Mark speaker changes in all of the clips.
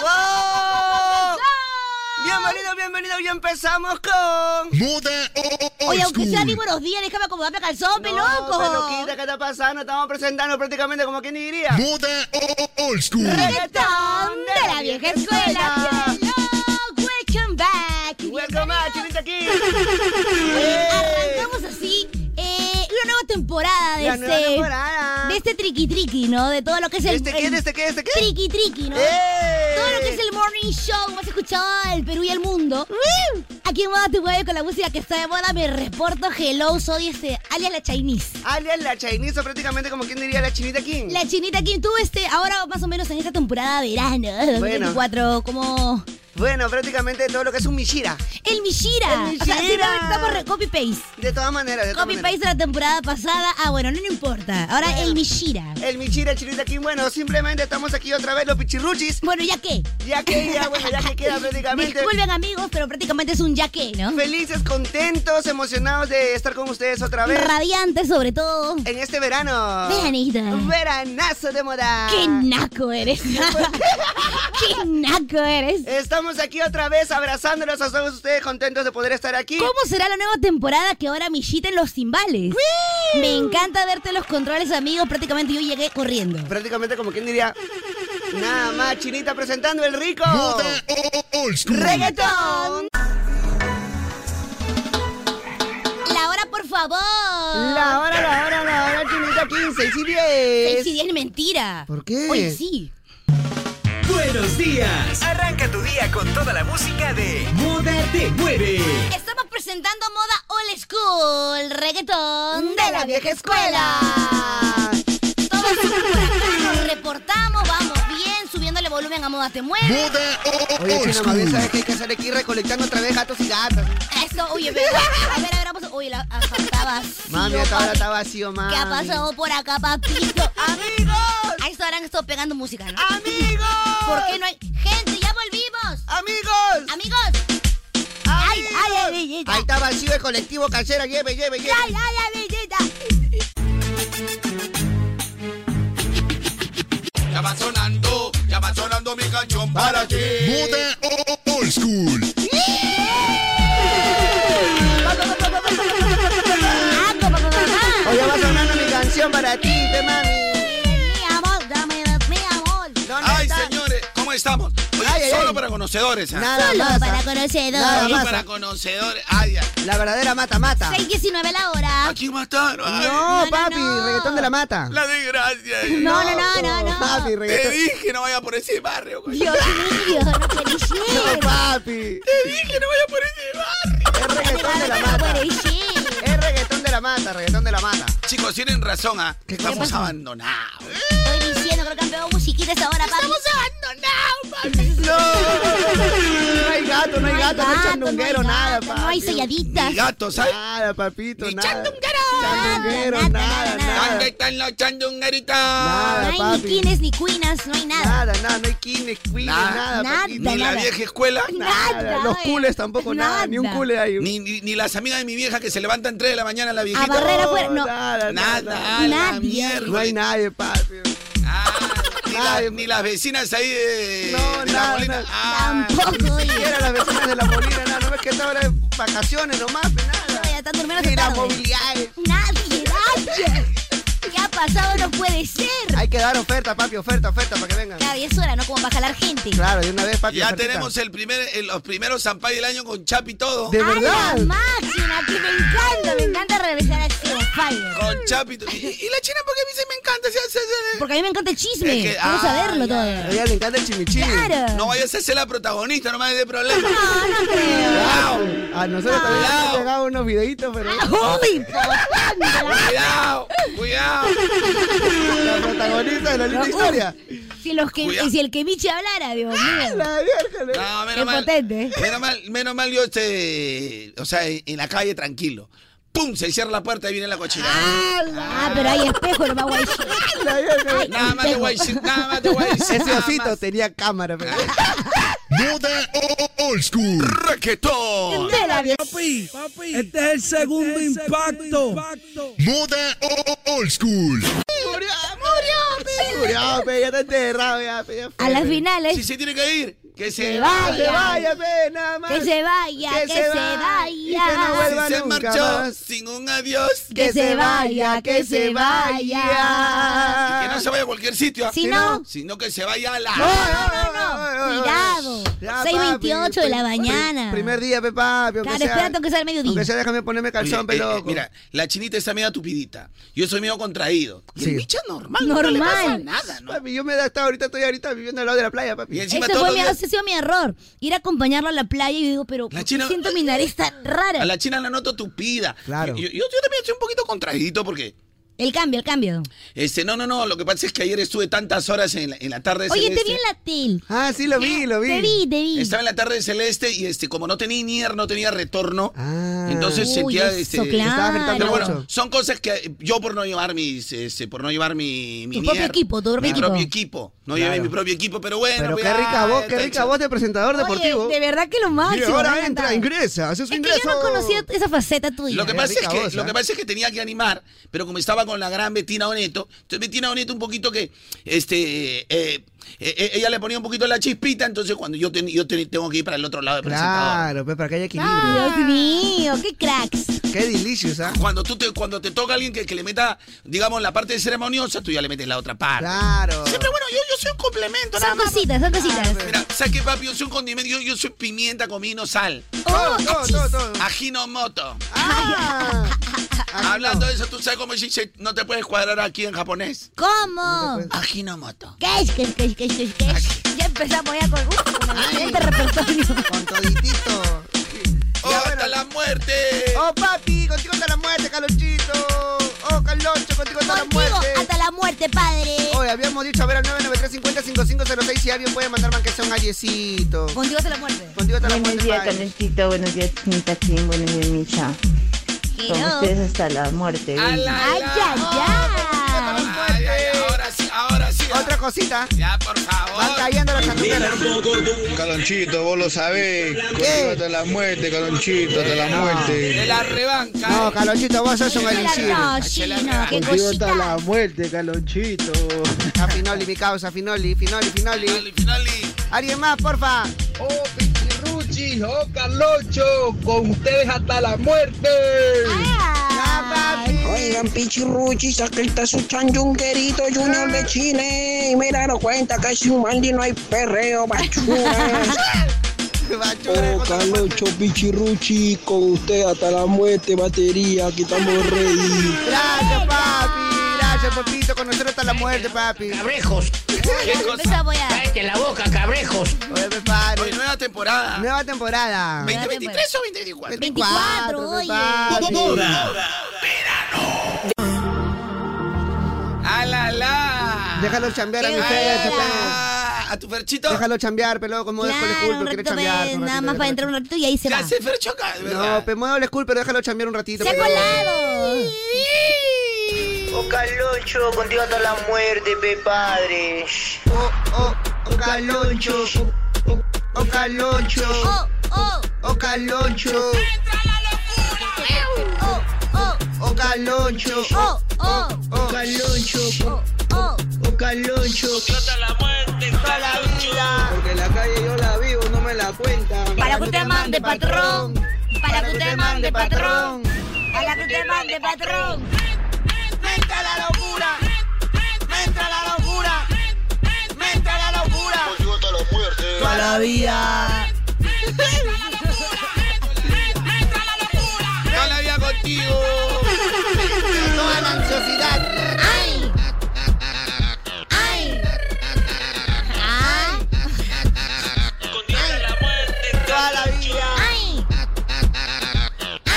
Speaker 1: ¡Wow! Bienvenido, bienvenido. Y empezamos con.
Speaker 2: Moda o- o- o-
Speaker 3: Oye,
Speaker 2: old
Speaker 3: aunque sea
Speaker 2: school.
Speaker 3: de buenos días, déjame acomodarme calzón,
Speaker 1: No,
Speaker 3: peloco.
Speaker 1: peluquita, ¿qué está pasando? Estamos presentando prácticamente como quien diría.
Speaker 2: Moda o- o- o- old school.
Speaker 3: Reggaetón de la vieja escuela. Hello, welcome back.
Speaker 1: ¡Welcome back, chinita aquí! Eh.
Speaker 3: Arrancamos así eh, una nueva temporada de
Speaker 1: La
Speaker 3: este.
Speaker 1: nueva temporada.
Speaker 3: De este triqui triqui, ¿no? De todo lo que es el.
Speaker 1: ¿Este qué?
Speaker 3: el
Speaker 1: ¿Este qué? ¿Este qué?
Speaker 3: Triqui triqui, ¿no?
Speaker 1: ¡Eh!
Speaker 3: Todo lo que es el morning show más escuchado del Perú y el mundo. Aquí en Moda Te Mueve con la música que está de moda me reporto. Hello, soy este, alias la Chinese.
Speaker 1: Alias la chinesa, prácticamente como quien diría la chinita aquí.
Speaker 3: La chinita Kim, tú este, ahora más o menos en esta temporada de verano, ¿eh? 2024, como
Speaker 1: Bueno, prácticamente todo lo que es un Mishira.
Speaker 3: el Mishira.
Speaker 1: El
Speaker 3: O sea,
Speaker 1: Mishira.
Speaker 3: simplemente estamos re- copy-paste.
Speaker 1: De todas maneras, de todas
Speaker 3: Copy-paste
Speaker 1: maneras.
Speaker 3: de la temporada pasada. Ah, bueno, no, no importa. Ahora el Mishira.
Speaker 1: El Mishira, chinita aquí. Bueno, simplemente estamos aquí otra vez los pichirruchis.
Speaker 3: Bueno, ¿ya qué?
Speaker 1: Ya que ya, bueno, ya que queda prácticamente.
Speaker 3: Disculpen, amigos, pero prácticamente es un ya qué, ¿no?
Speaker 1: Felices, contentos, emocionados de estar con ustedes otra vez.
Speaker 3: Radiante, sobre todo.
Speaker 1: En este verano.
Speaker 3: Veranita.
Speaker 1: Veranazo de moda.
Speaker 3: ¡Qué naco eres! ¡Qué naco eres!
Speaker 1: Estamos aquí otra vez abrazándolos a todos ustedes contentos de poder estar aquí.
Speaker 3: ¿Cómo será la nueva temporada que ahora millita en los timbales? Me encanta verte en los controles, amigos. Prácticamente yo llegué corriendo.
Speaker 1: Prácticamente como quien diría. Nada más, Chinita presentando el rico.
Speaker 2: Moda o- o- o- old school.
Speaker 1: Reggaetón.
Speaker 3: La hora, por favor.
Speaker 1: La hora, la hora, la hora, Chinita 15 y 10.
Speaker 3: Seis y diez es mentira.
Speaker 1: ¿Por qué?
Speaker 3: Oye, sí.
Speaker 4: Buenos días. Arranca tu día con toda la música de Moda Te Mueve.
Speaker 3: Estamos presentando moda old school, reggaetón de la vieja escuela. Todos somos por acá, nos reportamos, vamos bien, subiéndole volumen a moda te mueve.
Speaker 2: Moda o- o-
Speaker 1: Oye,
Speaker 2: old
Speaker 1: Chino, más bien
Speaker 2: school.
Speaker 1: sabes que hay que salir aquí recolectando otra vez gatos y gatas.
Speaker 3: Eso, oye, ¿verdad? A ver, a ver, vamos. Oye, la ah, faltaba. así,
Speaker 1: Mami,
Speaker 3: oh,
Speaker 1: hasta ahora
Speaker 3: papi.
Speaker 1: está vacío, mami.
Speaker 3: ¿Qué ha pasado por acá, papito?
Speaker 1: ¡Amigos!
Speaker 3: Ahí estarán estado pegando música, ¿no?
Speaker 1: ¡Amigos!
Speaker 3: ¿Por qué no hay? ¡Gente, ya volvimos!
Speaker 1: ¡Amigos!
Speaker 3: ¡Amigos! ¡Ay, ay, ay, ay,
Speaker 1: Ahí
Speaker 3: ay!
Speaker 1: está vacío el colectivo, casera, lleve, lleve, lleve.
Speaker 3: ¡Ay, ay, ay, ay, ay!
Speaker 5: Ya va sonando, ya va sonando mi canción para ti.
Speaker 2: Moda o- o- o- old school.
Speaker 3: ¡Ah, como papá!
Speaker 1: Oye, va sonando mi canción para ti, te mami.
Speaker 3: Mi amor, dame, mi amor.
Speaker 1: ¿Dónde
Speaker 5: Ay,
Speaker 1: está?
Speaker 5: señores, ¿cómo estamos? Oye,
Speaker 1: Ay, ay,
Speaker 5: solo
Speaker 1: ay.
Speaker 5: para conocedores. ¿ah?
Speaker 1: Nada
Speaker 3: Solo
Speaker 1: más.
Speaker 3: para
Speaker 1: ah.
Speaker 3: conocedores.
Speaker 1: Nada
Speaker 5: Solo
Speaker 1: más.
Speaker 5: para conocedores. Ay, ay.
Speaker 1: La verdadera mata, mata.
Speaker 3: 6.19 la hora.
Speaker 5: Aquí mataron. Ay,
Speaker 1: No,
Speaker 3: no,
Speaker 1: papi,
Speaker 3: no.
Speaker 1: reggaetón de la mata.
Speaker 5: La desgracia. ay.
Speaker 3: No, no, no, no, no.
Speaker 1: Oh, Papi,
Speaker 5: Te
Speaker 1: reggaetón.
Speaker 5: dije no vaya por ese barrio. coño.
Speaker 3: Dios mío, no querés
Speaker 1: No,
Speaker 3: ir.
Speaker 1: papi.
Speaker 5: Te dije no vaya por ese barrio.
Speaker 1: Es reggaetón de la
Speaker 3: No
Speaker 1: mata.
Speaker 3: querés ir.
Speaker 1: Es reggaetón de la mata, reggaetón de la mata.
Speaker 5: Chicos, tienen razón, ¿ah? Estamos abandonados.
Speaker 3: Estoy diciendo, creo que han pegado musiquita esta hora, papi. Estamos abandonados, papi.
Speaker 1: No, no hay gato, no hay gato, no hay
Speaker 3: gato,
Speaker 1: chandunguero,
Speaker 3: no hay
Speaker 1: nada,
Speaker 3: gato,
Speaker 1: papi.
Speaker 3: No hay selladitas.
Speaker 5: Ni gatos, ¿ah?
Speaker 1: Nada, papito,
Speaker 5: Ni
Speaker 1: nada.
Speaker 5: chandunguero.
Speaker 1: Chandunguero,
Speaker 3: Nada,
Speaker 1: nada,
Speaker 3: nada, nada.
Speaker 1: nada.
Speaker 5: ¿Dónde están los chandungaritas?
Speaker 3: No
Speaker 1: Nada,
Speaker 3: hay ni
Speaker 1: papi.
Speaker 3: quines ni cuinas, no hay nada.
Speaker 1: Nada, nada, no hay kines, queens,
Speaker 5: Nada.
Speaker 1: nada,
Speaker 3: Nada.
Speaker 1: papito.
Speaker 5: Ni la
Speaker 3: nada.
Speaker 5: vieja escuela.
Speaker 3: Nada.
Speaker 1: Los cules tampoco, nada, ni un cule hay.
Speaker 5: Ni, ni, ni las amigas de mi vieja que se levantan 3 de la mañana a la
Speaker 3: A
Speaker 5: viejita.
Speaker 3: barrera afuera, no.
Speaker 1: Nada,
Speaker 5: Nada,
Speaker 1: nada.
Speaker 5: a la
Speaker 3: Nadie.
Speaker 5: mierda.
Speaker 1: No hay nadie, papi.
Speaker 5: Ah, ni, la-
Speaker 1: Nadie.
Speaker 5: ni las vecinas ahí de,
Speaker 1: No,
Speaker 5: de
Speaker 1: nada,
Speaker 5: la molina.
Speaker 1: nada.
Speaker 5: Ah,
Speaker 3: Tampoco,
Speaker 1: Ni
Speaker 3: oye.
Speaker 1: siquiera las vecinas de la molina, nada. No ves que está ahora en vacaciones nomás, pues, nada.
Speaker 3: Ya están durmiendo
Speaker 1: Ni
Speaker 3: hasta tarde.
Speaker 1: las mobiliares.
Speaker 3: Nadie, nadie. ¿Qué ha pasado? No puede ser.
Speaker 1: Hay que dar oferta, papi, oferta, oferta para que vengan.
Speaker 3: Cada 10 horas, ¿no? Como para jalar gente.
Speaker 1: Claro, de una vez, papi.
Speaker 5: ya
Speaker 1: ofertita.
Speaker 5: tenemos el primer, el- los primeros Zampay del año con Chapi todo.
Speaker 1: De verdad.
Speaker 3: ¡A la máxima! Que me encanta, me encanta regresar a Zero Fire.
Speaker 5: Con Chapi todo. y, y la china porque a mí se me encanta. se- se- se-
Speaker 3: Porque a mí me encanta el chisme.
Speaker 5: Es que-
Speaker 3: Vamos
Speaker 5: ah,
Speaker 3: a verlo
Speaker 5: ya,
Speaker 1: A
Speaker 3: todo.
Speaker 1: ella le encanta el chimichín.
Speaker 3: Claro.
Speaker 5: No vayas a ser la protagonista, no me des de problema.
Speaker 3: No, no creo.
Speaker 5: Cuidado,
Speaker 1: A
Speaker 5: Cuidado.
Speaker 1: nosotros también nos
Speaker 5: Ah,
Speaker 1: han llegado unos videitos, pero
Speaker 3: ¡Uy! posta!
Speaker 5: cuidado, cuidado.
Speaker 1: la protagonista de la linda historia. Ah,
Speaker 3: Si, los que,
Speaker 5: Cuidado.
Speaker 3: si el que Michi hablara, Dios mío.
Speaker 1: La Virgen.
Speaker 5: No, menos
Speaker 3: Qué
Speaker 5: mal.
Speaker 3: potente.
Speaker 5: Menos mal, menos mal yo este, o sea, en, en la calle tranquilo. ¡pum! Se cierra la puerta y viene la cochina.
Speaker 3: Ah, pero hay espejo, no va guay.
Speaker 5: Nada más de guay shit, nada más de guay shit,
Speaker 1: Ese
Speaker 5: nada
Speaker 1: osito
Speaker 5: más.
Speaker 1: tenía cámara, pero-
Speaker 6: Moda old school.
Speaker 5: ¡Raquetón!
Speaker 7: Papi, este es el segundo impacto.
Speaker 6: Moda old school.
Speaker 1: Murió, murió, murió, pe, ya está enterrado, ya, pe, ya fue,
Speaker 3: A las
Speaker 1: pe.
Speaker 3: finales,
Speaker 5: Si se tiene que ir, que se
Speaker 3: Que
Speaker 5: va.
Speaker 3: vaya.
Speaker 1: Que vaya, pe, nada más.
Speaker 3: que se vaya, que, se,
Speaker 1: va, y
Speaker 3: vaya.
Speaker 1: que no vuelva
Speaker 5: Si se
Speaker 1: nunca
Speaker 5: marchó
Speaker 1: más.
Speaker 5: sin un adiós.
Speaker 3: Que se vaya, que se vaya.
Speaker 5: Que no se vaya a cualquier sitio. ¿ah?
Speaker 3: Si no,
Speaker 5: Sino que se vaya a
Speaker 1: Ay,
Speaker 5: la.
Speaker 1: ay,
Speaker 3: no,
Speaker 1: ay, ay, ay,
Speaker 3: cuidado.
Speaker 1: ay. Ya,
Speaker 3: 6:28 de la
Speaker 1: papi, pri-
Speaker 3: mañana.
Speaker 1: Primer día, pe, papi. aunque
Speaker 3: claro,
Speaker 1: sea-
Speaker 3: espérate aunque sea el mediodía.
Speaker 1: Aunque sea, déjame ponerme
Speaker 5: Oye,
Speaker 1: calzón, pe,
Speaker 5: eh, eh,
Speaker 1: loco.
Speaker 5: mira, la chinita está medio tupidita. Yo soy medio contraído. Y
Speaker 1: Sí.
Speaker 5: el bicho normal, no le pasa
Speaker 3: Normal.
Speaker 5: nada, ¿no?
Speaker 1: Papi, yo me da hasta ahorita, estoy ahorita viviendo al lado de la playa, papi.
Speaker 5: Y encima
Speaker 3: Ese
Speaker 5: todos
Speaker 3: fue
Speaker 5: los
Speaker 3: mi,
Speaker 5: días-
Speaker 3: ese ha sido mi error. Ir a acompañarlo a la playa y yo digo, pero
Speaker 5: La
Speaker 3: ¿por qué
Speaker 5: china-
Speaker 3: siento mi nariz tan
Speaker 5: A
Speaker 3: rara.
Speaker 5: la china la noto tupida.
Speaker 1: Claro.
Speaker 5: Yo, yo- yo también estoy un poquito contraído porque.
Speaker 3: El cambio, el cambio.
Speaker 5: Este, no, no, no, lo que pasa es que ayer estuve tantas horas en la, en la tarde
Speaker 3: Oye, te
Speaker 5: celeste.
Speaker 3: vi en la tele.
Speaker 1: Ah, sí, lo vi, lo vi.
Speaker 3: Te vi, te vi.
Speaker 5: Estaba en la tarde celeste y este, como no tenía INIER, no tenía retorno.
Speaker 1: Ah.
Speaker 5: Entonces
Speaker 3: Uy,
Speaker 5: sentía
Speaker 3: eso,
Speaker 5: este.
Speaker 3: claro.
Speaker 5: Pero
Speaker 1: afectando
Speaker 5: bueno,
Speaker 1: mucho.
Speaker 5: son cosas que yo por no llevar mis, este, por no llevar mi, mi
Speaker 3: Tu propio
Speaker 5: INIER,
Speaker 3: equipo, tu propio
Speaker 5: mi propio equipo. No llevé
Speaker 1: Claro.
Speaker 5: mi propio equipo, pero bueno.
Speaker 1: Pero
Speaker 5: pues,
Speaker 1: qué rica
Speaker 5: ah,
Speaker 1: voz, qué
Speaker 5: está
Speaker 1: rica
Speaker 5: hecho.
Speaker 1: voz de presentador
Speaker 3: Oye,
Speaker 1: deportivo.
Speaker 3: de verdad que lo
Speaker 1: Y
Speaker 3: máximo. me ha
Speaker 1: ahora entra,
Speaker 3: encantado.
Speaker 1: ingresa, hace su
Speaker 3: Es que
Speaker 1: ingreso.
Speaker 3: yo no conocía esa faceta tuya.
Speaker 5: Lo que,
Speaker 1: Qué
Speaker 5: pasa es
Speaker 1: rica
Speaker 5: que,
Speaker 1: voz,
Speaker 5: lo
Speaker 3: ¿eh?
Speaker 1: ¿ah?
Speaker 5: que pasa es que tenía que animar, pero como estaba con la gran Betina Oneto, entonces Betina Oneto un poquito que, este, eh, eh, eh, ella le ponía un poquito la chispita, entonces cuando yo, ten- yo ten- tengo que ir para el otro lado de presentador.
Speaker 1: Claro, pues para que haya equilibrio.
Speaker 3: Dios mío, qué cracks.
Speaker 1: Qué delicious, ¿ah?
Speaker 5: Cuando, tú te, cuando te toca alguien que, que le meta, digamos, la parte ceremoniosa, tú ya le metes la otra parte.
Speaker 1: Claro.
Speaker 5: Siempre, bueno, yo, yo soy un complemento, nada
Speaker 3: Son
Speaker 5: más.
Speaker 3: cositas, son cositas.
Speaker 5: Ah, Mira, ¿sabes qué, papi? Yo soy un condimento, yo, yo soy pimienta, comino, sal,
Speaker 1: Oh, Todo, todo, todo, todo.
Speaker 5: ajinomoto.
Speaker 1: Ah, ah,
Speaker 5: Hablando de eso, ¿tú sabes cómo se dice? No te puedes cuadrar aquí en japonés.
Speaker 3: ¿Cómo?
Speaker 5: Ajinomoto.
Speaker 3: ¿Qué es? ¿Qué es? ¿Qué es? ¿Qué es? ¿Qué es? ¿Qué es? Ya empezamos ya con uh, con el siguiente repertorio.
Speaker 1: Con toditito.
Speaker 5: ¡Oh,
Speaker 1: Ya,
Speaker 5: hasta
Speaker 1: bueno.
Speaker 5: la muerte!
Speaker 1: Oh, papi, contigo hasta la muerte, Carlonchito. Oh, Carloncho, contigo hasta la
Speaker 3: Contigo
Speaker 1: muerte.
Speaker 3: hasta la muerte, padre.
Speaker 1: Hoy habíamos dicho a ver al 993-50-5506 si alguien puede mandar manquezón a Yesito.
Speaker 3: Contigo hasta la muerte.
Speaker 1: Contigo hasta la muerte,
Speaker 8: Buenos días,
Speaker 1: padre.
Speaker 8: Carlosito. Buenos días, Chinita Chin. Buenos días, Micha. Con
Speaker 3: Hello.
Speaker 8: ustedes hasta la muerte.
Speaker 5: ¡Ay,
Speaker 3: Ay,
Speaker 1: Oh,
Speaker 3: ay,
Speaker 5: ay,
Speaker 3: ay.
Speaker 5: ay! Ahora sí, ahora sí.
Speaker 1: Otra cosita.
Speaker 5: Ya, por
Speaker 1: Van
Speaker 5: favor.
Speaker 1: cayendo las santuqueras.
Speaker 4: Calonchito, vos lo sabés.
Speaker 1: ¿Qué?
Speaker 4: Contigo hasta la muerte, Calonchito, hasta la muerte.
Speaker 5: De la rebanca.
Speaker 1: No, Carlonchito, vos sos un elixir.
Speaker 3: No, chino, qué
Speaker 4: Contigo hasta la
Speaker 3: cosita.
Speaker 4: muerte, Calonchito.
Speaker 1: A Finoli, mi causa, Finoli, Finoli, Finoli.
Speaker 5: Finali, finali.
Speaker 1: ¿Alguien más, porfa?
Speaker 4: Oh, Pichirruchi, oh, Carloncho, con ustedes hasta la muerte.
Speaker 1: Ya,
Speaker 3: Ay.
Speaker 1: papi.
Speaker 9: Oigan, Pichirruchi, saca el su chanchunquerito Junior de Chile. Y miraron cuenta que si un Maldi no hay perreo, bachura.
Speaker 1: Bachura, contra la muerte.
Speaker 4: Pichirruchi, Oh, con usted hasta la muerte, batería, aquí estamos rey.
Speaker 1: Gracias, papi. Gracias, papito. Con nosotros hasta la muerte, papi.
Speaker 10: Cabrejos,
Speaker 5: ¿Qué cosa?
Speaker 3: Empezamos ya.
Speaker 10: cállate la boca, cabrejos.
Speaker 1: Oye, pe, padre.
Speaker 5: Hoy, nueva temporada.
Speaker 1: Nueva temporada.
Speaker 5: ¿2023
Speaker 3: Nueva
Speaker 5: o 2024?
Speaker 3: 24,
Speaker 1: pe,
Speaker 3: oye.
Speaker 1: papi.
Speaker 5: ¡A la
Speaker 1: Ah,
Speaker 5: la!
Speaker 1: Déjalo chambear a
Speaker 3: Qué
Speaker 1: mi
Speaker 3: bella.
Speaker 1: fe,
Speaker 5: Ah, ¿A tu ferchito?
Speaker 1: Déjalo chambear, pelado, como es con el
Speaker 3: Claro,
Speaker 1: culpa,
Speaker 3: un
Speaker 1: quiere
Speaker 3: ratito,
Speaker 1: chambear.
Speaker 3: pues,
Speaker 1: un
Speaker 3: nada
Speaker 1: ratito,
Speaker 3: más para
Speaker 1: déjalo-
Speaker 3: entrar un ratito y ahí se va.
Speaker 5: Ya se ferchó acá, de
Speaker 1: No,
Speaker 5: verdad.
Speaker 1: pe, muévele el cool, pero déjalo chambear un ratito.
Speaker 3: ¡Se ha
Speaker 1: pe.
Speaker 3: colado!
Speaker 9: Oh, Caloncho, contigo hasta la muerte, pe padre.
Speaker 1: Oh, oh, oh, caloncho. Oh, oh, caloncho.
Speaker 3: ¡Oh, oh!
Speaker 1: Oh, caloncho.
Speaker 3: ¡Oh, oh!
Speaker 1: Oh, caloncho.
Speaker 3: ¡Oh, oh!
Speaker 1: Oh, caloncho.
Speaker 3: ¡Oh, oh!
Speaker 1: Oh, caloncho. Hasta la muerte, la vida.
Speaker 4: Porque la calle yo la vivo, no me la cuentan.
Speaker 3: Para que usted mande patrón. Para que usted mande patrón. Para que usted mande patrón.
Speaker 1: Me entra la locura. Me entra la locura. Me entra la locura.
Speaker 6: Contigo hasta la muerte.
Speaker 1: Toda la vida.
Speaker 5: No la había contigo.
Speaker 1: Toda la ansiosidad.
Speaker 3: ¡Ay! ¡Ay! ¡Ay!
Speaker 1: Toda la vida.
Speaker 3: ¡Ay!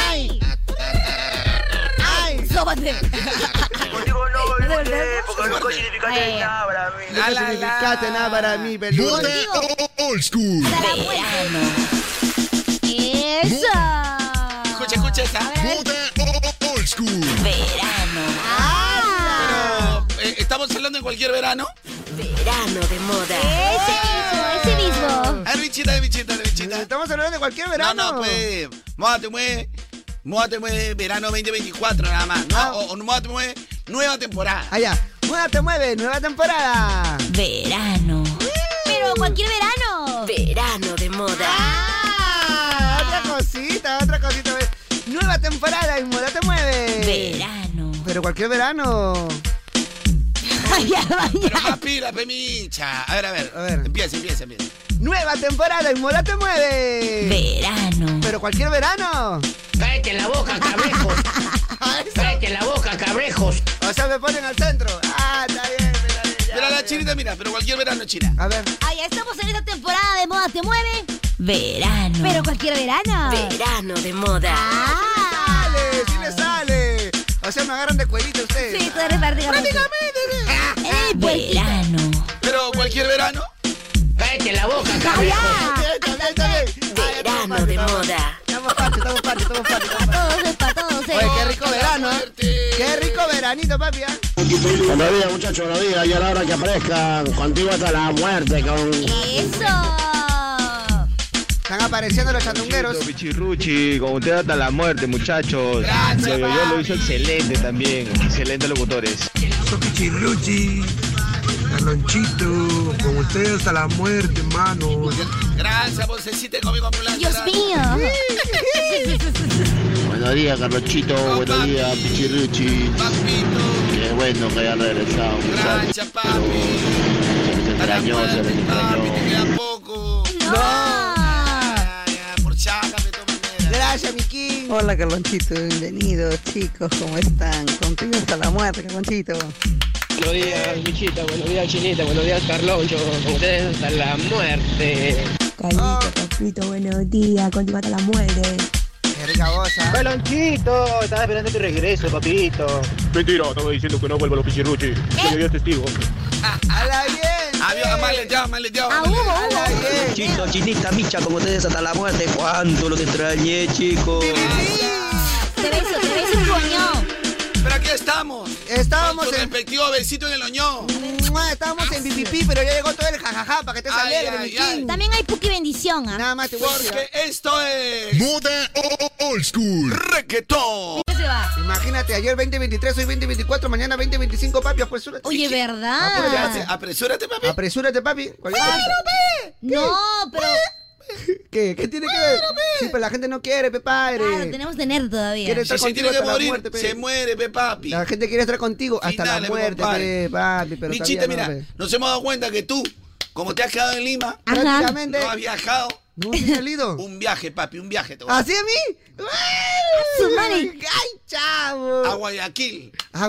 Speaker 3: ¡Ay!
Speaker 1: Ay.
Speaker 3: ¡Sóbate!
Speaker 9: Contigo no
Speaker 3: volveré,
Speaker 9: porque no
Speaker 3: Eh.
Speaker 9: significaste nada para mí.
Speaker 1: No significaste nada para mí, peludo.
Speaker 6: Moda old school.
Speaker 3: ¡Para la vuelta! Ah, pues, ¡Eso!
Speaker 5: Escucha, escucha esa.
Speaker 6: Moda
Speaker 11: school.
Speaker 5: Verano. Pero, eh, ¿estamos hablando de cualquier verano? Verano de moda.
Speaker 3: Ese mismo, ese mismo.
Speaker 5: Ay, bichita, bichita, bichita.
Speaker 1: Estamos hablando de cualquier verano.
Speaker 5: No, no, pues. Moda te mueve. Moda te mueve verano 2024 nada más. No,
Speaker 1: Ah.
Speaker 5: o, o Moda te mueve nueva temporada.
Speaker 1: Allá. Nueva te mueve, nueva temporada.
Speaker 12: Verano.
Speaker 3: Pero cualquier verano.
Speaker 12: Verano de moda.
Speaker 1: Ah, otra cosita, otra cosita. Nueva temporada y moda te mueve.
Speaker 12: Verano.
Speaker 1: Pero cualquier verano.
Speaker 5: Pero más pila, pemicha. A ver, a ver. A ver. Empieza, empieza, empieza.
Speaker 1: Nueva temporada y moda te mueve.
Speaker 12: Verano.
Speaker 1: Pero cualquier verano.
Speaker 4: Cállate la boca, cabrejos. Cállate la boca, cabrejos.
Speaker 1: O sea, me ponen al centro. Ah, está bien, está bien. ya,
Speaker 5: Pero la
Speaker 1: ya.
Speaker 5: chinita, mira, pero cualquier verano china.
Speaker 1: A ver.
Speaker 3: Ay, ya estamos en esta temporada de moda te mueve.
Speaker 12: Verano.
Speaker 3: Pero cualquier verano.
Speaker 12: Verano de moda.
Speaker 3: Ah.
Speaker 1: Sale, sí le sale. O sea, me agarran de cuelito ustedes.
Speaker 3: Sí, tú eres prácticamente. Ey, pues,
Speaker 12: Verano.
Speaker 5: Pero cualquier verano.
Speaker 4: Cállate la boca,
Speaker 3: ¡Allá!
Speaker 4: cabrejos.
Speaker 1: Está bien, está bien, está bien. Ay, ya
Speaker 12: Verano de moda.
Speaker 1: Estamos parche, estamos parche, estamos parche. estamos parche.
Speaker 3: Para todos, es para todos. eh.
Speaker 1: Oye, qué rico verano, ¿eh? Qué rico veranito, papi, ¿eh?
Speaker 13: Buenos días, muchachos, buenos días. Ya la hora que aparezcan contigo hasta la muerte, con.
Speaker 3: Eso.
Speaker 1: Están apareciendo los chatungueros.
Speaker 14: Pichirruchi, con usted hasta la muerte, muchachos. Yo, yo, yo lo hizo excelente también. Excelentes locutores.
Speaker 8: Pichirruchi, Calonchito, con ustedes hasta la muerte, mano.
Speaker 5: Gracias, vocecita conmigo ambulancia.
Speaker 3: Dios mío.
Speaker 13: Buenos días, Carlochito. buenos días, Pichirruchi.
Speaker 5: Papito.
Speaker 13: Qué bueno que haya regresado, muchachos.
Speaker 5: Gracias, papi.
Speaker 13: Se les extrañó, se les
Speaker 5: Papi,
Speaker 13: extrañó.
Speaker 5: te queda poco.
Speaker 3: No.
Speaker 5: Ya, ya, por chaca, de todas maneras.
Speaker 1: Gracias, mi king.
Speaker 15: Hola Carlonchito, bienvenido chicos, ¿cómo están? Contigo hasta la muerte, Carlonchito.
Speaker 16: Buenos días, Michita. Buenos días, Chinita. Buenos días, Carloncho. Con ustedes hasta la muerte.
Speaker 1: Oh,
Speaker 17: Papito, buenos días, contigo hasta la muerte.
Speaker 1: qué rica voz, ¿eh?
Speaker 16: Carlonchito, estaba esperando tu regreso, papito.
Speaker 14: Mentira, estaba diciendo que no vuelva los Pichirruchi. Yo soy testigo.
Speaker 1: ¡Hala Ah, bien!
Speaker 5: Adiós,
Speaker 1: bien.
Speaker 5: amale, ya, amale, ya.
Speaker 3: A Hugo,
Speaker 1: ¡Hala
Speaker 3: Hugo.
Speaker 1: bien!
Speaker 16: Chito, chinita, micha, con ustedes hasta la muerte. ¿Cuánto los extrañé, chicos?
Speaker 3: Te beso, te beso un coño.
Speaker 5: Pero aquí estamos.
Speaker 1: Estábamos
Speaker 5: Con tu
Speaker 1: en-
Speaker 5: respectivo besito en el oñón.
Speaker 1: Mua, Estábamos en PPP, pero ya llegó todo el jajaja para que estés
Speaker 5: Ay,
Speaker 1: alegre,
Speaker 5: ay,
Speaker 1: mi
Speaker 5: ay.
Speaker 1: king.
Speaker 3: También hay puki bendición, ¿ah?
Speaker 1: Nada más te voy a decir.
Speaker 5: Porque esto es.
Speaker 11: Moda old school.
Speaker 5: Requetón.
Speaker 3: ¿Qué se va?
Speaker 1: Imagínate, ayer 2023, hoy 2024, mañana 2025, papi, apresúrate.
Speaker 3: Oye,
Speaker 5: Apúrate,
Speaker 3: ¿verdad?
Speaker 5: Apresúrate, papi.
Speaker 1: Apresúrate, papi. Cualquier cosa.
Speaker 3: No, pero
Speaker 1: ¿Qué? ¿Qué tiene que ver? Sí, pero la gente no quiere, pe, padre.
Speaker 3: claro, Ah, tenemos tener todavía.
Speaker 1: Quiere
Speaker 5: Si
Speaker 1: estar
Speaker 5: se
Speaker 1: contigo
Speaker 5: tiene que
Speaker 1: hasta la
Speaker 5: morir,
Speaker 1: muerte, pe.
Speaker 5: se muere, pe, papi.
Speaker 1: La gente quiere estar contigo hasta
Speaker 5: Finales,
Speaker 1: la
Speaker 5: pe,
Speaker 1: muerte,
Speaker 5: compadre.
Speaker 1: pe, papi, pero
Speaker 5: Michita,
Speaker 1: todavía
Speaker 5: mira,
Speaker 1: no, pe.
Speaker 5: nos hemos dado cuenta que tú, como te has quedado en Lima,
Speaker 1: Prácticamente.
Speaker 5: no has viajado.
Speaker 1: No has salido.
Speaker 5: Un viaje, papi, un viaje te voy a hacer.
Speaker 1: ¿Así a mí?
Speaker 3: su madre.
Speaker 1: ¡Ay, chavo!
Speaker 5: A Guayaquil.
Speaker 1: A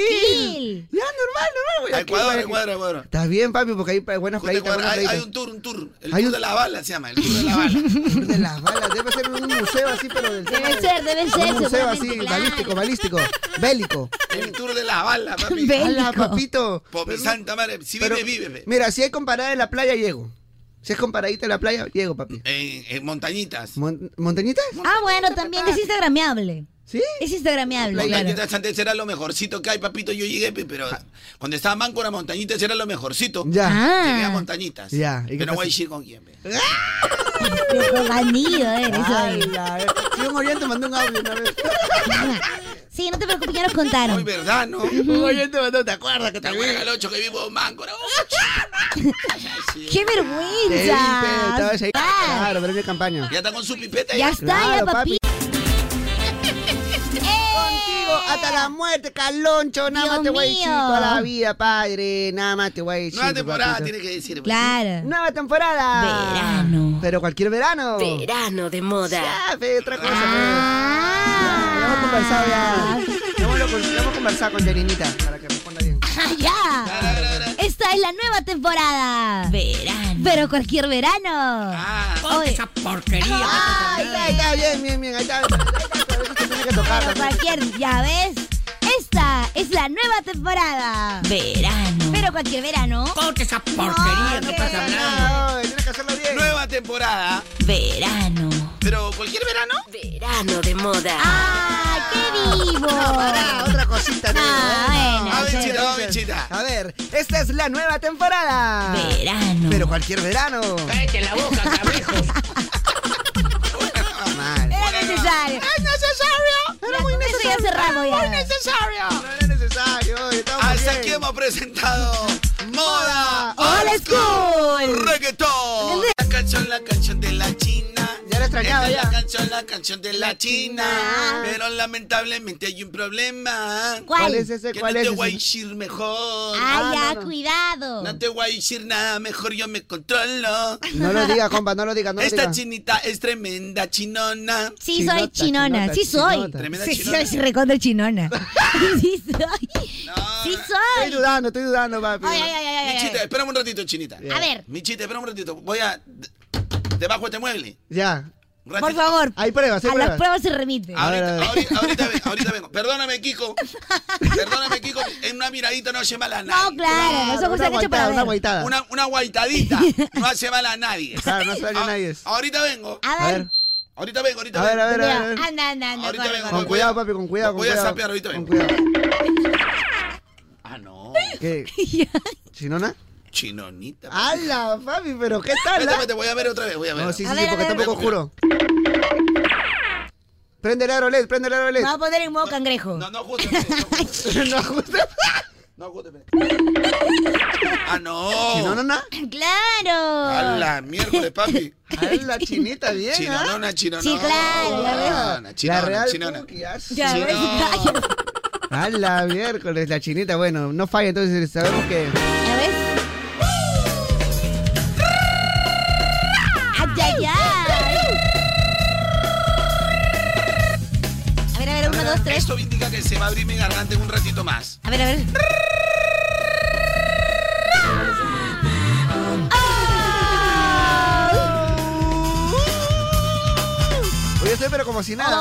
Speaker 3: Guayaquil.
Speaker 1: Ya, normal, normal,
Speaker 5: A
Speaker 1: Guayaquil.
Speaker 5: Ecuador,
Speaker 1: Guayaquil.
Speaker 5: Ecuador, Ecuador.
Speaker 1: Está bien, papi, porque hay pa- buenas
Speaker 5: Justo
Speaker 1: playitas,
Speaker 5: Ecuador.
Speaker 1: buenas
Speaker 5: Hay, hay
Speaker 1: playitas.
Speaker 5: un tour, un tour. El
Speaker 1: Hay
Speaker 5: tour
Speaker 1: un-
Speaker 5: de la bala se llama, el tour de la bala.
Speaker 1: de las balas. Debe ser un museo así, pero del tema
Speaker 3: Debe
Speaker 1: de-
Speaker 3: ser, debe ser.
Speaker 1: Un museo así,
Speaker 3: seguramente,
Speaker 1: balístico,
Speaker 3: claro.
Speaker 1: balístico, bélico.
Speaker 5: El tour de la bala, papi.
Speaker 3: Ve.
Speaker 1: ¡Hala,
Speaker 3: Bélico.
Speaker 1: papito!
Speaker 5: Por mi santa madre, si
Speaker 1: Pero,
Speaker 5: vive, vive. pe.
Speaker 1: Mira, si hay comparada en la playa, llego. Si es comparadita en la playa, llego, papi.
Speaker 5: En, en montañitas.
Speaker 1: Mon- ¿Montañitas?
Speaker 3: Ah, bueno, también es instagrameable.
Speaker 1: ¿Sí?
Speaker 3: Es instagrameable, claro.
Speaker 5: Montañitas antes era lo mejorcito que hay, papito. Yo llegué, pe, pero cuando estaba manco, las montañitas era lo mejorcito.
Speaker 1: Ya.
Speaker 5: Llegué a
Speaker 3: Ah,
Speaker 5: montañitas.
Speaker 1: Ya, ¿y qué
Speaker 5: Pero no voy a
Speaker 1: pasa?
Speaker 5: decir con quién. pe.
Speaker 3: qué bandido eres.
Speaker 1: Ay,
Speaker 3: oye.
Speaker 1: la ver- Sí, un oriente mandó un audio una vez.
Speaker 3: Sí, no te preocupes, ya nos
Speaker 5: Muy
Speaker 3: contaron.
Speaker 5: verdad, ¿no?
Speaker 1: un oriente mandó, ¿te acuerdas que
Speaker 5: ¿Te
Speaker 1: te
Speaker 5: acuerdas el 8 que vivo en manco? Era, ¡oh!
Speaker 3: ¡Qué
Speaker 1: Te dije, todo
Speaker 3: vergüenza!
Speaker 1: ese-
Speaker 3: Ah,
Speaker 1: Claro, pero es mi campaña.
Speaker 5: Ya está con su pipeta. Ya.
Speaker 3: Ya está, ya,
Speaker 1: Claro,
Speaker 3: papi.
Speaker 1: papi.
Speaker 3: Contigo
Speaker 1: Hasta la muerte, caloncho, nada
Speaker 3: Dios
Speaker 1: más te voy a decir
Speaker 3: mío.
Speaker 1: toda la vida, padre. Nada más te voy a decir.
Speaker 5: Nueva temporada,
Speaker 1: papito.
Speaker 5: tiene que decir. pues.
Speaker 3: Claro.
Speaker 1: Nueva temporada.
Speaker 12: Verano.
Speaker 1: Pero cualquier verano.
Speaker 12: Verano de moda.
Speaker 1: Ya, fe, otra cosa. fe. Ya, ya hemos conversado
Speaker 3: Ah.
Speaker 1: ya. Ya hemos, lo- ya hemos conversado con Janinita para que responda bien.
Speaker 3: Ah, ¡Ya! Esta es la nueva temporada.
Speaker 12: Verano.
Speaker 3: Pero cualquier verano.
Speaker 5: Ah,
Speaker 3: Oye,
Speaker 1: Ah, ahí está, ahí está, bien, bien, bien. Ahí está. Ahí está, ahí está, ahí está, tiene que tocar
Speaker 3: pero
Speaker 1: también.
Speaker 3: cualquier, ya ves. Esta es la nueva temporada.
Speaker 12: Verano.
Speaker 3: Pero cualquier verano.
Speaker 4: Ponte esa
Speaker 1: Ah, no pasa nada, oye, tienes que hacerlo bien.
Speaker 5: nueva temporada.
Speaker 12: Verano.
Speaker 5: Pero cualquier verano.
Speaker 12: Verano de moda.
Speaker 3: ¡Ay, qué vivo!
Speaker 1: No, pará, otra cosita. te digo,
Speaker 3: Ah,
Speaker 1: ¿eh?
Speaker 3: bueno,
Speaker 1: A ver,
Speaker 3: sí.
Speaker 1: chicos,
Speaker 3: No,
Speaker 1: chicos. A ver, esta es la nueva temporada.
Speaker 3: Verano.
Speaker 1: Pero cualquier verano. Cállate la boca, cabrejo. Mal.
Speaker 3: Era necesario.
Speaker 4: ¡Es necesario!
Speaker 3: Era muy necesario.
Speaker 4: ¡Muy necesario!
Speaker 1: No era necesario.
Speaker 5: Hasta aquí hemos presentado Moda
Speaker 4: Old School.
Speaker 5: Reggaetón. La canción, la canción de la China.
Speaker 1: Ya la extrañaba,
Speaker 5: Esta es
Speaker 1: ya.
Speaker 5: La canción, la canción de la China. Pero lamentablemente hay un problema.
Speaker 1: ¿Cuál? ¿Cuál es ese?
Speaker 5: Que
Speaker 1: ¿Cuál
Speaker 5: no
Speaker 1: es
Speaker 5: te voy a
Speaker 1: ese? Ah,
Speaker 5: decir mejor.
Speaker 3: Ay, ya, cuidado.
Speaker 5: No te voy a decir nada, mejor yo me controlo.
Speaker 1: No lo digas, compa, no lo digas, no lo
Speaker 5: Esta
Speaker 1: digas.
Speaker 5: chinita es tremenda chinona.
Speaker 3: Sí, soy chinona, sí soy.
Speaker 5: Tremenda
Speaker 3: Sí,
Speaker 5: chinona.
Speaker 3: soy recontra chinona. Sí soy. Sí soy.
Speaker 1: Ah, Estoy dudando, estoy dudando, papi.
Speaker 3: Ay, ay, ay, ay, ay,
Speaker 5: Michita,
Speaker 3: ay.
Speaker 5: espérame un ratito, chinita.
Speaker 3: A ver.
Speaker 5: Michita, espérame un ratito. Voy a. Debajo de este mueble.
Speaker 1: Ya.
Speaker 5: Un ratito.
Speaker 3: Por favor.
Speaker 1: Hay pruebas, hay
Speaker 3: A las
Speaker 1: pruebas.
Speaker 3: pruebas se remite.
Speaker 5: Ahorita, ahorita, ahorita vengo, ahorita vengo. Perdóname, Kiko. Perdóname, Kiko. En una miradita no hace mal a nadie.
Speaker 3: No, claro, no somos
Speaker 1: una
Speaker 3: han hecho para
Speaker 1: guaitada, una
Speaker 3: ver.
Speaker 1: guaitada.
Speaker 5: Una, una guaitadita no hace mal a nadie.
Speaker 1: Claro, no sale
Speaker 5: Ah,
Speaker 1: nadie.
Speaker 5: Ahorita vengo.
Speaker 3: A ver.
Speaker 5: Ahorita vengo, ahorita
Speaker 1: A ver,
Speaker 5: vengo.
Speaker 1: a ver, a ver.
Speaker 3: Mira, Anda, anda, anda.
Speaker 5: Ahorita
Speaker 3: corre,
Speaker 5: vengo.
Speaker 3: corre.
Speaker 1: Con cuidado, papi, con cuidado, con
Speaker 5: Voy a
Speaker 1: cuidado.
Speaker 5: sapear, ahorita
Speaker 1: Con
Speaker 5: vengo.
Speaker 1: cuidado.
Speaker 5: Ah, no.
Speaker 1: Oh, ¿Qué? ¿Chinona? Ah,
Speaker 5: Chinonita.
Speaker 1: ¡Hala, papi! ¿Pero qué tal?
Speaker 5: Vete,
Speaker 1: ah?
Speaker 5: vete, voy a ver otra vez, voy a ver.
Speaker 1: No, sí, sí,
Speaker 3: A
Speaker 1: sí,
Speaker 3: ver, a
Speaker 1: porque
Speaker 3: ver, a
Speaker 1: tampoco
Speaker 5: ver.
Speaker 1: juro. Prende el aro LED, prende el aro LED.
Speaker 3: Me voy a poner en modo cangrejo.
Speaker 5: No, no ajuste. no ajuste,
Speaker 1: No, justo.
Speaker 5: No ajuste. Ah, no.
Speaker 1: ¿Chinona?
Speaker 3: Claro.
Speaker 5: Hala, miércoles, papi.
Speaker 1: ¡Hala, chinita, bien! ¿ah?
Speaker 5: Chinonona, chinonona.
Speaker 3: Sí, claro, ya veo.
Speaker 5: Chinona,
Speaker 1: La
Speaker 5: chinona,
Speaker 1: real
Speaker 5: chinona.
Speaker 1: Cookie, ah, sí.
Speaker 3: Ya ves,
Speaker 5: Chinona.
Speaker 1: ¡Hala, miércoles! La chinita, bueno, no falla, entonces sabemos que...
Speaker 3: ¿Ya ves? ¡Ay, ay, ay! A ver, a ver, uno, dos, tres.
Speaker 5: Esto indica que se va a abrir mi garganta en un ratito más.
Speaker 3: A ver, a ver.
Speaker 1: Oye, estoy pero como si nada.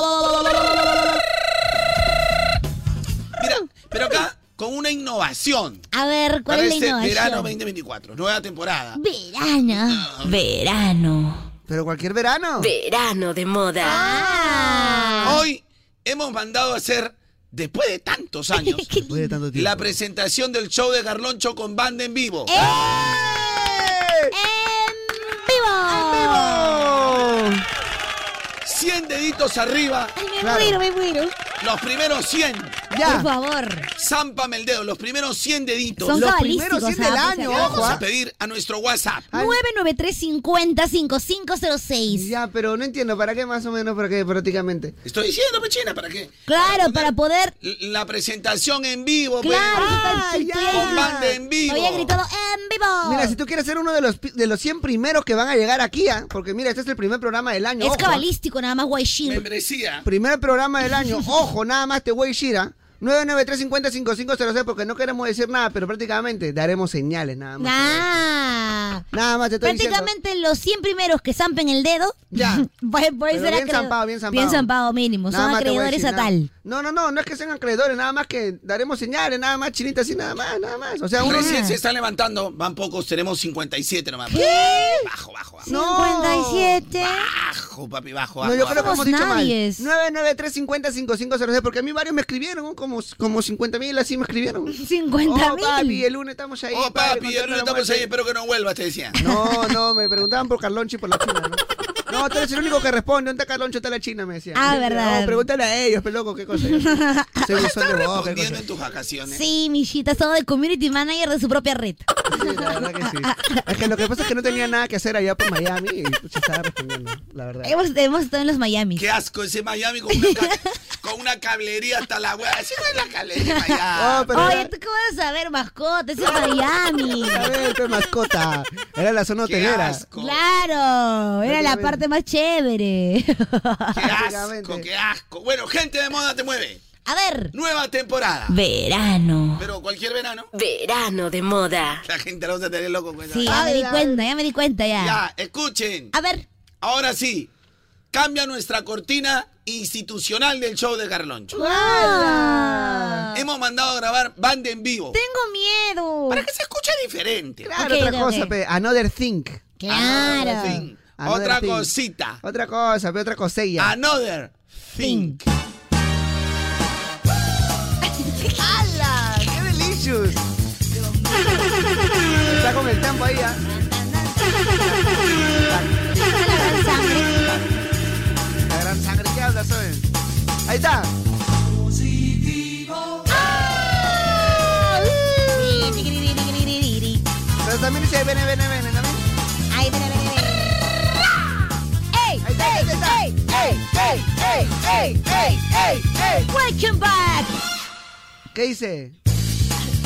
Speaker 5: Mira, pero acá con una innovación.
Speaker 3: A ver, ¿cuál
Speaker 5: para
Speaker 3: es la
Speaker 5: este
Speaker 3: innovación?
Speaker 5: verano 2024, nueva temporada.
Speaker 3: Verano. Ah. Verano.
Speaker 1: Pero cualquier verano.
Speaker 12: Verano de moda.
Speaker 3: Ah.
Speaker 5: Hoy hemos mandado a hacer, después de tantos años,
Speaker 1: Después de tanto tiempo.
Speaker 5: la presentación del show de Garloncho con banda en vivo.
Speaker 3: ¡Eh! ¡En vivo!
Speaker 5: 100 deditos arriba,
Speaker 3: Ay, me
Speaker 1: Claro.
Speaker 3: muero, me muero.
Speaker 5: los primeros 100.
Speaker 1: Ya.
Speaker 3: Por favor.
Speaker 5: Zámpame el dedo, los primeros 100 deditos.
Speaker 3: Son
Speaker 1: Los
Speaker 3: cabalísticos.
Speaker 1: primeros 100 del
Speaker 3: ¿ah?
Speaker 1: año,
Speaker 3: Pues,
Speaker 1: ojo,
Speaker 5: Vamos
Speaker 1: ah.
Speaker 5: a pedir a nuestro WhatsApp.
Speaker 1: Ay.
Speaker 3: 993-50-5506.
Speaker 1: Ya, pero no entiendo, ¿para qué más o menos? ¿Para qué prácticamente?
Speaker 5: Estoy diciendo, Pechina, ¿para qué?
Speaker 3: Claro, para poder.
Speaker 5: L- La presentación en vivo, pe.
Speaker 3: Claro,
Speaker 1: Ah,
Speaker 3: yo tal-
Speaker 1: ya.
Speaker 5: con banda en vivo.
Speaker 3: Había gritado en vivo.
Speaker 1: Mira, si tú quieres ser uno de los, pi- de los 100 primeros que van a llegar aquí, ah, porque mira, este es el primer programa del año.
Speaker 3: es
Speaker 1: ojo, ah.
Speaker 3: cabalístico, nada más Guayshir.
Speaker 5: Membresía.
Speaker 1: Primer programa del año, ojo, nada más te voy a decir, ah, 993-50-5506, porque no queremos decir nada, pero prácticamente daremos señales, nada más.
Speaker 3: Nah.
Speaker 1: Nada más te estoy diciendo.
Speaker 3: Prácticamente los 100 primeros que zampen el dedo.
Speaker 1: Ya.
Speaker 3: puede- puede
Speaker 1: Pero
Speaker 3: ser
Speaker 1: bien
Speaker 3: acreedor-
Speaker 1: zampado, bien zampado.
Speaker 3: Bien zampado, mínimo.
Speaker 1: Nada
Speaker 3: Son
Speaker 1: más te voy a
Speaker 3: acreedores
Speaker 1: decir
Speaker 3: a
Speaker 1: nada.
Speaker 3: tal.
Speaker 1: No, no, no, no es que sean acreedores, nada más que daremos señales, nada más chinita así, nada más, nada más. O sea, uno Ah.
Speaker 5: Recién se están levantando, van pocos, tenemos 57 nomás. Bajo, bajo, bajo.
Speaker 1: No.
Speaker 3: 57.
Speaker 5: Bajo, papi, bajo, bajo.
Speaker 1: No, yo
Speaker 5: bajo.
Speaker 1: creo que hemos dicho mal.
Speaker 3: nadies.
Speaker 1: 993-50-5506, porque a mí varios me escribieron, como, como 50 mil así me escribieron.
Speaker 3: 50
Speaker 1: Oh,
Speaker 3: mil.
Speaker 1: papi, el lunes estamos ahí.
Speaker 5: Oh,
Speaker 1: padre,
Speaker 5: papi, ya no
Speaker 1: contando la
Speaker 5: estamos
Speaker 1: muerte.
Speaker 5: ahí, espero que no vuelvas, te decía.
Speaker 1: No, no, me preguntaban por Carloncho y por la China, ¿no? No, tú eres el único que responde. ¿Dónde está Carloncho? Está la China, me decían.
Speaker 3: Ah,
Speaker 1: Yo,
Speaker 3: verdad.
Speaker 1: No, pregúntale a ellos, pero loco, qué cosa. Se gustó de vos, qué
Speaker 5: Respondiendo
Speaker 1: cosa.
Speaker 5: en tus vacaciones.
Speaker 3: Sí, mijita, estaba de community manager de su propia red.
Speaker 1: Sí, la verdad que sí. Es que lo que pasa es que no tenía nada que hacer allá por Miami y pucha, estaba respondiendo, la verdad.
Speaker 3: Hemos, hemos estado en los Miami.
Speaker 5: Qué asco ese Miami con una, ca- con una cablería hasta la hueá. Esa no es la cablería de Miami.
Speaker 1: Oh, pero
Speaker 3: Oye,
Speaker 1: era-
Speaker 3: ¿tú qué vas a saber, mascota? Eso es Miami.
Speaker 1: A ver, tu mascota. Era la zona
Speaker 5: Qué
Speaker 1: hotelera.
Speaker 5: asco.
Speaker 3: Claro, era la
Speaker 1: Prácticamente.
Speaker 3: parte más chévere.
Speaker 5: Qué asco,
Speaker 1: Prácticamente.
Speaker 5: qué asco. Bueno, gente de moda te mueve.
Speaker 3: A ver.
Speaker 5: Nueva temporada.
Speaker 3: Verano.
Speaker 5: Pero cualquier verano,
Speaker 12: Verano de moda.
Speaker 5: la gente la vamos a tener loco con esa
Speaker 3: Sí,
Speaker 5: vaina.
Speaker 3: ya me di
Speaker 1: Ay,
Speaker 3: cuenta, ya me di cuenta ya.
Speaker 5: Ya, escuchen.
Speaker 3: A ver,
Speaker 5: Ahora sí, cambia nuestra cortina institucional del show de Carloncho. Hemos mandado a grabar banda en vivo.
Speaker 3: Ah. tengo miedo.
Speaker 5: Para que se escuche diferente.
Speaker 1: Claro,
Speaker 3: Ok,
Speaker 1: otra
Speaker 3: ok,
Speaker 1: cosa,
Speaker 3: ok.
Speaker 1: pe. Another Think.
Speaker 3: Claro.
Speaker 5: Ah, en fin.
Speaker 1: Another
Speaker 5: Otra
Speaker 1: thing.
Speaker 5: cosita.
Speaker 1: Otra cosa, ve otra cosilla.
Speaker 5: Another thing.
Speaker 1: ¡Hala! ¡Qué delicious! Está con el tempo ahí, ¿ah? La gran sangre que habla, ¿sabes? Ahí está. Pero también dice, viene, viene, viene, también.
Speaker 3: Ahí viene, viene, viene. ¡Ey! ¡Ey! ¡Ey! ¡Ey! ¡Ey! ¡Ey! ¡Ey! ¡Ey! ¡Ey! ¡Ey! ¡Welcome back!
Speaker 1: ¿Qué dice?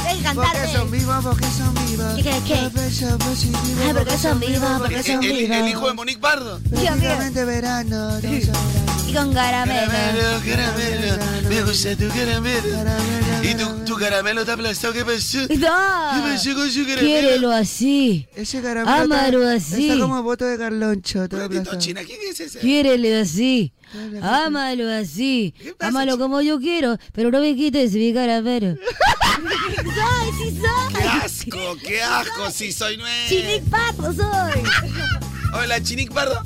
Speaker 3: Ven,
Speaker 1: Porque
Speaker 3: cantate.
Speaker 1: son vivos, porque son vivos.
Speaker 3: ¿Qué crees que? Ay, porque son vivos, porque son
Speaker 5: El- el- el
Speaker 3: vivos.
Speaker 5: hijo de Monique Pardo.
Speaker 1: Prácticamente verano. no son-
Speaker 3: Y con
Speaker 5: Caramelo,
Speaker 3: caramelo.
Speaker 5: caramelo, me gusta tu caramelo. Y tu, tu caramelo está aplastado, ¿qué pasó? ¿Qué pasó con su caramelo?
Speaker 3: Quiérelo así.
Speaker 1: Ese caramelo está-
Speaker 3: Ámalo así.
Speaker 1: Está como voto de Carloncho. todo aplastado.
Speaker 5: China, ¿quién es ese?
Speaker 3: Quiérelo así. Ámalo así. Ámalo como yo quiero, pero no me quites mi caramelo. ¡Soy, sí soy!
Speaker 5: ¡Qué asco, qué asco! Si soy nueve.
Speaker 3: ¡Chinic Pato soy!
Speaker 5: Hola, Chinic Pardo.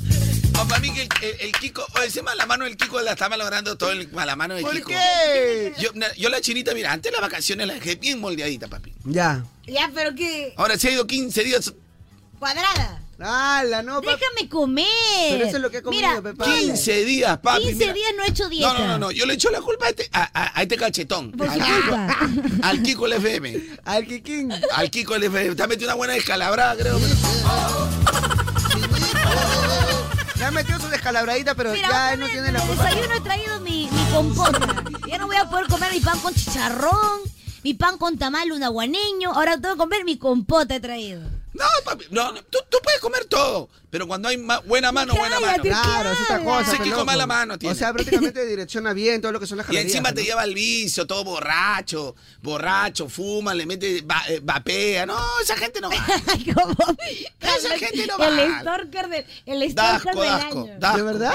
Speaker 5: O para mí que el, el- el Kiko, o ese malamano del Kiko la está malogrando todo el malamano del
Speaker 1: ¿Por
Speaker 5: Kiko.
Speaker 1: qué?
Speaker 5: Yo, na- yo la chinita, mira, antes las vacaciones la dejé bien moldeadita, papi.
Speaker 1: Ya.
Speaker 3: Ya, pero qué.
Speaker 5: Ahora sí ha ido 15 días.
Speaker 3: Cuadrada.
Speaker 1: ¡Hala, no!
Speaker 3: Déjame comer.
Speaker 5: Pero eso es lo que he comido,
Speaker 3: Eh, Mira,
Speaker 5: Pepa. 15 días, papi,
Speaker 3: 15
Speaker 5: mira.
Speaker 3: días no he hecho dieta.
Speaker 5: No, no, no, no, yo le echo la culpa a este, a, a- a este cachetón.
Speaker 3: Por
Speaker 5: al,
Speaker 3: su culpa.
Speaker 5: Kiko, al Kiko el FM.
Speaker 1: Al Kikín.
Speaker 5: Al Kiko el FM. Está metido una buena descalabrada, creo.
Speaker 1: Ya metió su descalabradita, pero
Speaker 3: Mira,
Speaker 1: ya
Speaker 3: otra
Speaker 1: él no
Speaker 3: vez,
Speaker 1: tiene
Speaker 3: en
Speaker 1: la
Speaker 3: el
Speaker 1: culpa.
Speaker 3: desayuno he traído mi, mi compota. Ya no voy a poder comer mi pan con chicharrón, mi pan con tamal un aguaneño. Ahora tengo que comer mi compota he traído.
Speaker 5: No, papi, no, no, tú, tú puedes comer todo. Pero cuando hay ma- buena mano, buena mano.
Speaker 3: Cállate,
Speaker 1: Claro, es otra cosa.
Speaker 5: Ese
Speaker 1: pe
Speaker 5: Kiko
Speaker 1: loco.
Speaker 5: mala mano tiene.
Speaker 1: O sea, prácticamente direcciona bien todo lo que son
Speaker 5: y
Speaker 1: las calorías.
Speaker 5: encima te
Speaker 1: ¿no?
Speaker 5: lleva al vicio, todo borracho, borracho, fuma, le mete, va- eh, vapea. No, esa gente no va. Esa gente no
Speaker 3: el
Speaker 5: va.
Speaker 3: stalker del, el
Speaker 5: Da
Speaker 3: stalker
Speaker 5: asco,
Speaker 3: del
Speaker 5: da asco,
Speaker 3: año.
Speaker 5: da asco.
Speaker 1: ¿De verdad?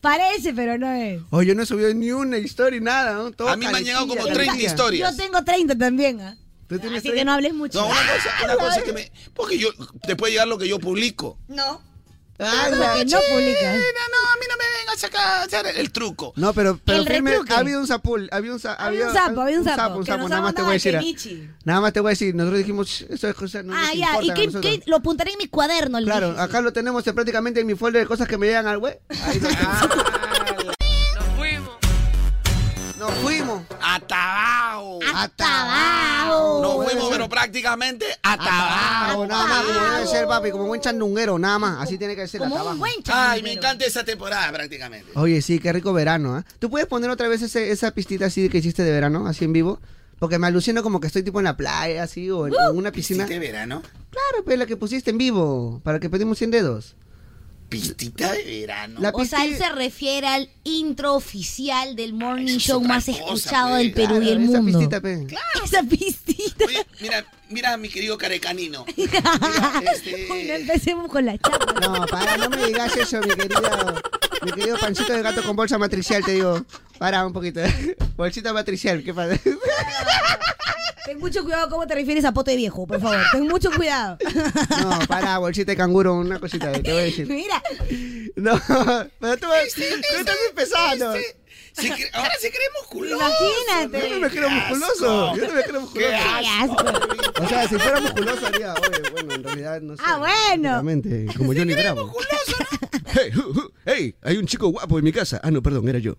Speaker 3: Parece, pero no es.
Speaker 1: Oye, yo no he subido ni una historia, nada. ¿no? Todo
Speaker 5: A mí me han llegado como
Speaker 1: carecilla,
Speaker 5: 30
Speaker 1: carecilla.
Speaker 5: historias.
Speaker 3: Yo tengo 30 también. ¿ah?
Speaker 1: ¿Tú tienes
Speaker 3: Así
Speaker 1: 30?
Speaker 3: que no hables mucho.
Speaker 5: No, una cosa, una cosa es que me. Porque yo. Te puede llegar lo que yo publico.
Speaker 3: No.
Speaker 1: Ah,
Speaker 3: Como que no publicas.
Speaker 5: no, a mí no me vengas acá a hacer el truco.
Speaker 1: No, pero, pero
Speaker 3: El
Speaker 1: firme,
Speaker 3: retruque.
Speaker 1: ha habido un sapul, ha habido un, sa- ha
Speaker 3: Había
Speaker 1: habido,
Speaker 3: un sapo, había un sapo.
Speaker 1: un
Speaker 3: que
Speaker 1: sapo,
Speaker 3: nos
Speaker 1: nada
Speaker 3: ha
Speaker 1: más te
Speaker 3: mandado
Speaker 1: voy a
Speaker 3: a
Speaker 1: decir, ah,
Speaker 3: Kenichi.
Speaker 1: nada más te voy a decir, nosotros dijimos, "Shh, eso es cosa, no
Speaker 3: Ah,
Speaker 1: nos
Speaker 3: ya.
Speaker 1: importa
Speaker 3: ¿Y
Speaker 1: a
Speaker 3: qué-
Speaker 1: nosotros".
Speaker 3: qué- lo apuntaré en mi cuaderno. le
Speaker 1: Claro,
Speaker 3: dije.
Speaker 1: acá lo tenemos eh, prácticamente en mi folder de cosas que me llegan al web. Ahí lo tengo. Nos fuimos.
Speaker 5: Hasta abajo.
Speaker 1: Hasta
Speaker 3: abajo.
Speaker 5: Nos fuimos, pero prácticamente hasta abajo.
Speaker 1: Abajo, nada más, como debe ser, papi, como buen chandunguero, nada más. Así tiene que ser hasta abajo.
Speaker 5: Ay, me encanta esa temporada prácticamente.
Speaker 1: Oye, sí, qué rico verano, ¿ah? ¿Tú puedes poner otra vez ese- esa pistita así que hiciste de verano, así en vivo? Porque me alucino como que estoy tipo en la playa, así, o en,
Speaker 3: Uh,
Speaker 1: o en una piscina.
Speaker 5: ¿Pistita de verano?
Speaker 1: Claro, pues la que pusiste en vivo, para que pedimos 100 dedos.
Speaker 5: ¿Pistita de verano?
Speaker 1: La
Speaker 3: O sea, él
Speaker 1: pisti-
Speaker 3: se refiere al intro oficial del morning
Speaker 5: es
Speaker 3: show
Speaker 5: otra
Speaker 3: más
Speaker 5: cosa,
Speaker 3: escuchado
Speaker 5: pues.
Speaker 3: del Perú
Speaker 1: Claro,
Speaker 3: y el
Speaker 1: esa
Speaker 3: mundo.
Speaker 1: pistita, pe.
Speaker 3: Esa pistita.
Speaker 5: Oye, mira, mira, mi querido carecanino.
Speaker 3: Uy, no
Speaker 5: Este,
Speaker 3: empecemos con la charla.
Speaker 1: No, para, no me digas eso, mi querido, mi querido pancito de gato con bolsa matricial, te digo. Para un poquito. Bolsita matricial, ¿qué pasa?
Speaker 3: Ten mucho cuidado cómo te refieres a pote viejo, por favor. Ten mucho cuidado.
Speaker 1: No, para, bolsita de canguro, una cosita, te voy a decir.
Speaker 3: Mira,
Speaker 1: No, pero tú, tú estás empezando.
Speaker 5: se cre- ahora se cree musculoso.
Speaker 1: Yo no
Speaker 3: imagínate.
Speaker 1: me creo musculoso. Yo no me creo musculoso.
Speaker 5: Qué asco.
Speaker 1: O sea, si fuera musculoso haría, oye, bueno, en realidad no sé.
Speaker 3: Ah, bueno.
Speaker 1: Realmente, como Johnny Bravo. Hey, uh, uh, hey, hay un chico guapo en mi casa. Ah, no, perdón, era yo.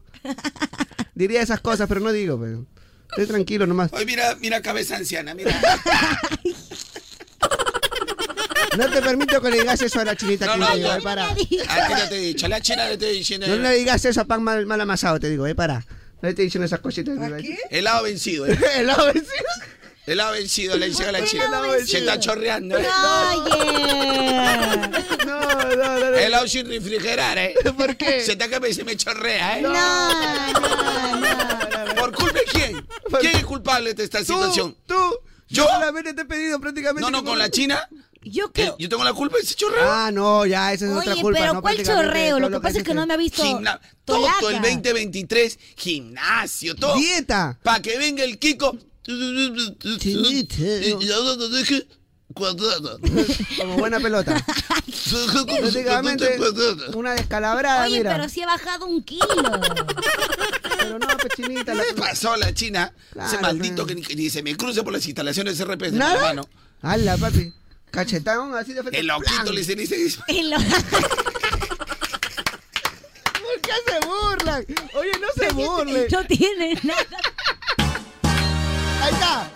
Speaker 1: Diría esas cosas, pero no digo, pues. Estoy tranquilo nomás.
Speaker 5: Oye, mira, mira cabeza anciana, mira.
Speaker 1: No te permito que le digas eso a la chinita
Speaker 5: No,
Speaker 1: que
Speaker 5: no,
Speaker 1: te digo,
Speaker 5: no.
Speaker 1: eh, para.
Speaker 3: Nadie
Speaker 5: A ti no te he dicho, a la china le estoy diciendo.
Speaker 1: No le digas eso a pan mal, mal amasado, te digo, eh, para. No te estoy diciendo esas cositas. ¿Qué?
Speaker 5: Helado vencido. eh.
Speaker 1: El hombre, sí.
Speaker 5: Helado vencido, le dice a la china.
Speaker 1: helado vencido?
Speaker 5: Se está chorreando. eh.
Speaker 3: Oye.
Speaker 1: No, no, no. no.
Speaker 5: Helado sin refrigerar, ¿eh?
Speaker 1: ¿Por qué?
Speaker 5: Se está que me, se me chorrea, ¿eh?
Speaker 3: No, no, no.
Speaker 5: ¿Por culpa de quién? ¿Quién es culpable de esta
Speaker 1: Tú,
Speaker 5: situación?
Speaker 1: tú.
Speaker 5: ¿Yo?
Speaker 1: solamente te he pedido prácticamente.
Speaker 5: No, no,
Speaker 1: que-
Speaker 5: con la china.
Speaker 3: Yo
Speaker 5: ¿eh?
Speaker 3: creo.
Speaker 5: Yo tengo la culpa de ese chorreo.
Speaker 1: Ah, no, ya, esa es otra
Speaker 3: Oye,
Speaker 1: culpa.
Speaker 3: pero
Speaker 1: no,
Speaker 3: ¿cuál
Speaker 1: Prácticamente
Speaker 3: chorreo?
Speaker 1: todo
Speaker 3: Lo que pasa es que no me ha visto.
Speaker 5: Gimna-
Speaker 3: tolaca.
Speaker 5: todo el 2023, gimnasio, todo.
Speaker 1: Dieta.
Speaker 5: Para que venga el Kiko. Y- y- y-
Speaker 1: Chinito.
Speaker 5: y- y-
Speaker 1: Como buena pelota. Prácticamente una descalabrada,
Speaker 3: Oye,
Speaker 1: mira.
Speaker 3: pero sí he bajado un kilo. pero
Speaker 1: no, pechinita.
Speaker 5: ¿Qué pasó a la China? ese
Speaker 1: Claro, pues.
Speaker 5: maldito que ni, que ni se me cruce por las instalaciones de RPS,
Speaker 1: ¿Nada?
Speaker 5: hermano.
Speaker 1: Hala, papi. Cachetón así de frente.
Speaker 5: El loquito le dice, dice,
Speaker 1: ¿Por qué se burlan? Oye, no se burlen.
Speaker 3: No tiene nada.
Speaker 1: Ahí está.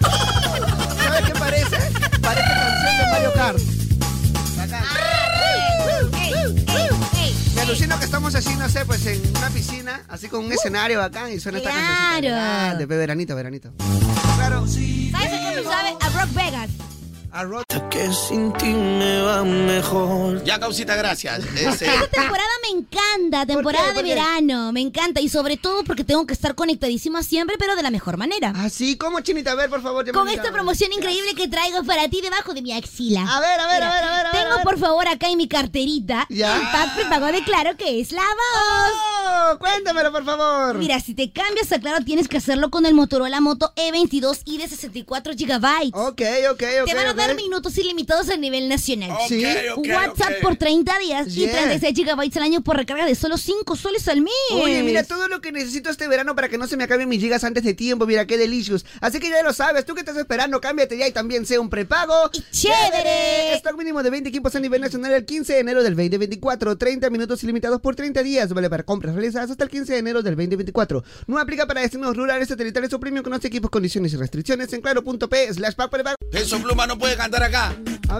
Speaker 1: ¿Sabes qué parece? Parece canción de Mario Kart.
Speaker 3: Ah,
Speaker 1: Me alucino que estamos así, no sé, pues en una piscina, así con un escenario bacán y suena esta canción.
Speaker 3: Uh, Claro.
Speaker 1: De veranito, veranito.
Speaker 3: ¿Sabes a qué me sabe? A Rock Vegas.
Speaker 5: Que sin ti me va mejor. Ya, causita, gracias. Ese-
Speaker 3: Esta temporada me encanta, temporada de
Speaker 1: ¿Por qué?
Speaker 3: verano, me encanta y sobre todo porque tengo que estar conectadísima siempre, pero de la mejor manera.
Speaker 1: Así como Ah, Chinita, a ver, por favor.
Speaker 3: Con
Speaker 1: Yamanita.
Speaker 3: esta promoción increíble que traigo para ti debajo de mi axila.
Speaker 1: A ver, a ver,
Speaker 3: Mira,
Speaker 1: a ver, a ver, a ver,
Speaker 3: Tengo
Speaker 1: a ver.
Speaker 3: por favor acá en mi carterita el pack prepago de Claro que es la voz.
Speaker 1: Oh, cuéntamelo por favor.
Speaker 3: Mira, si te cambias a Claro tienes que hacerlo con el Motorola Moto E22 y de 64 GB.
Speaker 1: Ok, ok, ok,
Speaker 3: Te van a dar
Speaker 1: ok.
Speaker 3: minutos ilimitados a nivel nacional.
Speaker 1: Ok, Sí. ok,
Speaker 3: WhatsApp
Speaker 1: ok.
Speaker 3: por 30 días y
Speaker 1: Yeah.
Speaker 3: 36 GB al año por recarga de solo 5 soles al mes.
Speaker 1: Oye, mira todo lo que necesito este verano para que no se me acaben mis gigas antes de tiempo. Mira qué delicious. Así que ya lo sabes, tú que estás esperando, cámbiate ya y también sea un prepago.
Speaker 3: ¡Chévere!
Speaker 1: Stock mínimo de 20 equipos a nivel nacional el 15 de enero del 2024. 30 minutos ilimitados por 30 días. Vale para compras realizadas hasta el 15 de enero del 2024. No aplica para destinos rurales, satelitales o premium. Conoce equipos, condiciones y restricciones en claro.p slash pack prepago.
Speaker 5: Peso Pluma no puede cantar acá.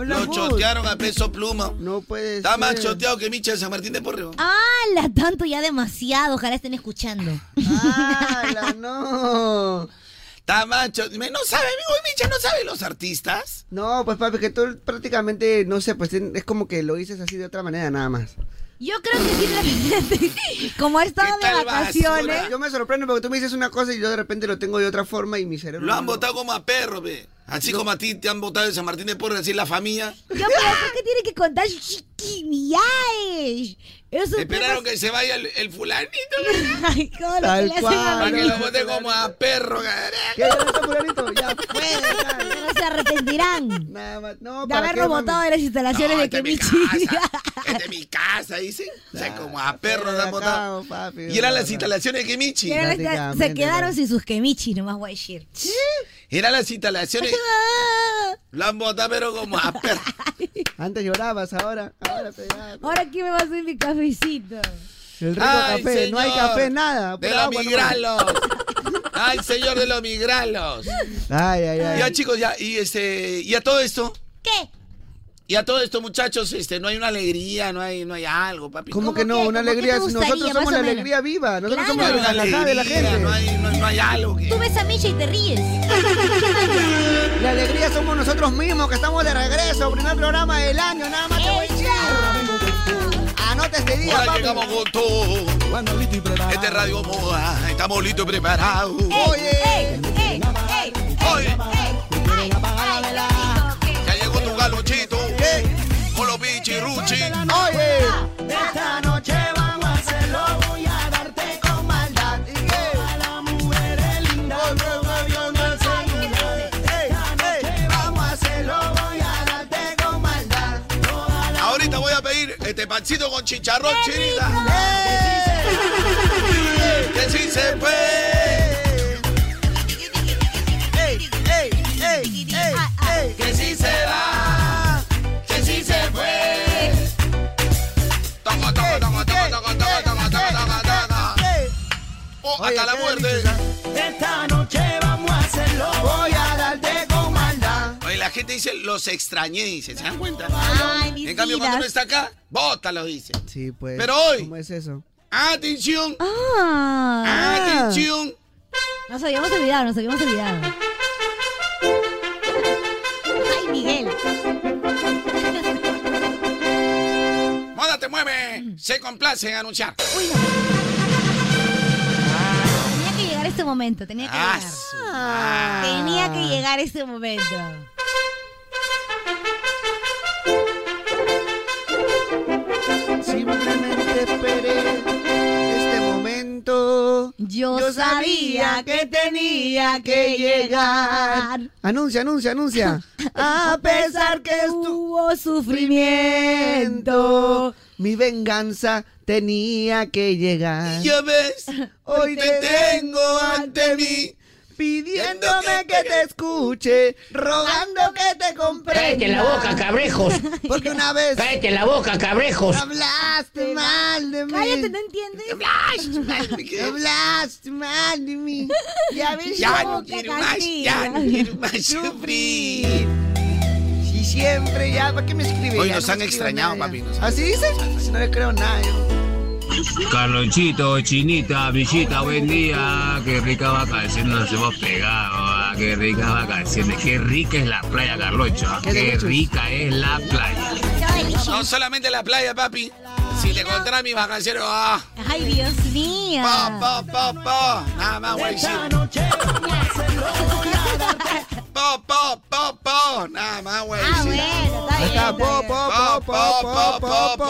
Speaker 5: Lo
Speaker 1: vos.
Speaker 5: chotearon a Peso Pluma.
Speaker 1: No puede
Speaker 5: Está más
Speaker 1: ser.
Speaker 5: choteado que Michel San Martín de Porreo.
Speaker 3: ¡Hala! Tanto ya demasiado. Ojalá estén escuchando.
Speaker 1: ¡Hala! ¡No!
Speaker 5: Está más choteado. No sabe, amigo Michel, no sabe los artistas.
Speaker 1: No, pues papi, que tú prácticamente, no sé, pues es como que lo dices así de otra manera nada más.
Speaker 3: Yo creo que simplemente, como he estado de vacaciones,
Speaker 1: Yo me sorprendo porque tú me dices una cosa y yo de repente lo tengo de otra forma y mi cerebro...
Speaker 5: Lo han votado como a perro, ve. Así como a ti te han votado de San Martín de Porres, así la familia.
Speaker 3: yo creo que tiene que contar chiquilláes. Eso
Speaker 5: Esperaron que se vaya el, el fulanito.
Speaker 3: Ay, todo lo que
Speaker 1: Tal
Speaker 3: le hacen a
Speaker 1: cual.
Speaker 5: Para que lo voten como a perro, carajo.
Speaker 1: ¿Qué tal está fulanito? Ya fue.
Speaker 3: Pero se arrepentirán
Speaker 1: Nada más. No,
Speaker 3: de
Speaker 1: ¿para
Speaker 3: haber
Speaker 1: qué, mami?
Speaker 3: robotado de las instalaciones
Speaker 5: No,
Speaker 3: de
Speaker 5: esta es mi
Speaker 3: Kemichi.
Speaker 5: Es de mi casa, dicen. O sea, como a perro
Speaker 1: de
Speaker 5: lo han
Speaker 1: acá,
Speaker 5: votado.
Speaker 1: papi,
Speaker 5: Y eran
Speaker 1: de
Speaker 5: las
Speaker 1: acá.
Speaker 5: instalaciones de Kemichi.
Speaker 3: Pero las- Se quedaron sin sus Kemichi, nomás voy a decir.
Speaker 5: Eran las instalaciones. Lo han votado, pero como a perro.
Speaker 1: Antes llorabas, ahora... ahora te-
Speaker 3: Ahora, ¿quién me va a hacer mi cafecito?
Speaker 1: El rico
Speaker 5: Ay,
Speaker 1: café, no hay
Speaker 5: señor,
Speaker 1: café, nada.
Speaker 5: De
Speaker 1: pura
Speaker 5: los
Speaker 1: agua nomás.
Speaker 5: migralos. Ay, señor de los migralos.
Speaker 1: Ay, ay, ay.
Speaker 5: Ya, chicos, ya. Y, este, y a todo esto.
Speaker 3: ¿Qué?
Speaker 5: Y a todo esto, muchachos, este, no hay una alegría, no hay, no hay algo, papi.
Speaker 1: ¿Cómo, que no? Una
Speaker 3: ¿Cómo qué
Speaker 1: alegría.
Speaker 3: te gustaría,
Speaker 1: Nosotros somos
Speaker 3: más
Speaker 1: la
Speaker 3: o menos?
Speaker 1: alegría viva. Nosotros
Speaker 5: No hay
Speaker 1: somos
Speaker 5: una
Speaker 1: la relajada de la
Speaker 5: alegría,
Speaker 1: gente.
Speaker 5: No hay, no, no hay algo que.
Speaker 3: Tú ves a Micha y te ríes.
Speaker 1: La alegría somos nosotros mismos que estamos de regreso. Primer programa del año, nada más te voy a decir. Anota este día,
Speaker 5: Ahora
Speaker 1: papi.
Speaker 5: llegamos con todo. Este es Radio Moda. Estamos listos y preparados.
Speaker 3: Eh.
Speaker 1: Oye,
Speaker 5: Oye. Ya llegó tu galochito. Con los bichiruchi.
Speaker 1: oye.
Speaker 4: Esta noche vamos a hacerlo, voy a darte con maldad. A la mujer linda, otro avión al celular. Esta noche vamos a hacerlo, voy a darte con maldad. Toda la
Speaker 5: Ahorita voy a pedir este pancito con chicharrón, chinita. ¡Eh! Que sí se puede.
Speaker 4: ey, ey, ey, ey, ey. Que si se va, que si se fue.
Speaker 5: Toco, toco, toco, toco, toco, toco, toco, toco, toco, toco. Oh, hasta la muerte.
Speaker 4: Esta noche vamos a hacerlo, voy a darte con maldad.
Speaker 5: Oye, la gente dice, los extrañé, dice, ¿se dan cuenta?
Speaker 3: Ay, mis
Speaker 5: En cambio, cuando
Speaker 3: vidas.
Speaker 5: uno está acá, bótalo, dice.
Speaker 1: Sí, pues.
Speaker 5: Pero hoy-
Speaker 1: ¿Cómo es eso?
Speaker 5: Atención,
Speaker 3: Ah.
Speaker 5: atención.
Speaker 3: Nos habíamos olvidado, nos habíamos olvidado. Ay, Miguel.
Speaker 5: Moda te mueve, se complace en anunciar.
Speaker 3: Tenía que llegar este momento, tenía que
Speaker 5: Ah,
Speaker 3: llegar. Ah,
Speaker 5: su
Speaker 3: Tenía que llegar este momento.
Speaker 1: Simplemente esperé este momento.
Speaker 3: Yo, sabía que tenía que llegar.
Speaker 1: Anuncia, anuncia, anuncia.
Speaker 3: A pesar que hubo sufrimiento.
Speaker 1: Mi venganza tenía que llegar.
Speaker 4: Ya ves, hoy te tengo ante mí. Pidiéndome que te escuche, rogando que te comprenda.
Speaker 9: Cállate la boca, cabrejos.
Speaker 4: Porque una vez.
Speaker 9: Cállate la boca, cabrejos.
Speaker 4: Hablaste mal de mí.
Speaker 3: Cállate, ¿no entiendes?
Speaker 4: Hablaste mal de mí. Hablaste mal de mí. Ya ves,
Speaker 3: Ya
Speaker 4: yo
Speaker 3: no
Speaker 4: que
Speaker 3: quiero
Speaker 4: castiga.
Speaker 3: más,
Speaker 5: ya no quiero más
Speaker 4: sufrir. Si siempre ya, ¿para qué me escribes?
Speaker 5: Hoy
Speaker 4: Ya
Speaker 5: nos
Speaker 4: no
Speaker 5: han
Speaker 4: me escriben
Speaker 5: extrañado,
Speaker 4: nada.
Speaker 5: papi,
Speaker 1: ¿Así dice?
Speaker 4: No le creo nada. yo.
Speaker 18: Carlonchito, Chinita, Villita, buen día. Qué rica vacaciones nos hemos pegado. ah, Qué ricas vacaciones. Qué rica es la playa, Carloncho. ah,
Speaker 5: Qué
Speaker 18: Qué
Speaker 5: delicioso.
Speaker 18: rica es la playa.
Speaker 5: No solamente la playa, papi. Si te encontrás mi vacaciones, ah.
Speaker 3: Ay, Dios mío.
Speaker 5: Pa, pa, pa, pa. Nada más, güey. sí. Pa, pa, pa, pa. Nada más, güey. Ah, bueno,
Speaker 1: Ahí está, po, po, po, po, po, po, po.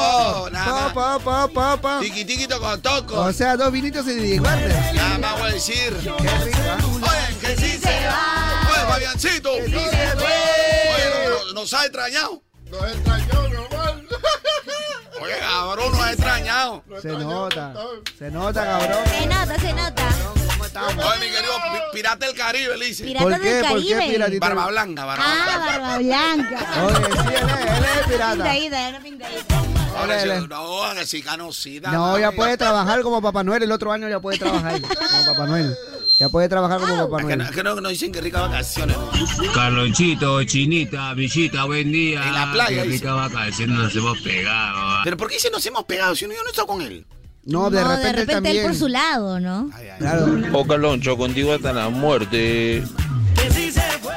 Speaker 1: Po, po, po, po, po.
Speaker 5: Tiquitiquito con toco.
Speaker 1: O sea, dos vinitos y diez guardias.
Speaker 5: Nada más ah, voy a decir. Oye, que sí se va. Oye, Fabiancito. Que sí
Speaker 4: se fue.
Speaker 5: Oye, no- no- nos ha extrañado. Nos ha extrañado, normal. Oye, cabrón, nos ha extrañado.
Speaker 1: Se nota, se nota, cabrón.
Speaker 3: Se nota, se nota.
Speaker 5: Oye, mi querido pi- Pirata del Caribe, le dice.
Speaker 3: Pirata ¿Por qué? del ¿Por qué Caribe. piratita?
Speaker 5: Barba Blanca, Barba
Speaker 3: Ah, barba blanca.
Speaker 1: Oye, sí, él es, él es pirata.
Speaker 3: Pintadita, era pintadita.
Speaker 5: Ahora
Speaker 1: Órale.
Speaker 5: sí, No, ahora sí, canocida.
Speaker 1: No, ya puede trabajar como Papá Noel. El otro año ya puede trabajar como Papá Noel. Ya puede trabajar como Papá
Speaker 5: Que
Speaker 1: Noel.
Speaker 5: no, que no, que no dicen que ricas vacaciones.
Speaker 18: Carlonchito, Chinita, Villita, buen día.
Speaker 5: En la playa,
Speaker 18: Qué
Speaker 5: dice.
Speaker 18: rica vacaciones nos hemos pegado. ah.
Speaker 5: Pero ¿por qué si nos hemos pegado? Si no, yo no he estado con él.
Speaker 1: No,
Speaker 3: No, de repente él por su lado, ¿no?
Speaker 19: Oh, Carloncho, contigo hasta la muerte.
Speaker 4: Que sí se fue.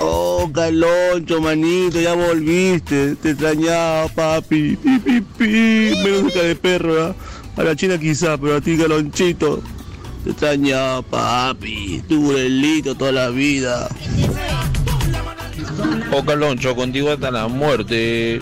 Speaker 19: Oh, Carloncho, manito, ya volviste. Te extrañaba, papi. Pi, pi, pi. Menos cerca de perro, ¿ah? A la China quizá, pero a ti, Carlonchito. Te extrañaba, papi. Tu burelito toda la vida. Oh, Carloncho, contigo hasta la muerte.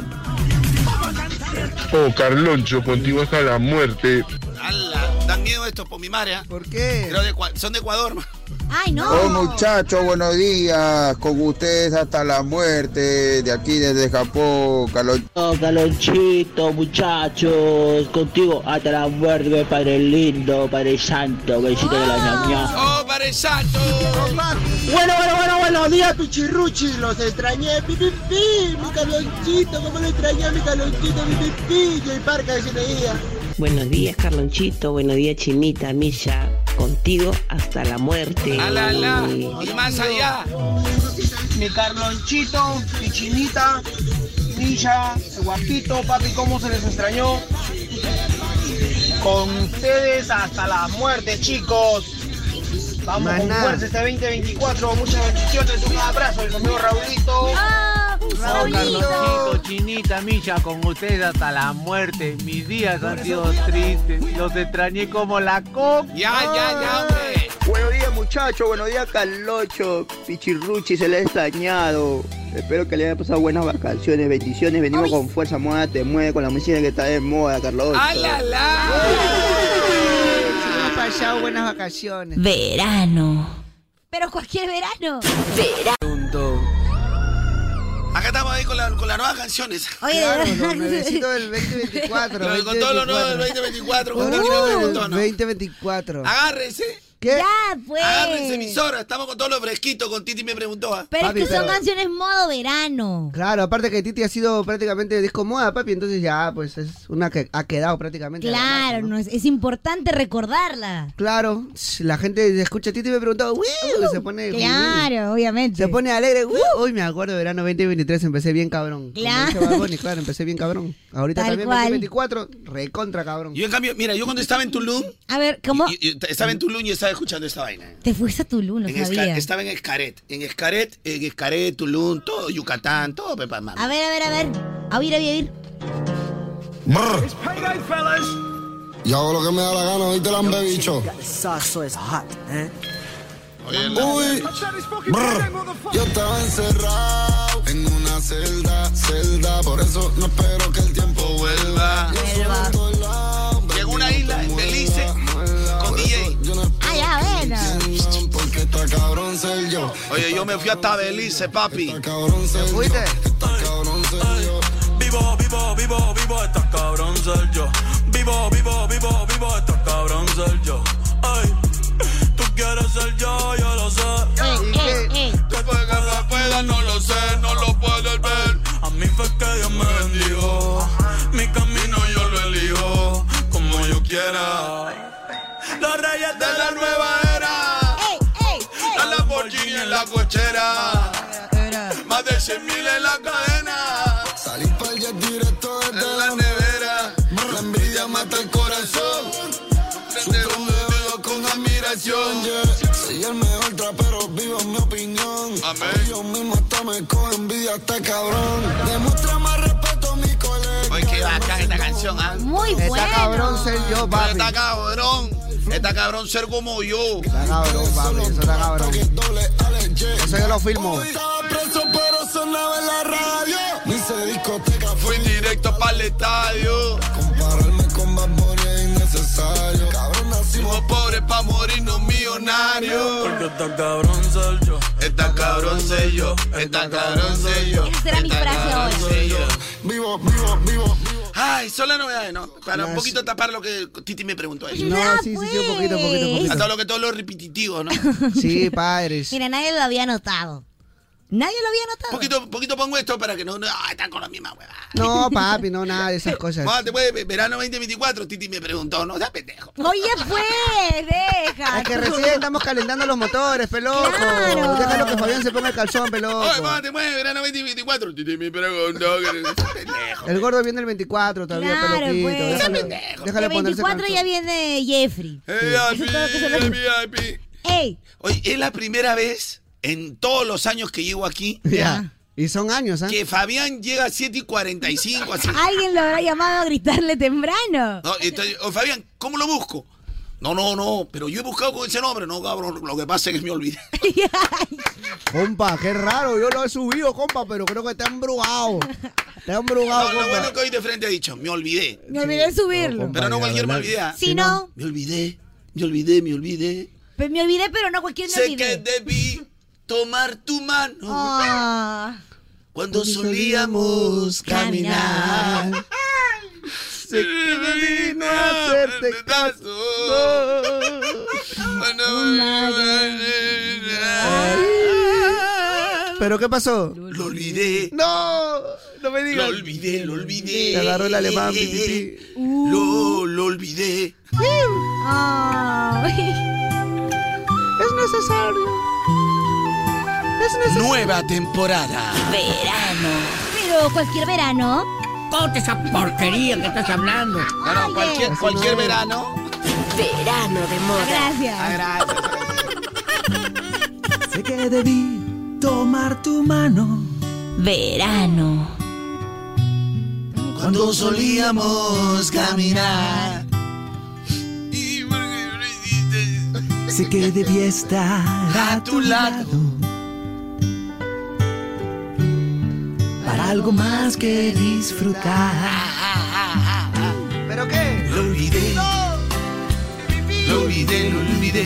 Speaker 11: Oh, Carloncho, contigo hasta la muerte.
Speaker 5: Ala, dan miedo estos por mi madre.
Speaker 1: ¿Por qué?
Speaker 5: son de Ecuador. ma.
Speaker 3: Ay, no.
Speaker 20: Oh muchachos, buenos días, con ustedes hasta la muerte, de aquí desde Japón, Calonchito.
Speaker 16: Calonchito, muchachos, contigo hasta la muerte, padre lindo, padre santo, besito de la ñaña.
Speaker 5: Oh, para el santo.
Speaker 4: Bueno, bueno, bueno, buenos días, pichirruchi. Los extrañé, pi, pi, pi. Mi calonchito, cómo lo extrañé, mi calonchito, mi pi, pi. Y el parque de Cineía.
Speaker 21: Buenos días, Carlonchito. Buenos días, Chinita, Misha. Contigo hasta la muerte.
Speaker 5: Ala, ala. Ah, Y más allá.
Speaker 16: Mi Carlonchito, mi Chinita, Nisha, guapito, papi, cómo se les extrañó. Con ustedes hasta la muerte, chicos. Vamos
Speaker 4: Maná.
Speaker 16: con fuerza este 2024. Muchas bendiciones, un abrazo, el amigo Raulito.
Speaker 3: Ah.
Speaker 22: Carlonchito, Chinita, Milla, con ustedes hasta la muerte. Mis días han sido tristes. Los extrañé como la copa.
Speaker 5: Ya, ya, ya, hombre.
Speaker 16: Buenos días, muchachos. Buenos días, Carlocho. Pichirruchi se le ha extrañado. Espero que le haya pasado buenas vacaciones. Bendiciones. Venimos con fuerza. Moda te mueve con la música que está de moda, Carlos.
Speaker 1: Ha pasado buenas vacaciones.
Speaker 21: Verano.
Speaker 3: Pero cualquier verano.
Speaker 5: Acá estamos ahí con, la- con las nuevas canciones.
Speaker 3: Oye,
Speaker 1: Claro, los nuevecitos del 2024.
Speaker 5: Lo- con todo lo nuevo del
Speaker 1: Uh,
Speaker 5: 2024, con Tiki Toki, con todo, ¿no?
Speaker 1: 2024.
Speaker 5: Agárrense.
Speaker 3: Ya, pues.
Speaker 5: Agárrense, emisora. Estamos con todos los fresquitos. Con Titi me preguntó. ah.
Speaker 3: Pero
Speaker 1: Papi,
Speaker 3: es que son
Speaker 1: pero-
Speaker 3: canciones modo verano.
Speaker 1: Claro, aparte que Titi ha sido prácticamente disco moda, papi, entonces ya, pues es una que ha quedado prácticamente. a la marca,
Speaker 3: Claro,
Speaker 1: ¿no?
Speaker 3: no es, es importante recordarla.
Speaker 1: Claro, la gente escucha a Titi y me preguntaba, "Uy", se pone.
Speaker 3: Claro, obviamente.
Speaker 1: Se pone
Speaker 3: Uh.
Speaker 1: alegre. "Uy". Hoy me acuerdo, verano 2023, empecé bien cabrón. Como
Speaker 3: Claro.
Speaker 1: dice Bad Bunny, claro, empecé bien cabrón. Ahorita
Speaker 3: Tal
Speaker 1: también,
Speaker 3: cual.
Speaker 1: 2024, recontra cabrón.
Speaker 5: Yo, en cambio, mira, yo cuando estaba en Tulum.
Speaker 3: A ver, ¿cómo?
Speaker 5: y- y- estaba en Tulum y estaba escuchando esta vaina.
Speaker 3: Te fuiste a Tulum, no
Speaker 5: En Esca-
Speaker 3: sabía.
Speaker 5: estaba en Escaret. En Escaret, en Escaret, Tulum, todo Yucatán, todo Pepa Mami.
Speaker 3: A ver, a ver, a ver. A oír, a oír.
Speaker 2: Yo hago lo que me da la gana, ¿viste, lambe bicho? Uy, brr. yo estaba encerrado en una celda, celda, por eso no espero que el tiempo vuelva.
Speaker 5: Llegó una isla en Belice con DJ. Oye, yo me fui hasta Belice, papi.
Speaker 23: fuiste? Vivo, vivo, vivo, vivo, esta cabrón ser yo. Vivo, vivo, vivo, vivo, esta cabrón ser yo. Ay, tú quieres ser yo, yo lo sé. Tú puedes que me puedas, no lo sé, no lo puedes ver. A mí fue que Dios me bendijo. Mi camino yo lo elijo, como yo quiera. Los reyes de la nueva era. La Lamborghini en la cochera. Más de 100 mil en la cadena. Salí para jet directo desde la nevera. La envidia mata el corazón. Prende un dedo con admiración.
Speaker 2: Soy el mejor trapero, vivo en mi opinión. Amén. Yo mismo hasta me cojo envidia este cabrón. Demuestra más respeto a mi colega.
Speaker 5: Oye, qué bacán esta canción, ¿ah?
Speaker 3: Muy
Speaker 5: buena.
Speaker 1: bueno. cabrón ser yo, papi.
Speaker 5: Está cabrón. Está cabrón ser como yo.
Speaker 1: Está cabrón, papi, eso está cabrón. Eso yo lo filmo.
Speaker 2: Estaba preso, pero sonaba en la radio. Ni se discoteca,
Speaker 5: Fui directo para el estadio.
Speaker 2: Compararme con Bad Bunny es innecesario. Cabrón,
Speaker 5: Fuimos pobres pa' morirnos millonarios.
Speaker 23: Porque está cabrón ser yo.
Speaker 5: Está cabrón ser yo. Está cabrón ser yo.
Speaker 3: Esa será mi frase hoy.
Speaker 2: Vivo, vivo, vivo.
Speaker 5: Ay, son las novedades, ¿no? Para un poquito tapar lo que Titi me preguntó ahí.
Speaker 1: No, sí, sí, sí, un poquito, poquito,
Speaker 3: pues.
Speaker 1: poquito.
Speaker 5: Hasta lo que todo lo repetitivo, ¿no?
Speaker 1: Sí, padres.
Speaker 3: Mira, nadie lo había notado. Nadie lo había notado.
Speaker 5: Poquito, poquito pongo esto para que no, no ah, están con la misma hueva.
Speaker 1: No, papi, no, nada de esas cosas.
Speaker 5: Ah, después de verano 2024, Titi me preguntó, no, seas pendejo.
Speaker 3: Oye, pues, deja.
Speaker 1: Es que recién estamos calentando los motores, peloco.
Speaker 3: Claro.
Speaker 1: Déjalo que Fabián se ponga el calzón, peloco.
Speaker 5: Oye, mamá, te mueves verano 2024. Titi me preguntó, que no seas pendejo.
Speaker 1: El gordo viene el 24 todavía,
Speaker 3: Claro,
Speaker 1: peloquito.
Speaker 3: pues.
Speaker 1: Déjalo,
Speaker 3: Ese
Speaker 1: déjalo
Speaker 3: El
Speaker 1: ponerse
Speaker 3: 24 ya viene Jeffrey. Eso es todo lo que se me-
Speaker 5: VIP, VIP.
Speaker 3: Ey,
Speaker 5: Oye, es la primera vez en todos los años que llevo aquí
Speaker 1: calzón. Ya. Y son años, ¿ah?
Speaker 5: que Fabián llega a 7 y 45. Así.
Speaker 3: alguien lo habrá llamado a gritarle temprano.
Speaker 5: No, entonces, oh, Fabián, ¿cómo lo busco? No, no, no, pero yo he buscado con ese nombre. No, cabrón, lo que pasa es que me olvidé.
Speaker 1: Compa, qué raro, yo lo he subido, compa, pero creo que te han brugado. Te han brugado,
Speaker 5: No, lo
Speaker 1: compa.
Speaker 5: bueno que hoy de frente ha dicho, me olvidé.
Speaker 3: Me olvidé de subirlo.
Speaker 5: Pero no cualquier me olvidé. ¿ah?
Speaker 3: Si no,
Speaker 5: Me olvidé, me olvidé, me olvidé.
Speaker 3: pues me olvidé, pero no cualquier me
Speaker 5: Sé que
Speaker 3: olvidé.
Speaker 5: debí tomar tu mano
Speaker 3: Ah.
Speaker 5: cuando solíamos caminar. Sé que debí no hacerte caso. Cuando- Eh,
Speaker 1: ¿Pero qué pasó?
Speaker 5: Lo olvidé.
Speaker 1: ¡No! No me
Speaker 5: Lo
Speaker 1: digas.
Speaker 5: olvidé, lo olvidé. Uh.
Speaker 1: Te agarró el alemán, pi, pi, pi.
Speaker 5: Lo, lo olvidé.
Speaker 3: Ay.
Speaker 1: Es necesario. Es necesario.
Speaker 5: Nueva temporada.
Speaker 3: Verano. Pero cualquier verano.
Speaker 24: Corta esa porquería que estás hablando.
Speaker 5: No, no, cualquier, cualquier verano.
Speaker 24: Verano de
Speaker 3: Ah, Gracias.
Speaker 4: Sé que debí tomar tu mano
Speaker 3: Verano.
Speaker 5: Cuando solíamos caminar.
Speaker 4: Sé que debí estar
Speaker 5: a tu lado
Speaker 4: para algo más que disfrutar.
Speaker 1: ¿Pero qué?
Speaker 5: Lo olvidé, lo olvidé, lo olvidé.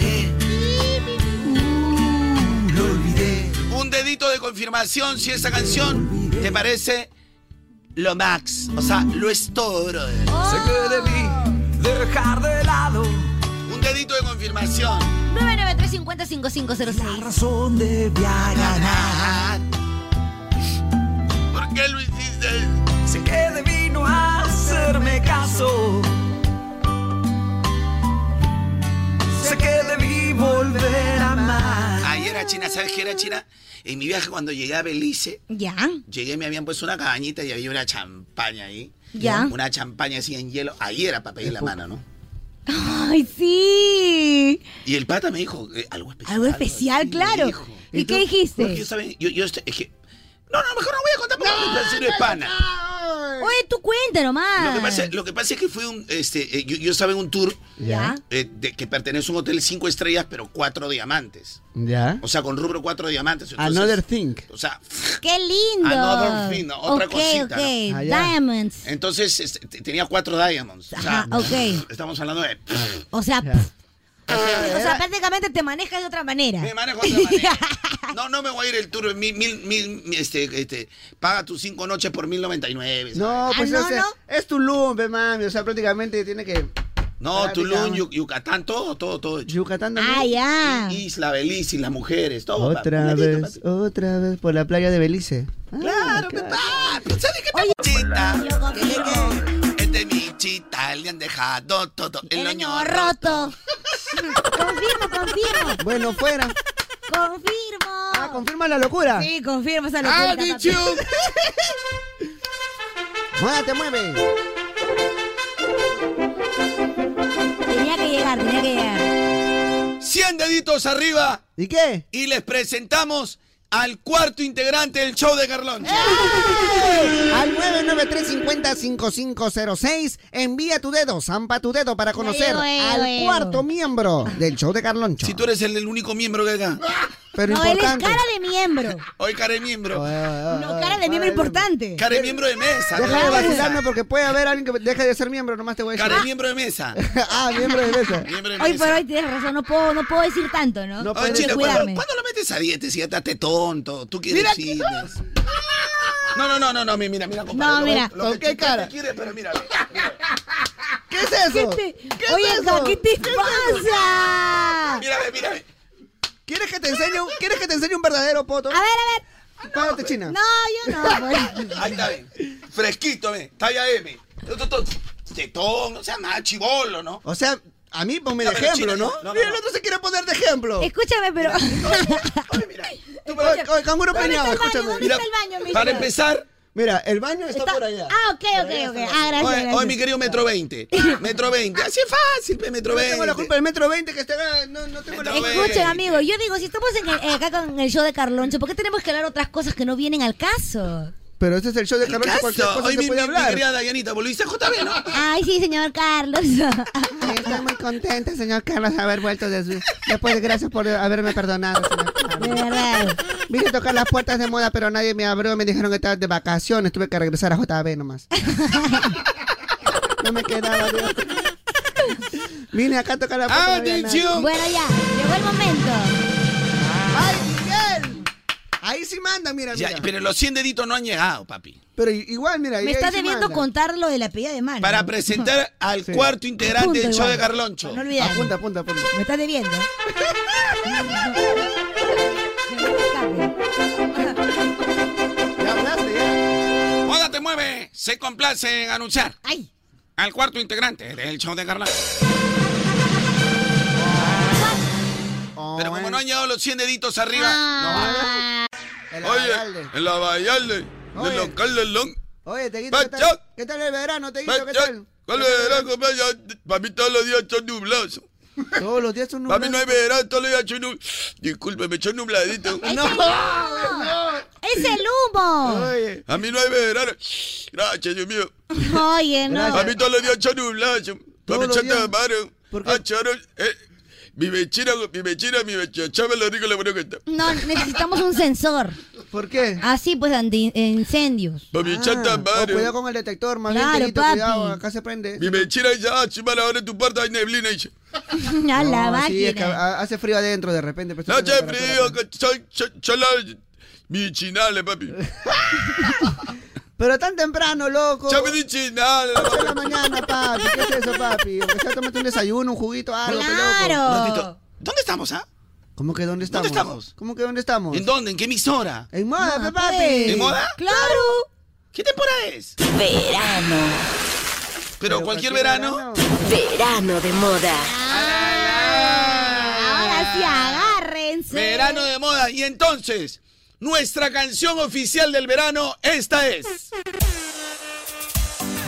Speaker 5: Lo olvidé. Un dedito de confirmación si esa canción te parece lo max. O sea, lo es todo, brother.
Speaker 4: Sé que debí dejar de lado
Speaker 5: Un dedito de confirmación.
Speaker 3: 993
Speaker 4: razón debía ganar.
Speaker 5: ¿Por qué lo hiciste?
Speaker 4: Sé que debí no hacerme caso. Sé que debí volver a amar.
Speaker 5: Ayer era China, ¿sabes qué era China? En mi viaje cuando llegué a Belice,
Speaker 3: Ya.
Speaker 5: llegué me habían puesto una cabañita y había una champaña ahí.
Speaker 3: Ya.
Speaker 5: Una champaña así en hielo. Ahí era para pedir la mano, ¿no?
Speaker 3: Ay, sí.
Speaker 5: Y el pata me dijo eh, algo especial.
Speaker 3: Algo especial, claro.
Speaker 5: dijo.
Speaker 3: ¿Y
Speaker 5: Porque
Speaker 3: qué
Speaker 5: yo,
Speaker 3: dijiste?
Speaker 5: saben, yo, yo estoy- es que- no, no, mejor no voy a contar porque mi persona es pana.
Speaker 3: Oye, tú cuenta nomás.
Speaker 5: Lo que, pasa, lo que pasa es que fue un, este, eh, yo, yo estaba en un tour
Speaker 3: Ya.
Speaker 5: eh, de, que pertenece a un hotel cinco estrellas, pero cuatro diamantes.
Speaker 1: ¿Ya?
Speaker 5: O sea, con rubro cuatro diamantes.
Speaker 3: Ah,
Speaker 5: Entonces,
Speaker 1: Another thing.
Speaker 5: O sea,
Speaker 3: Qué lindo.
Speaker 5: Another thing, Ah, ¿no? otra
Speaker 3: ok,
Speaker 5: cosita,
Speaker 3: ok.
Speaker 5: ¿no?
Speaker 1: Ah,
Speaker 3: Diamonds.
Speaker 5: entonces este, te- tenía cuatro diamonds. O sea,
Speaker 3: Ajá, ok.
Speaker 5: Estamos hablando de...
Speaker 3: O sea, O sea, prácticamente te manejas de otra manera.
Speaker 5: Ah, Me manejo de otra manera. No, no me voy a ir el tour. Mil, mil, mil, este, este, paga tus cinco noches por 1099. ¿sabes?
Speaker 3: Ah,
Speaker 1: No, pues o sea, es Tulum, ve, mami. O sea, prácticamente tiene que.
Speaker 5: No, Tulum, Yu- Yucatán, todo, todo, todo.
Speaker 1: Yucatán
Speaker 3: Ah, ya.
Speaker 5: Isla Belice, y las mujeres, todo.
Speaker 1: Otra
Speaker 5: papi.
Speaker 1: vez, otra vez por la playa de Belice.
Speaker 5: Claro, ¿qué tal? ¿Sabes qué tal? Chita, este es mi chita, le han dejado todo el
Speaker 3: Año roto. confirmo, confirmo.
Speaker 1: Bueno, fuera.
Speaker 3: Confirmo. Ah,
Speaker 1: confirma la locura.
Speaker 3: Sí, confirmo esa locura.
Speaker 1: Ah,
Speaker 3: papi.
Speaker 1: dicho. ¡Muévete, mueve!
Speaker 3: Tenía que llegar, tenía que llegar.
Speaker 5: 100 deditos arriba.
Speaker 1: ¿Y qué?
Speaker 5: Y les presentamos al cuarto integrante del show de Carlón.
Speaker 3: ¡Eh!
Speaker 1: Al 993505506 envía tu dedo, zampa tu dedo para conocer
Speaker 5: Luego, luego,
Speaker 1: al
Speaker 5: luego.
Speaker 1: cuarto miembro del show de Carloncho.
Speaker 5: Si tú eres el, el único miembro que hay acá.
Speaker 1: Pero
Speaker 3: no,
Speaker 1: importante.
Speaker 3: él es cara de miembro.
Speaker 5: Hoy cara de miembro.
Speaker 3: No, cara de miembro importante.
Speaker 5: Cara de miembro de mesa.
Speaker 1: Deja de
Speaker 5: ¿no?
Speaker 1: vacilarme porque puede haber alguien que deje de ser miembro, nomás te voy a decir.
Speaker 3: Ah.
Speaker 5: Cara de miembro de mesa.
Speaker 1: ah, miembro de mesa.
Speaker 5: Miembro de
Speaker 3: Hoy
Speaker 5: mesa.
Speaker 3: por hoy tienes razón, no puedo, no puedo decir tanto,
Speaker 5: Oye,
Speaker 3: ¿no? Tengo que
Speaker 5: Chila, ¿cuándo,
Speaker 3: cuidarme.
Speaker 5: cuándo lo metes a dieta? Si ya estás tonto. Tú quieres
Speaker 3: Mira
Speaker 5: ir. No, no, no, no, no, mira, mira, compadre,
Speaker 3: No,
Speaker 5: lo-
Speaker 3: mira.
Speaker 5: lo que
Speaker 3: ¿Con qué
Speaker 5: Chita
Speaker 3: cara?
Speaker 5: quiere, pero mira.
Speaker 1: ¿Qué es eso?
Speaker 3: ¿Qué te-
Speaker 1: ¿Qué es
Speaker 3: Oye,
Speaker 1: eso?
Speaker 3: ¿qué te
Speaker 1: ¿Qué es eso?
Speaker 3: pasa?
Speaker 5: Mírame, mírame.
Speaker 1: ¿Quieres que te enseñe un, ¿quieres que te enseñe un verdadero poto? A ver, a ver. Párate, China.
Speaker 3: No, yo no.
Speaker 5: Ahí está, ven. Fresquito, ven. Talla M. Tú, tú, tú. Tetón, no sea más chivolo, ¿no?
Speaker 1: O sea, a mí ponme
Speaker 5: No,
Speaker 1: de
Speaker 5: pero
Speaker 1: ejemplo,
Speaker 5: China,
Speaker 1: ¿no?
Speaker 5: no, no,
Speaker 1: Mira, el
Speaker 5: no.
Speaker 1: otro se quiere poner de ejemplo.
Speaker 3: Escúchame, pero.
Speaker 1: Oye, oye, Canguro
Speaker 3: ¿Dónde
Speaker 1: Peñado,
Speaker 3: está el baño?
Speaker 1: escúchame.
Speaker 3: ¿Dónde está el baño, mi señor?
Speaker 1: Mira, el baño está, por allá.
Speaker 3: Ah, ok, ok, ok. Ah, gracias.
Speaker 5: hoy,
Speaker 3: gracias.
Speaker 5: hoy, mi querido Metro 20. Metro 20. Así es fácil, pe, Metro
Speaker 1: Yo
Speaker 5: 20.
Speaker 1: tengo la culpa del metro 20 que está. No, no tengo la culpa.
Speaker 3: Escuchen, amigo, yo digo, si estamos en el- eh, acá con el show de Carloncho, ¿por qué tenemos que hablar otras cosas que no vienen al caso?
Speaker 1: Pero este es el show de Carlos,
Speaker 5: Caso.
Speaker 1: cualquier cosa
Speaker 5: Hoy
Speaker 1: se
Speaker 5: mi,
Speaker 1: puede
Speaker 5: mi- mi
Speaker 1: hablar.
Speaker 5: querida Dayanita, pues, volviste a JB, ¿no?
Speaker 3: Ay, sí, señor Carlos.
Speaker 1: Estoy muy contenta, señor Carlos, de haber vuelto de su... Después, gracias por haberme perdonado, señor Carlos.
Speaker 3: De verdad.
Speaker 1: Vine a tocar las puertas de moda, pero nadie me abrió. Me dijeron que estaba de vacaciones. Tuve que regresar a JB nomás. No me quedaba de otra. Vine acá a tocar la puerta.
Speaker 5: Ah,
Speaker 1: no había nadie.
Speaker 3: Bueno, ya, llegó el momento.
Speaker 1: ¡Ay, Miguel! Ahí sí manda, mira,
Speaker 5: Ya,
Speaker 1: mira.
Speaker 5: pero los 100 deditos no han llegado, papi.
Speaker 1: Pero i- igual, mira.
Speaker 3: Me
Speaker 1: ahí
Speaker 3: está
Speaker 1: sí
Speaker 3: debiendo
Speaker 1: manda.
Speaker 3: contar lo de la pedida de mano.
Speaker 5: Para presentar al
Speaker 1: Sí.
Speaker 5: cuarto integrante
Speaker 3: Apunta
Speaker 5: del show
Speaker 3: Ah, igual.
Speaker 5: de Carloncho.
Speaker 3: No olvidar.
Speaker 1: Apunta, apunta, apunta.
Speaker 3: Me está debiendo.
Speaker 1: Ya hablaste, ya.
Speaker 5: Moda te mueve, se complace en anunciar
Speaker 3: Ay.
Speaker 5: al cuarto integrante del show de Carloncho. Pero como no han llegado los 100 deditos arriba,
Speaker 3: Ah.
Speaker 5: no va. Oye, en la Vallalde,
Speaker 1: Oye.
Speaker 5: del local del long.
Speaker 1: Oye, Teguito, ¿qué tal? ¿Qué tal el verano, Teguito? ¿Qué tal?
Speaker 5: ¿Cuál verano, compa? Ya, Para mí todos los días son nublados.
Speaker 1: Todos los días son
Speaker 5: Para mí
Speaker 1: nublados.
Speaker 5: no hay verano, todos los días son nublados. Disculpe, me echó nubladito.
Speaker 3: ¡No! ¡Es el humo!
Speaker 5: A mí no hay verano. Gracias, Dios mío.
Speaker 3: Oye, no.
Speaker 5: A mí todos los días son nublados. Para
Speaker 1: Todos
Speaker 5: mí
Speaker 1: los
Speaker 5: chata
Speaker 1: días.
Speaker 5: de mano. Ah, choro, eh, Mi vecina, mi vecina, mi vecina. Chame lo rico, lo bueno que está.
Speaker 3: No, necesitamos un sensor.
Speaker 1: ¿Por qué?
Speaker 3: Así, pues, ante
Speaker 12: eh,
Speaker 3: incendios.
Speaker 5: Para mi chata de
Speaker 1: Oh,
Speaker 5: mano.
Speaker 1: cuidado con el detector, más
Speaker 3: Claro,
Speaker 1: bien, Teguito,
Speaker 3: papi.
Speaker 1: cuidado, acá se prende.
Speaker 5: Mi vecina dice, ah, chimala, ahora en tu puerta hay neblina. dice.
Speaker 3: A la
Speaker 1: No, sí, es que
Speaker 3: máquina.
Speaker 1: ha- hace frío adentro de repente. pues,
Speaker 5: No,
Speaker 1: pero está
Speaker 5: che,
Speaker 1: la temperatura.
Speaker 5: frío, que soy, soy, soy la- mi chinale, papi.
Speaker 1: Pero tan temprano, loco.
Speaker 5: Chame mi chinale.
Speaker 1: Ocho de la mañana, papi. ¿Qué es eso, papi? Aunque sea tomate un desayuno, un juguito, algo, pe,
Speaker 3: Claro.
Speaker 1: loco.
Speaker 5: Ratito, ¿Dónde estamos, ah?
Speaker 1: ¿Cómo que dónde estamos?
Speaker 5: estamos?
Speaker 1: ¿Cómo que dónde estamos?
Speaker 5: ¿En dónde? ¿En qué emisora?
Speaker 1: En
Speaker 4: Ah,
Speaker 1: moda, pe, papi.
Speaker 3: pues.
Speaker 5: ¿En moda?
Speaker 3: ¡Claro!
Speaker 5: ¿Qué temporada es?
Speaker 24: Verano.
Speaker 5: Pero cualquier verano.
Speaker 24: Verano de moda.
Speaker 1: eh.
Speaker 3: Ahora sí, agárrense.
Speaker 5: Verano de moda. Y entonces, nuestra canción oficial del verano, esta es.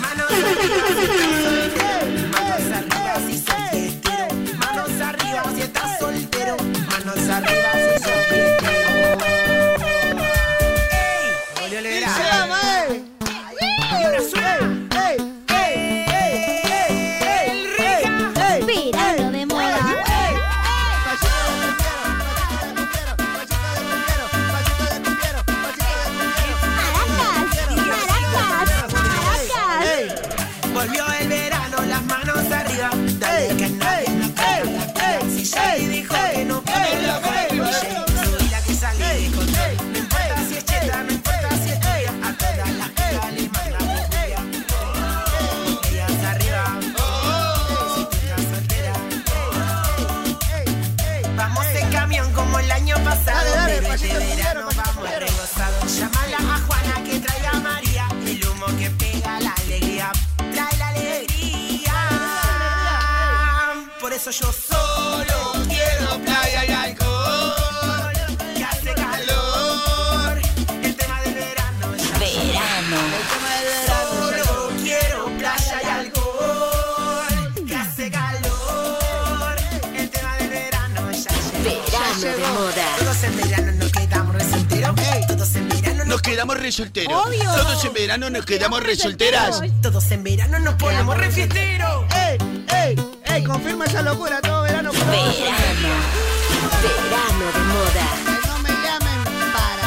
Speaker 4: Manos arriba si sos fiestero. Manos arriba si estás
Speaker 3: Pues.
Speaker 4: soltero. Manos arriba si sos fiestero. ¡Ey! Julio Olivera.
Speaker 1: ¡Se llama, eh!
Speaker 4: Y ahora suena.
Speaker 1: ¡Ey! ¡Ey! ¡Ey! ¡Ey! ¡Ey!
Speaker 4: El rica.
Speaker 1: ¡Ey!
Speaker 3: Verano de moda.
Speaker 4: Maracas, maracas, maracas. Volvió el verano. eso yo solo quiero playa y alcohol. Que hace calor. El tema del verano es
Speaker 24: Verano.
Speaker 4: El tema del verano. Solo quiero playa y alcohol. Que hace calor. El tema del verano ya llegó.
Speaker 24: Verano de moda.
Speaker 4: Todos en verano nos quedamos resolteros. Todos en verano
Speaker 5: Nos quedamos resolteros.
Speaker 4: Obvio.
Speaker 5: Todos en verano nos quedamos resolteras.
Speaker 4: Todos en verano nos ponemos
Speaker 1: Quedamos
Speaker 4: refiesteros.
Speaker 1: ¡Ey, ey, ey! Confirma esa locura todo verano. por favor.
Speaker 24: Verano de moda.
Speaker 1: Que no me llamen para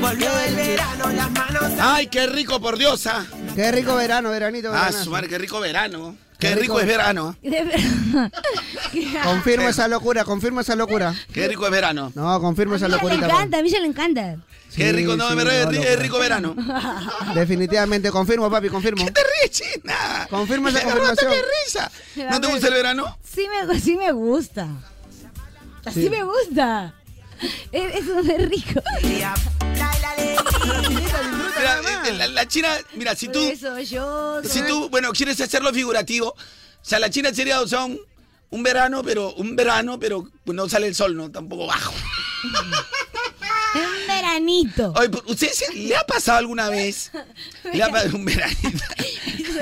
Speaker 4: Volvió el verano, las manos.
Speaker 5: Ay, qué rico, por
Speaker 1: Ah.
Speaker 5: diosa.
Speaker 1: Qué rico verano, veranito,
Speaker 5: Ah,
Speaker 1: veranazo.
Speaker 5: su madre, qué rico verano. Qué,
Speaker 1: Qué
Speaker 5: rico,
Speaker 1: rico.
Speaker 5: es verano. Eh,
Speaker 1: Confirma esa locura, confirma esa locura.
Speaker 5: Qué rico es verano.
Speaker 1: No, confirma esa
Speaker 12: Michelle le
Speaker 1: locurita. por-
Speaker 12: encanta, a Michelle le encanta.
Speaker 5: Qué rico, no,
Speaker 1: sí,
Speaker 5: pero es,
Speaker 1: no,
Speaker 5: ri-
Speaker 1: locura.
Speaker 5: es rico verano.
Speaker 1: Definitivamente, confirmo, papi, confirmo.
Speaker 5: Te ríes, China.
Speaker 1: Confirma esa
Speaker 5: Me agarró hasta
Speaker 1: confirmación.
Speaker 5: de risa. ¿No te gusta el verano?
Speaker 12: Sí me, sí me gusta. Sí,
Speaker 1: Sí.
Speaker 12: me gusta. Es, es un es rico.
Speaker 5: Mira, eh, la, la China, mira, si tú,
Speaker 12: Eso yo.
Speaker 5: si tú, bueno, quieres hacerlo figurativo, o sea, la China sería, o sea, un, un verano, pero, un verano, pero pues, no sale el sol, ¿no? Tampoco bajo.
Speaker 12: Un veranito.
Speaker 5: Oye, pero, ¿usted se- le ha pasado alguna vez? Le ha pasado un veranito.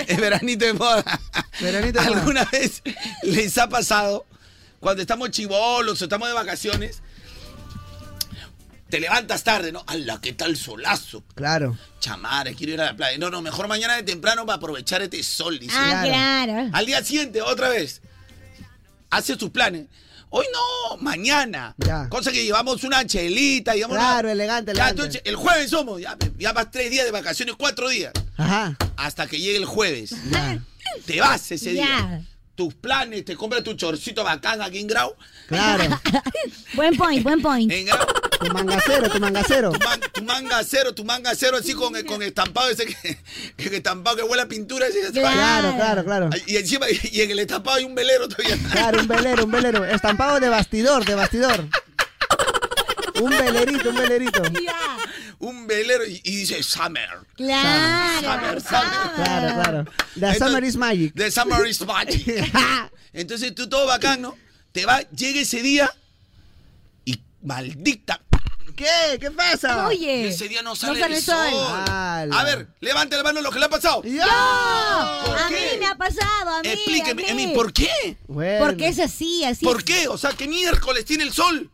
Speaker 5: Es veranito de moda.
Speaker 1: Veranito de moda.
Speaker 5: ¿Alguna vez les ha pasado cuando estamos chivolos o estamos de vacaciones? Te levantas tarde, ¿no? ¡Hala, qué tal solazo!
Speaker 1: Claro.
Speaker 5: Chamare, quiero ir a la playa. No, no, mejor mañana de temprano para aprovechar este sol, dice.
Speaker 12: Ah, claro.
Speaker 5: Al día siguiente, otra vez. Hace sus planes. Hoy no, mañana. Cosa que llevamos una chelita, llevamos
Speaker 1: Claro,
Speaker 5: una-
Speaker 1: elegante,
Speaker 5: Ya,
Speaker 1: elegante.
Speaker 5: entonces, el jueves somos, ya, ya vas tres días de vacaciones, cuatro días.
Speaker 1: Ajá.
Speaker 5: Hasta que llegue el jueves. Te vas ese
Speaker 12: Ya.
Speaker 5: día. Tus planes, te compras tu chorcito bacán aquí en Grau.
Speaker 1: Claro.
Speaker 12: Buen point, buen point.
Speaker 5: En Grau.
Speaker 1: Tu mangacero, tu mangacero.
Speaker 5: tu manga cero, tu manga cero, así con, con estampado ese que, que estampado que huele a pintura. Ese,
Speaker 3: Ah.
Speaker 1: Claro, claro, claro.
Speaker 5: Y encima, y en el estampado hay un velero todavía.
Speaker 1: Claro, un velero, un velero. Estampado de bastidor, de bastidor. Un velerito, un velerito.
Speaker 5: Un velero y, y dice Summer.
Speaker 12: Claro.
Speaker 5: Summer, summer.
Speaker 1: Claro, claro. The
Speaker 5: Entonces-
Speaker 1: summer is magic.
Speaker 5: The summer is magic. Entonces tú todo bacán, ¿no? Te va, llega ese día y maldita.
Speaker 1: ¿Qué? ¿Qué pasa?
Speaker 12: Oye.
Speaker 5: Ese día no sale,
Speaker 12: sale
Speaker 5: el
Speaker 12: el
Speaker 5: sol.
Speaker 12: sol.
Speaker 1: Ala.
Speaker 5: A ver, levante la mano lo que le ha pasado.
Speaker 1: ¡Yo!
Speaker 12: A mí me ha pasado, a mí.
Speaker 5: Explíqueme,
Speaker 12: a mí.
Speaker 5: Emi, ¿por qué?
Speaker 12: Porque es así, así.
Speaker 5: ¿Por qué? O sea, que miércoles tiene el sol.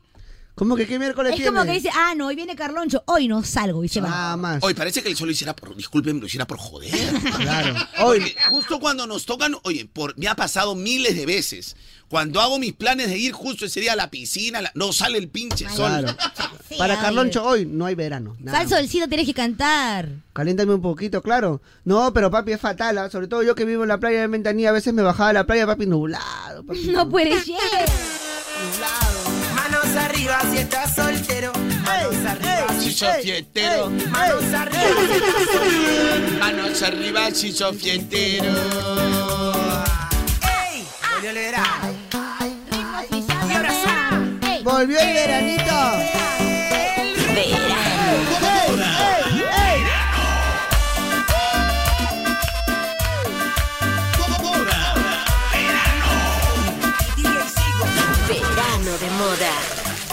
Speaker 1: ¿Cómo que qué miércoles
Speaker 12: Es
Speaker 1: tiene?
Speaker 12: como que dice, ah, no, hoy viene Carloncho, hoy no salgo y se va.
Speaker 1: Nada más.
Speaker 5: Hoy parece que el sol lo hiciera por, disculpen, lo hiciera por joder.
Speaker 1: Claro.
Speaker 5: Oye, justo cuando nos tocan, oye, por, me ha pasado miles de veces. Cuando hago mis planes de ir justo ese día a la piscina, la- no sale el pinche sol.
Speaker 1: Claro. Para Carloncho hoy no hay verano. nada
Speaker 12: Sal solcito, tienes que cantar.
Speaker 1: Caliéntame un poquito, claro. No, pero papi, es fatal. ¿ah? Sobre todo yo que vivo en la playa de Ventanilla, a veces me bajaba a la playa, papi, nublado. papi,
Speaker 12: No puede ser.
Speaker 4: Manos arriba si estás soltero. Manos arriba
Speaker 5: Si sos fiestero,
Speaker 4: Manos arriba si estás soltero.
Speaker 5: manos arriba si sos fiestero.
Speaker 4: ¡Ey! Volvió el verano. Y ahora suena.
Speaker 1: Volvió el veranito.
Speaker 24: Verano. Verano de moda.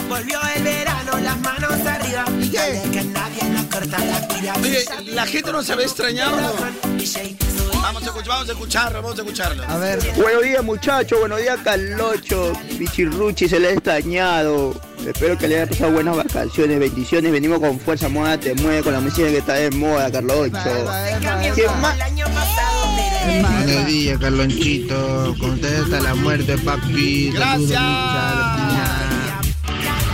Speaker 4: Volvió el verano, las manos arriba. Y dale que nadie nos corta la pila.
Speaker 5: Oye, la gente nos había extrañado. Vamos a escuchar, vamos a escucharlo, vamos a escucharlo.
Speaker 1: A ver.
Speaker 16: Buenos días muchachos, buenos días Carlocho, Pichirruchi se le ha extrañado. Espero que le hayan pasado buenas vacaciones, bendiciones, venimos con fuerza, moda te mueve con la música que está de moda, Carlocho. ¿Quién más?
Speaker 25: Buenos días, Carlonchito. Con ustedes hasta la muerte, papi.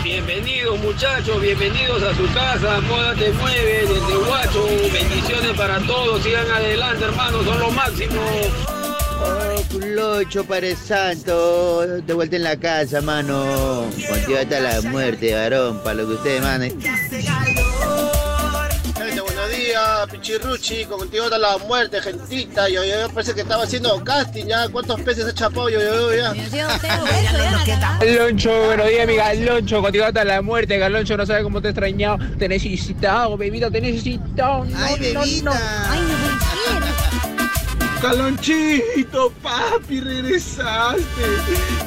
Speaker 8: Bienvenidos muchachos, bienvenidos a su casa, Moda Te Mueve, desde Guacho, bendiciones para todos, sigan adelante hermanos, son lo máximo.
Speaker 25: Oh, culocho, Padre Santo. De vuelta en la casa, mano. Contigo hasta la muerte, varón. Para lo que ustedes manden.
Speaker 26: Gente, buenos días, Pichirruchi, contigo hasta la muerte, gentita. Yo, yo, yo parece que estaba haciendo casting ya. ¿Cuántos peces ha chapado yo, yo, yo, ya?
Speaker 8: Galoncho, buenos días mi Galoncho, contigo hasta la muerte, Galoncho, no sabe cómo te he extrañado, te he necesitado, bebito, te he necesitado.
Speaker 1: Ay, bebita.
Speaker 8: Ay, Calonchito, papi, regresaste.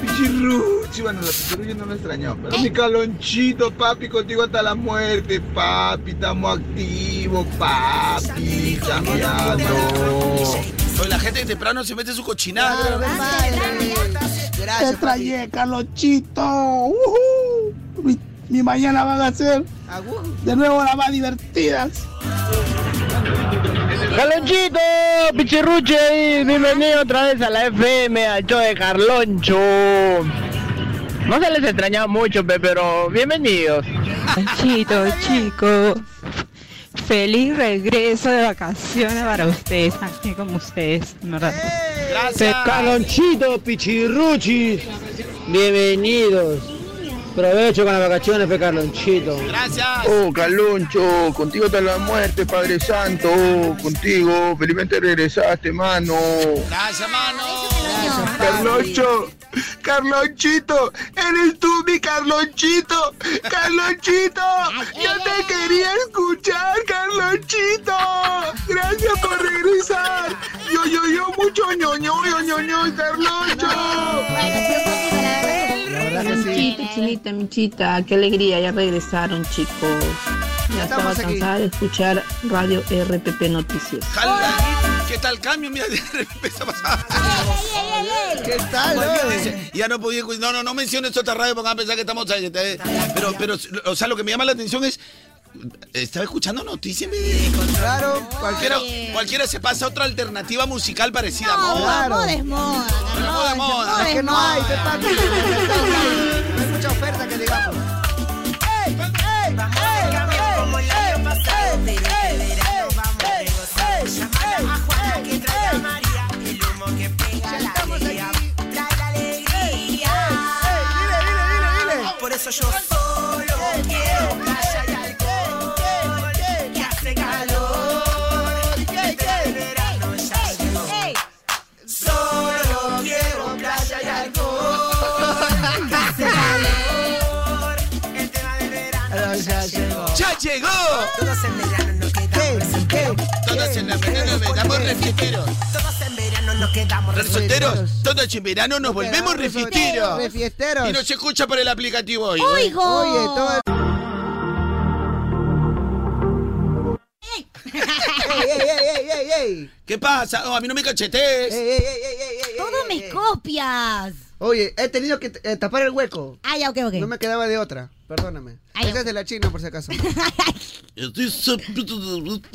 Speaker 8: Pichirruchi, bueno, la pichirruchi no me extrañó, pero mi calonchito, papi, contigo hasta la muerte, papi, estamos activos, papi, cambiando.
Speaker 5: Oye, La gente de temprano se mete su cochinada. pero-
Speaker 8: Te traje, Carlonchito. ujú. Mi, mi mañana van a ser de nuevo las más divertidas.
Speaker 15: Carlonchito, Pichirruche ahí, bienvenido otra vez a la FM, al show de Carloncho. No se les extrañaba mucho, pe, pero bienvenidos.
Speaker 13: Chito, chicos. Feliz regreso de vacaciones para ustedes, así como ustedes, en ¿verdad?
Speaker 17: Calonchito, pichirruchis, bienvenidos. Provecho con las vacaciones, pe Carlonchito.
Speaker 14: Oh, Caloncho, contigo hasta la muerte, Padre Santo. Contigo, felizmente regresaste, mano.
Speaker 5: Gracias, mano.
Speaker 14: Carloncho, Carlonchito, eres tú mi Carlonchito. Carlonchito, yo te quería escuchar, Carlonchito. Gracias por regresar. Yo, yo, yo, mucho ñoño, yo, ñoño, Carloncho.
Speaker 27: Michita, chinita, michita, qué alegría, ya regresaron chicos. Ya estaba
Speaker 5: estamos aquí.
Speaker 27: cansada de escuchar Radio RPP Noticias.
Speaker 5: Jala, ¿Qué tal cambio? Mira, de repente está pasando.
Speaker 4: ¿Qué tal,
Speaker 5: Cualquiera
Speaker 4: eh?
Speaker 5: dice, Ya no podía escuchar. No, no, no menciones otra radio porque van a pensar que estamos. ahí, eh, Pero, pero, o sea, lo que me llama la atención es. Estaba escuchando noticias, me encontraron. Cualquiera, cualquiera se pasa a otra alternativa musical parecida.
Speaker 3: No,
Speaker 5: moda.
Speaker 3: claro. moda es moda.
Speaker 5: Pero moda es moda.
Speaker 3: Es que no hay, qué
Speaker 5: papi.
Speaker 1: No hay mucha oferta que digamos.
Speaker 4: Por eso yo solo quiero playa y alcohol Que hace calor Este verano ya llegó Solo quiero playa y alcohol Que hace calor El tema del verano ya llegó
Speaker 5: ¡Ya llegó!
Speaker 4: Todos en verano nos quedamos solteros
Speaker 5: Todos en la verano nos quedamos refieteros.
Speaker 4: Todos en verano nos quedamos
Speaker 5: Los solteros, todos en verano nos volvemos refiesteros.
Speaker 1: refiesteros.
Speaker 5: Y nos escucha por el aplicativo hoy.
Speaker 1: Oye, todo.
Speaker 3: ey, ey, ey,
Speaker 5: ¿Qué pasa? Oh, a mí no me cachetes.
Speaker 3: Todo me copias.
Speaker 1: Oye, he tenido que eh, tapar el hueco.
Speaker 3: Ah, ya, ok, ok. Ah,
Speaker 1: No me quedaba de otra. Perdóname. Esa es de la China, por si acaso.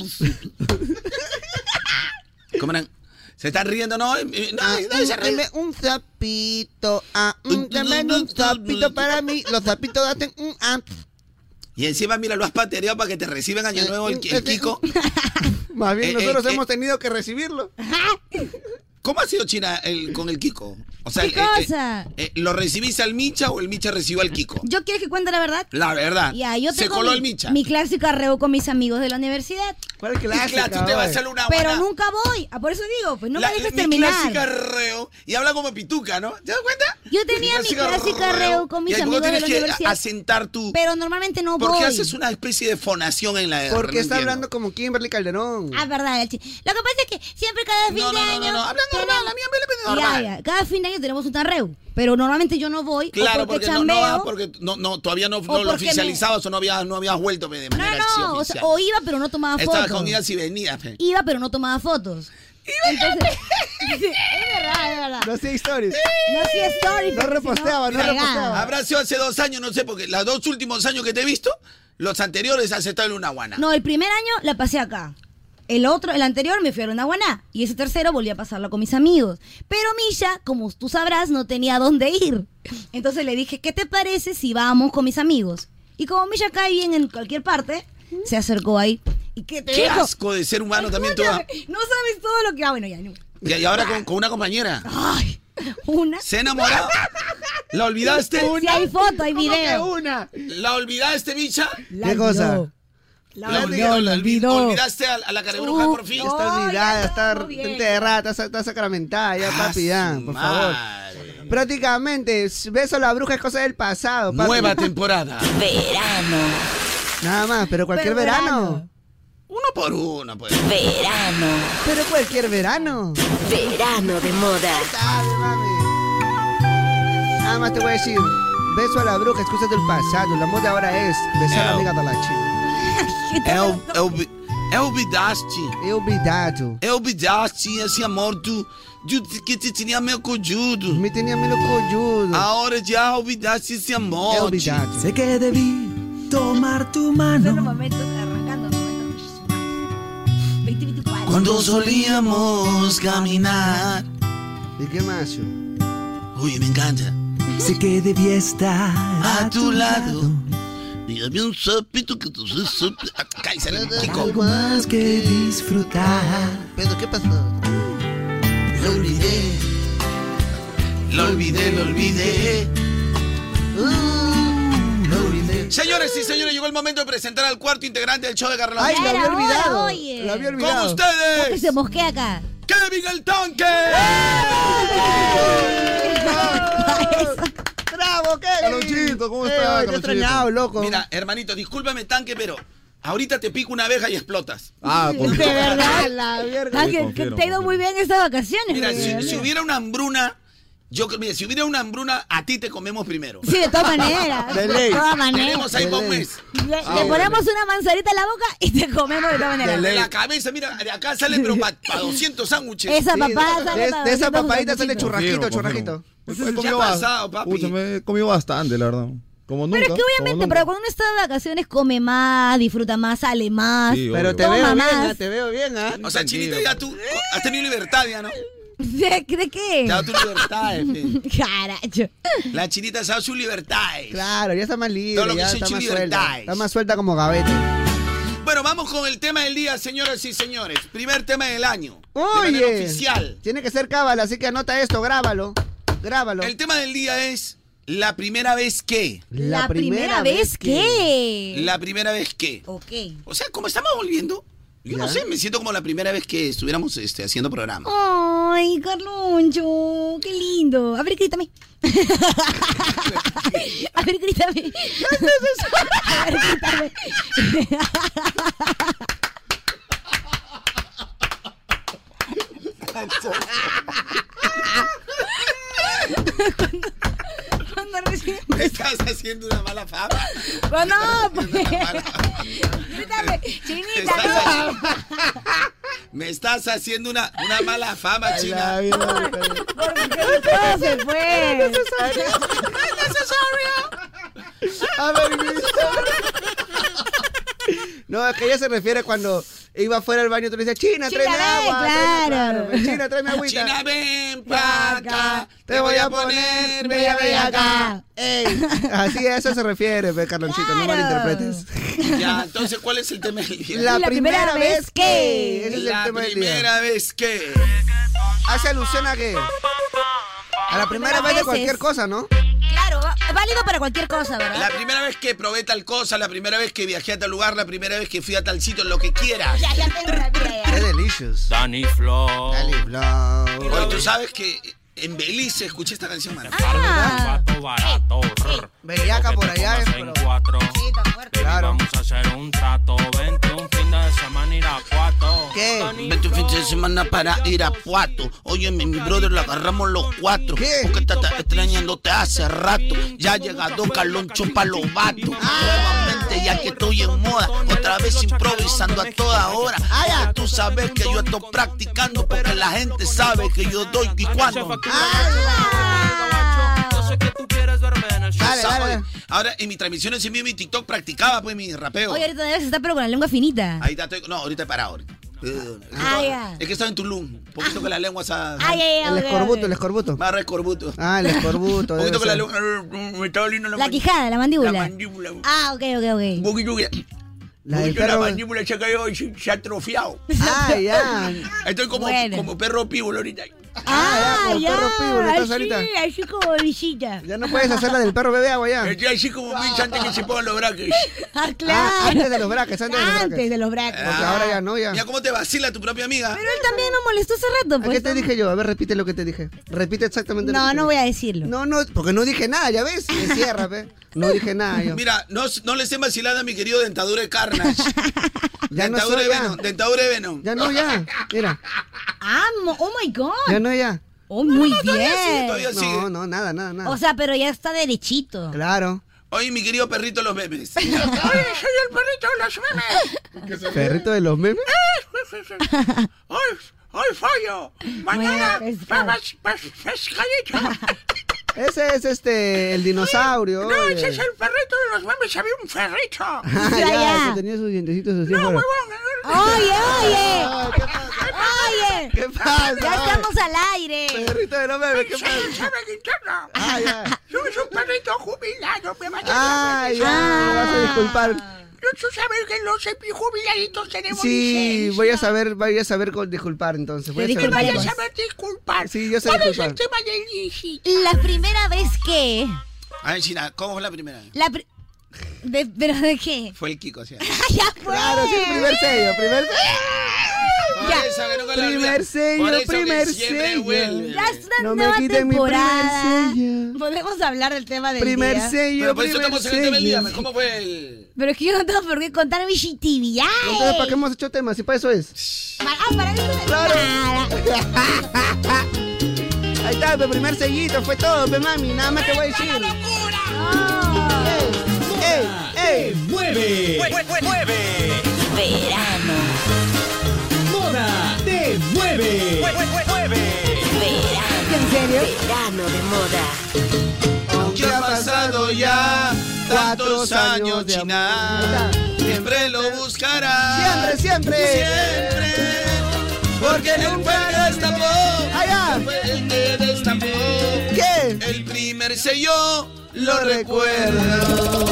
Speaker 5: ¿Cómo eran? Se están riendo, ¿no? Eh, eh,
Speaker 3: Ah,
Speaker 5: Nadie, nadie se ríe.
Speaker 1: Dame un zapito. Ah, mm, dame un zapito para mí. Los zapitos hacen
Speaker 3: mm,
Speaker 1: un ah,
Speaker 5: Y encima, mira, lo has pateado para que te reciban
Speaker 3: Eh,
Speaker 5: Año Nuevo
Speaker 3: mm,
Speaker 5: el, el Kiko.
Speaker 1: Más bien,
Speaker 5: Eh,
Speaker 1: nosotros
Speaker 5: eh,
Speaker 1: hemos tenido que recibirlo.
Speaker 5: ¿Cómo ha sido China el- con el Kiko? O sea,
Speaker 3: ¿Qué
Speaker 5: el- eh,
Speaker 3: cosa?
Speaker 5: eh, ¿lo recibiste al Micha o el Micha recibió al Kiko?
Speaker 3: ¿Yo quieres que cuente la verdad?
Speaker 5: La verdad.
Speaker 3: Ya, yo
Speaker 5: se
Speaker 3: tengo
Speaker 5: coló
Speaker 3: mi,
Speaker 5: el Micha.
Speaker 3: Mi clásico arreo con mis amigos de la universidad.
Speaker 1: ¿Cuál
Speaker 5: clásica, Claro, tú te vas oye? a una
Speaker 3: Pero
Speaker 5: buena-
Speaker 3: nunca voy. Ah, por eso digo, pues no
Speaker 5: La-
Speaker 3: me dejas
Speaker 5: mi
Speaker 3: terminar.
Speaker 5: clásica reo y habla como pituca, ¿no? ¿Te das cuenta?
Speaker 3: Yo tenía mi clásica reo con mis
Speaker 5: y ahí
Speaker 3: amigos
Speaker 5: vos
Speaker 3: de la
Speaker 5: tienes que
Speaker 3: universidad.
Speaker 5: asentar tu...
Speaker 3: Pero normalmente no
Speaker 5: ¿Por
Speaker 3: voy.
Speaker 5: qué haces una especie de fonación en la
Speaker 1: Porque
Speaker 5: no
Speaker 1: está
Speaker 5: entiendo.
Speaker 1: hablando como Kimberly Calderón.
Speaker 3: Ah, verdad, el chi- Lo que pasa es que siempre cada fin
Speaker 5: No,
Speaker 3: de
Speaker 5: no, no,
Speaker 3: año.
Speaker 5: no, no, habla normal,
Speaker 3: tenemos-
Speaker 5: la mía me la pide normal.
Speaker 3: Ya, ya, Cada fin de año tenemos un tarreo. Pero normalmente yo no voy. o
Speaker 5: Claro, porque, no, no,
Speaker 3: chambeo,
Speaker 5: ah, porque no, no, todavía no, no
Speaker 3: porque
Speaker 5: lo
Speaker 3: me-
Speaker 5: oficializabas o no habías, no habías vuelto pe, de manera así
Speaker 3: No, o, sea,
Speaker 5: oficial.
Speaker 3: o iba pero no tomaba
Speaker 5: Estabas
Speaker 3: fotos.
Speaker 5: con idas y venidas. pe.
Speaker 3: Iba pero no tomaba fotos. Entonces- es verdad, es verdad.
Speaker 1: No hacía stories.
Speaker 3: No hacía stories. porque si
Speaker 5: Mira,
Speaker 3: fregaba.
Speaker 5: Habrá sido hace dos años, no sé, porque los dos últimos años que te he visto, los anteriores has estado en una guana.
Speaker 3: No, el primer año la pasé acá. El otro, el anterior me fui a Guaná y ese tercero volví a pasarlo con mis amigos. Pero Misha, como tú sabrás, no tenía dónde ir. Entonces le dije, ¿qué te parece si vamos con mis amigos? Y como Misha cae bien en cualquier parte, se acercó ahí. ¿Y qué te
Speaker 5: Qué
Speaker 3: dijo?
Speaker 5: asco de ser humano también tú.
Speaker 3: No
Speaker 5: ah.
Speaker 3: sabes todo lo que... Ah, bueno, ya. no.
Speaker 5: Y, y ahora con, con una compañera.
Speaker 3: Una.
Speaker 5: ¿Se enamoró? ¿La olvidaste?
Speaker 3: Si hay foto, hay
Speaker 5: ¿Cómo
Speaker 3: video.
Speaker 5: que
Speaker 1: una?
Speaker 5: ¿La olvidaste, bicha?
Speaker 1: ¿Qué cosa?
Speaker 5: La olvidó, la olvidó. ¿Olvidaste a, a la careburuja por fin?
Speaker 1: Está olvidada, está enterrada, está, sa- está sacramentada,
Speaker 3: Ah,
Speaker 1: ya, papi, ya, por favor. Prácticamente, s- beso a la bruja es cosa del pasado, papi.
Speaker 5: Nueva temporada.
Speaker 1: Verano. Nada más, pero cualquier
Speaker 3: Pero
Speaker 1: verano.
Speaker 3: verano.
Speaker 5: Uno por uno, pues.
Speaker 24: Verano.
Speaker 1: Pero cualquier verano.
Speaker 24: Verano de moda.
Speaker 1: Nada más te voy a decir. Beso a la bruja, excusas del pasado. La moda ahora es besar a la amiga de la chica.
Speaker 5: Eu, eu, eu me daste.
Speaker 1: Eu me dado.
Speaker 5: Eu me daste esse amor do, do, que te tinha meu cojudo.
Speaker 1: Me tinha meu cojudo.
Speaker 5: A hora de eu me daste esse amor.
Speaker 1: Eu me daste.
Speaker 5: Sei que debí tomar tu
Speaker 12: Son los
Speaker 5: mano.
Speaker 12: momentos arrancando los momentos. 20, 24.
Speaker 5: Cuando solíamos caminar.
Speaker 1: ¿Y qué más?
Speaker 5: Uy, me encanta.
Speaker 4: Sé que debía estar
Speaker 5: a tu lado. Y había un sapito que te sopi. Cállese,
Speaker 4: Algo más que disfrutar.
Speaker 5: ¿Pero qué pasó? Lo olvidé. Lo olvidé, lo olvidé. Mm, Señores y señores, llegó el momento de presentar al cuarto integrante del show de Carlos.
Speaker 1: Ay, lo había
Speaker 3: Ahora,
Speaker 1: olvidado.
Speaker 3: oye.
Speaker 1: Lo había olvidado.
Speaker 5: Con ustedes.
Speaker 3: Que se mosquea acá.
Speaker 5: ¡Kevin el tanque!
Speaker 1: ¡Eh! ¡Bravo, Kevin!
Speaker 5: Carlonchito,
Speaker 1: ¿cómo estás, Eh, te he Carlonchito? extrañado, loco.
Speaker 5: Mira, hermanito, discúlpame, tanque, pero ahorita te pico una abeja y explotas.
Speaker 11: Ah,
Speaker 3: De verdad.
Speaker 1: la
Speaker 5: verga.
Speaker 3: Ah,
Speaker 5: Sí,
Speaker 3: que, que
Speaker 5: confirmo.
Speaker 3: te ha ido muy bien estas vacaciones.
Speaker 5: Mira,
Speaker 3: güey.
Speaker 5: si, si hubiera una hambruna, yo creo- mira, si hubiera una hambruna, a ti te comemos primero.
Speaker 3: Sí, de todas maneras.
Speaker 5: De ley.
Speaker 3: todas maneras.
Speaker 5: Tenemos ahí pa' un mes.
Speaker 3: Le,
Speaker 5: Ah,
Speaker 3: le
Speaker 5: de
Speaker 3: ponemos una manzanita en la boca y te comemos de todas maneras.
Speaker 5: De la cabeza, mira, de acá sale pero para 200 sándwiches.
Speaker 3: Esa papada
Speaker 1: de- sale pa' de esa 200 papadita sale
Speaker 11: Confirmo,
Speaker 1: churraquito.
Speaker 4: Pues
Speaker 11: confirmo. He
Speaker 5: ¿Qué
Speaker 11: comido
Speaker 5: ha
Speaker 11: ba-
Speaker 5: pasado, papi?
Speaker 11: Pucha, me he comido bastante, la verdad. Como nunca.
Speaker 3: Pero es que
Speaker 11: como
Speaker 3: obviamente,
Speaker 11: nunca.
Speaker 3: pero cuando uno está de vacaciones, come más, disfruta más, sale más.
Speaker 11: Sí, Pero obvio. te
Speaker 3: toma
Speaker 11: veo bien,
Speaker 3: más.
Speaker 11: ¿ah?
Speaker 1: Te veo bien, ¿ah?
Speaker 5: O sea, Chinita, ya tú has tenido libertad, ya, ¿no?
Speaker 3: ¿De, de qué?
Speaker 5: Ya tu libertad, fe.
Speaker 3: Caracho.
Speaker 5: La Chinita sabe su libertad. eh.
Speaker 1: Claro, ya está más libre.
Speaker 5: Todo lo que
Speaker 1: ya
Speaker 5: soy
Speaker 1: está, más
Speaker 5: Chili
Speaker 1: suelta,
Speaker 5: Verdades.
Speaker 1: está más suelta como gavete.
Speaker 5: Bueno, vamos con el tema del día, señoras y señores. Primer tema del año. De manera
Speaker 1: Oye,
Speaker 5: oficial.
Speaker 1: tiene que ser cábala, así que anota esto, grábalo. Grábalo.
Speaker 5: El tema del día es la primera vez que.
Speaker 1: La primera vez que.
Speaker 5: La primera vez que.
Speaker 3: Ok.
Speaker 5: O sea, como estamos volviendo, yo no sé, me siento como la primera vez que estuviéramos este, haciendo programa.
Speaker 3: Ay, Carloncho, qué lindo. A ver, grítame. A ver, grítame. A ver, grítame. Cuando recién.
Speaker 5: Me estás haciendo una mala fama.
Speaker 3: Bueno, pues. Grítame, chinita. no.
Speaker 5: Me estás haciendo una, una mala fama, China.
Speaker 3: Todo se fue.
Speaker 1: A ver, No, es que ella se refiere cuando iba fuera al baño y tú le decías, China,
Speaker 4: China,
Speaker 1: tráeme
Speaker 4: ven,
Speaker 1: agua.
Speaker 4: claro.
Speaker 1: tráeme- China,
Speaker 5: Ah,
Speaker 1: tráeme agüita.
Speaker 4: China,
Speaker 5: ven
Speaker 4: pa' acá,
Speaker 1: Te voy a poner bella, bella acá. Ey. Así a eso se refiere, pe, Carlonchito, no malinterpretes.
Speaker 5: Ya, entonces, ¿cuál es el tema del día?
Speaker 1: La La primera primera vez vez que. que. Ese es el
Speaker 5: la
Speaker 1: tema del día.
Speaker 5: primera vez que.
Speaker 1: Hace alusión a qué? A la primera vez de
Speaker 3: veces.
Speaker 1: cualquier cosa, ¿no?
Speaker 3: Claro, va- válido para cualquier cosa, ¿verdad?
Speaker 5: La primera vez que probé tal cosa, la primera vez que viajé a tal lugar, la primera vez que fui a tal sitio, lo que quieras.
Speaker 3: Ya, ya tengo la mía, ya.
Speaker 1: Qué delicious.
Speaker 5: Danny Flow. Danny
Speaker 1: Flow.
Speaker 5: Oye, tú sabes que en Belice escuché esta canción, mano.
Speaker 1: Ah.
Speaker 9: Barato, barato. rrr.
Speaker 1: Bellaca por allá.
Speaker 9: Tomas en cuatro. Baby, Vamos a hacer un trato. Vente un fin de semana Irapuato.
Speaker 5: ¿Qué? Vete un fin de semana para Irapuato. Óyeme, mi brother, la agarramos los cuatro. ¿Qué? Porque te está extrañándote hace rato. Ya ha llegado Caloncho pa' los vatos. Nuevamente, ya que estoy en moda. Otra vez improvisando a toda hora. Ah, Ya tú sabes que yo estoy practicando porque la gente sabe que yo doy y cuando.
Speaker 9: Yo sé que tú quieres verme en el show.
Speaker 5: Yo sabe. Ahora, en mis transmisiones en vivo y mi TikTok practicaba pues mi rapeo.
Speaker 3: Oye, ahorita debes estar pero con la lengua finita.
Speaker 5: Ahí está, estoy- no, ahorita he parado. ahorita.
Speaker 3: Ah, ya.
Speaker 5: Eh, Es que estoy en Tulum. Un poquito con la lengua esa.
Speaker 3: Ah, ya, ya,
Speaker 1: El
Speaker 3: ok,
Speaker 1: escorbuto,
Speaker 3: ok.
Speaker 1: el escorbuto.
Speaker 5: Barra escorbuto.
Speaker 1: Ah, el escorbuto.
Speaker 5: Un poquito
Speaker 1: debe
Speaker 5: con la
Speaker 1: ser.
Speaker 5: lengua. eh, Me estaba oliendo Ah, la
Speaker 3: La
Speaker 5: mand-
Speaker 3: quijada, la mandíbula.
Speaker 5: La mandíbula. Un
Speaker 3: Ah, ok, ok, ok.
Speaker 5: poquito que-
Speaker 1: La del
Speaker 5: poquito la
Speaker 1: perro.
Speaker 5: mandíbula se ha caído y se se ha atrofiado.
Speaker 1: Ah, ya.
Speaker 5: Estoy como,
Speaker 3: Bueno.
Speaker 5: como perro pívolo ahorita.
Speaker 1: Ah,
Speaker 3: Ah,
Speaker 1: como
Speaker 3: ya.
Speaker 1: perro pitbull, estás
Speaker 3: así,
Speaker 1: ahorita.
Speaker 3: así como visita.
Speaker 1: Ya no puedes hacer la del perro bebé agua ya.
Speaker 5: Ya así como pinche antes que se pongan los braques.
Speaker 3: Ah, claro.
Speaker 1: Ah, antes de los braques, antes de los braques.
Speaker 3: Antes de los braques.
Speaker 1: Porque ahora ya no, ya.
Speaker 5: Mira cómo te vacila tu propia amiga.
Speaker 3: Pero él también me molestó hace rato, pues,
Speaker 1: ¿Qué te dije yo? A ver, repite lo que te dije. Repite exactamente lo
Speaker 3: No,
Speaker 1: que
Speaker 3: no voy a decirlo.
Speaker 1: No, no, porque no dije nada, ya ves. Me cierra, ve. No dije nada Ah, yo.
Speaker 5: Mira, no, no le estén vacilando a mi querido dentadura de carnage.
Speaker 1: Ya no
Speaker 5: dentadura
Speaker 1: soy,
Speaker 5: de
Speaker 1: ya.
Speaker 5: Venom, dentadura de Venom.
Speaker 1: Ya no, ya. Mira.
Speaker 3: Ah, mo- oh my God.
Speaker 1: Ya no, ya.
Speaker 3: Oh, muy bien.
Speaker 1: No, no, nada, nada, nada.
Speaker 3: O sea, pero ya está derechito.
Speaker 1: Claro.
Speaker 5: Oye, mi querido perrito los memes.
Speaker 3: soy el perrito de las
Speaker 1: Perrito de los memes.
Speaker 4: ¡Hoy, hoy fallo! ¡Mañana! ¡Vas, vas, pescadito!
Speaker 1: Ese es este, el dinosaurio.
Speaker 4: No,
Speaker 1: oye.
Speaker 4: ese es el perrito de los memes, había un ferrito.
Speaker 1: Ah, ya, que tenía sus dientecitos así. fuera.
Speaker 3: Oye, oye. Oye.
Speaker 1: ¿Qué pasa?
Speaker 3: eh. Ya estamos al aire.
Speaker 1: Perrito de los memes, ¿qué pasa? Ah, ya.
Speaker 4: Soy un perrito jubilado, me vas a
Speaker 1: Ay, ya,
Speaker 3: Ah.
Speaker 1: me vas a disculpar.
Speaker 4: No, tú sabes que los jubiladitos tenemos
Speaker 1: Sí,
Speaker 4: licencia.
Speaker 1: voy a saber, voy a saber con- disculpar entonces. Voy a
Speaker 4: Te
Speaker 1: saber
Speaker 4: vayas a
Speaker 1: disculpar.
Speaker 4: saber disculpar.
Speaker 1: Sí, yo sé
Speaker 4: ¿Cuál es el tema
Speaker 1: disculpar.
Speaker 4: del IGI?
Speaker 3: La primera vez que.
Speaker 5: A ver, China, ¿cómo fue la primera?
Speaker 3: La pri- de- ¿Pero de qué?
Speaker 5: Fue el Kiko, o sea.
Speaker 3: ya fue.
Speaker 1: Claro, sí, primer sello, primer
Speaker 5: Por
Speaker 3: Ya.
Speaker 5: eso que nunca la
Speaker 1: Primer
Speaker 5: olvidas.
Speaker 1: sello,
Speaker 5: Por eso que
Speaker 1: primer
Speaker 5: siempre
Speaker 1: sello.
Speaker 5: vuelve.
Speaker 3: Ya es una
Speaker 1: No me
Speaker 3: nueva
Speaker 1: quiten mi primer
Speaker 3: temporada. Podemos hablar del tema del
Speaker 1: Primer
Speaker 3: día.
Speaker 1: sello,
Speaker 5: Pero por eso
Speaker 1: primer
Speaker 5: estamos en el tema del día.
Speaker 1: sello.
Speaker 5: ¿Cómo fue el...?
Speaker 3: Pero es que yo no tengo por qué contar mi chitividad.
Speaker 1: Entonces, ¿para qué hemos hecho temas? Y para eso es.
Speaker 3: Ah, para mí no es nada.
Speaker 1: Ahí está, mi primer sellito, fue todo, pe mami, nada más te voy a decir. ¡Ey! ¡Ey!
Speaker 4: Mueve, mueve, mueve. Verano. Moda te mueve. Mueve, mueve. Verano.
Speaker 3: ¿En serio?
Speaker 4: Verano de moda.
Speaker 5: Aunque ha pasado ya tantos años, China, siempre lo buscará.
Speaker 1: Siempre, siempre.
Speaker 5: Siempre. Porque nunca destapó.
Speaker 1: Allá.
Speaker 5: Te destapó.
Speaker 1: ¿Qué?
Speaker 5: El primer sello lo recuerdo.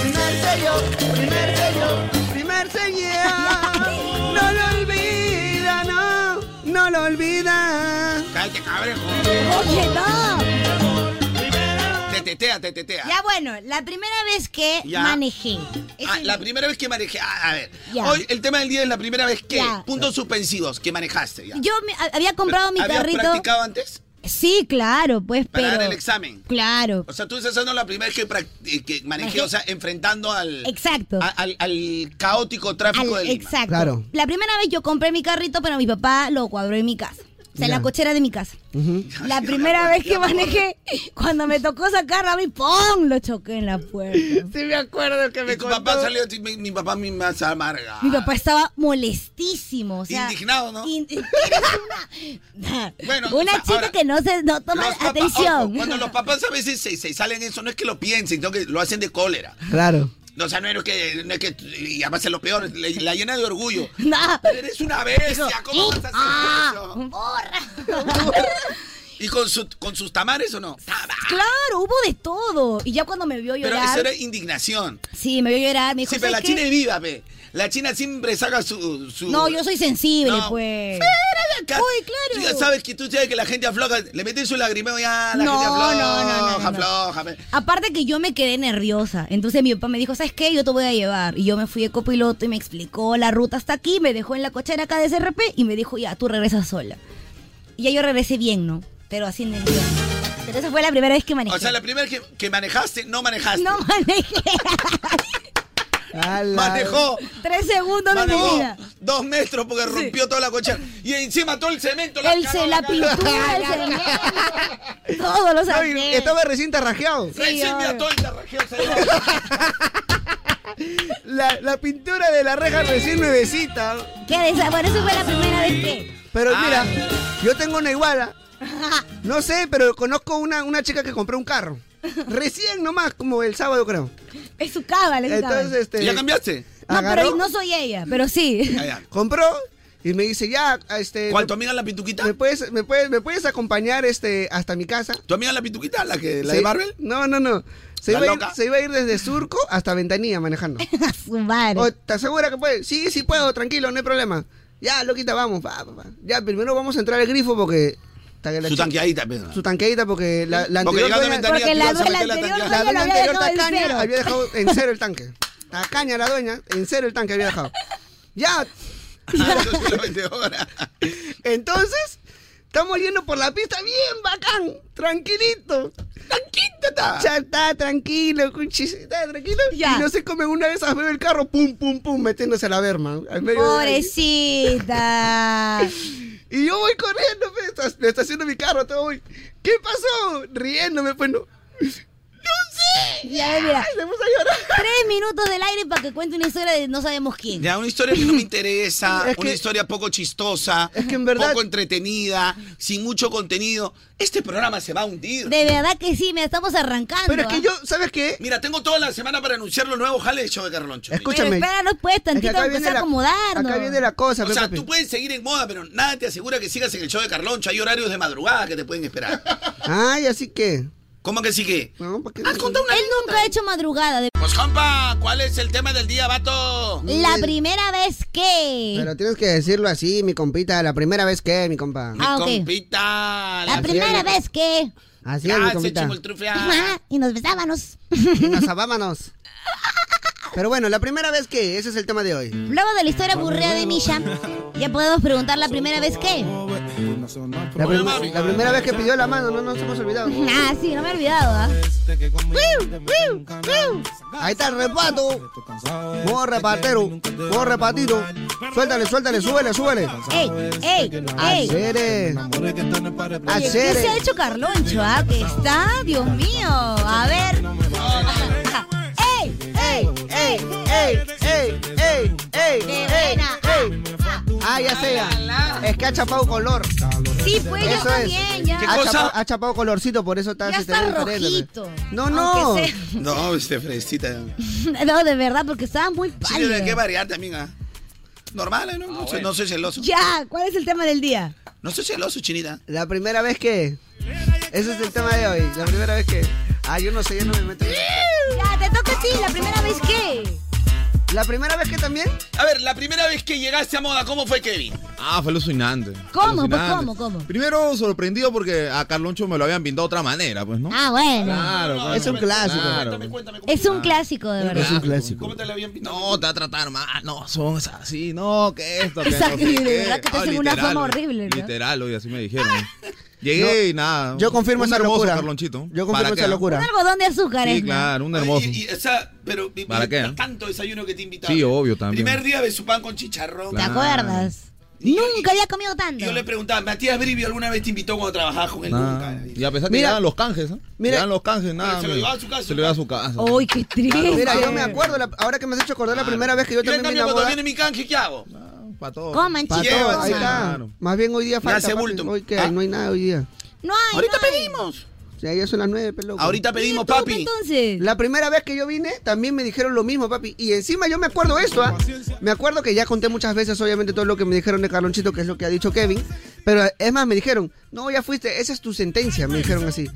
Speaker 1: Primer sello, primer sello, primer sello. No lo olvida, no, no lo olvida.
Speaker 5: Cállate, cabrejo.
Speaker 3: Oye, no.
Speaker 5: Te tetea, te tetea.
Speaker 3: Ya bueno, la primera vez que
Speaker 5: Ya.
Speaker 3: manejé. Es
Speaker 5: Ah,
Speaker 3: el-
Speaker 5: la primera vez que manejé. ah, a ver.
Speaker 3: Ya.
Speaker 5: Hoy el tema del día es la primera vez que.
Speaker 3: Ya.
Speaker 5: Puntos suspensivos que manejaste. Ya.
Speaker 3: Yo me- ha- había comprado mi
Speaker 5: ¿Habías
Speaker 3: carrito.
Speaker 5: practicado antes?
Speaker 3: Sí, claro, pues,
Speaker 5: Para
Speaker 3: pero.
Speaker 5: dar el examen.
Speaker 3: Claro.
Speaker 5: O sea, tú estás haciendo la primera vez que, prac- eh, que manejé,
Speaker 3: Manejé.
Speaker 5: o sea, enfrentando al.
Speaker 3: Exacto.
Speaker 5: a- al, al caótico tráfico
Speaker 3: Al-
Speaker 5: de Lima.
Speaker 3: exacto. La primera vez yo compré mi carrito, pero mi papá lo cuadró en mi casa. O sea, en la
Speaker 1: Ya.
Speaker 3: cochera de mi casa. La primera vez que manejé, cuando me tocó sacar a mí, ¡pum! Lo choqué en la puerta.
Speaker 1: Sí, me acuerdo que
Speaker 5: me tu papá salió, mi, mi papá mi más amarga.
Speaker 3: Mi papá estaba molestísimo. O sea,
Speaker 5: Ah. Indignado, ¿no?
Speaker 3: in-
Speaker 5: Bueno,
Speaker 3: una
Speaker 5: o sea,
Speaker 3: chica
Speaker 5: ahora-
Speaker 3: que no se no toma
Speaker 5: Los papás- ojo,
Speaker 3: atención.
Speaker 5: cuando los papás a veces se, se salen eso, no es que lo piensen, sino que lo hacen de cólera.
Speaker 1: Claro.
Speaker 5: No, o sea, no es que, no es que y además es lo peor, le- la llena de orgullo.
Speaker 3: No.
Speaker 5: Pero eres una bestia, ¿cómo vas a hacer
Speaker 3: ¡Ah!
Speaker 5: eso?
Speaker 3: ¡Borra!
Speaker 5: ¿Y con, su- con sus tamares o no?
Speaker 3: Claro, hubo de todo. Y ya cuando me vio
Speaker 5: Pero
Speaker 3: llorar.
Speaker 5: eso era indignación.
Speaker 3: Sí, me vio llorar, me dijo.
Speaker 5: Sí, pero la
Speaker 3: "¿Sabes
Speaker 5: China
Speaker 3: qué?
Speaker 5: es viva, pe. La China siempre saca su... su-
Speaker 3: No, yo soy sensible,
Speaker 5: No.
Speaker 3: pues.
Speaker 5: Fuera de acá.
Speaker 3: Uy,
Speaker 5: Tú
Speaker 3: claro.
Speaker 5: ya sabes que tú sabes que la gente afloja, le metes su lagrimeo ya, la
Speaker 3: No,
Speaker 5: gente afloja,
Speaker 3: no, no, no, no.
Speaker 5: afloja. pe.
Speaker 3: Aparte que yo me quedé nerviosa. Entonces mi papá me dijo, ¿sabes qué? Yo te voy a llevar. Y yo me fui de copiloto y me explicó la ruta hasta aquí. Me dejó en la cochera acá de CRP y me dijo, ya, tú regresas sola. Y ya yo regresé bien, ¿no? Pero así nerviosa. Pero esa fue la primera vez que manejé.
Speaker 5: O sea, la primera que, que manejaste, no manejaste.
Speaker 3: No manejé.
Speaker 5: Manejó.
Speaker 3: Tres segundos de mi
Speaker 5: manejó
Speaker 3: vida.
Speaker 5: dos metros porque rompió toda la cochera. Y encima todo el cemento.
Speaker 3: El
Speaker 5: cara-
Speaker 3: se- la pintura, el cemento. Todos los
Speaker 1: No, y
Speaker 3: arneses.
Speaker 1: estaba recién tarrajeado.
Speaker 5: Recién me ató el tarrajeo, se ve.
Speaker 1: La, la pintura de la reja recién nuevecita.
Speaker 3: Qué desa- Bueno, esa fue la primera vez que.
Speaker 1: Pero
Speaker 5: Ah.
Speaker 1: mira, yo tengo una iguala. No sé, pero conozco una, una chica que compró un carro. Recién nomás, como el sábado creo.
Speaker 3: Es su cábala, es su cábala.
Speaker 1: Entonces, este...
Speaker 5: ¿Ya cambiaste?
Speaker 3: No,
Speaker 1: agarró-
Speaker 3: pero no soy ella, pero sí.
Speaker 1: Compró y me dice, ya, este...
Speaker 5: ¿Cuál,
Speaker 1: me-
Speaker 5: tu amiga la pituquita?
Speaker 1: ¿Me puedes, me, puedes, ¿Me puedes acompañar este, hasta mi casa?
Speaker 5: ¿Tu amiga la pituquita? ¿La, que, la
Speaker 1: Sí.
Speaker 5: de Marvel?
Speaker 1: No, no, no. Se
Speaker 5: ¿La
Speaker 1: iba, a ir,
Speaker 5: loca?
Speaker 1: se iba a ir desde Surco hasta Ventanilla manejando.
Speaker 3: Su madre.
Speaker 1: Oh, ¿Te asegura que puedes? Sí, sí puedo, tranquilo, no hay problema. Ya, loquita, vamos. pa, pa, pa. Ya, primero vamos a entrar al grifo porque
Speaker 5: Su tanqueadita, pero.
Speaker 1: Su tanqueadita porque la, la
Speaker 5: Porque
Speaker 1: anterior
Speaker 5: llegando
Speaker 1: dueña-
Speaker 5: la ventanilla, Porque la tú vas a dueña meter la anterior tanqueada.
Speaker 1: la
Speaker 5: dueña
Speaker 1: dueña
Speaker 5: lo había dejado
Speaker 1: anterior
Speaker 5: en
Speaker 1: tacaña
Speaker 5: cero.
Speaker 1: había dejado en cero el tanque. Tacaña la dueña, en cero el tanque había dejado. Ya. Ah, Entonces, estamos yendo por la pista bien bacán, tranquilito. Tranquilo está. Ya está, tranquilo, cuchis, está tranquilo. Y no se come una de esas, veo el carro, pum, pum, pum, metiéndose a la verma. al medio de ahí.
Speaker 3: Pobrecita.
Speaker 1: Y yo voy corriendo, pues, estás- me estaciono mi carro, todo voy. ¿Qué pasó? Riéndome, pues no.
Speaker 3: Ya, mira.
Speaker 1: llorar.
Speaker 3: Tres minutos del aire para que cuente una historia de no sabemos quién.
Speaker 5: Ya, una historia que no me interesa,
Speaker 3: Es que-
Speaker 5: una historia poco chistosa, poco entretenida, sin mucho contenido. Este programa se va a hundir.
Speaker 3: De verdad que sí, me estamos arrancando. ¿ah? Pero es que
Speaker 1: yo, ¿sabes qué?
Speaker 5: Mira, tengo toda la semana para anunciar los nuevos jales de show de Carloncho.
Speaker 1: Escúchame.
Speaker 3: Pero espera, no puedes
Speaker 1: que
Speaker 3: tantito
Speaker 1: acá viene
Speaker 3: empezar a
Speaker 1: la-
Speaker 3: acomodarnos.
Speaker 1: acá viene la cosa,
Speaker 5: O
Speaker 1: pe,
Speaker 5: sea,
Speaker 1: papi.
Speaker 5: tú puedes seguir en moda, pero nada te asegura que sigas en el show de Carloncho. Hay horarios de madrugada que te pueden esperar.
Speaker 1: Ay, así que.
Speaker 5: ¿Cómo que sí que?
Speaker 3: Ah, Él nunca ha hecho madrugada. de-
Speaker 5: Pues, compa, ¿cuál es el tema del día, vato?
Speaker 3: pues. La primera vez que...
Speaker 1: Pero tienes que decirlo así, mi compita, la primera vez que, mi compa.
Speaker 3: Ah, ok.
Speaker 5: Compita.
Speaker 3: La primera vez que...
Speaker 1: Así es, mi compita.
Speaker 3: Ajá, Y nos besábamos.
Speaker 1: Y nos amábamos. Pero bueno, la primera vez que, ese es el tema de hoy.
Speaker 3: Luego de la historia aburrida de Misha, ya podemos preguntar la primera vez que...
Speaker 1: La, prim- la primera vez que pidió la mano, no nos hemos olvidado.
Speaker 3: Ah, sí, no me he olvidado. ¿ah?
Speaker 1: Ahí está el reparto. Vos repartero, vos repartido. Suéltale, suéltale, súbele, súbele.
Speaker 3: ¡Ey, ey, ey!
Speaker 1: Acere.
Speaker 3: Oye, ¿Qué se ha
Speaker 1: Acere.
Speaker 3: hecho Carloncho? Ah, que está, Dios mío. A ver. ¡Ey! ¡Ey!
Speaker 1: ¡Ey! ¡Ey! ¡Ey! ¡Ey! ¡Ey! ¡Ey! ¡Ey! Ah, ya sé. ya. Es que ha chapado color.
Speaker 3: Sí, pues yo
Speaker 1: Eso
Speaker 3: también, ya. ¿Qué
Speaker 1: Ha,
Speaker 5: cosa?
Speaker 1: chapado, ha chapado colorcito, por eso está
Speaker 3: Ya
Speaker 1: se te
Speaker 3: está
Speaker 1: ve diferente,
Speaker 3: rojito.
Speaker 1: pe. No, no.
Speaker 3: Aunque
Speaker 5: No, este fresita.
Speaker 3: No, de verdad, porque estaba muy
Speaker 5: Sí, tiene que
Speaker 3: pálido.
Speaker 5: variar también, ¿ah? Normal, ¿eh? ¿no? No, soy- no soy celoso.
Speaker 3: Ya, ¿cuál es el tema del día?
Speaker 5: No soy celoso, chinita.
Speaker 1: La primera vez que. Ese es el tema de hoy. La primera vez que. Ah, yo no sé, yo no me meto.
Speaker 3: Ya, te toca a ti, la primera vez que.
Speaker 1: ¿La primera vez que también?
Speaker 5: A ver, la primera vez que llegaste a moda, ¿cómo fue, Kevin?
Speaker 4: Ah, fue alucinante.
Speaker 5: ¿Cómo?
Speaker 4: Alucinante.
Speaker 5: Pues, ¿cómo? ¿Cómo?
Speaker 4: Primero sorprendido porque a Carloncho me lo habían pintado de otra manera, pues, ¿no?
Speaker 3: Ah, bueno.
Speaker 4: Claro,
Speaker 1: Es un clásico.
Speaker 3: Es un clásico, de verdad.
Speaker 4: clásico. ¿Cómo te lo habían pintado? No, te va a tratar mal. No, son así. No, que esto. Que
Speaker 3: Exacto,
Speaker 4: no sé
Speaker 3: y de
Speaker 4: qué.
Speaker 3: verdad que te
Speaker 4: Ah,
Speaker 3: hacen una
Speaker 4: literal,
Speaker 3: fama
Speaker 4: oye,
Speaker 3: horrible, ¿no? Ah.
Speaker 4: Literal, oye, así me dijeron. Llegué y nada.
Speaker 1: yo confirmo
Speaker 4: un
Speaker 1: esa
Speaker 4: hermoso
Speaker 1: locura.
Speaker 4: Carlonchito.
Speaker 1: Yo confirmo
Speaker 4: ¿Para
Speaker 1: esa
Speaker 4: qué, ah?
Speaker 1: locura.
Speaker 3: Un algodón de azúcar,
Speaker 4: Sí,
Speaker 3: es, ¿no?
Speaker 4: claro, un hermoso.
Speaker 5: Y, o sea, pero y-
Speaker 4: ¿Para
Speaker 5: y-
Speaker 4: qué, ah?
Speaker 5: tanto desayuno que te invitaba.
Speaker 4: Sí, obvio también.
Speaker 5: Primer día de su pan con chicharrón.
Speaker 3: ¿Te acuerdas? Nunca había comido tanto.
Speaker 5: Yo le preguntaba, ¿Matías Brivio alguna vez te invitó cuando trabajabas con él?
Speaker 4: Nada. Ah, Y a pesar que
Speaker 1: Mira.
Speaker 4: llegaban los canjes, ¿eh?
Speaker 1: Mira.
Speaker 4: Llegaban los canjes, nada.
Speaker 5: eh, se lo
Speaker 4: mira.
Speaker 5: llevaba a su casa.
Speaker 4: Se lo llevaba a su casa.
Speaker 3: Uy, qué triste.
Speaker 1: Mira, yo me acuerdo, la- ahora que me has hecho acordar la primera vez que yo
Speaker 5: Yo en
Speaker 1: también vine
Speaker 5: cambio
Speaker 1: a
Speaker 5: cuando
Speaker 1: boda.
Speaker 5: viene mi canje, ¿qué hago?
Speaker 4: Para todo.
Speaker 3: Coman,
Speaker 1: Pa'
Speaker 5: chicos,
Speaker 1: todo, ahí
Speaker 5: coman.
Speaker 1: está.
Speaker 5: Claro.
Speaker 1: Más bien hoy día
Speaker 5: Ya
Speaker 1: falta.
Speaker 5: hace
Speaker 1: papi,
Speaker 5: bulto.
Speaker 1: Hoy que
Speaker 5: Ah.
Speaker 1: hay, no hay nada hoy día.
Speaker 3: No hay,
Speaker 5: Ahorita
Speaker 3: no hay.
Speaker 5: pedimos.
Speaker 1: O sea, ya son las nueve, pelo.
Speaker 5: Ahorita pedimos, papi.
Speaker 3: Entonces.
Speaker 1: La primera vez que yo vine, también me dijeron lo mismo, papi. Y encima yo me acuerdo esto, ¿ah? Me acuerdo que ya conté muchas veces, obviamente, todo lo que me dijeron de Carlonchito, que es lo que ha dicho Kevin. Pero es más, me dijeron, no, ya fuiste, esa es tu sentencia, me dijeron así.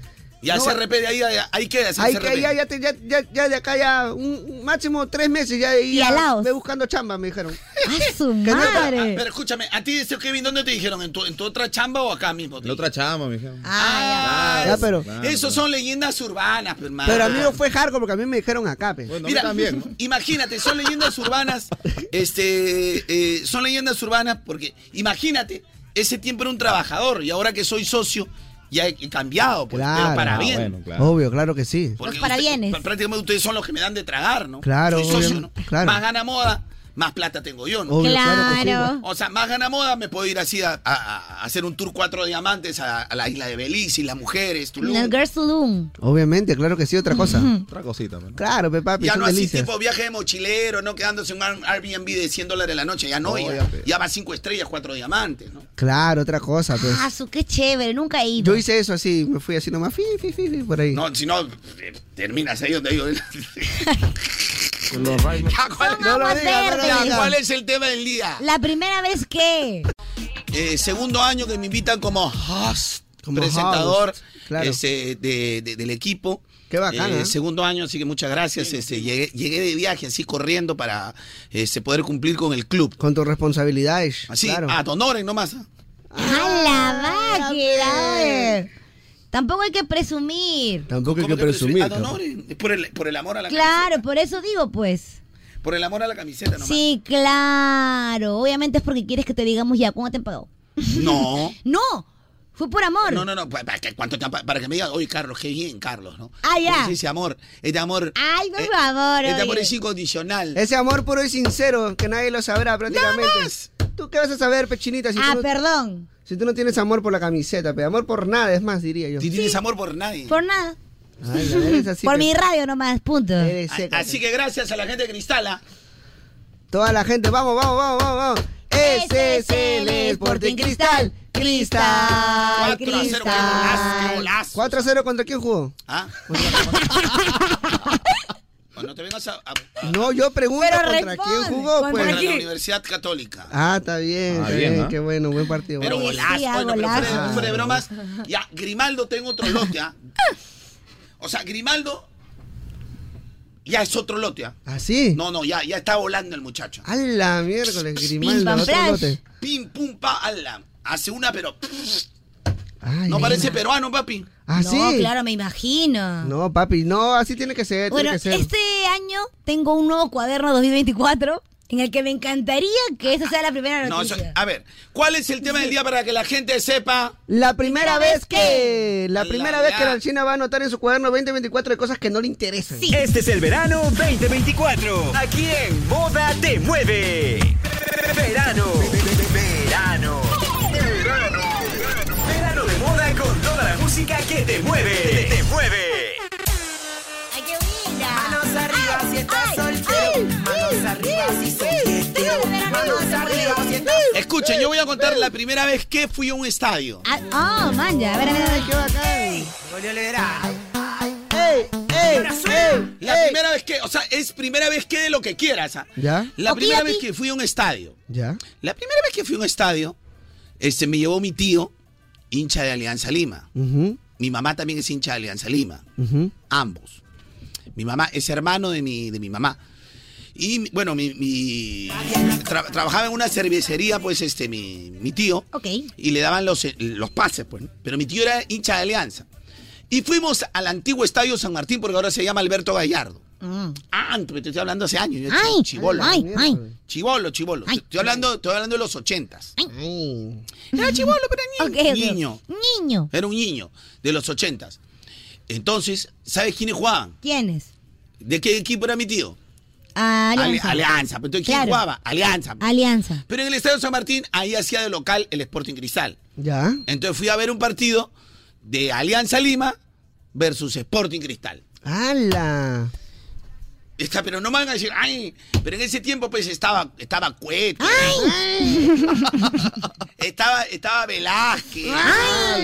Speaker 5: Ya
Speaker 1: No,
Speaker 5: se repite, ahí, ahí, ahí queda.
Speaker 1: Ay, que ya, ya, te- ya, ya, ya de acá ya un un máximo tres meses ya de ir
Speaker 3: Y
Speaker 1: a-
Speaker 3: alaos.
Speaker 1: ve buscando chamba, me dijeron.
Speaker 3: ¡A su
Speaker 1: Que no-
Speaker 3: madre!
Speaker 5: Ah, Pero escúchame, ¿a ti, este Kevin, dónde te dijeron? ¿En tu, en tu otra chamba o acá mismo?
Speaker 4: En otra chama, me dijeron.
Speaker 5: Ah,
Speaker 1: Ya, pero-
Speaker 5: Esos son leyendas urbanas, pues, hermano.
Speaker 1: Pero a mí no fue hardcore porque a mí me dijeron acá, pe.
Speaker 5: Mira, imagínate, son leyendas urbanas, este, eh, son leyendas urbanas porque, imagínate, ese tiempo era un trabajador y ahora que soy socio, ya he cambiado, pues, pero para
Speaker 1: Ah,
Speaker 5: bien.
Speaker 1: bueno, claro. Obvio, claro que sí.
Speaker 5: Porque
Speaker 3: Los parabienes.
Speaker 5: usted- prácticamente ustedes son los que me dan de tragar, ¿no?
Speaker 1: Claro,
Speaker 5: Soy socio,
Speaker 1: obvio,
Speaker 5: ¿no?
Speaker 1: claro.
Speaker 5: Más gana moda, más plata tengo yo, ¿no?
Speaker 1: Obvio, claro que sí. Claro.
Speaker 5: O sea, más gana moda, me puedo ir así a, a- a hacer un tour cuatro diamantes a, a la isla de Belice y las mujeres, Tulum.
Speaker 3: La Girls Tulum.
Speaker 1: Obviamente, claro que sí, otra cosa.
Speaker 4: Otra cosita, mano.
Speaker 1: Claro, pe, papi,
Speaker 5: Ya
Speaker 1: Ah, son
Speaker 5: no así
Speaker 1: delicias.
Speaker 5: tipo viaje de mochilero, no quedándose en un Airbnb de 100 dólares la noche, ya no,
Speaker 4: No,
Speaker 5: ya,
Speaker 4: ya, pe.
Speaker 5: ya va cinco estrellas, cuatro diamantes, ¿no?
Speaker 1: Claro, otra cosa, pe.
Speaker 3: ¡Ah, su qué chévere! Nunca he ido.
Speaker 1: Yo hice eso así, me fui así nomás, fi, fi, fi, fi, por ahí.
Speaker 5: No, si no, eh, terminas ahí donde digo. Ya, ¿cuál,
Speaker 3: No lo digas, no lo
Speaker 5: Ya,
Speaker 3: digas.
Speaker 5: ¿cuál es el tema del día?
Speaker 3: La primera vez que.
Speaker 5: Eh, segundo año que me invitan como host,
Speaker 1: Como
Speaker 5: presentador
Speaker 1: host, claro.
Speaker 5: este, de- de- del equipo.
Speaker 1: Qué bacán, ¿eh?
Speaker 5: Segundo año, así que muchas gracias. Este, llegué, llegué de viaje así corriendo para este, poder cumplir con el club.
Speaker 1: Con tus responsabilidades.
Speaker 5: Así,
Speaker 1: claro.
Speaker 5: a Donoren nomás. ¿ah?
Speaker 3: ¡A la máquina! Tampoco hay que presumir.
Speaker 18: Tampoco hay que
Speaker 5: Pero eso es
Speaker 18: presumir.
Speaker 5: ad honorem, es por el, por el amor a la
Speaker 3: Claro, por eso digo, pues.
Speaker 5: camiseta. Por el amor a la camiseta nomás.
Speaker 3: Sí, claro. Obviamente es porque quieres que te digamos ya cuánto te pagó.
Speaker 5: No.
Speaker 3: No, fue por amor.
Speaker 5: No, no, no. pa- Para que, cuánto te- para que me digas, oye, Carlos, qué bien, Carlos, ¿no?
Speaker 3: Ah, ya.
Speaker 5: Porque Ese amor, este amor.
Speaker 3: Ay, por favor.
Speaker 5: Este amor
Speaker 1: oye.
Speaker 5: es incondicional.
Speaker 1: Ese amor puro y sincero, que nadie lo sabrá prácticamente. ¿Tú qué vas a saber, pechinita? Si
Speaker 3: Ah,
Speaker 1: tú no-
Speaker 3: perdón.
Speaker 1: Si tú no tienes amor por la camiseta, pe, amor por nada, es más, diría yo.
Speaker 5: Si tienes amor por nadie.
Speaker 3: Por nada.
Speaker 1: Ay, la verdad es así,
Speaker 3: por
Speaker 1: pe.
Speaker 3: mi radio nomás, punto.
Speaker 1: Eres seca.
Speaker 5: Así que gracias a la gente de Cristala.
Speaker 1: Toda la gente, vamos, vamos, vamos, vamos, vamos. Ese es el Sporting Cristal.
Speaker 5: 4 a
Speaker 1: Cristal,
Speaker 5: 0, qué golazo, qué golazo.
Speaker 1: 4 a 0 contra quién jugó?
Speaker 5: ¿Ah? Bueno, te vengas a. a-
Speaker 1: No, yo pregunto
Speaker 5: Pero
Speaker 1: contra
Speaker 5: responde,
Speaker 1: quién jugó,
Speaker 5: contra
Speaker 1: pues.
Speaker 5: la Universidad Católica.
Speaker 1: Ah, está bien,
Speaker 5: Ah,
Speaker 1: está
Speaker 5: bien,
Speaker 1: bien,
Speaker 5: ¿ah?
Speaker 1: qué Ah. bueno, buen partido.
Speaker 5: Pero
Speaker 1: buen
Speaker 5: golazo,
Speaker 1: partido.
Speaker 5: bueno, pero fuera de- fuera de bromas. Ya, Grimaldo tengo otro lote, ¿ah? O sea, Grimaldo ya es otro lote, ¿ah?
Speaker 1: ¿Ah, sí?
Speaker 5: No, no, ya, ya está volando el muchacho.
Speaker 1: A la miércoles,
Speaker 5: Pim,
Speaker 1: Grimaldo,
Speaker 5: pam,
Speaker 1: otro
Speaker 5: flash.
Speaker 1: lote.
Speaker 5: Pim, pum, pa, ala. Hace una, pero.
Speaker 1: Ay,
Speaker 5: no
Speaker 1: ay,
Speaker 5: parece
Speaker 1: ay.
Speaker 5: peruano, papi.
Speaker 1: ¿Ah,
Speaker 3: no,
Speaker 1: sí?
Speaker 3: claro, me imagino.
Speaker 1: No, papi, no, así tiene que ser,
Speaker 3: Bueno,
Speaker 1: tiene que ser.
Speaker 3: este año tengo un nuevo cuaderno 2024 en el que me encantaría que esa sea la primera
Speaker 5: No, eso-
Speaker 3: noticia.
Speaker 5: a ver, ¿cuál es el tema del día para que la gente sepa?
Speaker 1: La primera vez que. La
Speaker 5: A la
Speaker 1: primera vez que
Speaker 5: ya.
Speaker 1: la China va a anotar en su cuaderno 2024 de cosas que no le interesan.
Speaker 19: Este es el verano 2024. Aquí en Moda Te Mueve. Verano. Verano. Verano. Verano de moda con toda la música que te mueve. Te, te mueve.
Speaker 4: Manos arriba si estás soltero. Manos arriba si soltero. Manos arriba si estás
Speaker 5: Escuchen, yo voy a contar la primera vez que fui a un estadio.
Speaker 3: Ah, oh, man, ya, a ver, a ver, a ver.
Speaker 5: La primera vez que, o sea, es primera vez que de lo que quieras. ¿ah?
Speaker 1: ¿Ya?
Speaker 5: La primera vez que fui a un estadio.
Speaker 1: ¿Ya?
Speaker 5: La primera vez que fui a un estadio, este, me llevó mi tío, hincha de Alianza Lima.
Speaker 1: Ujú,
Speaker 5: Mi mamá también es hincha de Alianza Lima.
Speaker 1: ujú.
Speaker 5: ambos. Mi mamá es hermano de mi, de mi mamá. Y bueno, mi, mi- tra- trabajaba en una cervecería, pues este, mi, mi tío. Y le daban los, eh, los pases, pues. ¿no? Pero mi tío era hincha de Alianza. Y fuimos al antiguo estadio San Martín, porque ahora se llama Alberto Gallardo.
Speaker 3: Mm,
Speaker 5: Ah, te estoy hablando hace años. Yo
Speaker 4: Ay,
Speaker 5: chivolo.
Speaker 4: ay, ay.
Speaker 5: Chivolo, chivolo. Estoy hablando, estoy hablando de los ochentas. Era chivolo, pero
Speaker 3: niño.
Speaker 5: Niño.
Speaker 3: Niño.
Speaker 5: Era un niño de los ochentas. Entonces, ¿sabes quiénes jugaban?
Speaker 3: ¿Quiénes?
Speaker 5: ¿De qué equipo era mi tío?
Speaker 3: Ah, Alianza.
Speaker 5: Ale- Alianza. Pero Entonces, ¿quién
Speaker 3: Claro.
Speaker 5: jugaba? Alianza.
Speaker 3: Alianza.
Speaker 5: Pero en el Estadio San Martín, ahí hacía de local el Sporting Cristal.
Speaker 1: ¿Ya?
Speaker 5: Entonces fui a ver un partido de Alianza Lima versus Sporting Cristal.
Speaker 1: ¡Hala!
Speaker 5: Está, pero no me van a decir, ay, pero en ese tiempo pues estaba, estaba Cueto. estaba, estaba Velázquez.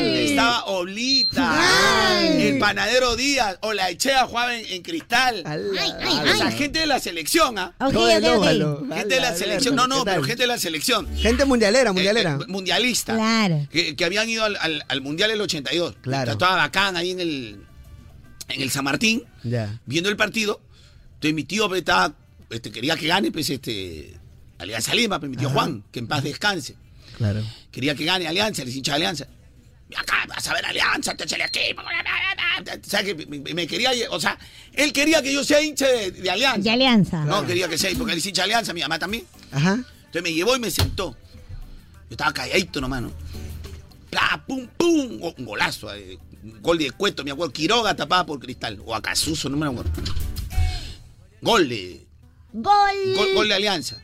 Speaker 5: Estaba Oblita. El panadero Díaz. O la Echea jugaba en, en cristal. o sea, gente de la selección, ¿ah?
Speaker 1: Ok, Todo ok, el ok. óvalo.
Speaker 5: Gente de la
Speaker 1: Ala,
Speaker 5: selección.
Speaker 1: Alberto,
Speaker 5: No,
Speaker 1: ¿qué
Speaker 5: no,
Speaker 1: tal?
Speaker 5: pero gente de la selección.
Speaker 1: Gente mundialera, mundialera.
Speaker 5: Eh, eh, mundialista.
Speaker 1: Claro.
Speaker 5: Que, que habían ido al, al- al Mundial del 82.
Speaker 1: Claro.
Speaker 5: Estaba bacán ahí en el, en el San Martín
Speaker 1: Ya.
Speaker 5: viendo el partido. Entonces mi tío pues, estaba, este, quería que gane, pues, este, Alianza Lima, pues, mi tío Juan, que en paz descanse.
Speaker 1: Claro.
Speaker 5: Quería que gane Alianza, el hincha de Alianza. Acá vas a ver Alianza, te sale aquí. bla, bla, bla, bla. O sea, que me, me quería, lle- o sea, él quería que yo sea hincha de, de Alianza.
Speaker 3: De Alianza.
Speaker 5: No, quería que sea, porque él es hincha de Alianza, mi mamá también.
Speaker 1: Ajá.
Speaker 5: Entonces me llevó y me sentó. Yo estaba calladito nomás, ¿no? Pla, pum, pum, Go- un golazo. eh, un gol de cueto, me acuerdo. Quiroga tapada por cristal. O Acasuso, no me acuerdo. Gol de,
Speaker 3: Gol.
Speaker 5: gol, gol de Alianza.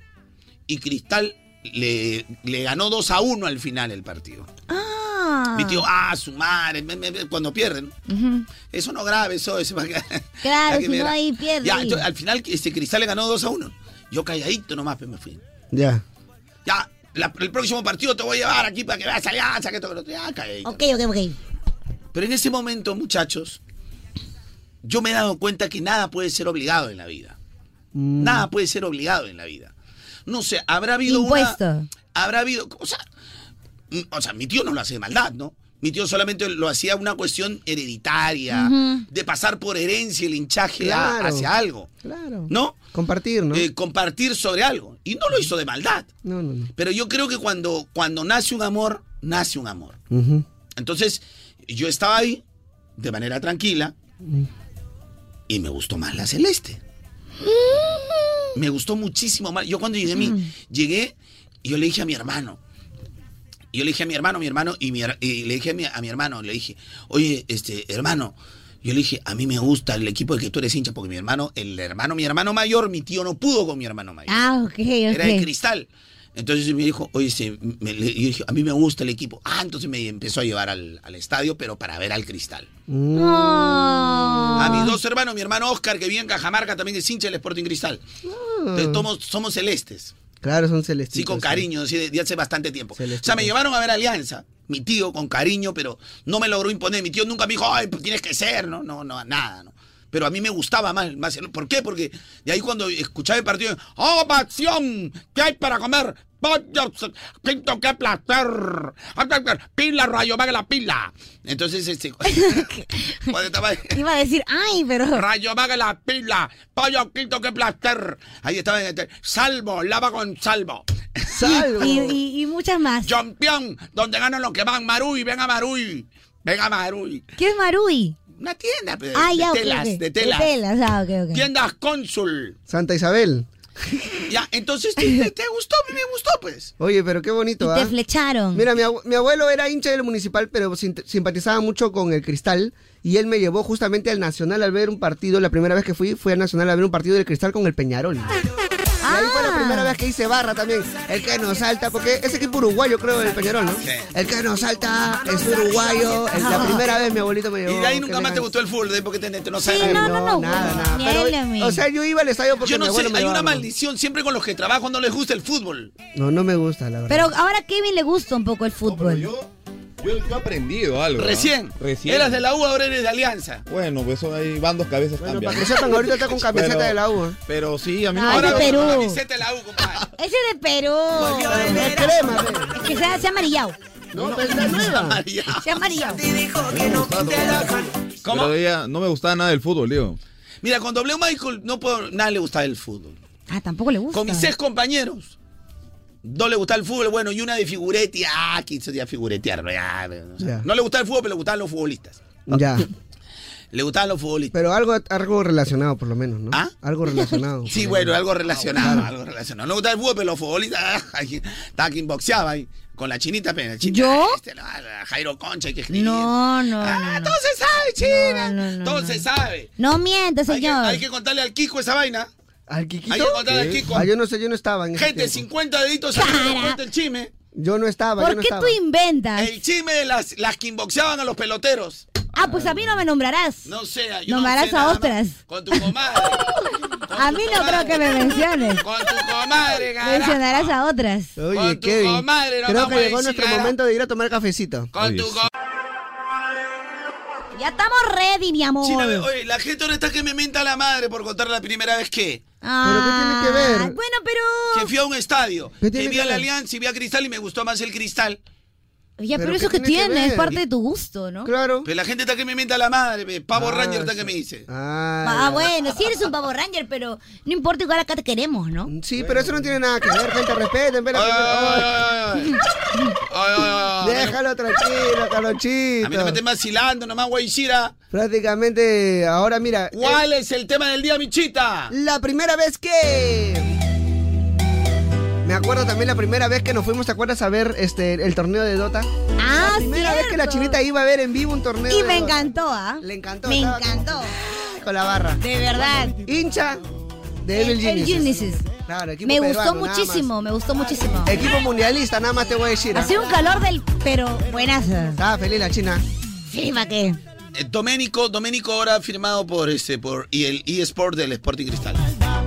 Speaker 5: Y Cristal le, le ganó 2 a 1 al final el partido.
Speaker 3: Ah.
Speaker 5: Mi tío, ah, su madre, me- me- me- cuando pierden.
Speaker 3: Ujú.
Speaker 5: Eso no grave, eso es.
Speaker 3: Claro,
Speaker 5: Ya que
Speaker 3: si
Speaker 5: me
Speaker 3: no
Speaker 5: gra-
Speaker 3: ahí pierde.
Speaker 5: Ya, entonces, al final este Cristal le ganó 2 a 1. Yo calladito nomás pues, me fui.
Speaker 1: Ya.
Speaker 5: Ya, la- el próximo partido te voy a llevar aquí para que veas alianza, que esto, que lo otro. Ya, calladito.
Speaker 3: Ok, ok, ok.
Speaker 5: Pero en ese momento, muchachos, yo me he dado cuenta que nada puede ser obligado en la vida. Nada puede ser obligado en la vida. No sé, habrá habido
Speaker 3: Impuesto.
Speaker 5: una. Habrá habido. O sea, mm, o sea, mi tío no lo hace de maldad, ¿no? Mi tío solamente lo hacía una cuestión hereditaria,
Speaker 1: Ujú.
Speaker 5: de pasar por herencia el hinchaje a-
Speaker 1: Claro.
Speaker 5: hacia algo,
Speaker 1: Claro.
Speaker 5: ¿no?
Speaker 1: Compartir, ¿no?
Speaker 5: Eh, compartir sobre algo. Y no lo hizo de maldad.
Speaker 1: No, no, no.
Speaker 5: Pero yo creo que cuando, cuando nace un amor, nace un amor. Entonces, yo estaba ahí de manera tranquila y me gustó más la celeste. Me gustó muchísimo más. Yo cuando llegué a mí, llegué y yo le dije a mi hermano. Y yo le dije a mi hermano, mi hermano, y, mi her- y le dije a mi, a mi hermano, le dije, oye, este, hermano, yo le dije, a mí me gusta el equipo de que tú eres hincha, porque mi hermano, el hermano, mi hermano mayor, mi tío no pudo con mi hermano mayor.
Speaker 12: Ah, ok, ok.
Speaker 5: Era de cristal. Entonces me dijo, oye, se- me- le- yo dije, a mí me gusta el equipo. Ah, entonces me empezó a llevar al, al estadio, pero para ver al cristal.
Speaker 12: Oh.
Speaker 5: A mis dos hermanos, mi hermano Oscar, que vive en Cajamarca, también es hincha del Sporting Cristal. Entonces somos, somos celestes,
Speaker 1: Claro, son celestitos.
Speaker 5: sí, con cariño, así de, de hace bastante tiempo. O sea, me llevaron a ver Alianza, mi tío, con cariño, pero no me logró imponer. Mi tío nunca me dijo, ay, pues tienes que ser, ¿no? No, no, nada, ¿no? Pero a mí me gustaba más, más el- ¿Por qué? Porque de ahí cuando escuchaba el partido, ¡oh, pasión! ¿Qué hay para comer? ¡Pollo! ¡Quinto, qué placer! ¡Pila, rayo, vaga la pila! Entonces, este. cuando estaba.
Speaker 12: Iba a decir, ay, pero.
Speaker 5: Pues Rayo, vaga la pila. Pollo, quinto, qué placer. Ahí estaba en el. Salvo, lava con salvo.
Speaker 12: Y, y- y muchas más.
Speaker 5: Champion, donde ganan los que van. Marui, venga Marui. Venga Marui.
Speaker 12: ¿Qué es Marui?
Speaker 5: Una tienda, pues,
Speaker 12: Ah,
Speaker 5: de
Speaker 12: ya, ok,
Speaker 5: telas,
Speaker 12: ok.
Speaker 5: de telas.
Speaker 12: De telas, ah, ok, ok.
Speaker 5: Tiendas Cónsul.
Speaker 1: Santa Isabel.
Speaker 5: Ya, entonces te, te- te gustó, a mí me gustó, pues.
Speaker 1: Oye, pero qué bonito, ¿ah?
Speaker 12: flecharon.
Speaker 1: Mira, mi, abue- mi abuelo era hincha del municipal, pero sin- simpatizaba mucho con el cristal. Y él me llevó justamente al Nacional al ver un partido. La primera vez que fui, fui al Nacional a ver un partido del cristal con el Peñarol.
Speaker 12: Ah.
Speaker 1: Y ahí fue la primera vez que hice barra también. El que nos salta, porque ese equipo uruguayo creo el Peñarol, ¿no? El que nos salta es uruguayo. El- la primera vez mi abuelito me llevó.
Speaker 5: Y de ahí
Speaker 1: que
Speaker 5: nunca
Speaker 1: me
Speaker 5: más te
Speaker 1: gan-
Speaker 5: gustó el fútbol, de ahí porque te, te no
Speaker 1: Sí,
Speaker 5: sabes.
Speaker 1: no, no, no, nada, nada. Ni a Pero, él, a mí. o sea, yo iba al estadio porque
Speaker 5: Yo no
Speaker 1: mi
Speaker 5: sé,
Speaker 1: abuelo me
Speaker 5: hay una
Speaker 1: llevaba.
Speaker 5: maldición. Siempre con los que trabajan no les gusta el fútbol.
Speaker 1: No, no me gusta, la verdad.
Speaker 12: Pero ahora a Kevin le gusta un poco el fútbol.
Speaker 18: Mm. Yo, yo he aprendido algo. ¿ah?
Speaker 5: Recién.
Speaker 18: Recién.
Speaker 5: Eras de la U, ahora eres de Alianza.
Speaker 18: Bueno, pues son ahí bandos que a veces cambian.
Speaker 1: para
Speaker 18: ¿no?
Speaker 1: que sepan, ahorita está con camiseta
Speaker 18: Pero-
Speaker 1: de la U, ¿eh?
Speaker 18: Pero sí, a mí
Speaker 12: Ah, es de Perú.
Speaker 5: de la U,
Speaker 12: Ese es de Perú.
Speaker 18: de
Speaker 12: Es que se ha se ha amarillado.
Speaker 1: No,
Speaker 12: no,
Speaker 1: es la nueva.
Speaker 12: Se ha amarillado.
Speaker 18: Pero ella no me gustaba nada del fútbol, digo.
Speaker 5: Mira, con W Michael no puedo, nada le gustaba el fútbol.
Speaker 12: Ah, tampoco le gusta.
Speaker 5: Con mis seis compañeros. No le gustaba el fútbol, bueno, y una de figuretti, ah, quise ya figuretear. ya, no sé.
Speaker 1: Ya.
Speaker 5: No le gustaba el fútbol, pero le gustaban los futbolistas.
Speaker 1: Ya.
Speaker 5: Le gustaban los futbolistas.
Speaker 1: Pero algo, algo relacionado, por lo menos, ¿no? ¿Ah? Algo relacionado.
Speaker 5: Sí, bueno, algo relacionado, algo relacionado. No le gustaba el fútbol, pero los futbolistas, ah, ahí, estaba quien boxeaba ahí, con la chinita, pero la chinita,
Speaker 12: ¿Yo?
Speaker 5: este, no, ah, Jairo Concha, hay que escribir.
Speaker 12: No, no.
Speaker 5: Ah,
Speaker 12: no,
Speaker 5: todo se sabe, China. todo se sabe.
Speaker 12: No miente, señor.
Speaker 5: Hay que contarle al Kiko esa vaina.
Speaker 1: ¿Al Kikito?
Speaker 5: Hay que contarle al Kiko.
Speaker 1: Ah, yo no sé, yo no estaba en ese
Speaker 5: Gente,
Speaker 1: tiempo.
Speaker 5: 50 deditos arriba, cuenta el chisme.
Speaker 1: Yo no estaba, yo
Speaker 12: ¿Por
Speaker 1: no
Speaker 12: qué
Speaker 1: estaba.
Speaker 12: tú inventas?
Speaker 5: El chisme de las, las que inboxeaban a los peloteros.
Speaker 12: Ah, pues a mí no me nombrarás.
Speaker 5: No sé, yo
Speaker 12: nombrarás
Speaker 5: no sé
Speaker 12: a
Speaker 5: nada
Speaker 12: otras.
Speaker 5: más. Con tu comadre.
Speaker 12: A mí no creo que me menciones.
Speaker 5: Con tu comadre, garajo.
Speaker 12: Mencionarás a otras.
Speaker 1: Oye,
Speaker 5: Con tu
Speaker 1: Kevin,
Speaker 5: comadre, no
Speaker 1: creo
Speaker 5: vamos
Speaker 1: que
Speaker 5: a
Speaker 1: llegó
Speaker 5: decir
Speaker 1: nuestro
Speaker 5: nada.
Speaker 1: momento de ir a tomar cafecito.
Speaker 5: Con tu comadre.
Speaker 12: Ya estamos ready, mi amor.
Speaker 5: China, ve- oye, la gente ahora está que me menta la madre por contar la primera vez que.
Speaker 12: Ah,
Speaker 1: ¿Pero qué tiene que ver?
Speaker 12: Bueno, pero.
Speaker 5: Que fui a un estadio,
Speaker 1: ¿Qué
Speaker 5: que
Speaker 1: tiene
Speaker 5: vi
Speaker 1: que
Speaker 5: a la
Speaker 1: ver?
Speaker 5: Alianza y vi a Cristal y me gustó más el Cristal.
Speaker 12: Ya, pero,
Speaker 1: ¿Pero
Speaker 12: eso
Speaker 1: qué
Speaker 12: que
Speaker 1: tiene que
Speaker 12: tiene, es
Speaker 1: ver?
Speaker 12: parte de tu gusto, ¿no?
Speaker 1: Claro. Ah,
Speaker 5: Pero la gente está que me menta la madre, ve, Pavo Ranger está que me dice.
Speaker 12: Ah, bueno, sí eres un pavo ranger, pero no importa, igual acá te queremos, ¿no?
Speaker 1: Mm, Sí, pero eso no tiene nada que ver, gente, respeten. Ven, Déjalo tranquilo,
Speaker 5: A mí no me estén
Speaker 1: Carlonchito.
Speaker 5: vacilando, nomás, guaychira.
Speaker 1: Prácticamente, ahora mira.
Speaker 5: ¿Cuál es el tema del día, Michita?
Speaker 1: La primera vez que. Me acuerdo también la primera vez que nos fuimos, ¿te acuerdas a ver este, el torneo de Dota?
Speaker 12: Ah,
Speaker 1: La primera vez que la chinita iba a ver en vivo un torneo.
Speaker 12: Y
Speaker 1: de
Speaker 12: me
Speaker 1: Dota.
Speaker 12: encantó, ¿ah.
Speaker 1: Le encantó.
Speaker 12: Me
Speaker 1: estaba
Speaker 12: encantó.
Speaker 1: Con la barra.
Speaker 12: De verdad.
Speaker 1: Hincha de Evil
Speaker 12: El- el
Speaker 1: Geniuses. Claro, equipo
Speaker 12: Me gustó
Speaker 1: peruano, nada más.
Speaker 12: muchísimo, me gustó muchísimo.
Speaker 1: Equipo mundialista, nada más te voy a decir. ¿ah?
Speaker 12: Hacía un calor del. Pero buenaza.
Speaker 1: Estaba feliz la china.
Speaker 12: Sí, ¿para qué?
Speaker 5: Eh, Doménico, Doménico ahora firmado por ese, por y el eSport del Sporting Cristal.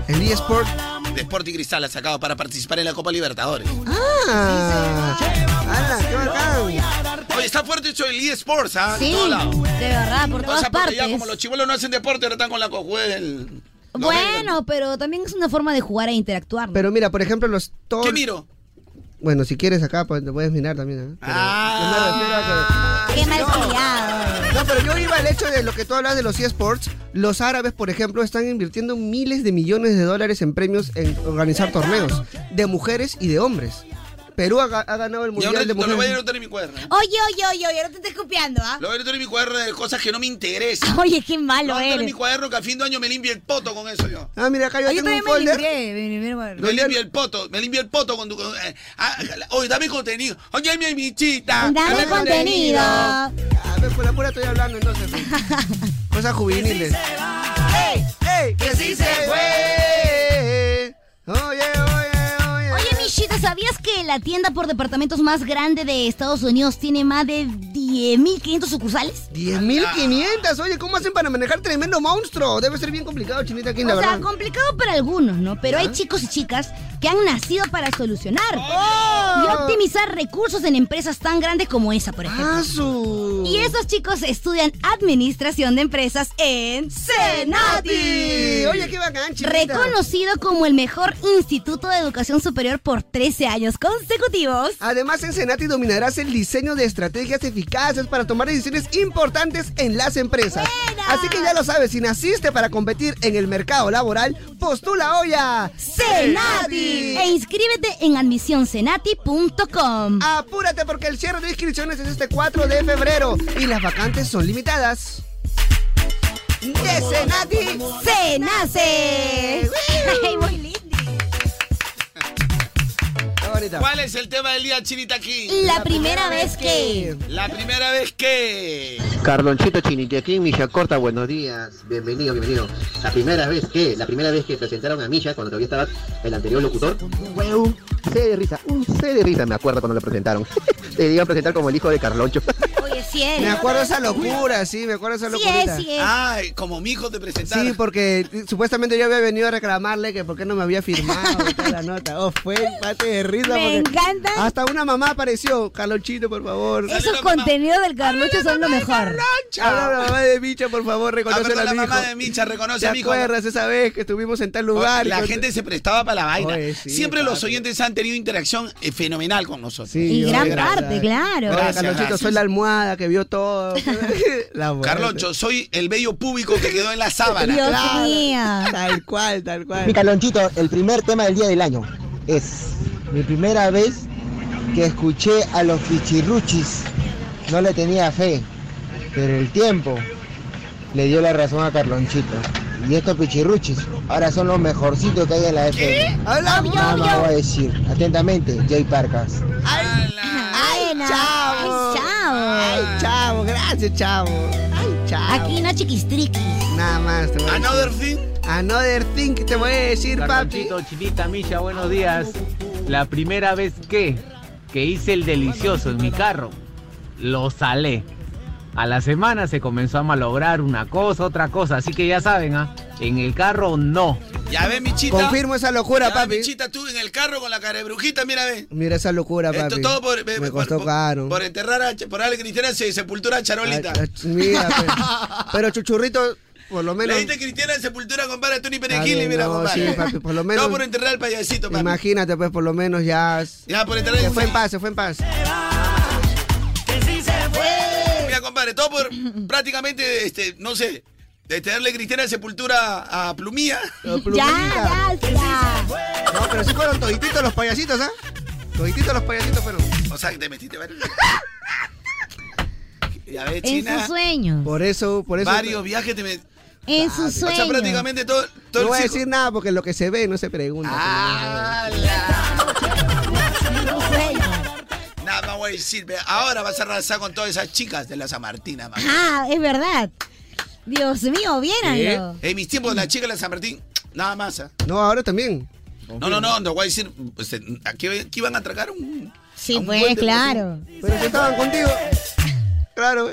Speaker 1: El eSport
Speaker 5: de Sporting Cristal ha sacado para participar en la Copa Libertadores.
Speaker 1: Ah, ala, qué bacán.
Speaker 5: Oye, está fuerte eso el eSports, ¿ah? En
Speaker 12: Sí,
Speaker 5: todos lados.
Speaker 12: de verdad, por
Speaker 5: O
Speaker 12: todas
Speaker 5: sea, porque ya
Speaker 12: partes.
Speaker 5: como los chivolos no hacen deporte, ahora están con la cojuela del...
Speaker 12: Bueno, pero también es una forma de jugar e interactuar. ¿no?
Speaker 1: Pero mira, por ejemplo, los todos.
Speaker 5: ¿Qué miro?
Speaker 1: Bueno, si quieres acá, pues te puedes mirar también. ¿eh? Pero-
Speaker 4: Ah.
Speaker 5: Ah.
Speaker 12: Qué mal criado.
Speaker 1: No, pero yo iba al hecho de lo que tú hablas de los eSports. Los árabes, por ejemplo, están invirtiendo miles de millones de dólares en premios en organizar torneos de mujeres y de hombres. Perú ha, ha ganado el
Speaker 5: Y ahora
Speaker 1: mundial de
Speaker 5: lo voy a
Speaker 1: mujeres.
Speaker 5: anotar en mi cuaderno. ¿eh?
Speaker 3: Oye, oye, oye, oye, no te estés copiando, ¿ah?
Speaker 5: Lo voy a anotar en mi cuaderno de cosas que no me
Speaker 12: Ah,
Speaker 5: interesan.
Speaker 3: Oye, qué malo
Speaker 5: Lo voy a anotar en
Speaker 3: eres.
Speaker 5: mi cuaderno que a fin de año me limpie el poto con eso yo.
Speaker 1: Ah, mira, acá yo
Speaker 3: Ah, yo
Speaker 1: tengo
Speaker 3: también
Speaker 1: un
Speaker 3: me
Speaker 1: folder.
Speaker 3: limpié. mi primer cuaderno.
Speaker 5: Me limpia el poto, me limpia el poto con tu. con- eh, ah, oye, dame contenido. Oye, mi michita.
Speaker 1: Ah, pues por la pura estoy hablando entonces. Cosas juveniles. ¡Ey! ¡Ey! ¡Que sí se fue! Oye,
Speaker 3: Oye, Michita, ¿sabías que la tienda por departamentos más grande de Estados Unidos tiene más de 10.500 sucursales?
Speaker 1: 10.500, oye, ¿cómo hacen para manejar tremendo monstruo? Debe ser bien complicado, chinita, aquí en la
Speaker 3: O sea,
Speaker 1: verdad.
Speaker 3: complicado para algunos, ¿no? Pero hay chicos y chicas que han nacido para solucionar
Speaker 1: ¡Oh!
Speaker 3: y optimizar recursos en empresas tan grandes como esa, por ejemplo.
Speaker 1: Ah,
Speaker 3: Y esos chicos estudian administración de empresas en Senati.
Speaker 1: Oye, qué bacán, chinita.
Speaker 3: Reconocido como el mejor instituto de educación superior por 13 años consecutivos.
Speaker 1: Además, en Senati dominarás el diseño de estrategias eficaces para tomar decisiones importantes en las empresas. Así que ya lo sabes, si naciste para competir en el mercado laboral, postula hoy a
Speaker 3: Senati. E inscríbete en admisioncenati.com.
Speaker 1: Apúrate porque el cierre de inscripciones es este 4 de febrero y las vacantes son limitadas. De Senati
Speaker 3: se nace. Ay, muy lindo.
Speaker 5: ¿Cuál es el tema del día, chinita aquí?
Speaker 3: La primera vez que-
Speaker 5: La primera vez que.
Speaker 28: Carlonchito Chinitequín, Milla Corta, buenos días. Bienvenido, bienvenido. La primera vez que, la primera vez que presentaron a Milla, cuando todavía estaba el anterior locutor, fue un C de risa, un C de risa, me acuerdo cuando lo presentaron. Te iban a presentar como el hijo de Carloncho.
Speaker 3: Oye, sí eres.
Speaker 1: Me acuerdo esa locura, sí, me acuerdo esa
Speaker 3: Sí es,
Speaker 1: locura.
Speaker 3: sí es.
Speaker 5: Ay, como mi hijo te presentaron.
Speaker 1: Sí, porque eh, supuestamente yo había venido a reclamarle que por qué no me había firmado y toda la nota. Oh, fue parte de risa.
Speaker 3: Me
Speaker 1: porque
Speaker 3: encanta.
Speaker 1: Hasta una mamá apareció. Carlonchito, por favor.
Speaker 3: Esos contenidos
Speaker 1: Ah,
Speaker 3: del Carlucho son lo mejor.
Speaker 1: Habla la mamá de Micha, por favor, reconoce
Speaker 5: perdón,
Speaker 1: a
Speaker 5: la
Speaker 1: mi hijo.
Speaker 5: mamá de Micha, reconoce
Speaker 1: ¿Te
Speaker 5: a mi hijo.
Speaker 1: acuerdas esa vez que estuvimos en tal lugar?
Speaker 5: La
Speaker 1: Y-
Speaker 5: gente se prestaba para la vaina.
Speaker 1: Oye, sí,
Speaker 5: Siempre los
Speaker 1: papi.
Speaker 5: oyentes han tenido interacción eh, fenomenal con nosotros.
Speaker 1: Sí, yo- gracias. Hola,
Speaker 5: Gracias,
Speaker 1: Carlonchito,
Speaker 5: gracias.
Speaker 1: soy la almohada que vio todo. La muerte.
Speaker 5: Carloncho, soy el bello público que quedó en la sábana.
Speaker 1: Dios
Speaker 5: Claro.
Speaker 1: Tal cual, tal cual.
Speaker 4: Mi calonchito,
Speaker 5: eh,
Speaker 4: el primer tema del día del año es mi primera vez que escuché a los pichirruchis. No le tenía fe, pero el tiempo le dio la razón a Carlonchito. Y estos pichirruchis ahora son los mejorcitos que hay en la FM.
Speaker 1: Habla,
Speaker 4: Nada más voy a decir. Atentamente, Jay Parcas.
Speaker 3: Ay,
Speaker 1: chavo.
Speaker 3: Ay, chavo.
Speaker 1: Ay, chavo, gracias, chavo. Ay, chavo.
Speaker 3: Aquí no chiquistriqui.
Speaker 1: Nada más. Te voy a decir.
Speaker 5: Another thing.
Speaker 1: Another thing que te voy a decir, papi.
Speaker 20: Carlonchito, Chinita, Milla, buenos días. La primera vez que, que hice el delicioso en mi carro, lo salé. A la semana se comenzó a malograr una cosa, otra cosa. Así que ya saben, ¿ah? en el carro no.
Speaker 5: Ya ves, Michita.
Speaker 1: Confirmo esa locura,
Speaker 5: Ya ves,
Speaker 1: papi.
Speaker 5: Michita, tú en el carro con la cara de brujita, mira, ve.
Speaker 1: Mira esa locura,
Speaker 5: Esto
Speaker 1: papi.
Speaker 5: todo por-
Speaker 1: Me
Speaker 5: por-
Speaker 1: costó caro.
Speaker 5: Por enterrar a, por darle cristiana se- sepultura a Charolita.
Speaker 1: Ay, ay, mira, pe- pero Chuchurrito, por lo
Speaker 5: Le
Speaker 1: menos.
Speaker 5: diste cristiana de sepultura, compadre, a Tony
Speaker 1: Está
Speaker 5: Perejil y
Speaker 1: bien,
Speaker 5: mira,
Speaker 1: no,
Speaker 5: compadre.
Speaker 1: sí, papi, por lo menos-
Speaker 5: Todo por enterrar al payasito, papi.
Speaker 1: Imagínate, pues, por lo menos ya.
Speaker 5: Ya, por enterrar
Speaker 1: Se fue en paz, se fue en paz.
Speaker 5: Que sí se fue. Mira, compadre, todo por prácticamente, este, no sé, de darle cristiana de sepultura a Plumía.
Speaker 1: Ya, No, pero sí fueron todititos los payasitos, ¿ah? Todititos los payasitos fueron.
Speaker 5: O sea, que te metiste, ¿verdad? Ya ves,
Speaker 3: En
Speaker 5: China.
Speaker 3: sus sueños.
Speaker 1: Por eso, por eso.
Speaker 5: Varios viajes te metiste.
Speaker 3: En sus
Speaker 5: O sea,
Speaker 3: sueños.
Speaker 5: prácticamente todo, todo el
Speaker 1: No
Speaker 5: Ah.
Speaker 1: voy a
Speaker 5: circo-
Speaker 1: decir nada porque lo que se ve no se pregunta. Ah,
Speaker 5: Nada más voy a decir, ve, ahora vas a arrasar con todas esas chicas de la San Martín, mamá.
Speaker 3: Ah, es verdad. Dios mío, viéranlo.
Speaker 5: ¿Eh? En mis tiempos,
Speaker 3: Mm.
Speaker 5: la chica de la San Martín, nada más. ah.
Speaker 1: No, ahora también.
Speaker 5: No, no, no, no voy a decir, pues, eh, aquí, aquí van a atracar un...
Speaker 3: Sí,
Speaker 5: a un buen
Speaker 3: pues,
Speaker 5: de-
Speaker 3: claro.
Speaker 1: Pero si estaban contigo. Claro,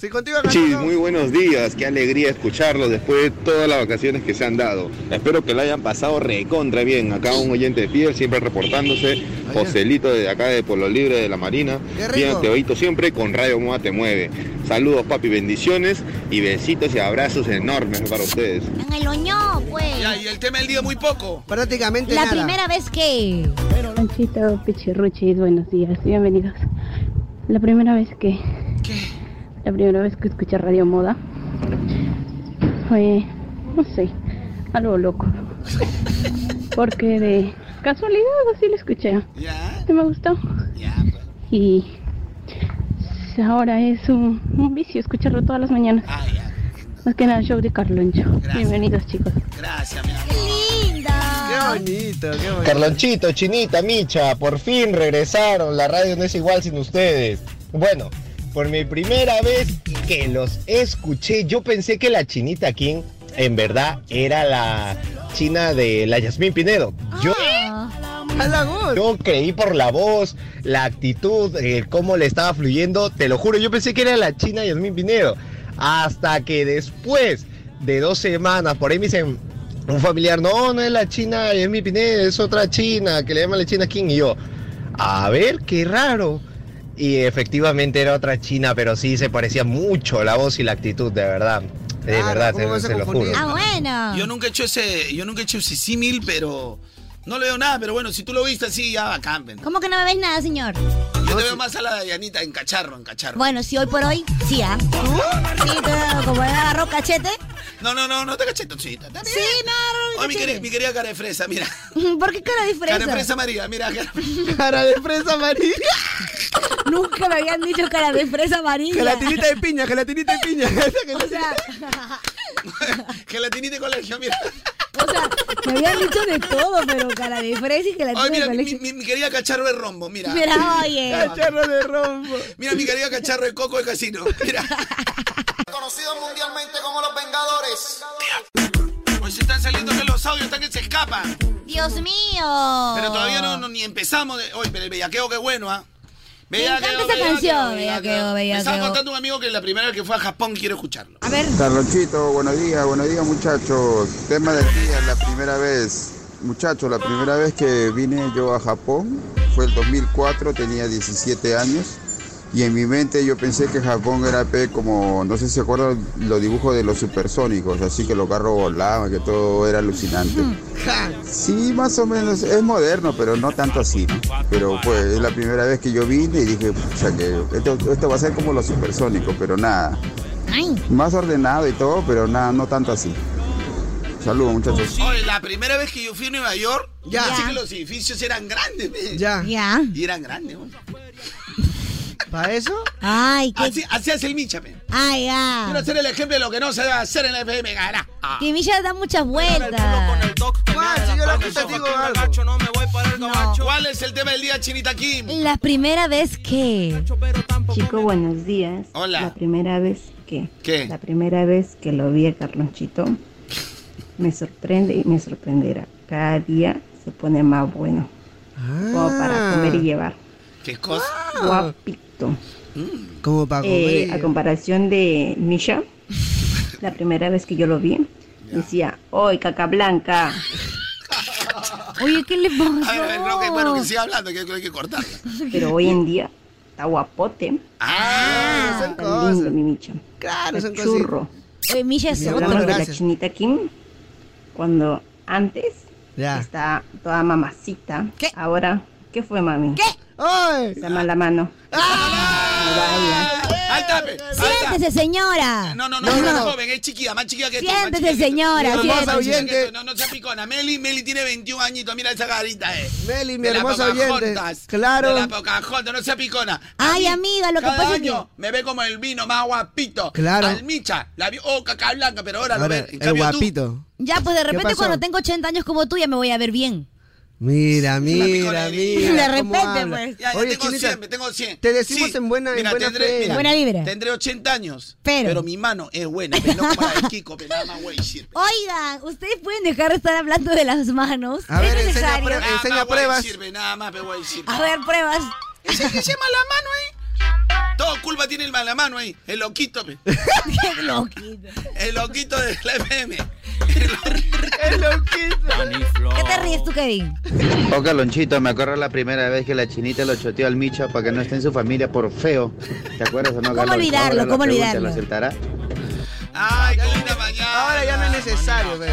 Speaker 1: si contigo acá.
Speaker 8: Chis, muy buenos días, qué alegría escucharlos después de todas las vacaciones que se han dado. Espero que lo hayan pasado recontra bien. Acá un oyente fiel, siempre reportándose. Joselito de acá de Pueblo Libre de la Marina.
Speaker 2: Qué rico.
Speaker 8: Bien activadito siempre, con Radio Moda te mueve. Saludos papi, bendiciones y besitos y abrazos enormes para ustedes.
Speaker 3: En el oñó, pues.
Speaker 5: Ya, y el tema del día muy poco.
Speaker 1: Prácticamente
Speaker 3: La
Speaker 1: nada.
Speaker 3: primera vez que...
Speaker 2: Panchito, Pichirruchis, buenos días, bienvenidos. La primera vez que. La primera vez que escuché Radio Moda fue, no sé, algo loco. Porque de
Speaker 29: Casualidad, así lo escuché.
Speaker 5: Ya.
Speaker 29: Sí me gustó. Y ahora es un, un vicio escucharlo todas las mañanas. Más que nada el show de Carloncho. Bienvenidos, chicos.
Speaker 5: Gracias,
Speaker 3: ¡Qué linda!
Speaker 1: ¡Qué bonito, qué bonito!
Speaker 4: Carlonchito, Chinita, Micha, por fin regresaron. La radio no es igual sin ustedes. Bueno, por mi primera vez que los escuché, yo pensé que la Chinita King en verdad era la china de la Yasmín Pinedo. Yo.
Speaker 1: Ah.
Speaker 4: Yo creí por la voz, la actitud, eh, cómo le estaba fluyendo, te lo juro, yo pensé que era la China Yasmín Pinedo. Hasta que después de dos semanas, por ahí me dicen un familiar, no, no es la China Yasmín Pinedo, es otra China, que le llaman la China King. Y yo, a ver, qué raro. Y efectivamente era otra China, pero sí se parecía mucho la voz y la actitud, de verdad. De verdad,
Speaker 8: eh,
Speaker 4: se, se lo juro.
Speaker 5: Ah, bueno. Yo nunca he hecho ese, yo nunca he hecho ese símil, pero no le veo nada, pero bueno, si tú lo viste así, ya bacán. ven.
Speaker 3: ¿Cómo que no me ves nada, señor?
Speaker 5: Yo te veo más a la Dayanita en cacharro, en cacharro.
Speaker 3: Bueno, si hoy por hoy, sí, ¿ah? Sí, claro, como me agarró cachete.
Speaker 5: No, no, no, no te caché, tochita. Está bien.
Speaker 3: Sí, me agarró
Speaker 5: Oye, mi, querida,
Speaker 3: cachete.
Speaker 5: mi querida cara de fresa, mira.
Speaker 3: ¿Por qué cara de fresa?
Speaker 5: Cara de fresa María, mira. Cara,
Speaker 1: Cara de fresa amarilla.
Speaker 3: Nunca me habían dicho cara de fresa amarilla.
Speaker 1: Gelatinita de piña, gelatinita de piña.
Speaker 3: O sea,
Speaker 5: gelatinita de colegio, mira.
Speaker 3: me habían dicho de todo, pero cara de fresa y gelatina
Speaker 5: Oye,
Speaker 3: de
Speaker 5: mira, mi,
Speaker 3: colegio.
Speaker 5: mi- mi querida cacharro de rombo, mira.
Speaker 3: Mira, oye.
Speaker 1: Cacharro de rombo.
Speaker 5: Mira, mi querida cacharro de coco de casino. Mira.
Speaker 30: Conocidos mundialmente como los Vengadores.
Speaker 5: Hoy se están saliendo que los audios están que se escapan.
Speaker 3: Dios mío.
Speaker 5: Pero todavía no, no- ni empezamos. De... Oye, pero el bellaqueo, qué bueno, ¿ah?
Speaker 3: Me encanta esa canción, bellaqueo,
Speaker 5: Me estaba
Speaker 3: bellaqueo.
Speaker 5: contando un amigo que la primera vez que fue a Japón quiero escucharlo.
Speaker 3: A ver.
Speaker 8: Carlonchito, buenos días, buenos días muchachos. Tema del día, la primera vez. Muchachos, la primera vez que vine yo a Japón fue el 2004, tenía 17 años. Y en mi mente yo pensé que Japón era pe, como, no sé si se acuerdan los dibujos de los supersónicos, así que los carros volaban, que todo era alucinante. Sí, más o menos, es moderno, pero no tanto así, ¿no? Pero pues es la primera vez que yo vine y dije, pucha, que esto, esto va a ser como los supersónicos, pero nada. Más ordenado y todo, pero nada, no tanto así. Saludos muchachos.
Speaker 5: Oye, la primera vez que yo fui a Nueva York, ya. pensé que los edificios eran grandes, pe.
Speaker 1: Ya.
Speaker 3: Ya.
Speaker 5: Y eran grandes, güey.
Speaker 1: ¿Para eso?
Speaker 3: Ay,
Speaker 5: qué. Así, así hace el Micha, pe.
Speaker 3: Ay,
Speaker 5: Quiero
Speaker 3: ya.
Speaker 5: hacer el ejemplo de lo que no se debe hacer en la FM, cara. Ah.
Speaker 3: Que Milla da muchas vueltas.
Speaker 5: yo la digo algo. No me voy para el gabacho. ¿Cuál es el tema del día, Chinita Kim?
Speaker 3: La primera vez que.
Speaker 2: Chico, buenos días.
Speaker 5: Hola.
Speaker 2: La primera vez que.
Speaker 5: ¿Qué?
Speaker 2: La primera vez que lo vi a Carlonchito, me sorprende y me sorprenderá. Cada día se pone más bueno. Como
Speaker 1: Ah,
Speaker 2: para comer y llevar.
Speaker 5: ¿Qué cosa?
Speaker 2: Guapito.
Speaker 1: Como para
Speaker 2: Eh,
Speaker 1: comer.
Speaker 2: a comparación de Misha, la primera vez que yo lo vi, decía, ¡Oy, caca blanca!
Speaker 3: Oye, ¿qué le pasa?
Speaker 5: A ver, no, que, bueno, que siga hablando, que, que hay que cortar.
Speaker 2: Pero hoy en día está guapote.
Speaker 5: Ah,
Speaker 2: son cosas. Lindo, mi Misha.
Speaker 1: Claro, son cositas.
Speaker 2: Churro.
Speaker 3: Eh, Milla es
Speaker 2: Y hablando
Speaker 3: otro.
Speaker 2: de la chinita Kim, cuando antes
Speaker 3: Ya.
Speaker 2: está toda mamacita, ahora, ¿qué fue mami? ¿Qué? Se mala mano.
Speaker 5: Ah, ¡Alta, pe!
Speaker 3: Siéntese, señora.
Speaker 5: No, no, no, no, es joven, es chiquilla, más chiquilla que tú. más
Speaker 3: Siéntese,
Speaker 5: chiquilla que tú.
Speaker 3: señora,
Speaker 5: No,
Speaker 3: siéntese.
Speaker 5: más chiquilla que tú, No, no sea picona. Meli, Meli tiene 21 añitos, mira esa carita, eh.
Speaker 1: Meli, mi
Speaker 5: De la
Speaker 1: hermosa oyente.
Speaker 5: Pocahontas,
Speaker 1: Claro.
Speaker 5: De la Pocahontas, no sea picona.
Speaker 3: Ay, amiga, lo que
Speaker 5: Cada
Speaker 3: pasa es que-
Speaker 5: año me ve como el vino más guapito.
Speaker 1: Claro.
Speaker 5: Al micha, la vi, oh, caca blanca, pero ahora, lo
Speaker 1: Ahora,
Speaker 5: ve. En
Speaker 1: el
Speaker 5: cambio, tú-
Speaker 1: guapito.
Speaker 3: Ya, pues de
Speaker 1: ¿Qué
Speaker 3: repente
Speaker 1: pasó?
Speaker 3: cuando tengo 80 años como tú ya me voy a ver bien.
Speaker 1: Mira, mira,
Speaker 5: piconería.
Speaker 1: mira.
Speaker 3: De
Speaker 1: cómo
Speaker 3: repente,
Speaker 1: habla.
Speaker 3: pues.
Speaker 5: Ya, ya
Speaker 1: Oye,
Speaker 5: tengo
Speaker 1: Chinita,
Speaker 5: 100, me tengo 100.
Speaker 1: te decimos en buena- en
Speaker 5: mira,
Speaker 1: buena
Speaker 5: tendré,
Speaker 1: fe.
Speaker 5: mira,
Speaker 1: Buena vibra.
Speaker 5: Tendré 80 años, pero, mi mano es buena. Pero no como la de Kiko, pero nada más güey, shit.
Speaker 3: Oigan, ustedes pueden dejar de estar hablando de las manos.
Speaker 5: A ver,
Speaker 3: es
Speaker 5: enseña
Speaker 3: necesario.
Speaker 5: prue- enseña Nada más pruebas. güey sirve, nada más, pero güey sirve.
Speaker 3: A ver, pruebas.
Speaker 5: Ese que se llama la mano ahí. Todo culpa tiene el mala mano ahí. El loquito, pe.
Speaker 3: el loquito.
Speaker 5: El loquito de la FM.
Speaker 1: El loquito.
Speaker 3: ¿Qué te ríes tú, Kevin?
Speaker 31: Oh, Carlonchito, me acuerdo la primera vez que la chinita lo choteó al Micha para que no esté en su familia por feo. ¿Te acuerdas o no, Carlon?
Speaker 3: olvidarlo?
Speaker 31: Ahora la
Speaker 3: ¿Cómo
Speaker 31: pregunta,
Speaker 3: olvidarlo?
Speaker 31: ¿Lo aceptará?
Speaker 5: Ay, qué linda mañana.
Speaker 1: Ahora ya no es necesario, ve.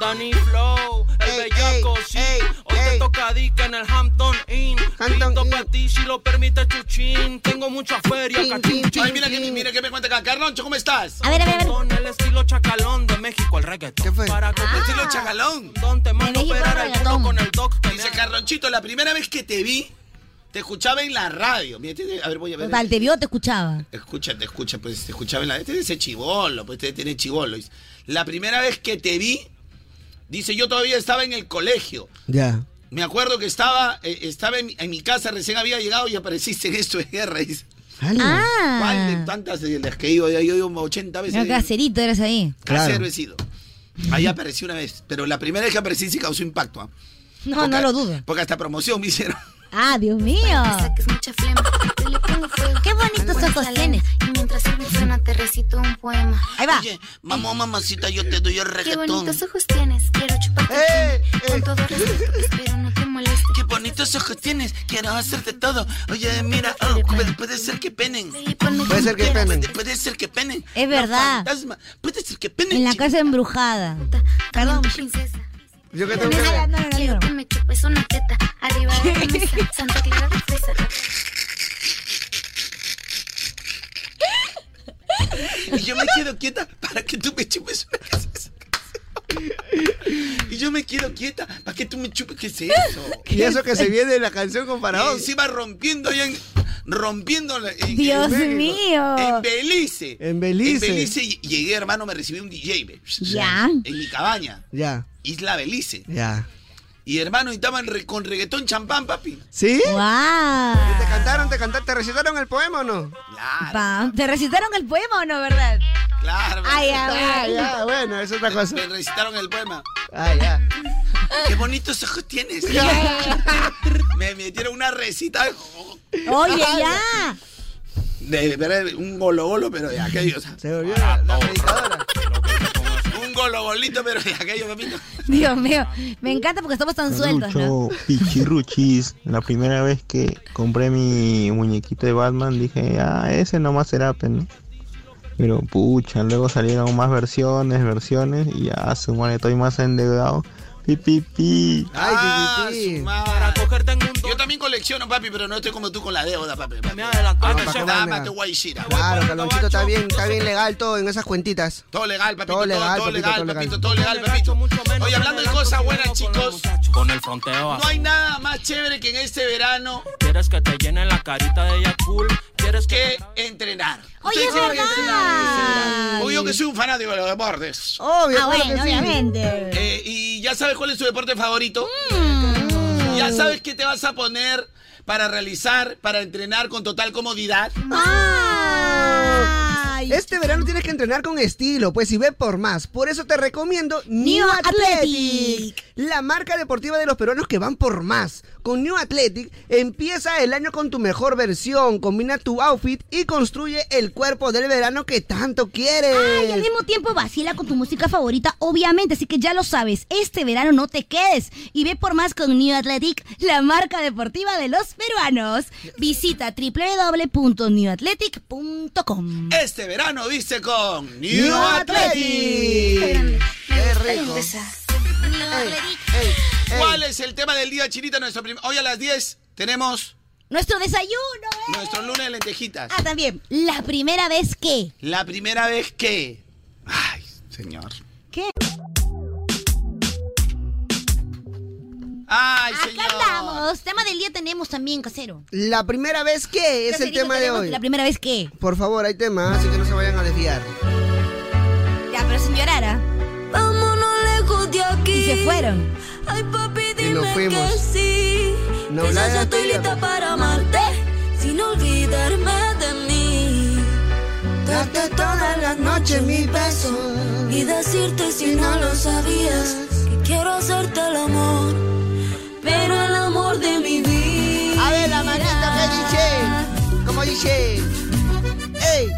Speaker 32: Danny Flow, el bellaco, sí. Hoy te toca a Dick en el Hampton Inn. Listo para ti, si lo permite, chuchín. Tengo mucha feria, cachín,
Speaker 5: Ay, mira que, mira que me cuenta acá. Carloncho, ¿cómo estás?
Speaker 32: A ver, a ver, a ver. el estilo chacalón de México, el rey.
Speaker 33: reggaetón. Para competirlo
Speaker 5: Ah.
Speaker 33: chacalón. Donde mando operar al culo con el doc.
Speaker 5: Dice Carlonchito, la primera vez que te vi, te escuchaba en la radio. Mira, tiene- a ver, voy a ver.
Speaker 3: Total, te vio, te escuchaba.
Speaker 5: Escucha, te escucha, pues te escuchaba en la. Este es chivolo, pues este tiene chivolo. La primera vez que te vi, dice, yo todavía estaba en el colegio.
Speaker 1: Ya.
Speaker 5: Me acuerdo que estaba, eh, estaba en, mi- en mi casa, recién había llegado y apareciste en esto de guerra. dice.
Speaker 3: Ah.
Speaker 5: ¿Cuál de tantas de las que he ido? Yo he ido como 80 veces.
Speaker 3: Mira, caserito eres ahí.
Speaker 5: Casero he sido. Ahí aparecí una vez, pero la primera vez que aparecí sí causó impacto. ¿ah?
Speaker 3: No,
Speaker 5: Porque-
Speaker 3: no lo dudo.
Speaker 5: Porque hasta promoción me hicieron.
Speaker 3: Ah, Dios mío. Qué bonitos son sostenes.
Speaker 34: Y mientras él me suena, te recito un poema.
Speaker 3: Ahí va.
Speaker 5: Oye, mamá, mamacita, yo te doy el
Speaker 34: Qué
Speaker 5: reggaetón.
Speaker 34: bonitos ojos tienes, quiero
Speaker 5: ¡Eh!
Speaker 34: chuparte con todo respeto, espero no te moleste.
Speaker 5: Qué bonitos ojos tienes, quiero hacerte todo. Oye, mira, oh, puede, puede ser que penen.
Speaker 1: Puede ser que penen.
Speaker 5: Puede, puede ser que penen.
Speaker 3: Es
Speaker 5: No,
Speaker 3: verdad.
Speaker 5: fantasma, puede ser que penen.
Speaker 3: En la casa embrujada. Perdón.
Speaker 1: Yo que
Speaker 34: Quiero que me chupes una teta arriba de la mesa, Santa Clara de fresa.
Speaker 5: Y yo me quedo quieta para que tú me chupes una casa. Y yo me quedo quieta para que tú me chupes. ¿Qué es eso?
Speaker 1: Y eso que se viene la canción con Faraón.
Speaker 5: Y encima rompiendo ahí en- rompiendo la- en-
Speaker 1: Dios
Speaker 5: en-
Speaker 1: mío.
Speaker 5: En Belice.
Speaker 1: En Belice.
Speaker 5: En Belice ll- llegué, hermano, me recibió un DJ. ve.
Speaker 1: Ya.
Speaker 5: En mi cabaña,
Speaker 1: Ya,
Speaker 5: Isla Belice.
Speaker 1: ya.
Speaker 5: Y hermano, y estaban re- con reggaetón champán, papi.
Speaker 1: ¿Sí?
Speaker 3: ¡Wow!
Speaker 1: ¿Te cantaron, te cantaron, te recitaron el poema o no?
Speaker 3: Pa, ¿Te recitaron el poema o no, verdad?
Speaker 5: Claro.
Speaker 3: Ay,
Speaker 5: hermano.
Speaker 3: ay, ay.
Speaker 1: Ah, bueno, es otra cosa.
Speaker 5: Me recitaron el poema.
Speaker 1: Ah, ya.
Speaker 5: Qué bonitos ojos tienes. me metieron una recita. Ah,
Speaker 3: Oye, ya.
Speaker 5: De, pero un golo golo, pero de aquellos. Se
Speaker 1: volvió
Speaker 5: Ah, Un golo golito, pero de aquellos, papito.
Speaker 3: Dios mío. Me encanta porque estamos tan sueltos, ¿no?
Speaker 8: Lucho Pichiruchis, la primera vez que compré mi muñequito de Batman dije, ah, ese nomás será, pues, ¿no? Pero pucha, luego salieron más versiones, versiones, y ya, su madre, estoy más endeudado. Pi, pi, pi.
Speaker 5: Ah, su madre. Yo también colecciono, papi, pero no estoy como tú con la deuda, papi. papi.
Speaker 1: Ah, ¿para qué más,
Speaker 5: Dame
Speaker 1: nega?
Speaker 5: tu guayshira.
Speaker 1: Claro, Calonchito está bien, está bien legal todo en esas cuentitas.
Speaker 5: Todo legal, papito.
Speaker 1: Todo legal,
Speaker 5: todo
Speaker 1: papito,
Speaker 5: legal,
Speaker 1: todo legal.
Speaker 5: papito. Todo legal, papito. Oye, hablando de cosas buenas, chicos.
Speaker 33: Con el fronteo
Speaker 5: No hay nada más chévere que en este verano
Speaker 33: Quieres que te llenen la carita de Yakul. Quieres
Speaker 5: que entrenar.
Speaker 33: Oye,
Speaker 5: Ustedes
Speaker 33: es
Speaker 5: saben que
Speaker 33: verdad.
Speaker 5: entrenar es Oye, yo que soy un fanático de los deportes.
Speaker 1: Obvio,
Speaker 3: Ah, bueno, obviamente.
Speaker 5: Eh, y ya sabes cuál es su deporte favorito. Ya sabes qué te vas a poner para realizar, para entrenar con total comodidad. Ah.
Speaker 1: Este verano tienes que entrenar con estilo, pues y ve por más. Por eso te recomiendo
Speaker 3: New
Speaker 1: New Athletic, la marca deportiva de los peruanos que van por más. Con New Athletic empieza el año con tu mejor versión, combina tu outfit y construye el cuerpo del verano que tanto quieres.
Speaker 3: Y al mismo tiempo vacila con tu música favorita, obviamente, así que ya lo sabes, este verano no te quedes y ve por más con New Athletic, la marca deportiva de los peruanos. Visita www.newathletic.com.
Speaker 5: Este verano viste con New,
Speaker 3: New
Speaker 5: Athletic.
Speaker 3: Athletic.
Speaker 5: Qué
Speaker 3: rico.
Speaker 5: ¿Cuál es el tema del día, Chinita? Nuestro prim- Hoy a las 10 tenemos
Speaker 3: Nuestro desayuno. eh.
Speaker 5: nuestro lunes de lentejitas.
Speaker 3: Ah, también, la primera vez que...
Speaker 5: La primera vez que... Ay, señor.
Speaker 3: ¿Qué?
Speaker 5: Ay,
Speaker 3: Acá andamos. Tema del día tenemos también, casero.
Speaker 1: La primera vez que es el
Speaker 3: Caserito,
Speaker 1: tema de
Speaker 3: tenemos
Speaker 1: hoy.
Speaker 3: La primera vez que...
Speaker 1: Por favor, hay temas, así que no se vayan a desviar.
Speaker 3: Ya, pero sin llorar, ¿ah?
Speaker 4: Vámonos lejos de aquí.
Speaker 3: Y se fueron.
Speaker 4: Ay, papi, dime
Speaker 1: nos fuimos.
Speaker 4: que sí.
Speaker 1: No
Speaker 4: que
Speaker 1: hablar
Speaker 4: ya
Speaker 1: de
Speaker 4: yo estoy
Speaker 1: aquella,
Speaker 4: lista
Speaker 1: ¿no?
Speaker 4: para amarte sin olvidarme de mí. Darte todas las noches mi beso y decirte si no lo sabías que quiero hacerte el amor, pero el amor de mi vida.
Speaker 1: A ver, la manita que dice, como dice, ¡Ey!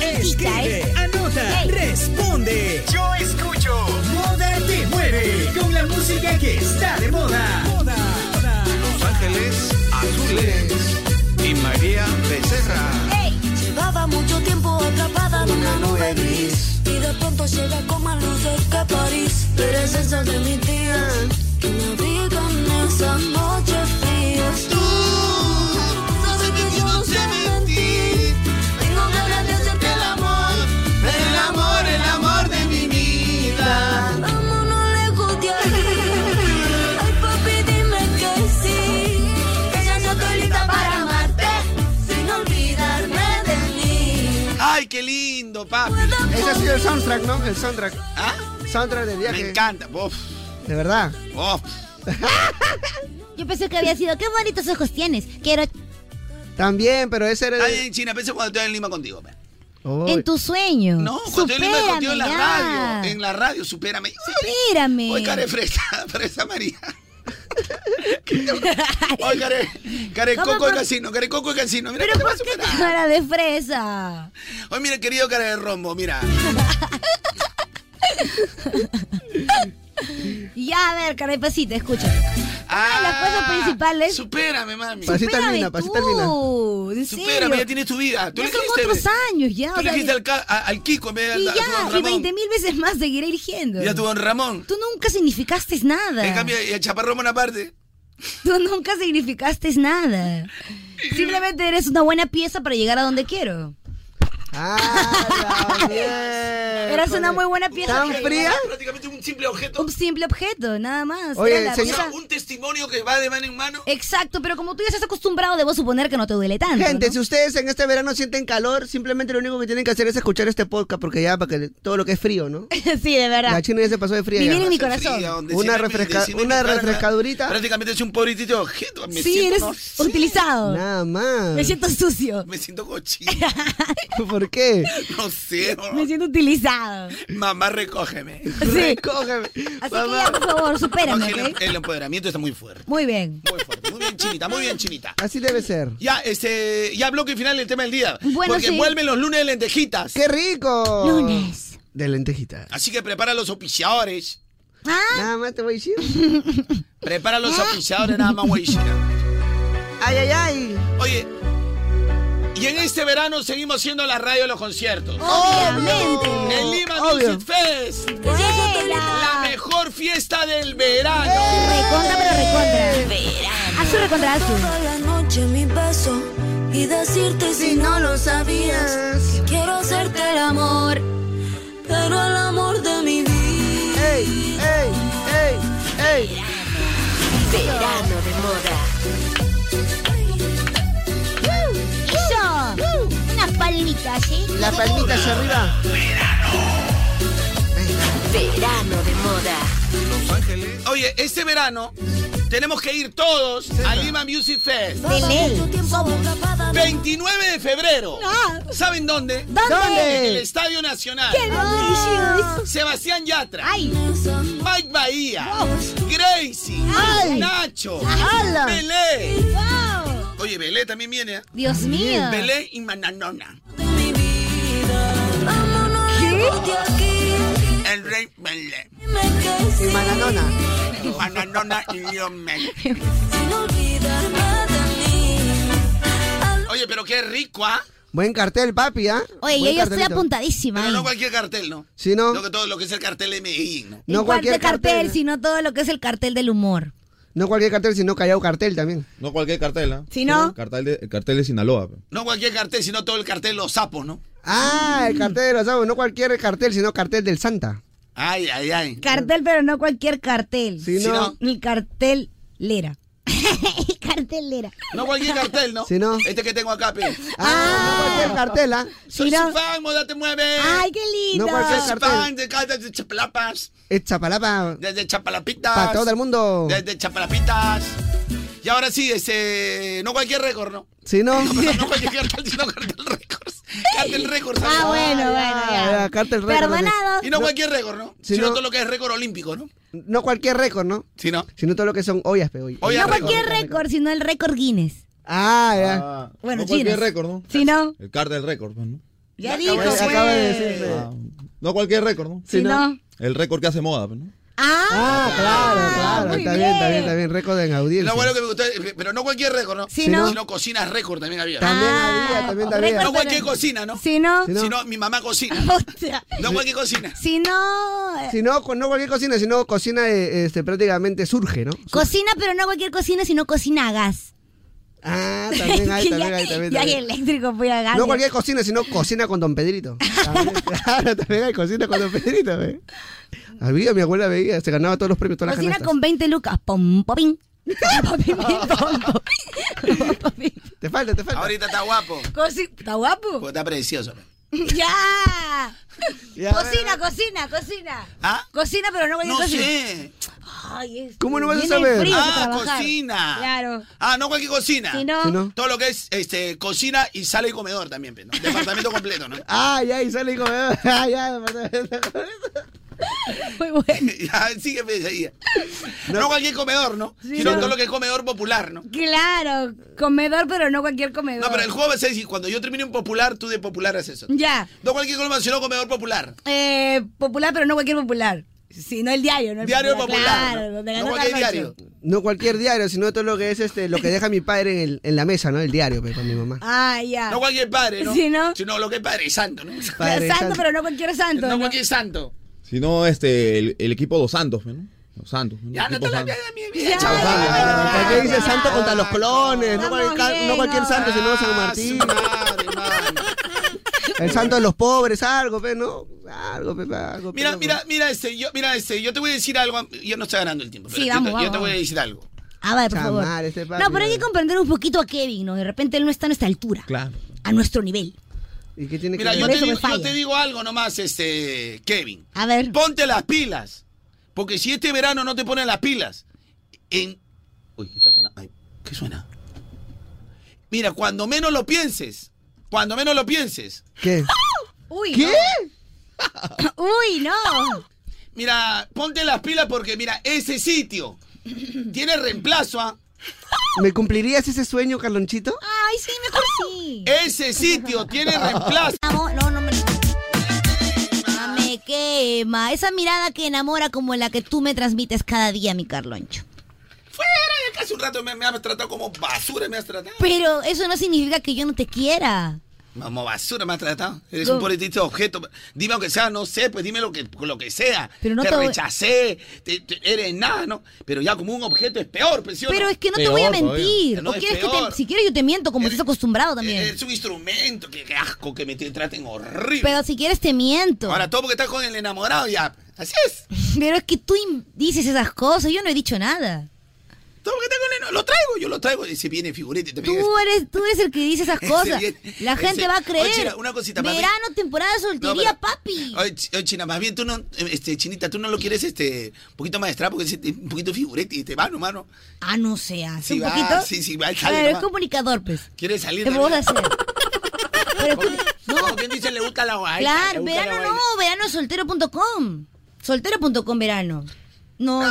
Speaker 4: Escribe,
Speaker 35: anota, responde. Yo escucho. Moda te mueve con la música que está de moda.
Speaker 33: Los Ángeles Azules y María Becerra.
Speaker 4: Llevaba mucho tiempo atrapada en una nube gris Y de pronto llega con más luces que París Pero es esa de mis días Que me abrigan esas noches frías Tú Sabes que yo no sé mentir Tengo ganas de hacerte el amor
Speaker 5: El amor qué lindo, papi.
Speaker 1: Ese ha sido el soundtrack, ¿no? El soundtrack.
Speaker 5: ¿Ah?
Speaker 1: Soundtrack del viaje.
Speaker 5: Me encanta. Uf.
Speaker 1: De verdad.
Speaker 5: Uf.
Speaker 3: Yo pensé que había sido, qué bonitos ojos tienes. Quiero.
Speaker 1: También, pero ese era.
Speaker 5: Ay, en China, pensé cuando estoy en Lima contigo. pe.
Speaker 3: En tu sueño.
Speaker 5: No, cuando estoy en Lima contigo en la
Speaker 3: ya.
Speaker 5: radio. En la radio, supérame.
Speaker 3: Supérame.
Speaker 5: Hoy care fresa, fresa María. Hoy care, care
Speaker 3: ¿Cómo
Speaker 5: coco de
Speaker 3: por-
Speaker 5: casino, care coco de casino. Mira,
Speaker 3: Pero
Speaker 5: que te va a
Speaker 3: ¿por qué cara de fresa?
Speaker 5: Oye, mira, querido cara de rombo, mira.
Speaker 3: Ya, a ver, caray, pasita, escucha. Una de las cosas principales.
Speaker 5: Ah, Supérame, mami.
Speaker 3: Pasita
Speaker 5: Pasita
Speaker 3: supérame
Speaker 5: Mina,
Speaker 3: tú.
Speaker 5: pasita
Speaker 3: ¿en serio?
Speaker 5: Supérame, ya tienes tu vida. Tú
Speaker 3: Ya son
Speaker 5: elegiste,
Speaker 3: otros
Speaker 5: ve.
Speaker 3: años ya.
Speaker 5: Tú
Speaker 3: o sea,
Speaker 5: elegiste al, ca- a- al Kiko en vez de al-
Speaker 3: y
Speaker 5: a tu don
Speaker 3: ya, y
Speaker 5: Ramón.
Speaker 3: 20 mil veces más seguiré eligiendo.
Speaker 5: Y a tu don Ramón.
Speaker 3: Tú nunca significaste nada.
Speaker 5: En cambio, y a Chaparro Bonaparte.
Speaker 3: Tú nunca significaste nada. Simplemente eres una buena pieza para llegar a donde quiero. Eras una muy buena pieza.
Speaker 5: Eh, ¿Tan
Speaker 3: para
Speaker 5: fría?
Speaker 3: llegar-
Speaker 5: Prácticamente un simple objeto.
Speaker 3: Un simple objeto, nada más.
Speaker 5: Oye,
Speaker 3: Era la
Speaker 5: señor-
Speaker 3: pieza-
Speaker 5: un testimonio que va de mano en mano.
Speaker 3: Exacto, pero como tú ya estás acostumbrado, debo suponer que no te duele tanto.
Speaker 1: Gente, si ustedes en este verano sienten calor, simplemente lo único que tienen que hacer es escuchar este podcast, porque ya para que le- todo lo que es frío, ¿no?
Speaker 3: sí, de verdad.
Speaker 1: La china ya se pasó de fría.
Speaker 3: Vivir
Speaker 1: ya.
Speaker 3: en mi corazón. Una
Speaker 5: Decime,
Speaker 1: refresca-
Speaker 5: decime,
Speaker 1: una
Speaker 5: cara,
Speaker 1: refrescadurita.
Speaker 5: Prácticamente es un pobrecito de objeto. Me
Speaker 3: sí,
Speaker 5: siento,
Speaker 3: eres
Speaker 5: no,
Speaker 3: utilizado.
Speaker 1: Nada más.
Speaker 3: Me siento sucio.
Speaker 5: Me siento cochino.
Speaker 1: ¿Por qué?
Speaker 5: No sé. no.
Speaker 3: Me siento utilizado.
Speaker 5: Mamá, recógeme.
Speaker 3: Sí.
Speaker 1: Cógeme.
Speaker 3: Así que ya, por favor, supérame,
Speaker 5: No,
Speaker 3: ¿ok?
Speaker 5: el, el empoderamiento está muy fuerte.
Speaker 3: Muy bien.
Speaker 5: Muy bien, chinita, muy bien, chinita.
Speaker 1: Así debe ser.
Speaker 5: Ya, este, ya bloque final del tema del día.
Speaker 1: Bueno,
Speaker 5: porque
Speaker 1: sí.
Speaker 5: vuelven los lunes de lentejitas.
Speaker 1: ¡Qué rico!
Speaker 3: Lunes.
Speaker 1: De lentejita.
Speaker 5: Así que prepara los oficiadores.
Speaker 3: ¿Ah?
Speaker 1: Nada más te voy a decir.
Speaker 5: Prepara
Speaker 3: ¿Eh?
Speaker 5: los oficiadores, nada más, güey.
Speaker 1: Ay, ay, ay.
Speaker 5: Oye, y en este verano seguimos haciendo la radio de los conciertos.
Speaker 3: Obviamente.
Speaker 5: En Lima
Speaker 3: Obvio.
Speaker 5: Music Fest. La mejor fiesta del verano.
Speaker 3: Recontra, pero
Speaker 5: recontra.
Speaker 3: Azul recontra azul.
Speaker 13: Toda la noche mi beso y decirte si, no lo sabías que quiero hacerte el amor, pero el amor de mi vida. Ey, ey, ey, ey.
Speaker 4: Verano de moda.
Speaker 36: Eso. Unas palmitas, ¿sí?
Speaker 1: La palmita hacia arriba.
Speaker 36: Verano de moda.
Speaker 5: Oye, este verano tenemos que ir todos a Lima Music Fest.
Speaker 36: De ley.
Speaker 5: Somos 29 de febrero. ¿Saben dónde?
Speaker 4: ¿Dónde?
Speaker 5: En el Estadio Nacional. Ah.
Speaker 4: ¡Qué delicious!
Speaker 5: Sebastián Yatra. Mike Bahía. Gracie.
Speaker 4: Ay.
Speaker 5: Nacho.
Speaker 4: Ala.
Speaker 5: Belé. Oye, Belé también viene. ¿eh?
Speaker 3: Dios mío.
Speaker 5: Belé y Mananona. El rey Belé.
Speaker 1: Y Mananona.
Speaker 5: Mananona y Leon Mel. Oye, pero qué rico, ¿ah?
Speaker 1: Buen cartel, papi, ¿ah?
Speaker 3: Oye, yo,
Speaker 1: Buen
Speaker 3: yo estoy
Speaker 1: cartelito.
Speaker 3: apuntadísima eh.
Speaker 5: Pero
Speaker 3: ahí.
Speaker 5: no cualquier cartel, ¿no?
Speaker 1: Sí, ¿no?
Speaker 5: Lo que, todo lo que es el cartel de Medellín, ¿no?
Speaker 1: No
Speaker 3: No cualquier
Speaker 1: cualquier
Speaker 3: cartel,
Speaker 1: cartel.
Speaker 3: sino todo lo que es el cartel del humor.
Speaker 1: No cualquier cartel, sino Callao cartel también.
Speaker 37: No cualquier cartel, ¿ah?
Speaker 3: Si no-
Speaker 37: Cartel de, el cartel de Sinaloa. pe.
Speaker 5: No cualquier cartel, sino todo el cartel de los sapos, ¿no?
Speaker 1: Ah, el cartel de los sábados. No cualquier cartel, sino cartel del Santa.
Speaker 5: Ay, ay, ay.
Speaker 3: Cartel, pero no cualquier cartel.
Speaker 1: Si Si no- no-
Speaker 3: El cartel lera. cartelera.
Speaker 5: No cualquier cartel, ¿no?
Speaker 1: Si no-
Speaker 5: Este que tengo acá, pe.
Speaker 3: Ah.
Speaker 1: cualquier cartel, ¿ah?
Speaker 5: Soy su fan, moda te mueve.
Speaker 3: Ay, qué lindo.
Speaker 1: No cualquier
Speaker 5: Soy
Speaker 1: cartel.
Speaker 5: fan de acá desde Chapalapas,
Speaker 1: Es Chapalapa.
Speaker 5: desde Chapalapitas.
Speaker 1: Para todo el mundo.
Speaker 5: Desde Chapalapitas. Y ahora sí, este, no cualquier récord, ¿no?
Speaker 1: Si no.
Speaker 5: No, perdón, no cualquier cartel, sino cartel récords. Cartel récords.
Speaker 3: Ah,
Speaker 5: ¿no?
Speaker 3: bueno,
Speaker 1: Ah,
Speaker 3: bueno, ya.
Speaker 1: ya, cartel récord.
Speaker 3: Perdonado.
Speaker 5: Y no, cualquier récord, ¿no?
Speaker 1: Si
Speaker 5: sino
Speaker 1: no-
Speaker 5: todo lo que es récord olímpico, ¿no?
Speaker 1: No cualquier récord, ¿no?
Speaker 5: Si no.
Speaker 1: Sino todo lo que son ollas, pe. hoy.
Speaker 5: Ollas
Speaker 3: No cualquier récord, sino el récord Guinness.
Speaker 1: Ah, ya.
Speaker 3: Bueno,
Speaker 37: no cualquier
Speaker 3: Guinness.
Speaker 37: récord, ¿no?
Speaker 3: Si no,
Speaker 37: El cartel récord, pues, ¿no?
Speaker 3: ya dijo.
Speaker 1: de-
Speaker 3: pues.
Speaker 1: acaba de decir, pe.
Speaker 37: Ah, no cualquier récord, ¿no?
Speaker 3: Si no.
Speaker 37: El récord que hace moda, pues, ¿no?
Speaker 1: Ah, claro, claro.
Speaker 5: muy
Speaker 1: Está bien, está
Speaker 5: bien.
Speaker 1: bien, está bien. Récord en audiencia.
Speaker 5: Lo bueno que me gustó, eh, pero no cualquier récord, ¿no?
Speaker 1: Si Si no-
Speaker 5: Sino cocinas récord también había. Ah,
Speaker 1: También había, también había.
Speaker 5: No cualquier cocina, ¿no?
Speaker 3: Si no,
Speaker 5: Si no, mi mamá cocina. No cualquier cocina.
Speaker 3: si no, eh,
Speaker 1: Si no, con- no cualquier cocina, sino cocina eh, este, prácticamente surge, ¿no?
Speaker 3: cocina, pero no cualquier cocina, sino cocina a gas.
Speaker 1: Ah, también hay,
Speaker 3: Que
Speaker 1: también
Speaker 3: ya-
Speaker 1: hay, también,
Speaker 3: ya hay
Speaker 1: también.
Speaker 3: eléctrico, pues a gas.
Speaker 1: No cualquier cocina, sino cocina con Don Pedrito. También, claro, también hay cocina con Don Pedrito, ¿ve? Había, mi abuela veía, se ganaba todos los premios, todas las
Speaker 3: Cocina
Speaker 1: canastas.
Speaker 3: con 20 lucas. Pom, popín. Pom, popín, pom, pom.
Speaker 1: Te falta, te falta.
Speaker 5: Ahorita está guapo.
Speaker 3: Cosi- Está guapo.
Speaker 5: Porque está precioso. pe.
Speaker 3: ¡Ya!
Speaker 1: Ya,
Speaker 3: cocina, cocina, cocina.
Speaker 5: ¿Ah?
Speaker 3: Cocina, pero no
Speaker 5: No
Speaker 3: cocina.
Speaker 5: sé.
Speaker 3: Ay, es-
Speaker 1: ¿Cómo no vas a
Speaker 3: viene
Speaker 1: saber?
Speaker 3: frío para
Speaker 5: Ah,
Speaker 3: trabajar.
Speaker 5: cocina.
Speaker 3: Claro.
Speaker 5: Ah, no cualquier cocina.
Speaker 3: Si no- Si no.
Speaker 5: Todo lo que es este, cocina y sala y comedor también, pe, ¿no? Departamento completo, ¿no?
Speaker 1: Ay, ay, sale y come. Ay, ay,
Speaker 3: Muy bueno.
Speaker 5: ya, sigue pe, seguía. No, cualquier comedor, ¿no? Sino
Speaker 3: no.
Speaker 5: todo lo que es comedor popular, ¿no?
Speaker 3: Claro, comedor, pero no cualquier comedor.
Speaker 5: No, pero el juego va a ser si cuando yo termine un popular, tú de popular haces eso.
Speaker 3: Ya.
Speaker 5: No cualquier comedor, sino comedor popular.
Speaker 3: Eh, popular, pero no cualquier popular. Sí, no el diario, no el
Speaker 5: Diario popular,
Speaker 3: Claro,
Speaker 5: ¿no?
Speaker 3: donde
Speaker 5: No
Speaker 3: ganó
Speaker 5: cualquier
Speaker 3: Carlos.
Speaker 5: diario.
Speaker 1: No cualquier diario, sino todo lo que es este, lo que deja mi padre en, el- en la mesa, ¿no? El diario, pues, con mi mamá.
Speaker 3: Ah, ya.
Speaker 5: No cualquier padre, ¿no?
Speaker 3: Sí, ¿no?
Speaker 5: Sino lo que es padre y santo, ¿no?
Speaker 1: Padre
Speaker 3: santo,
Speaker 1: santo.
Speaker 3: pero no cualquier santo.
Speaker 5: No, cualquier santo.
Speaker 18: Si no, este, el, el equipo Dos Santos, pues, ¿no? Los Santos. ¿no?
Speaker 5: Ya, no
Speaker 18: Equipo
Speaker 5: te la
Speaker 18: Santos.
Speaker 5: Ya,
Speaker 1: Chao, santo. ¿Para qué dice santo contra los clones? No,
Speaker 3: Estamos
Speaker 1: cualquier-
Speaker 3: bien,
Speaker 1: no cualquier
Speaker 3: ¿no?
Speaker 1: santo, sino San Martín. El santo de los pobres, algo, pues, ¿no? Algo, pues, algo. pues,
Speaker 5: Mira,
Speaker 1: loco.
Speaker 5: mira, mira, este, yo, mira, este, yo te voy a decir algo. Yo no estoy ganando el tiempo.
Speaker 3: Sí,
Speaker 5: pero yo
Speaker 3: vamos,
Speaker 5: te- yo,
Speaker 3: vamos,
Speaker 5: te voy a
Speaker 3: vamos.
Speaker 5: decir algo.
Speaker 3: Ah, vale, por favor.
Speaker 1: Chamar, este papi,
Speaker 3: no, pero hay que
Speaker 1: vale.
Speaker 3: comprender un poquito a Kevin, ¿no? De repente él no está a nuestra altura,
Speaker 18: Claro.
Speaker 3: a nuestro nivel.
Speaker 1: ¿Y qué tiene
Speaker 5: Mira,
Speaker 1: que
Speaker 5: yo
Speaker 1: ver?
Speaker 5: te, digo, yo te digo algo nomás, este, Kevin.
Speaker 3: A ver.
Speaker 5: Ponte las pilas. Porque si este verano no te ponen las pilas, en. Uy, ¿qué está sonando? Ay, ¿qué suena? Mira, cuando menos lo pienses, cuando menos lo pienses,
Speaker 1: ¿Qué?
Speaker 3: Uy,
Speaker 1: ¿Qué?
Speaker 3: no. Uy, no.
Speaker 5: mira, ponte las pilas porque, mira, ese sitio tiene reemplazo ¿ah? a.
Speaker 1: ¿Me cumplirías ese sueño, Carlonchito?
Speaker 3: Ay, sí, mejor sí.
Speaker 5: Ese sitio tiene reemplazo.
Speaker 3: Amo- No, no me Ah, me quema. Esa mirada que enamora como la que tú me transmites cada día, mi Carloncho.
Speaker 5: Fuera, ya casi un rato me, me has tratado como basura, me has tratado.
Speaker 3: Pero eso no significa que yo no te quiera.
Speaker 5: Como basura me has tratado. Eres
Speaker 3: No.
Speaker 5: un politista objeto. Dime aunque sea, no sé, pues dime lo que, lo que sea.
Speaker 3: Pero no
Speaker 5: te,
Speaker 3: te voy-
Speaker 5: rechacé, te- te- eres nada, ¿no? Pero ya como un objeto es peor, pues, ¿sí o
Speaker 3: Pero es que no te voy a mentir.
Speaker 5: No,
Speaker 3: ¿O
Speaker 5: es
Speaker 3: quieres que
Speaker 5: peor.
Speaker 3: te- si quieres yo te miento, como estás acostumbrado también.
Speaker 5: Eres un instrumento, qué, qué asco que me te traten horrible.
Speaker 3: Pero si quieres te miento.
Speaker 5: Ahora todo porque estás con el enamorado ya. Así es.
Speaker 3: Pero es que tú in- dices esas cosas, yo no he dicho nada.
Speaker 5: Todo porque estás con el enamorado. Lo traigo, yo lo traigo. Ese viene figurete. Te
Speaker 3: Tú eres, tú eres el que dice esas
Speaker 5: Ese
Speaker 3: cosas.
Speaker 5: bien-
Speaker 3: La
Speaker 5: ese-
Speaker 3: gente va a
Speaker 5: Oye,
Speaker 3: creer.
Speaker 5: Chira, una cosita, mami.
Speaker 3: Verano, temporada de soltería,
Speaker 5: No, pero-
Speaker 3: papi.
Speaker 5: Oye, Ch- oye, China, más bien tú no, eh, este, Chinita, tú no lo quieres este, un poquito maestrar porque es un poquito figurete y te va, nomás, ¿no?
Speaker 3: Ah, no seas.
Speaker 5: Sí
Speaker 3: un
Speaker 5: va,
Speaker 3: poquito.
Speaker 5: sí, sí, va,
Speaker 3: a
Speaker 5: sale
Speaker 3: ver, es
Speaker 5: nomás.
Speaker 3: comunicador, pues.
Speaker 5: ¿Quieres salir
Speaker 3: ¿Qué
Speaker 5: de
Speaker 3: vamos a
Speaker 5: ahí?
Speaker 3: hacer? Pero escucha-
Speaker 5: Como quien dice, le gusta la guay.
Speaker 3: claro, verano no, verano es soltero.com. Soltero.com verano. No, no.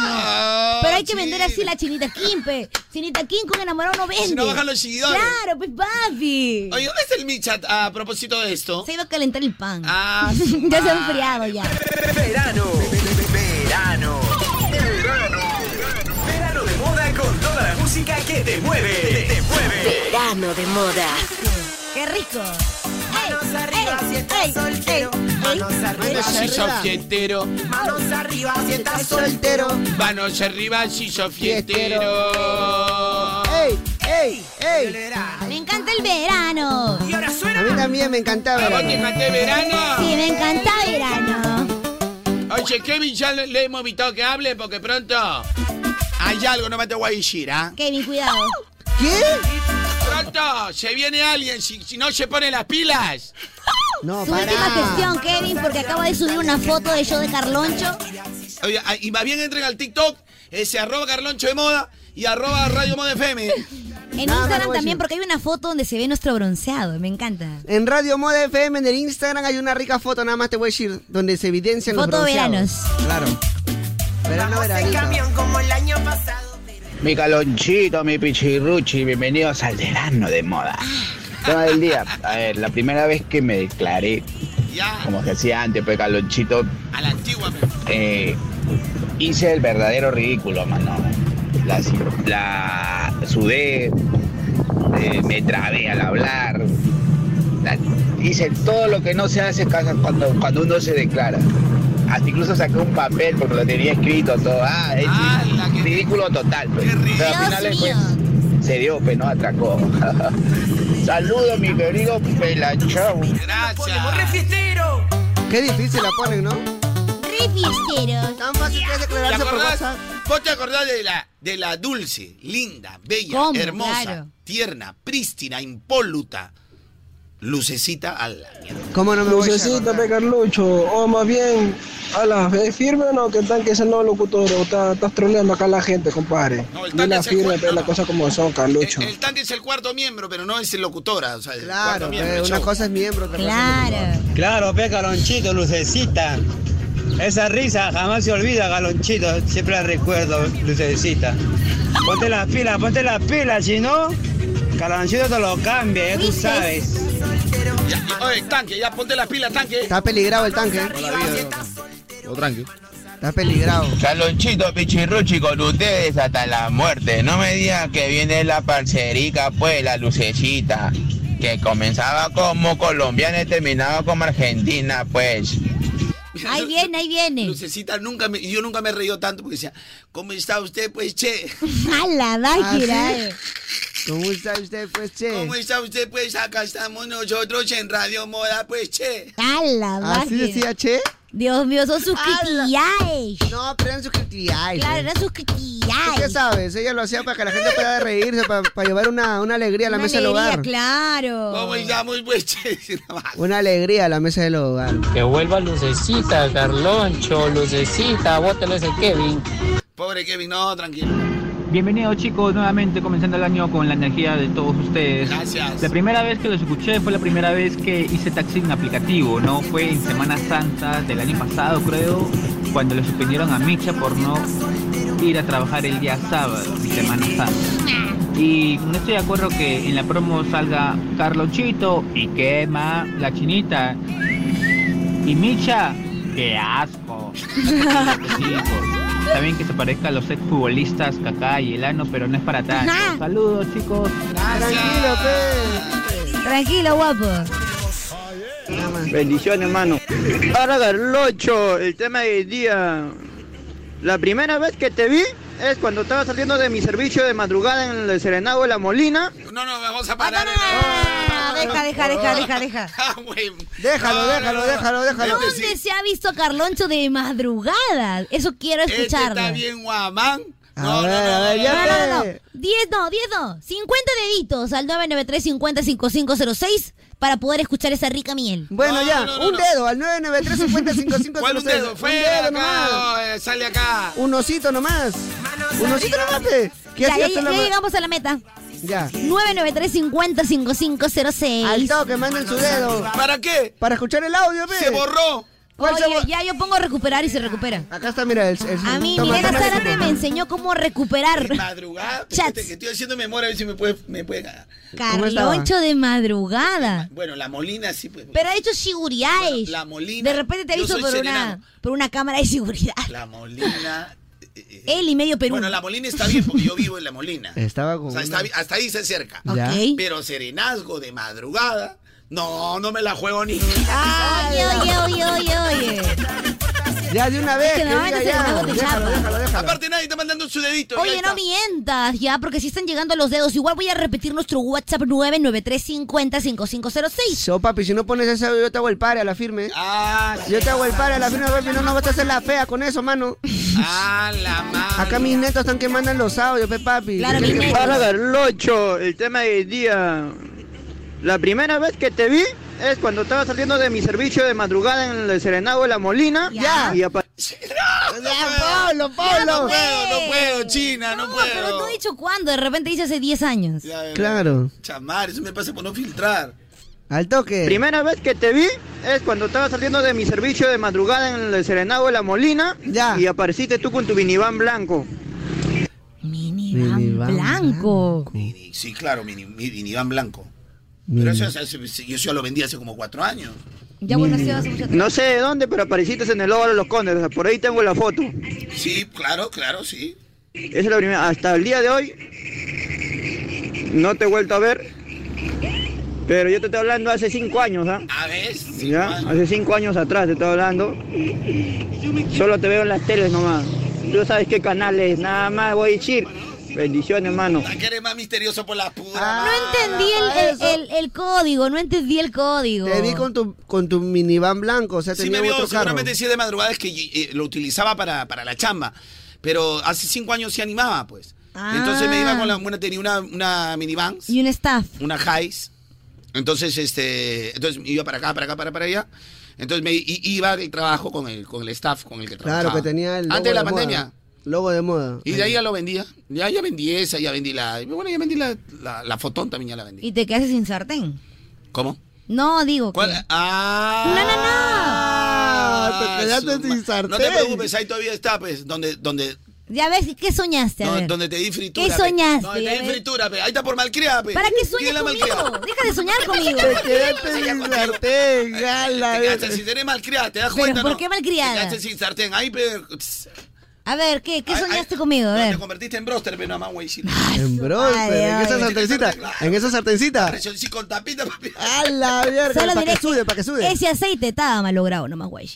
Speaker 3: Pero hay que vender así la chinita Kimpe. Chinita Kim con enamorado no vende.
Speaker 5: Si no bajan los seguidores.
Speaker 3: Claro, pues papi.
Speaker 5: Oye, ¿dónde está el Michat a propósito de esto?
Speaker 3: Se iba a calentar el pan.
Speaker 5: Ah, su
Speaker 3: ya se ha enfriado ya.
Speaker 19: Verano. Verano. Verano. Verano de moda con toda la música que te mueve. Te, te mueve.
Speaker 14: Verano de moda.
Speaker 3: ¡Qué rico!
Speaker 4: Manos arriba si estás soltero. Manos arriba
Speaker 5: Manos si sos fiestero.
Speaker 4: Manos arriba si estás
Speaker 1: soltero.
Speaker 5: Manos arriba si sos fiestero.
Speaker 1: ¡Ey! ¡Ey! ¡Ey!
Speaker 3: Me encanta el verano.
Speaker 4: Y ahora suena.
Speaker 1: A mí también me encantaba.
Speaker 5: Vamos, que canté verano.
Speaker 3: Sí, me encanta verano.
Speaker 5: Oye, Kevin, ya le, le hemos invitado que hable porque pronto hay algo, no me te voy a decir, ¿ah?
Speaker 3: Kevin, cuidado.
Speaker 1: ¿Qué?
Speaker 5: Pronto se viene alguien si, si no se pone las pilas.
Speaker 1: No,
Speaker 3: Su última gestión, Kevin, porque acabo de subir una foto de yo de Carloncho.
Speaker 5: Oye, ah, y más bien entren al TikTok, ese arroba Carloncho de Moda y arroba Radio Moda FM.
Speaker 3: En
Speaker 1: Nada, no
Speaker 3: Instagram
Speaker 1: voy a
Speaker 3: también,
Speaker 1: decir.
Speaker 3: porque hay una foto donde se ve nuestro bronceado. Me encanta.
Speaker 1: En Radio Moda FM, en el Instagram, hay una rica foto, nada más te voy a decir, donde se evidencian
Speaker 3: Foto
Speaker 1: los
Speaker 3: de
Speaker 1: bronceados. Claro. Verano,
Speaker 4: En
Speaker 1: veranito.
Speaker 4: camión como el año pasado.
Speaker 26: Mi calonchito, mi pichirruchi, bienvenidos al verano de moda.
Speaker 4: Ah.
Speaker 26: Todo el día, a ver, la primera vez que me declaré, como se hacía antes, pues calonchito,
Speaker 5: A la antigua, pe.
Speaker 26: eh, hice el verdadero ridículo, mano. La, la sudé, eh, me trabé al hablar. La- hice todo lo que no se hace ca- cuando, cuando uno se declara. Hasta incluso saqué un papel porque lo tenía escrito todo. Ah, es ridículo total. pues. Pero al final después se dio, pues no atracó. Saludos, mi querido Pelachau.
Speaker 5: Gracias.
Speaker 4: Refiestero.
Speaker 1: Qué difícil la ponen, ¿no?
Speaker 3: Re fiestero.
Speaker 1: Tan fácil que
Speaker 5: ¿Te
Speaker 1: es declararse por
Speaker 5: acordás?
Speaker 1: WhatsApp.
Speaker 5: ¿Vos te acordás de la, de la dulce, linda, bella,
Speaker 3: ¿Cómo?
Speaker 5: hermosa,
Speaker 3: Claro.
Speaker 5: tierna, prístina, impoluta, lucecita a la
Speaker 20: ¿Cómo no me voy
Speaker 38: Lucecita, pe Carlucho. O más bien, ala, ¿es firme o no? Que están que ese no locutor. o está- Estás troleando acá a la gente, compadre.
Speaker 5: No, el
Speaker 38: Ni la
Speaker 5: tanque se
Speaker 38: firme,
Speaker 5: fue,
Speaker 38: pe, las cosas como son, Carlucho.
Speaker 5: El tanque es el cuarto miembro, pero no es el locutora. O sea, el cuarto
Speaker 20: Claro,
Speaker 5: miembro,
Speaker 20: pe,
Speaker 5: el
Speaker 20: una
Speaker 5: show.
Speaker 20: cosa es miembro, otra cosa es
Speaker 39: Claro.
Speaker 40: Claro, pe, Galonchito, lucecita. Esa risa jamás se olvida, Galonchito. Siempre la recuerdo, lucecita. Ponte las pilas, ponte las pilas, si no, Galonchito te lo cambia, ya tú sabes.
Speaker 5: Ya, ya, oye, tanque, ya ponte las pilas, tanque.
Speaker 20: Está peligrado el tanque. ¿eh?
Speaker 41: tranqui.
Speaker 20: Está peligrado.
Speaker 42: Calonchito Pichirruchi con ustedes hasta la muerte. No me digan que viene la parcerica, pues, la lucecita. Que comenzaba como colombiana y terminaba como argentina, pues.
Speaker 5: Ahí viene, ahí viene. Lucecita, nunca me, yo nunca me he reído tanto porque decía, ¿cómo está usted, pues, che?
Speaker 3: Mala, va a girar.
Speaker 20: Ah,
Speaker 5: eh.
Speaker 20: ¿Cómo está usted, pues, che?
Speaker 5: ¿Cómo está usted, pues? Acá estamos nosotros en Radio Moda, pues, che.
Speaker 3: Ala, va a
Speaker 5: ¿Así
Speaker 3: girar.
Speaker 5: decía,
Speaker 20: che?
Speaker 3: Dios mío, son sus critiquillas.
Speaker 20: No, pero eran sus critiquillas.
Speaker 3: Claro, eran sus critiquillas.
Speaker 20: ¿Qué sabes? Ella lo hacía para que la gente pueda reírse, para, llevar una, una alegría a la
Speaker 3: Una
Speaker 20: mesa del
Speaker 3: alegría,
Speaker 20: hogar.
Speaker 3: claro.
Speaker 5: ¿Cómo estamos, pues, che?
Speaker 20: Una alegría a la mesa del hogar.
Speaker 4: Que vuelva Lucecita, Carloncho, Lucecita, bótale ese Kevin.
Speaker 5: Pobre Kevin, no, tranquilo.
Speaker 4: Bienvenidos chicos, nuevamente comenzando el año con la energía de todos ustedes.
Speaker 5: Gracias.
Speaker 4: La primera vez que los escuché fue la primera vez que hice taxi en aplicativo, ¿no? Fue en Semana Santa del año pasado, creo, cuando le suspendieron a Micha por no ir a trabajar el día sábado, en Semana Santa. Y no estoy de acuerdo que en la promo salga Carlonchito y quema la chinita. Y Micha, qué asco. Sí, por- Está bien que se parezca a los exfutbolistas Kaká y Elano, pero no es para tanto. Saludos, chicos.
Speaker 5: pues.
Speaker 20: Tranquilo,
Speaker 3: Tranquilo, guapo.
Speaker 4: Bendiciones, hermano.
Speaker 1: Para Garlocho, el tema del día. La primera vez que te vi es cuando estaba saliendo de mi servicio de madrugada en el Serenado de la Molina.
Speaker 5: No, no, vamos a parar.
Speaker 3: Ah, deja, deja, deja, deja, deja.
Speaker 5: Ah,
Speaker 20: Déjalo, déjalo, déjalo, déjalo.
Speaker 3: ¿Dónde se ha visto a Carloncho de madrugada? Eso quiero escucharlo.
Speaker 5: Este está bien, guamán.
Speaker 20: a ver, a ver, ya
Speaker 3: no, no, no,
Speaker 20: ve.
Speaker 3: 10 no, 10 no. 50 deditos al 993-50-5506 para poder escuchar esa rica miel.
Speaker 20: Bueno, ya, un dedo al 993
Speaker 5: ¿Cuál un dedo?
Speaker 20: Un
Speaker 5: Fue
Speaker 20: dedo
Speaker 5: acá,
Speaker 20: nomás.
Speaker 5: eh, sale acá.
Speaker 20: Un osito nomás. Un osito nomás, pe. ¿Qué
Speaker 3: Ya, ya,
Speaker 20: hacías tú
Speaker 3: ya
Speaker 20: nomás?
Speaker 3: llegamos a la meta.
Speaker 20: Ya.
Speaker 3: 993-50-5506.
Speaker 20: Al toque, manden su dedo.
Speaker 5: ¿Para qué?
Speaker 20: Para escuchar el audio, pe.
Speaker 3: Se borró.
Speaker 20: ¿Cuál se
Speaker 3: Oye,
Speaker 20: borró?
Speaker 3: ya yo pongo recuperar y se recupera.
Speaker 20: Acá está, mira, el. el-
Speaker 3: A mí,
Speaker 20: toma,
Speaker 3: Milena
Speaker 20: toma,
Speaker 3: Zárate
Speaker 20: toma.
Speaker 3: me enseñó cómo recuperar.
Speaker 5: Madrugada, Ah, fíjate que estoy haciendo memoria a ver si me puede, me puede ganar.
Speaker 3: Carloncho de madrugada.
Speaker 5: Bueno, la Molina sí, pues.
Speaker 3: Pero ha hecho shiguriáis.
Speaker 5: La Molina.
Speaker 3: De repente te
Speaker 5: Yo
Speaker 3: aviso
Speaker 5: soy
Speaker 3: por
Speaker 5: serenano.
Speaker 3: una, por una cámara de seguridad.
Speaker 5: La Molina.
Speaker 3: Él y medio Perú.
Speaker 5: Bueno, la Molina está bien porque yo vivo en la Molina.
Speaker 20: Estaba con.
Speaker 5: O sea, está bi- hasta ahí se cerca.
Speaker 20: Ya. Ok.
Speaker 5: Pero serenazgo de madrugada. No, no me la juego ni.
Speaker 3: Oye, oye, oye, oye, oye.
Speaker 20: Ya de una vez.
Speaker 3: que normalmente
Speaker 20: diga,
Speaker 3: se
Speaker 20: ya.
Speaker 3: renueva tu
Speaker 20: Déjalo,
Speaker 3: chapa.
Speaker 20: déjalo, déjalo.
Speaker 5: Aparte, nadie está mandando su dedito.
Speaker 3: Oye, no mientas, ya, porque si están llegando los dedos. Igual voy a repetir nuestro WhatsApp 993505506.
Speaker 20: So, papi, si no pones ese audio, yo te hago el pare a la firme.
Speaker 5: Ah,
Speaker 20: yo te hago el pare a la firme, papi. No nos vas a hacer la fea con eso, mano.
Speaker 5: Ah, la madre.
Speaker 20: Acá mis netos están que mandan los audios, pe, papi.
Speaker 1: Para Garlocho, el tema del día. La primera vez que te vi es cuando estaba saliendo de mi servicio de madrugada en el Serenado de la Molina.
Speaker 20: Ya.
Speaker 1: Y apa-
Speaker 20: Pablo,
Speaker 3: Pablo.
Speaker 5: No puedo, no puedo, China, no, puedo.
Speaker 3: Pero tú he dicho cuándo, de repente dice hace 10 años.
Speaker 20: Claro.
Speaker 5: Chamar, eso me pasa por no filtrar.
Speaker 20: Al toque.
Speaker 1: Primera vez que te vi es cuando estaba saliendo de mi servicio de madrugada en el Serenado de la Molina. Y apareciste tú con tu viniván blanco.
Speaker 3: Blanco.
Speaker 5: Mini- sí, claro, mini, mini Iván Blanco. Pero eso, es- es- yo ya lo vendí hace como cuatro años.
Speaker 3: Ya bueno, sí, hace mucho
Speaker 1: No sé de dónde, pero apareciste en el Óvalo de los Condes. o sea, Por ahí tengo la foto.
Speaker 5: Sí, claro, claro, sí.
Speaker 1: Esa es la primera. Hasta el día de hoy no te he vuelto a ver. Pero yo te estoy hablando hace cinco años, ¿ah?
Speaker 5: A ver.
Speaker 1: ¿Ya? Hace cinco años atrás te estoy hablando. Solo te veo en las teles nomás. Tú sabes qué canales, nada más voy a decir. Bendiciones, hermano.
Speaker 5: Que eres más misterioso por la puta.
Speaker 3: no entendí el, el, el- el código, no entendí el código.
Speaker 20: Te vi con tu, con tu minivan blanco, o sea,
Speaker 5: Sí
Speaker 20: tenía
Speaker 5: me vio,
Speaker 20: otro carro.
Speaker 5: seguramente sí de madrugada es que eh, lo utilizaba para, para la chamba. Pero hace cinco años se animaba,
Speaker 1: Ah.
Speaker 5: pues. Entonces me iba con la... Una, tenía una, una minivan,
Speaker 3: Y un staff.
Speaker 5: una Highs. Entonces, este, entonces iba para acá, para acá, para, para allá. Entonces me i- iba al trabajo con el, con el staff con el que trabajaba.
Speaker 1: Claro, que tenía el. logo
Speaker 5: Antes de la
Speaker 1: moda.
Speaker 5: pandemia.
Speaker 1: Logo de moda.
Speaker 5: Y de ahí ya lo vendía. Ya, ya vendí esa, ya vendí la. Bueno, ya vendí la, la, la fotón también, ya la vendí.
Speaker 3: Y te quedas sin sartén.
Speaker 5: ¿Cómo?
Speaker 3: No, digo.
Speaker 5: ¿Cuál?
Speaker 3: que-
Speaker 5: ¡Ah!
Speaker 3: te quedaste
Speaker 5: su ma-
Speaker 3: sin sartén.
Speaker 5: No te preocupes, ahí todavía está, pues, donde, donde,
Speaker 3: Ya ves, ¿qué soñaste? A
Speaker 5: no,
Speaker 3: ver.
Speaker 5: donde te di fritura.
Speaker 3: ¿Qué
Speaker 5: pe.
Speaker 3: soñaste?
Speaker 5: Donde
Speaker 3: A
Speaker 5: te di
Speaker 3: ver.
Speaker 5: fritura, pe. Ahí está por malcriada, pe.
Speaker 3: ¿Para qué
Speaker 5: ¿Quién
Speaker 3: sueñas
Speaker 5: la
Speaker 3: conmigo?
Speaker 5: malcriada?
Speaker 3: Deja de soñar conmigo.
Speaker 1: sartén,
Speaker 5: Te quedaste sin eres malcriada, te das
Speaker 3: Pero,
Speaker 5: cuenta,
Speaker 3: ¿por
Speaker 5: no?
Speaker 3: qué malcriada?
Speaker 5: Te quedaste sin sartén. Ahí, pe. tss,
Speaker 3: A ver, ¿qué, qué
Speaker 5: Ay,
Speaker 3: soñaste conmigo? A ver.
Speaker 5: Te convertiste en broster, pe, nada más, güey.
Speaker 1: En bronce,
Speaker 3: Ay,
Speaker 1: en
Speaker 3: ay.
Speaker 1: esa sartencita. En esa sartencita.
Speaker 5: Sí, con tapita, papi.
Speaker 1: A la verga,
Speaker 3: Solo
Speaker 1: para que
Speaker 3: diré-
Speaker 1: sube, para que sube.
Speaker 3: Ese aceite estaba malogrado, nomás, güey.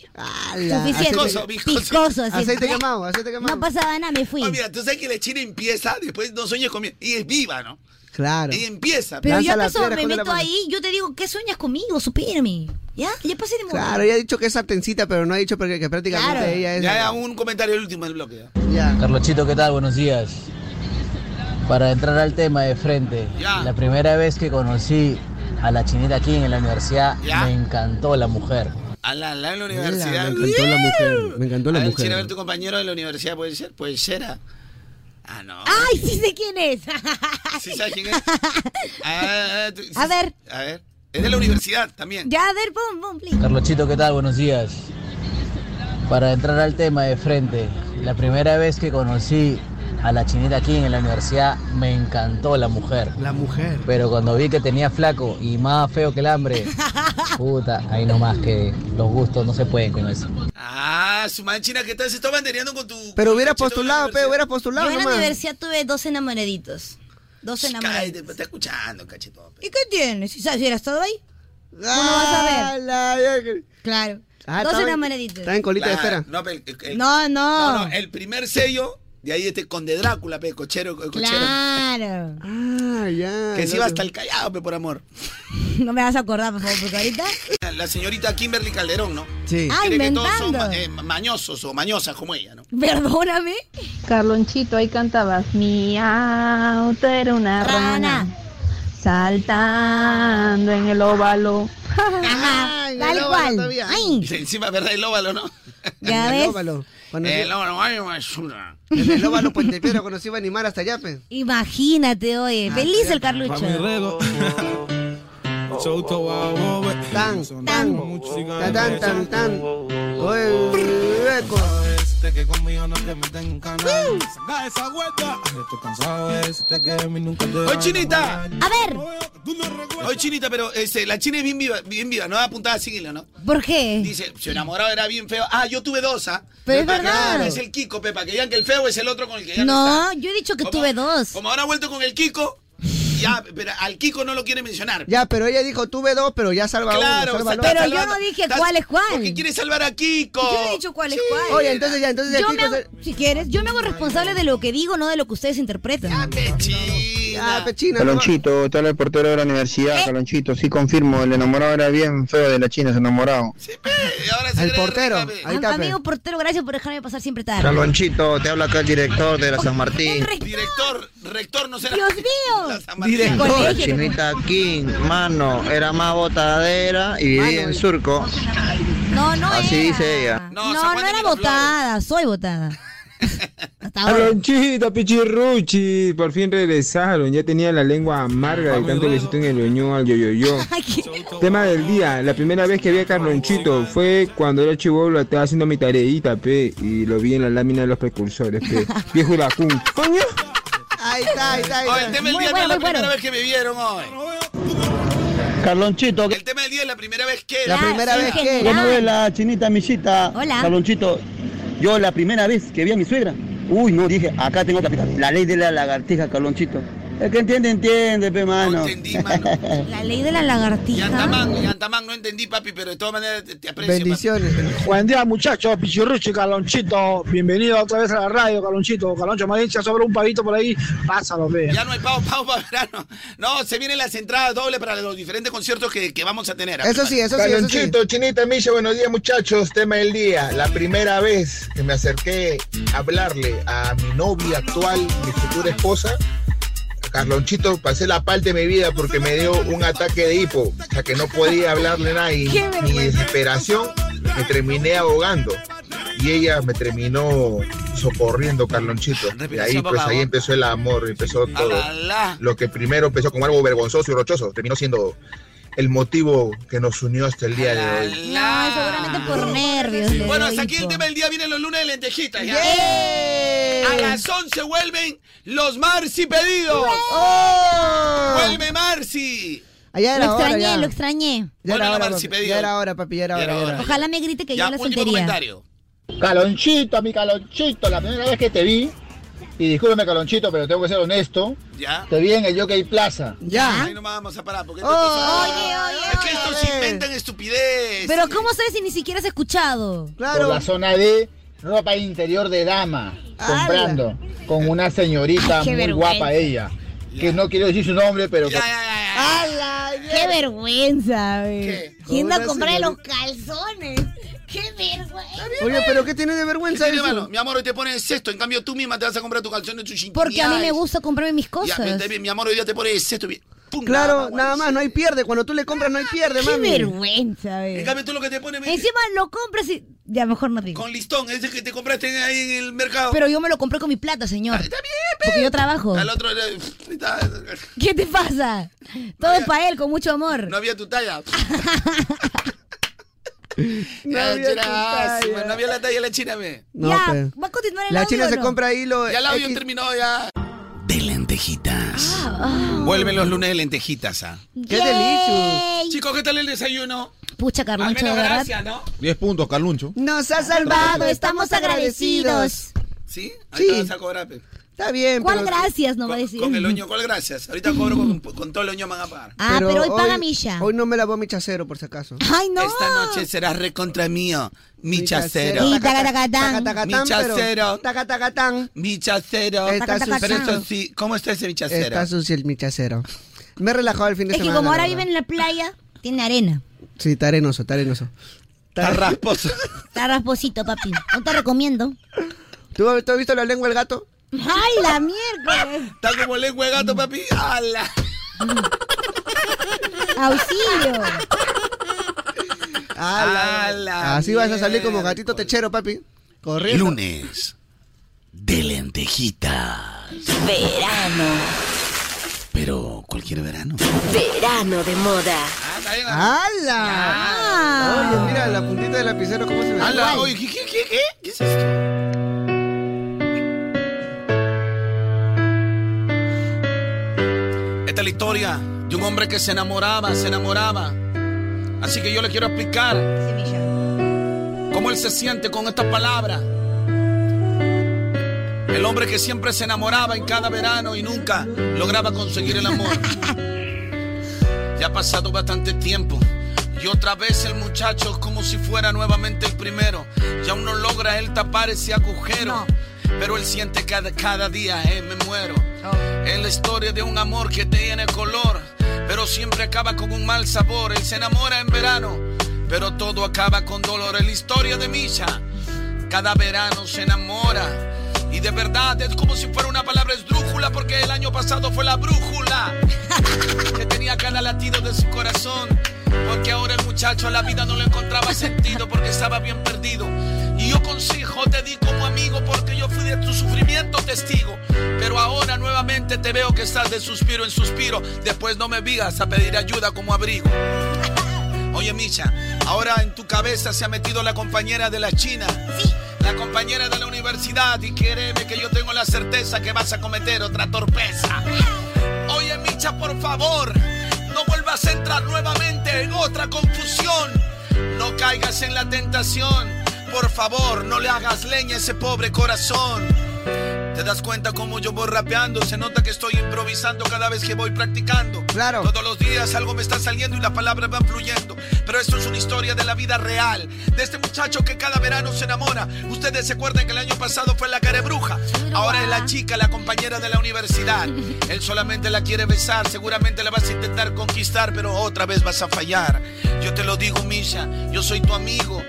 Speaker 1: la-
Speaker 3: Suficiente.
Speaker 1: Viscoso, viscoso.
Speaker 3: Viscoso, así. ¿Eh?
Speaker 1: Aceite quemado, aceite quemado.
Speaker 3: No pasaba nada, me fui.
Speaker 5: Ah, mira, tú sabes que la china empieza, después no sueñes conmigo. Y es viva, ¿no?
Speaker 1: Claro.
Speaker 5: Y empieza.
Speaker 3: Pero yo
Speaker 1: Lanza la
Speaker 3: acaso
Speaker 1: piedra,
Speaker 3: me
Speaker 1: esconde la
Speaker 3: meto
Speaker 1: mano.
Speaker 3: ahí, yo te digo, ¿qué sueñas conmigo? Supírame. ¿Ya? Ya pasé de moda.
Speaker 1: Claro, ella ha dicho que es sartencita, pero no ha dicho porque- que prácticamente
Speaker 3: Claro.
Speaker 1: ella es.
Speaker 5: Ya, un comentario el último del bloque. ya.
Speaker 20: Carlochito, ¿qué tal? Buenos días. Para entrar al tema de frente, la primera vez que conocí a la chinita aquí en la universidad, me encantó la mujer.
Speaker 5: A la, la en la universidad.
Speaker 1: la mujer. Me encantó
Speaker 5: a ver, China, a ver, tu compañero de la universidad puede ser, puede ser. ah. Ah, no.
Speaker 3: ¡Ay, sí sé quién es!
Speaker 5: ¿Sí sabes quién es? Ah, ah, tú- sí,
Speaker 3: A ver.
Speaker 5: A ver. Es de la universidad también.
Speaker 3: ya, a ver, pum, pum, please.
Speaker 20: Carlochito, ¿qué tal? Buenos días. Para entrar al tema de frente, la primera vez que conocí a la chinita aquí en la universidad, me encantó la mujer.
Speaker 1: La mujer.
Speaker 20: Pero cuando vi que tenía flaco y más feo que el hambre, puta, ahí nomás que los gustos no se pueden con eso.
Speaker 5: Ah, su madre china, ¿qué tal se está bandereando con tu.
Speaker 1: Pero hubiera postulado, pero hubiera postulado
Speaker 3: Yo en la
Speaker 1: nomás.
Speaker 3: universidad tuve dos enamoraditos. Dos enamoraditos.
Speaker 5: Te está escuchando, cachetón.
Speaker 3: ¿Y qué tienes? Si sabes, hubieras estado ahí. ¿Cómo no vas a ver? Claro.
Speaker 1: Ah,
Speaker 3: dos enamoraditos.
Speaker 5: Claro, No, pero el- el-
Speaker 3: No, no.
Speaker 5: no, El primer sello, de ahí este con de Drácula, pe, cochero, co- cochero.
Speaker 3: Claro.
Speaker 1: Ah, ya.
Speaker 5: Que se iba hasta el callado, pe, por amor.
Speaker 3: No me vas a acordar, por favor, porque ahorita.
Speaker 5: La señorita Kimberly Calderón, ¿no?
Speaker 1: Sí.
Speaker 3: Ah,
Speaker 5: Cree que todos son
Speaker 3: inventando.
Speaker 5: ma- eh, ma- mañosos o mañosas como ella, ¿no?
Speaker 3: Perdóname.
Speaker 43: Carlonchito, ahí cantabas. Miau, tú eres una rana. Saltando en el óvalo.
Speaker 3: Ajá,
Speaker 43: el
Speaker 3: tal
Speaker 43: óvalo
Speaker 3: cual.
Speaker 43: todavía.
Speaker 3: Ay.
Speaker 5: Y encima, ¿verdad? El óvalo, ¿no?
Speaker 3: Ya
Speaker 1: El
Speaker 3: ves.
Speaker 1: óvalo. Cuando
Speaker 5: El
Speaker 1: yo-
Speaker 5: óvalo, ay, basura.
Speaker 1: En el óvalo Puente Piedra, cuando se iba a animar hasta allá,
Speaker 5: pues.
Speaker 1: pe.
Speaker 3: Imagínate,
Speaker 1: Ah,
Speaker 3: oye. Feliz el Carlucho.
Speaker 5: Oh,
Speaker 1: Tan, tan, tan, tan, tan, tan.
Speaker 5: Oh,
Speaker 1: Oye, eco.
Speaker 44: Este que conmigo no te meten en canal. Saca esa hueca. Estoy cansado de este que a mí nunca te
Speaker 5: ¡Oye,
Speaker 44: van
Speaker 5: chinita!
Speaker 3: A ver.
Speaker 5: Oye, chinita, pero este, la china es bien viva, bien viva, no da puntada sin hilo, ¿no?
Speaker 3: ¿Por qué?
Speaker 5: Dice, su enamorado era bien feo. Ah, yo tuve dos, ¿ah?
Speaker 3: Pero es
Speaker 5: Para que
Speaker 3: verdad.
Speaker 5: vean, Es el Kiko, Pepa, que digan que el feo es el otro con el que ya no,
Speaker 3: No,
Speaker 5: está.
Speaker 3: yo he dicho que tuve dos.
Speaker 5: Como ahora ha vuelto con el Kiko, ya, pero al Kiko no lo quiere mencionar.
Speaker 1: Ya, pero ella dijo, tuve dos, pero ya salva
Speaker 5: Claro,
Speaker 1: uno. salva
Speaker 5: está
Speaker 1: el otro.
Speaker 5: Pero yo no
Speaker 3: dije cuál es cuál.
Speaker 5: Porque quiere salvar a Kiko.
Speaker 3: Yo no he dicho cuál es cuál.
Speaker 1: Oye, entonces ya, entonces ya,
Speaker 3: Yo
Speaker 1: Kiko
Speaker 3: me hago-
Speaker 1: se-
Speaker 3: Si quieres, yo me hago responsable de lo que digo, no de lo que ustedes interpretan. Ya,
Speaker 1: Ya, pe, China, no-
Speaker 45: Calonchito, tal el portero de la
Speaker 3: ¿Eh?
Speaker 45: universidad, Calonchito, sí confirmo, el enamorado era bien feo de la China, ese enamorado.
Speaker 1: El portero. Ahí está, pues. pe.
Speaker 3: Eh, Amigo portero, gracias por dejarme pasar siempre tarde.
Speaker 45: Calonchito, te habla acá el director de la San Martín.
Speaker 5: Director, rector, no será.
Speaker 3: Dios mío.
Speaker 45: La chinita King, mano, era más botadera y vivía en surco.
Speaker 3: No, no
Speaker 1: Ah,
Speaker 45: Así
Speaker 3: era.
Speaker 45: dice ella.
Speaker 3: No, no, era votada, soy votada.
Speaker 8: Alonchito, pichirruchi, por fin regresaron. Ya tenía la lengua amarga de tanto besito en el oñón al yoyoyo. Tema del día, la primera vez que vi a Carlonchito fue cuando era chivolo, estaba haciendo mi tareita, pe, y lo vi en la lámina de los precursores, pe. Viejo Iracún, coño.
Speaker 1: Ahí está, ahí está. ahí
Speaker 5: Oye,
Speaker 1: está.
Speaker 5: el tema del día no es la primera vez que me vieron hoy.
Speaker 46: Carlonchito,
Speaker 5: El tema del día es la primera vez que.
Speaker 46: ¿Cómo ves la chinita Millita?
Speaker 5: Hola.
Speaker 46: Carlonchito, yo la primera vez que vi a mi suegra, uy, no, dije, acá tengo otra pita. La ley de la lagartija, Carlonchito. El que entiende, entiende, pe, mano.
Speaker 3: La ley de la lagartija.
Speaker 5: Antamán, Antamán, no entendí, papi, pero de todas maneras te, te aprecio.
Speaker 1: Bendiciones.
Speaker 4: Buen día muchachos, Pichirruchi, Calonchito, bienvenido otra vez a la radio, Calonchito, Caloncho, me ha dicho sobre un pavito por ahí, pásalo, ve.
Speaker 5: Ya no hay pago, pago para verano. No, se vienen las entradas dobles para los diferentes conciertos que, que vamos a tener.
Speaker 45: Calonchito, Chinita Milla, buenos días muchachos, tema del día. La primera vez que me acerqué a hablarle a mi novia actual, mi futura esposa,
Speaker 15: Carlonchito, pasé la parte de mi vida porque me dio un ataque de hipo, o sea que no podía hablarle nada y
Speaker 4: Qué
Speaker 15: mi
Speaker 4: vergüenza.
Speaker 15: desesperación me terminé ahogando y ella me terminó socorriendo Carlonchito. Y ahí
Speaker 5: por
Speaker 15: pues ahí
Speaker 5: favor.
Speaker 15: empezó el amor, empezó todo.
Speaker 5: Alá.
Speaker 15: Lo que primero empezó como algo vergonzoso y rochoso, terminó siendo el motivo que nos unió hasta el día de hoy.
Speaker 3: No, seguramente por nervios. le
Speaker 5: Ah. Bueno,
Speaker 3: doy
Speaker 5: hasta aquí el
Speaker 3: hipo.
Speaker 5: tema del día vienen los lunes de lentejitas. ¿ya?
Speaker 3: Yeah.
Speaker 5: A las 11 vuelven los Marci pedidos. ¡Vuelve Marci!
Speaker 1: Allá era
Speaker 3: lo
Speaker 1: hora,
Speaker 3: extrañé,
Speaker 1: ya.
Speaker 3: lo extrañé.
Speaker 1: Ya era,
Speaker 5: Bueno,
Speaker 1: hora,
Speaker 5: la Marci
Speaker 1: papi,
Speaker 5: Pedido.
Speaker 1: ya era hora, papi, ya era hora. ya era hora.
Speaker 3: Ojalá me grite que
Speaker 5: Ya,
Speaker 3: yo la
Speaker 5: último
Speaker 3: soltería.
Speaker 5: comentario.
Speaker 16: Calonchito, mi calonchito, la primera vez que te vi, y discúlpame calonchito, pero tengo que ser honesto,
Speaker 5: ¿Ya?
Speaker 16: te vi en el Jockey Plaza.
Speaker 5: Ahí nomás vamos a parar.
Speaker 1: Oh,
Speaker 5: Porque oye, oye. Es que estos inventan estupidez.
Speaker 3: Pero ¿cómo sabes si ni siquiera has escuchado?
Speaker 16: Por la zona de ropa interior de dama, comprando, con una señorita
Speaker 3: Ay, qué
Speaker 16: muy
Speaker 3: vergüenza.
Speaker 16: guapa ella, que no quiero decir su nombre, pero... que-
Speaker 1: Ah,
Speaker 3: ¡Hala! ¡Qué vergüenza, güey! Yendo a
Speaker 1: Hola,
Speaker 3: comprar los
Speaker 1: señorita.
Speaker 3: calzones. ¡Qué vergüenza!
Speaker 1: Oye, pero ¿qué tiene de vergüenza
Speaker 5: Tiene
Speaker 1: eso?
Speaker 5: malo. Mi amor, hoy te pones esto. En cambio, tú misma te vas a comprar tu calzón de tu
Speaker 3: Porque a mí me gusta comprarme mis
Speaker 5: Ya,
Speaker 3: cosas.
Speaker 5: pero está bien, mi amor, hoy día te pones esto. bien. Pum,
Speaker 1: Claro,
Speaker 5: nada más,
Speaker 1: nada más, no hay pierde. Cuando tú le compras, no hay pierde,
Speaker 3: ¡Qué
Speaker 1: mami.
Speaker 3: vergüenza, Eh. güey!
Speaker 5: En cambio, tú lo que te pones. mira,
Speaker 3: Encima lo compras y... Ya, mejor no digo.
Speaker 5: Con listón, ese que te compraste ahí en el mercado.
Speaker 3: Pero yo me lo compré con mi plata, señor. Porque yo trabajo.
Speaker 5: Al otro. eh, está-
Speaker 3: ¿Qué te pasa? Todo es para él, con mucho amor.
Speaker 5: No había tu talla.
Speaker 3: No
Speaker 5: Ya,
Speaker 3: había
Speaker 5: chera,
Speaker 3: tu
Speaker 5: ah, sí,
Speaker 3: talla.
Speaker 5: No había la talla de la china, me.
Speaker 1: No,
Speaker 3: ya,
Speaker 1: pero-
Speaker 3: ¿va a continuar el
Speaker 1: La
Speaker 3: audio
Speaker 1: china
Speaker 3: o
Speaker 1: se
Speaker 3: no?
Speaker 1: compra ahí lo.
Speaker 5: Ya la audio
Speaker 1: X.
Speaker 5: terminó ya. De lentejitas.
Speaker 3: Ah,
Speaker 5: Vuelven los lunes de lentejitas, ¿ah?
Speaker 1: ¡Qué delicio!
Speaker 5: Chicos, ¿qué tal el desayuno?
Speaker 3: Pucha,
Speaker 5: Al
Speaker 3: Carloncho,
Speaker 5: menos
Speaker 3: de verdad.
Speaker 5: gracias, ¿no?
Speaker 18: 10 puntos, Carluncho.
Speaker 1: Nos ha salvado, estamos agradecidos.
Speaker 5: ¿Sí? Ahí
Speaker 1: Sí.
Speaker 5: te vas a cobrar, pe.
Speaker 1: Está bien,
Speaker 3: ¿Cuál
Speaker 1: pero-
Speaker 3: gracias no va a decir?
Speaker 5: Con el oño, ¿cuál gracias? Ahorita cobro con, con todo el oño, me van a pagar.
Speaker 3: Ah, pero, hoy paga Misha.
Speaker 1: Hoy no me lavó mi chacero, por si acaso.
Speaker 3: Ay, no.
Speaker 5: Esta noche serás recontra mío, mi chacero.
Speaker 1: chacero.
Speaker 3: Y tacatacatán.
Speaker 5: Mi
Speaker 1: Tacatán, pero-
Speaker 5: chacero,
Speaker 1: Tacatacatán.
Speaker 5: mi chacero.
Speaker 1: Está sucio.
Speaker 5: Pero eso sí, ¿cómo está ese mi chacero?
Speaker 1: Está sucio el mi chacero. Me he relajado el fin de
Speaker 3: Es que
Speaker 1: semana.
Speaker 3: como
Speaker 1: la
Speaker 3: ahora
Speaker 1: verdad.
Speaker 3: viven en la playa, tiene arena.
Speaker 1: Sí, está arenoso, está arenoso.
Speaker 5: Está rasposo.
Speaker 3: Está rasposito, papi. No te recomiendo.
Speaker 1: ¿Tú, tú has visto la lengua del gato?
Speaker 3: ¡Ay, la miércoles!
Speaker 5: Está como lengua de gato, papi. ¡Hala!
Speaker 3: ¡Auxilio!
Speaker 5: ¡Hala!
Speaker 1: Así vas a salir como gatito techero, papi. Corriendo.
Speaker 5: Lunes de lentejitas.
Speaker 9: Verano,
Speaker 5: Pero cualquier verano.
Speaker 9: verano de moda.
Speaker 3: Ah.
Speaker 1: ¡Hala! Oye, mira la puntita del lapicero, ¿cómo se ve?
Speaker 5: ¡Hala! Oye, ¿qué, qué, qué, qué? ¿Qué es esto? Esta es la historia de un hombre que se enamoraba, se enamoraba. Así que yo le quiero explicar cómo él se siente con estas palabras. El hombre que siempre se enamoraba en cada verano y nunca lograba conseguir el amor. Ya ha pasado bastante tiempo. Y otra vez el muchacho es como si fuera nuevamente el primero. Ya aún no logra él tapar ese agujero. Pero él siente que cada, cada día eh, me muero. Es la historia de un amor que tiene color. Pero siempre acaba con un mal sabor. Él se enamora en verano. Pero todo acaba con dolor. Es la historia de Misha. Cada verano se enamora. Y de verdad es como si fuera una palabra esdrújula porque el año pasado fue la brújula que tenía cada latido de su corazón. Porque ahora el muchacho a la vida no le encontraba sentido porque estaba bien perdido. Y yo consejo te di como amigo porque yo fui de tu sufrimiento testigo. Pero ahora nuevamente te veo que estás de suspiro en suspiro. Después no me digas a pedir ayuda como abrigo. Oye, Micha, ahora en tu cabeza se ha metido la compañera de la China. La compañera de la universidad y créeme que yo tengo la certeza que vas a cometer otra torpeza. Oye, Micha, por favor, no vuelvas a entrar nuevamente en otra confusión. No caigas en la tentación. Por favor, no le hagas leña a ese pobre corazón. ¿Te das cuenta cómo yo voy rapeando? Se nota que estoy improvisando cada vez que voy practicando. Claro. Todos los días algo me está saliendo y las palabras van fluyendo. Pero esto es una historia de la vida real. De este muchacho que cada verano se enamora. Ustedes se acuerdan que el año pasado fue la carebruja. Ahora es la chica, la compañera de la universidad. Él solamente la quiere besar. Seguramente la vas a intentar conquistar, pero otra vez vas a fallar. Yo te lo digo, Misha. Yo soy tu amigo.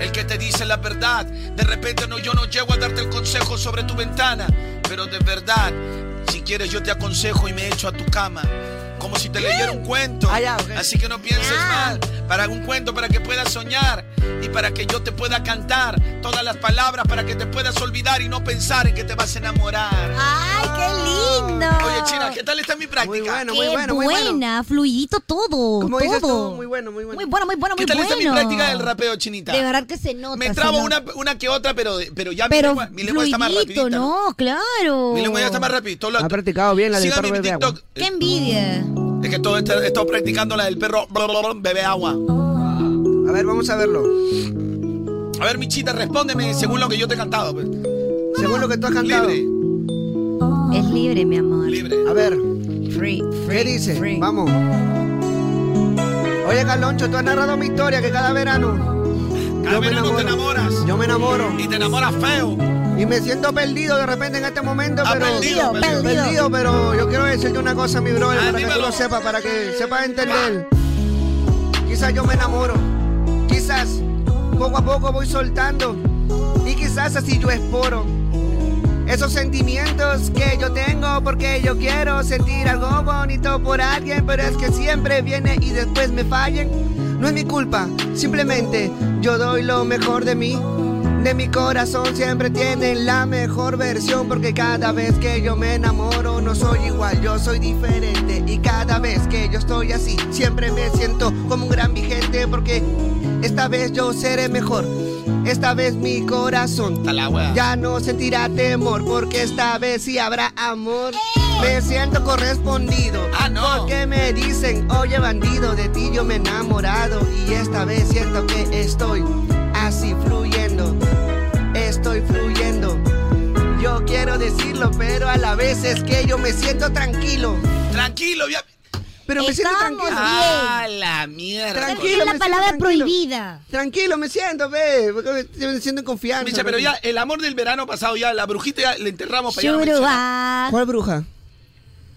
Speaker 5: El que te dice la verdad. De repente no, yo no llego a darte el consejo sobre tu ventana. Pero de verdad, Si quieres, yo te aconsejo y me echo a tu cama. Como si te leyera un cuento.
Speaker 3: Ah,
Speaker 5: Así que no pienses mal. Para un cuento, para que puedas soñar. Y para que yo te pueda cantar todas las palabras. Para que te puedas olvidar y no pensar en que te vas a enamorar.
Speaker 3: ¡Ay, qué lindo!
Speaker 5: Oye, China, ¿qué tal está mi práctica? Muy bueno,
Speaker 3: Qué buena, fluidito todo.
Speaker 5: Como
Speaker 3: todo.
Speaker 5: dices tú,
Speaker 3: muy bueno, muy bueno. Muy bueno, muy bueno,
Speaker 5: ¿Qué
Speaker 3: muy
Speaker 5: tal
Speaker 3: bueno.
Speaker 5: está mi práctica del rapeo, Chinita?
Speaker 3: De verdad que se nota.
Speaker 5: Me
Speaker 3: se
Speaker 5: trabo
Speaker 3: nota.
Speaker 5: una, una que otra, pero, pero ya
Speaker 3: Pero
Speaker 5: mi lengua, mi lengua está más
Speaker 3: fluidito,
Speaker 5: rapidita.
Speaker 3: ¿no? Claro.
Speaker 5: Mi lengua ya está más rapidito.
Speaker 1: Ha practicado bien la de
Speaker 5: Síganme
Speaker 1: perro
Speaker 5: en mi
Speaker 1: bebe agua.
Speaker 5: TikTok.
Speaker 3: Qué envidia.
Speaker 5: Es que todo este- he estado practicando la del perro bebe agua.
Speaker 1: A ver, vamos a verlo.
Speaker 5: A ver, Michita, respóndeme según lo que yo te he cantado. pues.
Speaker 1: Según lo que tú has cantado.
Speaker 3: Es libre, mi amor.
Speaker 1: A ver. ¿Qué dice? Vamos. Oye, Carloncho, tú has narrado mi historia que cada verano. yo me enamoro. Yo me enamoro.
Speaker 5: Y te enamoras feo.
Speaker 1: Y me siento perdido de repente en este momento,
Speaker 5: Ah,
Speaker 1: pero.
Speaker 5: perdido, perdido.
Speaker 1: Perdido, pero yo quiero decirte una cosa, mi brother,
Speaker 5: Ah,
Speaker 1: para que tú
Speaker 5: dímelo.
Speaker 1: lo sepas, para que sepas entender. Quizás yo me enamoro. Quizás poco a poco voy soltando. Y quizás así yo esporo. Esos sentimientos que yo tengo porque yo quiero sentir algo bonito por alguien, pero es que siempre viene y después me fallen. No es mi culpa, simplemente yo doy lo mejor de mí. De mi corazón siempre tienen la mejor versión porque cada vez que yo me enamoro no soy igual, yo soy diferente y cada vez que yo estoy así siempre me siento como un gran vigente porque esta vez yo seré mejor. Esta vez mi corazón ya no sentirá temor porque esta vez sí habrá amor. Me siento correspondido.
Speaker 5: Ah,
Speaker 1: Porque me dicen, oye bandido, de ti yo me he enamorado. Y esta vez siento que estoy así fluyendo. Estoy fluyendo. Yo quiero decirlo, pero a la vez es que yo me siento tranquilo.
Speaker 5: Tranquilo, ya.
Speaker 1: Pero me siento
Speaker 3: Estamos
Speaker 1: tranquilo.
Speaker 3: bien.
Speaker 5: Ah, la mierda.
Speaker 1: Tranquilo,
Speaker 3: la
Speaker 1: me siento
Speaker 3: palabra
Speaker 1: tranquilo.
Speaker 3: prohibida.
Speaker 1: Tranquilo, me siento, ve. porque Me siento en confianza.
Speaker 5: Micha, pero ya el amor del verano pasado, ya la brujita ya le enterramos para allá.
Speaker 3: Yoruba.
Speaker 1: ¿Cuál bruja?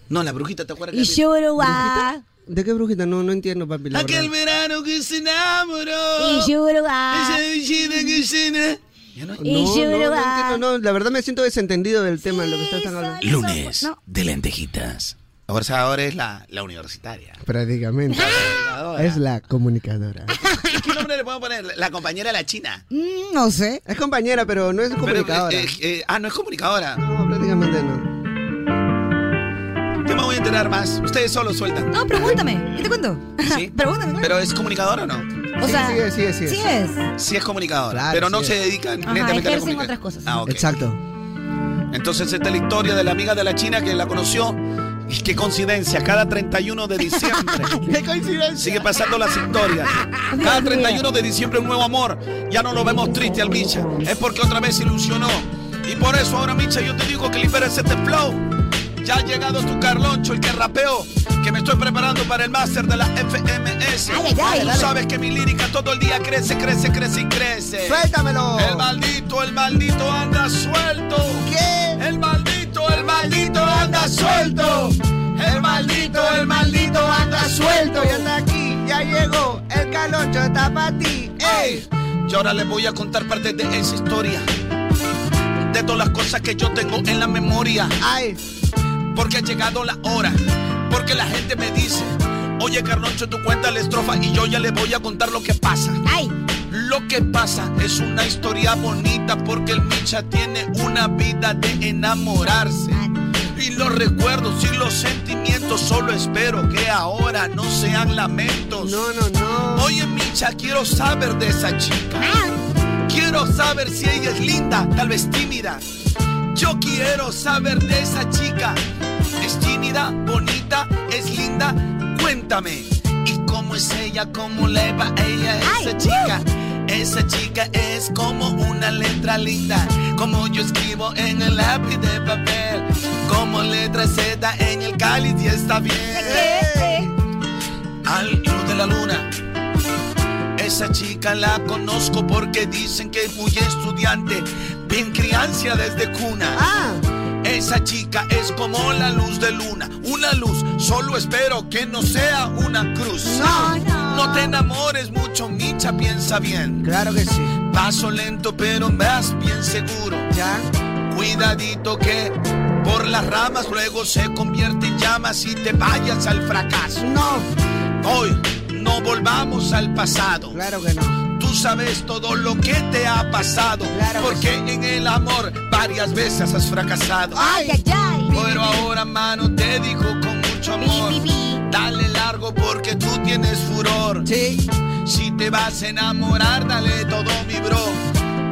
Speaker 5: No, la brujita, ¿te acuerdas?
Speaker 1: Y
Speaker 3: Yoruba.
Speaker 1: ¿De qué brujita? No, no entiendo, papi. la
Speaker 5: Aquel
Speaker 1: verdad.
Speaker 5: verano que se enamoró.
Speaker 3: Y Yoruba.
Speaker 5: Esa bichita que se ena- Ya no-
Speaker 1: No, no, no, entiendo, no, la verdad me siento desentendido del tema de lo que estás hablando.
Speaker 5: Lunes de lentejitas. Ahora, esa ahora es la, la universitaria.
Speaker 1: Prácticamente.
Speaker 5: Ahora,
Speaker 1: es la comunicadora.
Speaker 5: ¿Qué nombre le podemos poner? La compañera de la China.
Speaker 1: Mm, no sé. Es compañera, pero no es
Speaker 5: Pero,
Speaker 1: comunicadora.
Speaker 5: eh, eh, eh, ah, no es comunicadora.
Speaker 1: No, prácticamente no.
Speaker 5: Yo me voy a enterar más. Ustedes solo sueltan.
Speaker 12: No, pregúntame. ¿Qué te cuento? pregúntame. pues. claro.
Speaker 5: ¿Pero es comunicadora o no?
Speaker 12: O sea, sí, es, sí,
Speaker 1: es, sí es.
Speaker 12: es.
Speaker 5: Sí es comunicadora, pero no
Speaker 1: sí
Speaker 5: se
Speaker 1: es.
Speaker 5: dedica
Speaker 12: Ajá,
Speaker 5: netamente a la
Speaker 12: ejercen
Speaker 5: comunicación.
Speaker 12: otras cosas.
Speaker 5: Ah, ok.
Speaker 1: Exacto.
Speaker 5: Entonces esta es la historia de la amiga de la China que la conoció. Y qué coincidencia, cada 31 de diciembre. ¡Qué coincidencia! Sigue pasando las historias. Cada 31 de diciembre un nuevo amor. Ya no lo vemos triste al Micha. Es porque otra vez se ilusionó. Y por eso ahora, Micha, yo te digo que liberes este flow. Ya ha llegado tu Carloncho, el que rapeo. Que me estoy preparando para el máster de la FMS.
Speaker 4: Dale, dale,
Speaker 5: Tú
Speaker 4: dale.
Speaker 5: sabes que mi lírica todo el día crece, crece, crece y crece.
Speaker 1: Suéltamelo.
Speaker 5: El maldito, el maldito anda suelto.
Speaker 1: ¿Qué?
Speaker 5: El maldito, el maldito anda suelto. El maldito, el maldito anda suelto.
Speaker 1: Y anda aquí, ya llegó. El caloncho está para ti.
Speaker 5: ¡Ey! Y ahora les voy a contar parte de esa historia. De todas las cosas que yo tengo en la memoria.
Speaker 1: ¡Ay!
Speaker 5: Porque ha llegado la hora. Porque la gente me dice, oye Carloncho, tú cuenta la estrofa y yo ya les voy a contar lo que pasa.
Speaker 3: ¡Ay!
Speaker 5: Lo que pasa es una historia bonita porque el Micha tiene una vida de enamorarse. Y los recuerdos y los sentimientos solo espero que ahora no sean lamentos. No,
Speaker 1: no, no.
Speaker 5: Oye, Micha, quiero saber de esa chica. Quiero saber si ella es linda, tal vez tímida. Yo quiero saber de esa chica. Es tímida, bonita, es linda. Cuéntame. ¿Y cómo es ella? ¿Cómo le va a ella esa chica? Esa chica es como una letra linda, como yo escribo en el lápiz de papel, como letra Z en el cáliz y está bien. Al luz de la luna, esa chica la conozco porque dicen que es muy estudiante, bien crianza desde cuna. Esa chica es como la luz de luna, una luz, solo espero que no sea una cruz. Ah,
Speaker 4: No, no.
Speaker 5: te enamores mucho, Micha, piensa bien.
Speaker 1: Claro que sí.
Speaker 5: Paso lento, pero más bien seguro.
Speaker 1: Ya.
Speaker 5: Cuidadito que por las ramas luego se convierte en llamas y te vayas al fracaso. No. Hoy no volvamos al pasado. Claro que no. Tú sabes todo lo que te ha pasado. porque en el amor varias veces has fracasado.
Speaker 3: Ay, ay, ay.
Speaker 5: Pero ahora, mano, te digo con mucho amor. Dale largo porque tú tienes furor. Si te vas a enamorar, dale todo mi bro.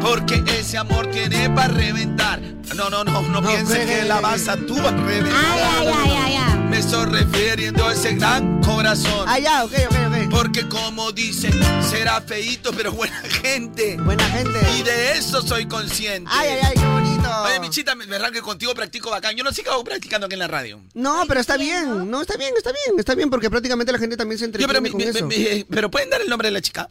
Speaker 5: Porque ese amor tiene para reventar. No, no, no, no, pues, eh, pienses que la vas a tú a reventar.
Speaker 3: Ay, ay, ay, ay.
Speaker 5: Me estoy refiriendo a ese gran corazón.
Speaker 1: Ah, ya, ok, ok, ok.
Speaker 5: Porque como dicen, será feíto, pero buena gente.
Speaker 1: Buena gente.
Speaker 5: Y de eso soy consciente.
Speaker 1: Ay, ay, ay, qué bonito.
Speaker 5: Oye, Michita, me- verdad que contigo practico bacán. Yo no sigo practicando aquí en la radio.
Speaker 1: No, pero está bien, no, está bien, está bien, está bien, porque prácticamente la gente también se
Speaker 5: Yo, pero,
Speaker 1: entretiene con
Speaker 5: mi- mi-
Speaker 1: eso.
Speaker 5: mi- eh, pero pueden dar el nombre de la chica.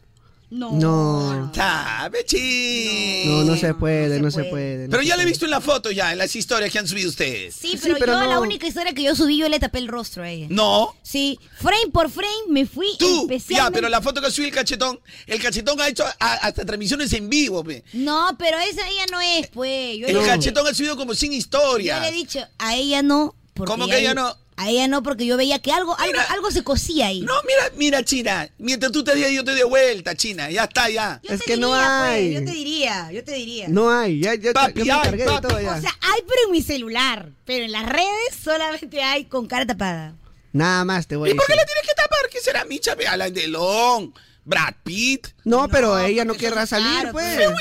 Speaker 1: No,
Speaker 5: Sabe, chi.
Speaker 1: no, no se puede, no se puede.
Speaker 5: Pero ya la he visto en la foto ya, en las historias que han subido ustedes.
Speaker 12: Sí, pero, yo la única historia que yo subí, yo le tapé el rostro a ella.
Speaker 5: No.
Speaker 12: Sí, frame por frame me fui
Speaker 5: Tú, ya,
Speaker 12: especialmente-
Speaker 5: pero la foto que subió el cachetón, el cachetón ha hecho a- hasta transmisiones en vivo. pe.
Speaker 12: No, pero esa ella no es, pues. Yo
Speaker 5: El
Speaker 12: le-
Speaker 5: cachetón ha subido como sin historia.
Speaker 12: Yo le he dicho, a ella no. porque
Speaker 5: ¿Cómo que ella no?
Speaker 12: A ella no, porque yo veía que algo, algo, algo se cocía ahí.
Speaker 5: No, mira, mira, China. Mientras tú te digas, yo te doy vuelta, China. Ya está, ya.
Speaker 1: Es que no hay.
Speaker 12: pues, Yo te diría, yo te diría.
Speaker 1: No hay, ya, ya,
Speaker 5: Papi,
Speaker 1: yo me
Speaker 5: ay,
Speaker 1: encargué de
Speaker 5: papi.
Speaker 1: todo ya.
Speaker 12: O sea, hay pero en mi celular, pero en las redes solamente hay con cara tapada.
Speaker 1: Nada más te voy a
Speaker 5: ¿Y por qué
Speaker 1: decir.
Speaker 5: la tienes que tapar? ¿Qué será Micha? Ve, Alain Delon, Brad Pitt.
Speaker 1: No, pero ella no querrá salir,
Speaker 5: claro,
Speaker 1: pues.
Speaker 5: pero-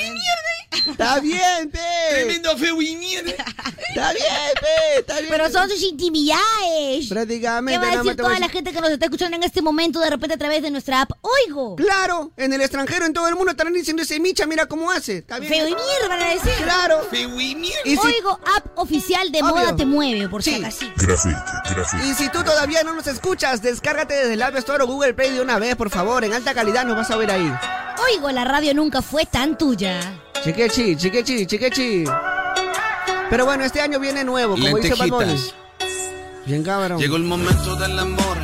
Speaker 1: Está bien, pe.
Speaker 5: Tremendo feo y mierda.
Speaker 1: Está bien, pe, está bien.
Speaker 12: Pero son sus intimidades.
Speaker 1: Prácticamente.
Speaker 12: ¿Qué va a
Speaker 1: nada más
Speaker 12: decir
Speaker 1: te voy
Speaker 12: toda
Speaker 1: a
Speaker 12: la
Speaker 1: decir-
Speaker 12: gente que nos está escuchando en este momento de repente a través de nuestra app? ¡Oigo!
Speaker 1: Claro, en el extranjero, en todo el mundo estarán diciendo ese micha, mira cómo hace. Está bien.
Speaker 12: Feo y mierda, van a decir.
Speaker 1: Claro.
Speaker 5: Feo y mierda.
Speaker 1: Y si-
Speaker 12: Oigo, app oficial de
Speaker 1: Obvio.
Speaker 12: Moda Te Mueve, por si acaso.
Speaker 11: Graffiti, graffiti.
Speaker 1: Y si tú todavía no nos escuchas, descárgate desde el App Store o Google Play de una vez, por favor. En alta calidad nos vas a ver ahí.
Speaker 12: Oigo, la radio nunca fue tan tuya.
Speaker 1: Chiquechi, chiquechi, chiquechi. Pero bueno, este año viene nuevo, como dice Bad Bunny.
Speaker 5: Lentejitas.
Speaker 1: Bien cabrón.
Speaker 5: Llegó el momento del amor.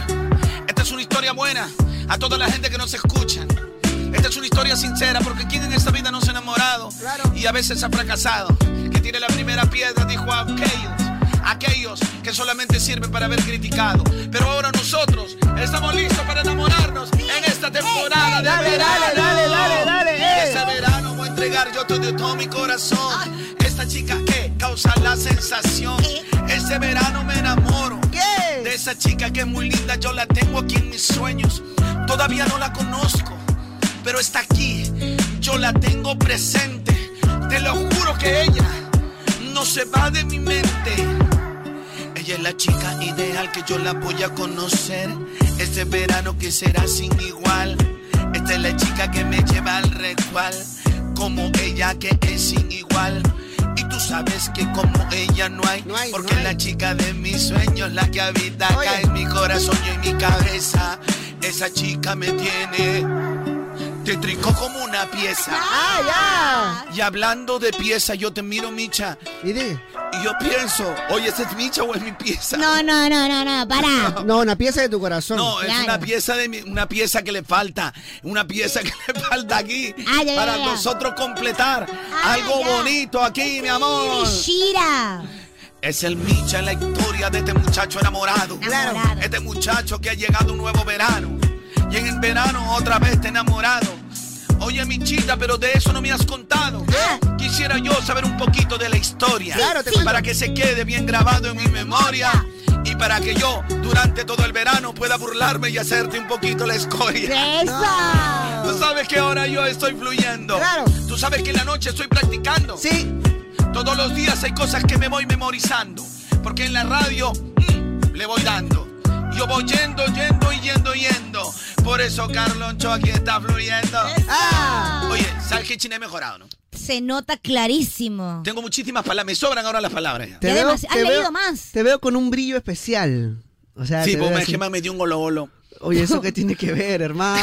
Speaker 5: Esta es una historia buena a toda la gente que nos escucha. Esta es una historia sincera porque quien en esta vida no se ha enamorado y a veces ha fracasado. Que tiene la primera piedra, dijo a aquellos, aquellos que solamente sirven para haber criticado. Pero ahora nosotros estamos listos para enamorarnos en esta temporada de
Speaker 4: dale,
Speaker 5: verano.
Speaker 4: dale, dale, dale, dale, eh.
Speaker 5: Este verano voy a entregar yo todo, todo mi corazón. Esta chica que causa la sensación. Este verano me enamoro. De esa chica que es muy linda, yo la tengo aquí en mis sueños. Todavía no la conozco, pero está aquí. Yo la tengo presente. Te lo juro que ella no se va de mi mente. Ella es la chica ideal que yo la voy a conocer. Este verano que será sin igual. Esta es la chica que me lleva al recual. Como ella que es sin igual. Y tú sabes que como ella no hay. porque es la chica de mis sueños, la que habita acá en mi corazón y en mi cabeza. Esa chica me tiene. Te trincó como una pieza.
Speaker 1: ¡Ah,
Speaker 5: ya! Y hablando de pieza, yo te miro, Micha.
Speaker 1: ¿Y
Speaker 5: yo pienso, oye, ¿ese es Micha o es mi pieza?
Speaker 12: No, no, no, no, no, para.
Speaker 1: No, una pieza de tu corazón.
Speaker 5: No, es una pieza de mi- una pieza que le falta, una pieza que le falta aquí
Speaker 12: Ah, ya, ya,
Speaker 5: para
Speaker 12: ya. Ah,
Speaker 5: nosotros completar algo bonito aquí, mi amor.
Speaker 12: Shira.
Speaker 5: Es el Micha la historia de este muchacho enamorado. Este muchacho que ha llegado un nuevo verano. Y en el verano otra vez te he enamorado. Oye, Michita, pero de eso no me has contado. Quisiera yo saber un poquito de la historia.
Speaker 1: Ah. Claro, te
Speaker 5: para que se quede bien grabado en mi memoria. Y para que yo, durante todo el verano, pueda burlarme y hacerte un poquito la escoria. Tú sabes que ahora yo estoy fluyendo. Claro. Tú sabes que en la noche estoy practicando.
Speaker 1: Sí.
Speaker 5: Todos los días hay cosas que me voy memorizando. Porque en la radio mm, le voy dando. Yo voy yendo, yendo y yendo, yendo. Por eso Carloncho aquí está fluyendo. Ah. Oye, ¿sabes que China he mejorado, no?
Speaker 12: Se nota clarísimo.
Speaker 5: Tengo muchísimas palabras. Me sobran ahora las palabras. ya.
Speaker 1: Te
Speaker 12: Ya
Speaker 1: veo,
Speaker 12: además,
Speaker 1: te
Speaker 12: has leído
Speaker 1: veo-
Speaker 12: más.
Speaker 1: Te veo con un brillo especial. O sea,
Speaker 5: Sí,
Speaker 1: te veo
Speaker 5: pues me,
Speaker 1: así.
Speaker 5: que me metió un golo golo.
Speaker 1: Oye, ¿eso qué tiene que ver, hermano?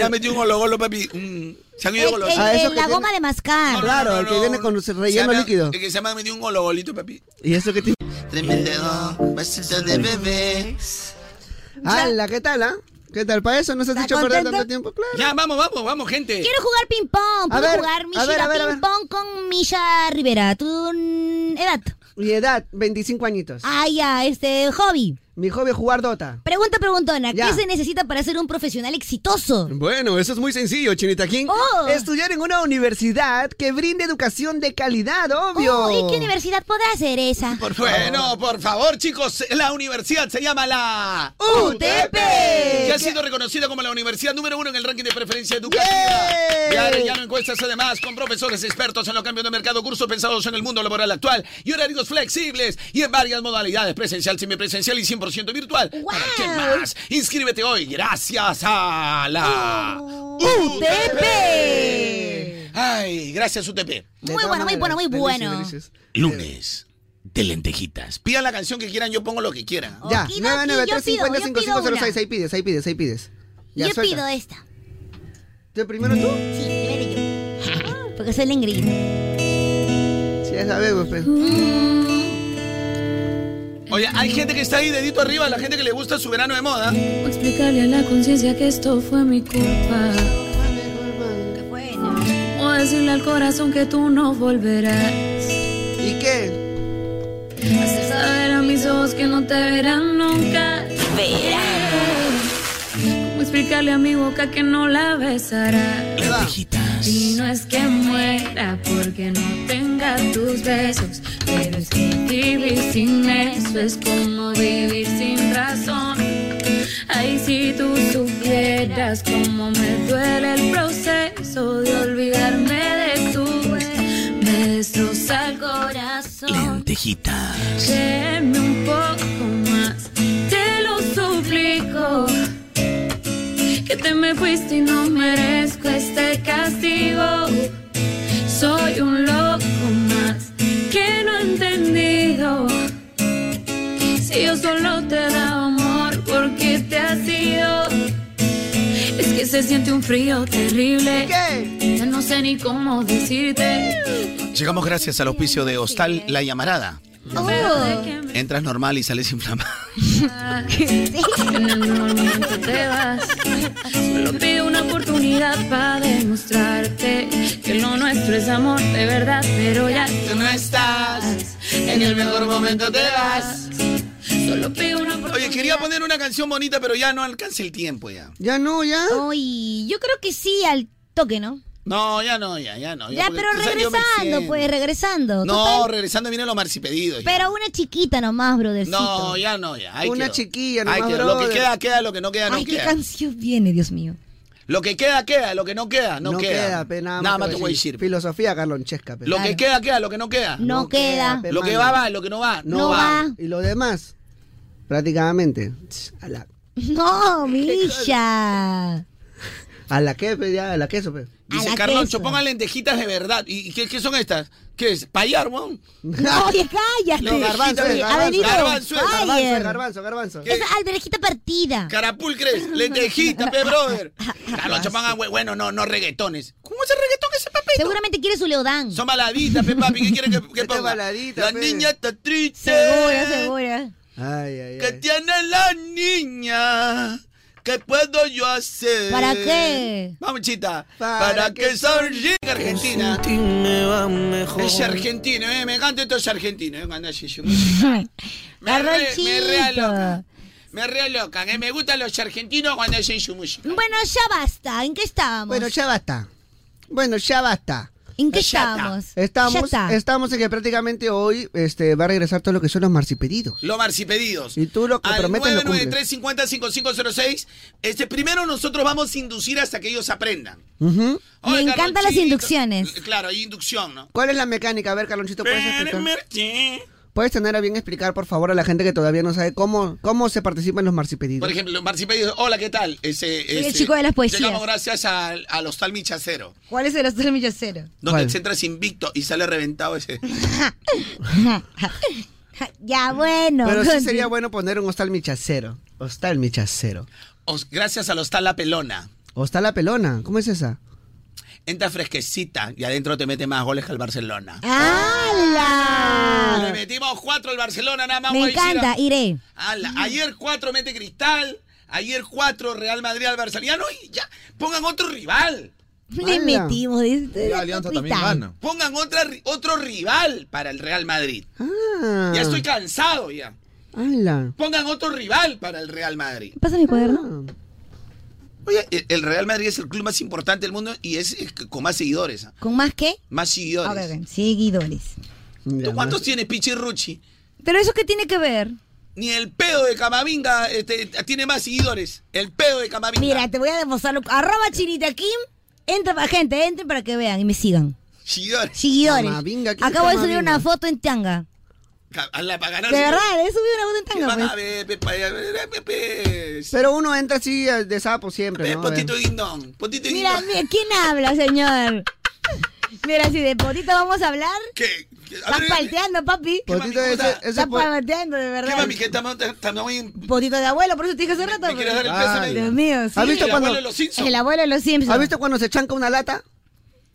Speaker 5: ya metí un golo golo, papi. Mm, se han
Speaker 12: El-
Speaker 5: ido golos.
Speaker 1: Ah,
Speaker 12: el- el- la goma de mascar.
Speaker 1: Claro, el que viene con su relleno
Speaker 5: Se me-
Speaker 1: líquido.
Speaker 5: Es que se me ha metido un golo golito, papi.
Speaker 1: ¿Y eso qué tiene?
Speaker 5: Tremendo besito de bebé.
Speaker 1: ¡Hala! ¿Qué tal, ah? ¿Qué tal? ¿Para eso nos has hecho perder
Speaker 12: contento?
Speaker 1: tanto tiempo? Claro.
Speaker 5: Ya, vamos, vamos, vamos, gente.
Speaker 12: Quiero jugar ping-pong.
Speaker 1: A
Speaker 12: ¿Puedo
Speaker 1: ver,
Speaker 12: jugar, mi
Speaker 1: a ver, a
Speaker 12: Shira,
Speaker 1: ver, a ver.
Speaker 12: ping-pong con Misha Rivera, tu mm, edad.
Speaker 1: Mi edad, 25 añitos.
Speaker 12: Ah, ya, este, hobby.
Speaker 1: Mi hobby es jugar Dota.
Speaker 12: Pregunta preguntona, ¿qué se necesita para ser un profesional exitoso?
Speaker 11: Bueno, eso es muy sencillo, Chinita King.
Speaker 12: Oh.
Speaker 1: Estudiar en una universidad que brinde educación de calidad, obvio.
Speaker 12: Uy, Oh, ¿qué universidad podrá ser esa?
Speaker 5: Por
Speaker 1: Ah.
Speaker 5: Bueno, por favor, chicos, la universidad se llama la
Speaker 12: UTP.
Speaker 5: Que ha sido reconocida como la universidad número uno en el ranking de preferencia educativa. De Arellano encuestas además con profesores expertos en los cambios de mercado, cursos pensados en el mundo laboral actual y horarios flexibles y en varias modalidades, presencial, semipresencial y 100% virtual. ¿Para qué más? Inscríbete hoy gracias a la UTP. Ay, gracias UTP.
Speaker 3: Muy bueno, muy bueno, muy bueno.
Speaker 5: Lunes de lentejitas. Pidan la canción que quieran, yo pongo lo que quieran.
Speaker 1: Ya,
Speaker 3: Okidoki, yo pido, yo pido
Speaker 1: 993
Speaker 3: una.
Speaker 1: ahí pides, ahí pides, ahí pides. Ya,
Speaker 3: Yo
Speaker 1: suelta.
Speaker 3: pido esta.
Speaker 1: ¿Tú primero tú?
Speaker 3: Sí, primero yo. Porque soy la ingrediente.
Speaker 1: Sí, ya sabemos, pues.
Speaker 12: Mm.
Speaker 5: Oye, hay gente que está ahí dedito arriba, la gente que le gusta su verano de moda.
Speaker 13: Explicarle a la conciencia que esto fue mi culpa. O decirle al corazón que tú no volverás.
Speaker 1: ¿Y qué?
Speaker 13: Hacer saber a mis ojos que no te verán nunca. ¿Cómo explicarle a mi boca que no la besará? Y no es que muera porque no tenga tus besos. Pero es que vivir sin eso es como vivir sin razón. Ay, si tú supieras cómo me duele el proceso de olvidarme de tú. Me destroza el corazón.
Speaker 5: Tejitas.
Speaker 13: Créeme un poco más, te lo suplico. Que te me fuiste y no merezco este castigo. Soy un loco más que no he entendido. Si yo solo te daba amor, porque te has ido? Es que se siente un frío terrible. Ya no sé ni cómo decirte.
Speaker 5: Llegamos gracias al auspicio de Hostal La Llamarada.
Speaker 13: Oh.
Speaker 5: Entras normal y sales inflamado.
Speaker 13: En el momento te vas. Solo pido una oportunidad para demostrarte que lo nuestro es amor de verdad, pero ya tú no estás. En el mejor momento te vas. Solo pido una oportunidad.
Speaker 5: Oye, quería poner una canción bonita, pero ya no alcanza el tiempo ya.
Speaker 1: Ya no, ya.
Speaker 12: Uy, yo creo que sí, al toque, ¿no?
Speaker 5: No, ya no, ya, ya no.
Speaker 12: Ya,
Speaker 5: porque
Speaker 12: pero
Speaker 5: tú sabes que yo me
Speaker 12: regresando,
Speaker 5: extiendo.
Speaker 12: pues, regresando.
Speaker 5: No,
Speaker 12: Total,
Speaker 5: regresando vienen los marcipedidos. ya.
Speaker 12: Pero una chiquita nomás, brothercito.
Speaker 5: No, ya no, ya. ahí
Speaker 12: Una
Speaker 5: quedó.
Speaker 12: chiquilla
Speaker 5: Ahí
Speaker 12: nomás,
Speaker 5: quedó. Lo que
Speaker 12: brother.
Speaker 5: queda, queda, lo que no queda, no
Speaker 12: Ay, qué
Speaker 5: queda.
Speaker 12: canción viene, Dios mío.
Speaker 5: Lo que queda, queda, lo que no queda, no,
Speaker 1: No
Speaker 5: queda.
Speaker 1: pe, nada,
Speaker 5: más te voy a decir.
Speaker 1: Filosofía garlonchesca, pe.
Speaker 5: Lo que queda, queda, lo que no queda.
Speaker 1: No No queda, queda, pe,
Speaker 5: Lo que
Speaker 1: mano.
Speaker 5: va, va, lo que no va, no, va.
Speaker 1: Y lo demás, prácticamente. A la,
Speaker 12: No, Misha.
Speaker 1: a la que, pe, ya, a la queso, pe.
Speaker 5: Dice Carloncho, pongan lentejitas de verdad. ¿Y qué, qué son estas? ¿Qué es? ¿Payar, weón?
Speaker 12: No, oye, cállate.
Speaker 5: No, garbanzo,
Speaker 12: Oye,
Speaker 5: es,
Speaker 12: ha
Speaker 5: garbanzo.
Speaker 12: venido
Speaker 5: Garbanzo es,
Speaker 12: fire.
Speaker 5: garbanzo es,
Speaker 1: Garbanzo, garbanzo.
Speaker 12: Esa alberejita partida.
Speaker 5: Carapulcres, lentejita, pe, brother. Carloncho, pongan, we- bueno, no, no reggaetones. ¿Cómo es el reggaetón ese papito?
Speaker 12: Seguramente quiere su leodán.
Speaker 5: Son baladitas, pe, papi. ¿Qué quieren que, que ponga? La niña está triste.
Speaker 12: Segura, segura.
Speaker 1: Ay, ay,
Speaker 5: ¿Qué tiene la niña? ¿Qué puedo yo hacer?
Speaker 4: ¿Para qué?
Speaker 5: Vamos, chita.
Speaker 4: ¿Para
Speaker 5: Para,
Speaker 4: qué?
Speaker 5: que sonríe Argentina. Es argentino, eh, me encanta esto es argentino. eh, cuando así, yo- Me, re, me realocan. Me realocan, eh, me gustan los argentinos cuando hacen su música.
Speaker 12: Bueno, ya basta. ¿En qué estábamos?
Speaker 1: Bueno, ya basta. Bueno, ya basta.
Speaker 12: ¿En qué estábamos? Ya
Speaker 1: Estamos,
Speaker 12: está.
Speaker 1: estamos en que prácticamente hoy este, va a regresar todo lo que son los marcipedidos.
Speaker 5: Los marcipedidos.
Speaker 1: Y tú lo que
Speaker 5: Al
Speaker 1: prometes lo cumples.
Speaker 5: 993-50-5506. Este, primero nosotros vamos a inducir hasta que ellos aprendan.
Speaker 1: Ujú.
Speaker 5: Oye,
Speaker 12: Me encantan las
Speaker 5: Carlonchito.
Speaker 12: inducciones.
Speaker 5: Claro, hay inducción, ¿no?
Speaker 1: ¿Cuál es la mecánica? A ver, Carlonchito, ¿puedes explicar?
Speaker 5: Sí.
Speaker 1: ¿Puedes tener a bien explicar, por favor, a la gente que todavía no sabe cómo, cómo se participa en los marcipedidos?
Speaker 5: Por ejemplo, Marcipedidos, hola, ¿qué tal? Ese,
Speaker 12: Soy el chico de las poesías.
Speaker 5: Llegamos gracias al, al Hostal Michacero,
Speaker 12: ¿Cuál es el hostel millacero?
Speaker 5: donde entras invicto y sale reventado ese.
Speaker 12: ya, bueno.
Speaker 1: Pero sí
Speaker 12: continu-
Speaker 1: sería bueno poner un hostal michacero. Hostal michacero.
Speaker 5: Os- gracias al Hostal La Pelona.
Speaker 1: Hostal la pelona. ¿Cómo es esa?
Speaker 5: Entra fresquecita y adentro te mete más goles que el Barcelona.
Speaker 12: Ah.
Speaker 5: Le
Speaker 12: ¡Hala!
Speaker 5: metimos cuatro al Barcelona, nada más.
Speaker 12: Me
Speaker 5: Guaycira.
Speaker 12: encanta,
Speaker 3: Eh,
Speaker 12: iré.
Speaker 5: Ala, ayer cuatro mete Cristal, ayer cuatro Real Madrid al Barcelona. Ya no, y ya, pongan otro rival.
Speaker 3: Le metimos, dice.
Speaker 5: Ya, Alianza también gana. Pongan otra, ri- otro rival para el Real Madrid.
Speaker 1: Ah.
Speaker 5: Ya estoy cansado ya.
Speaker 1: ¡Hala!
Speaker 5: Pongan otro rival para el Real Madrid.
Speaker 3: Pasa mi cuaderno.
Speaker 5: Oye, e-, el- el Real Madrid es el club más importante del mundo y es eh, con más seguidores. ¿ah?
Speaker 3: ¿Con más qué?
Speaker 5: Más seguidores.
Speaker 3: A ver, ven, seguidores.
Speaker 5: ¿Tú cuántos tienes, Pichirruchi?
Speaker 3: Pero eso qué tiene que ver.
Speaker 5: Ni el pedo de Camavinga este, tiene más seguidores. El pedo de Camavinga.
Speaker 3: Mira, te voy a demostrarlo. Arroba Chinita Kim. Entra para gente, entren para que vean y me sigan.
Speaker 5: Seguidores.
Speaker 3: Seguidores.
Speaker 5: Camavinga, ¿qué es
Speaker 3: Acabo de subir
Speaker 5: Camavinga?
Speaker 3: una foto en tanga.
Speaker 5: Ca- a la- para
Speaker 3: De
Speaker 5: ganar
Speaker 3: verdad,
Speaker 5: seguidores.
Speaker 3: he subido una foto en tanga.
Speaker 5: Van
Speaker 3: pues.
Speaker 5: a ver, pe- pa- pe- pe- pe-
Speaker 1: Pero uno entra así eh, de sapo siempre, ¿no? A ver.
Speaker 5: Potito guindón. Potito
Speaker 3: Mira,
Speaker 5: guindón.
Speaker 3: mira, ¿quién habla, señor? Mira, si de potito vamos a hablar.
Speaker 5: ¿Qué?
Speaker 3: Estás palteando, papi.
Speaker 5: Potito mami, ese- ese
Speaker 3: Estás
Speaker 5: po-
Speaker 3: palteando, de
Speaker 5: ¿Qué,
Speaker 3: verdad.
Speaker 5: mami? Que estamos estamos en
Speaker 3: Potito de abuelo, por eso te dije hace rato.
Speaker 5: quieres
Speaker 3: pero-
Speaker 5: dar el pésame?
Speaker 3: Dios mío, sí.
Speaker 1: ¿Has visto cuando,
Speaker 3: El abuelo de los Simpsons.
Speaker 1: ¿Has visto cuando se chanca una lata?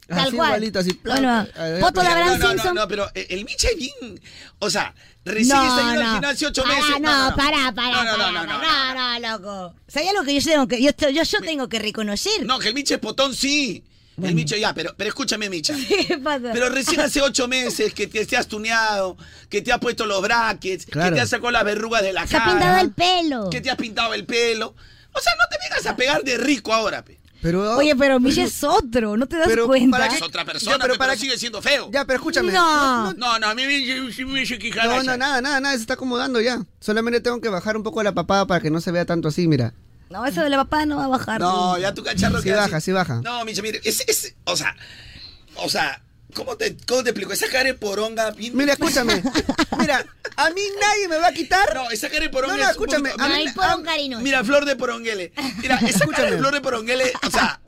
Speaker 3: Tal
Speaker 1: así
Speaker 3: cual.
Speaker 1: Igualito, así, plan,
Speaker 3: Bueno,
Speaker 1: eh,
Speaker 3: foto de
Speaker 1: eh,
Speaker 3: Abraham
Speaker 5: no, no,
Speaker 3: Simpson.
Speaker 5: No, no, pero eh, el Miche bien. O sea, recién
Speaker 3: No,
Speaker 5: está yendo
Speaker 3: no.
Speaker 5: al gimnasio ocho
Speaker 3: Pará,
Speaker 5: meses.
Speaker 3: Ah, no, pará,
Speaker 5: No,
Speaker 3: pará,
Speaker 5: no,
Speaker 3: pará,
Speaker 5: no, no, no,
Speaker 3: No, no, loco. ¿Sabía lo que yo tengo que, yo, yo, yo tengo que reconocer?
Speaker 5: No, que el Miche es potón, sí. El Miche ya, pero, pero escúchame, Micha.
Speaker 3: ¿Qué pasa?
Speaker 5: Pero recién hace ocho meses que te, te has tuneado, que te has puesto los brackets,
Speaker 1: Claro.
Speaker 5: que te has sacado las verrugas de la
Speaker 3: Se ha
Speaker 5: cara.
Speaker 3: pintado el pelo.
Speaker 5: Que te has pintado el pelo. O sea, no te vengas a pegar de rico ahora, pe.
Speaker 1: Pero,
Speaker 3: Oye, pero Michelle es otro, ¿no te das cuenta?
Speaker 5: para es otra persona, pe, pero, sigue siendo feo.
Speaker 1: Ya, pero escúchame.
Speaker 5: No, no, no, a mí me- sí me dice quijada
Speaker 1: No,
Speaker 5: esa.
Speaker 1: no, nada, nada, nada, se está acomodando ya. Solamente tengo que bajar un poco la papada para que no se vea tanto así, mira.
Speaker 3: No, eso de la papá no va a bajar.
Speaker 5: No, ya tu cacharro
Speaker 1: Sí
Speaker 5: queda
Speaker 1: baja,
Speaker 5: así.
Speaker 1: sí baja.
Speaker 5: No, Micha, mire, es, es, o sea, o sea, ¿cómo te, cómo te explico? Esa cara de poronga. bien-
Speaker 1: Mira, escúchame. Mira, a mí nadie me va a quitar.
Speaker 5: No, esa cara de poronga.
Speaker 1: No, no,
Speaker 5: es un
Speaker 1: escúchame,
Speaker 5: poquito-
Speaker 1: a mí-
Speaker 5: Mira,
Speaker 3: Pon cariño.
Speaker 5: Mira, flor de poronguele. Mira, esa cara de flor de poronguele, o sea,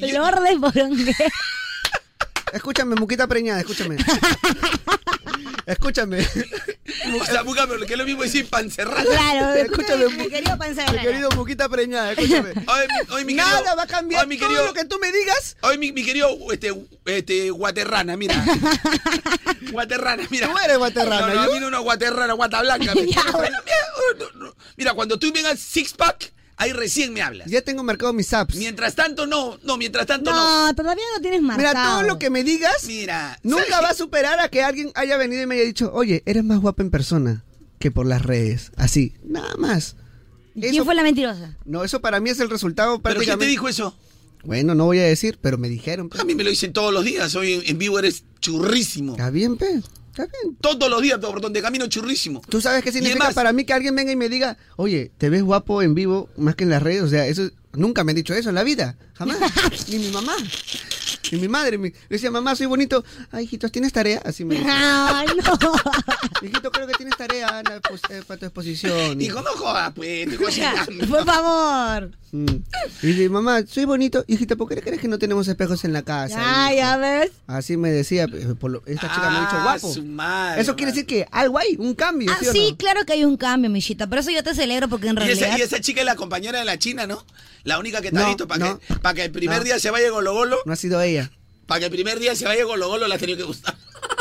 Speaker 3: Flor de porongue.
Speaker 1: Escúchame, muquita preñada, escúchame. escúchame.
Speaker 5: o sea, búscame, lo que es lo mismo decir pancerrada.
Speaker 3: Claro,
Speaker 1: escúchame,
Speaker 3: mi querido panza de
Speaker 1: mi
Speaker 3: rana.
Speaker 1: querido muquita preñada, escúchame.
Speaker 5: Hoy, mi- hoy mi querido,
Speaker 1: Nada va a cambiar.
Speaker 5: hoy, mi
Speaker 1: Todo
Speaker 5: querido,
Speaker 1: lo que tú me digas,
Speaker 5: hoy mi, mi querido, este, este, guaterrana, mira. guaterrana, mira.
Speaker 1: tú eres guaterrana.
Speaker 5: No, no,
Speaker 1: ¿yo?
Speaker 5: vino una guaterrana, guata blanca. me- Mira, cuando tú vengas six pack, ahí recién me hablas.
Speaker 1: Ya tengo marcado mis apps.
Speaker 5: Mientras tanto, no, no, mientras tanto, no.
Speaker 3: No, todavía no tienes marcado.
Speaker 1: Mira, todo lo que me digas
Speaker 5: Mira,
Speaker 1: nunca va a superar a que alguien haya venido y me haya dicho, oye, eres más guapa en persona que por las redes. Así, nada más.
Speaker 3: ¿Quién fue la mentirosa?
Speaker 1: No, eso para mí es el resultado
Speaker 5: ¿Pero quién
Speaker 1: prácticamente.
Speaker 5: te dijo eso?
Speaker 1: Bueno, no voy a decir, pero me dijeron. pe.
Speaker 5: A mí me lo dicen todos los días. Hoy en, en vivo eres churrísimo.
Speaker 1: Está bien, pe.
Speaker 5: Todos los días, por donde camino, churrísimo.
Speaker 1: ¿Tú sabes qué significa
Speaker 5: además-
Speaker 1: para mí que alguien venga y me diga, oye, te ves guapo en vivo más que en las redes? O sea, eso nunca me han dicho eso en la vida. Jamás. Ni mi mamá. Ni mi madre. Mi... Yo decía, mamá, soy bonito. Ay, hijitos, ¿tienes tarea? Así me dice.
Speaker 3: Ay, no.
Speaker 1: Hijito, creo que tienes tarea Ana, pues, eh, para tu exposición.
Speaker 5: Dijo, no jodas, pues. dijo, sí, dame.
Speaker 3: Por favor.
Speaker 1: Mm. Y dice, mamá, soy bonito. Hijita, ¿por qué crees que no tenemos espejos en la casa?
Speaker 3: Ay, ya ves.
Speaker 1: Así me decía, eh, por lo- esta chica me ha dicho
Speaker 5: Ah,
Speaker 1: guapo.
Speaker 5: su madre,
Speaker 1: Eso quiere decir que algo hay, un cambio.
Speaker 3: Ah,
Speaker 1: o no?
Speaker 3: sí, claro que hay un cambio, Michita. Por eso yo te celebro, porque en
Speaker 5: Y esa,
Speaker 3: realidad.
Speaker 5: y esa chica es la compañera de la China, ¿no? La única que te
Speaker 1: No,
Speaker 5: ha visto para
Speaker 1: no.
Speaker 5: que, para que el primer
Speaker 1: No.
Speaker 5: día se vaya Golo Golo.
Speaker 1: No ha sido ella.
Speaker 5: Para que el primer día se vaya Golo Golo la has tenido que gustar.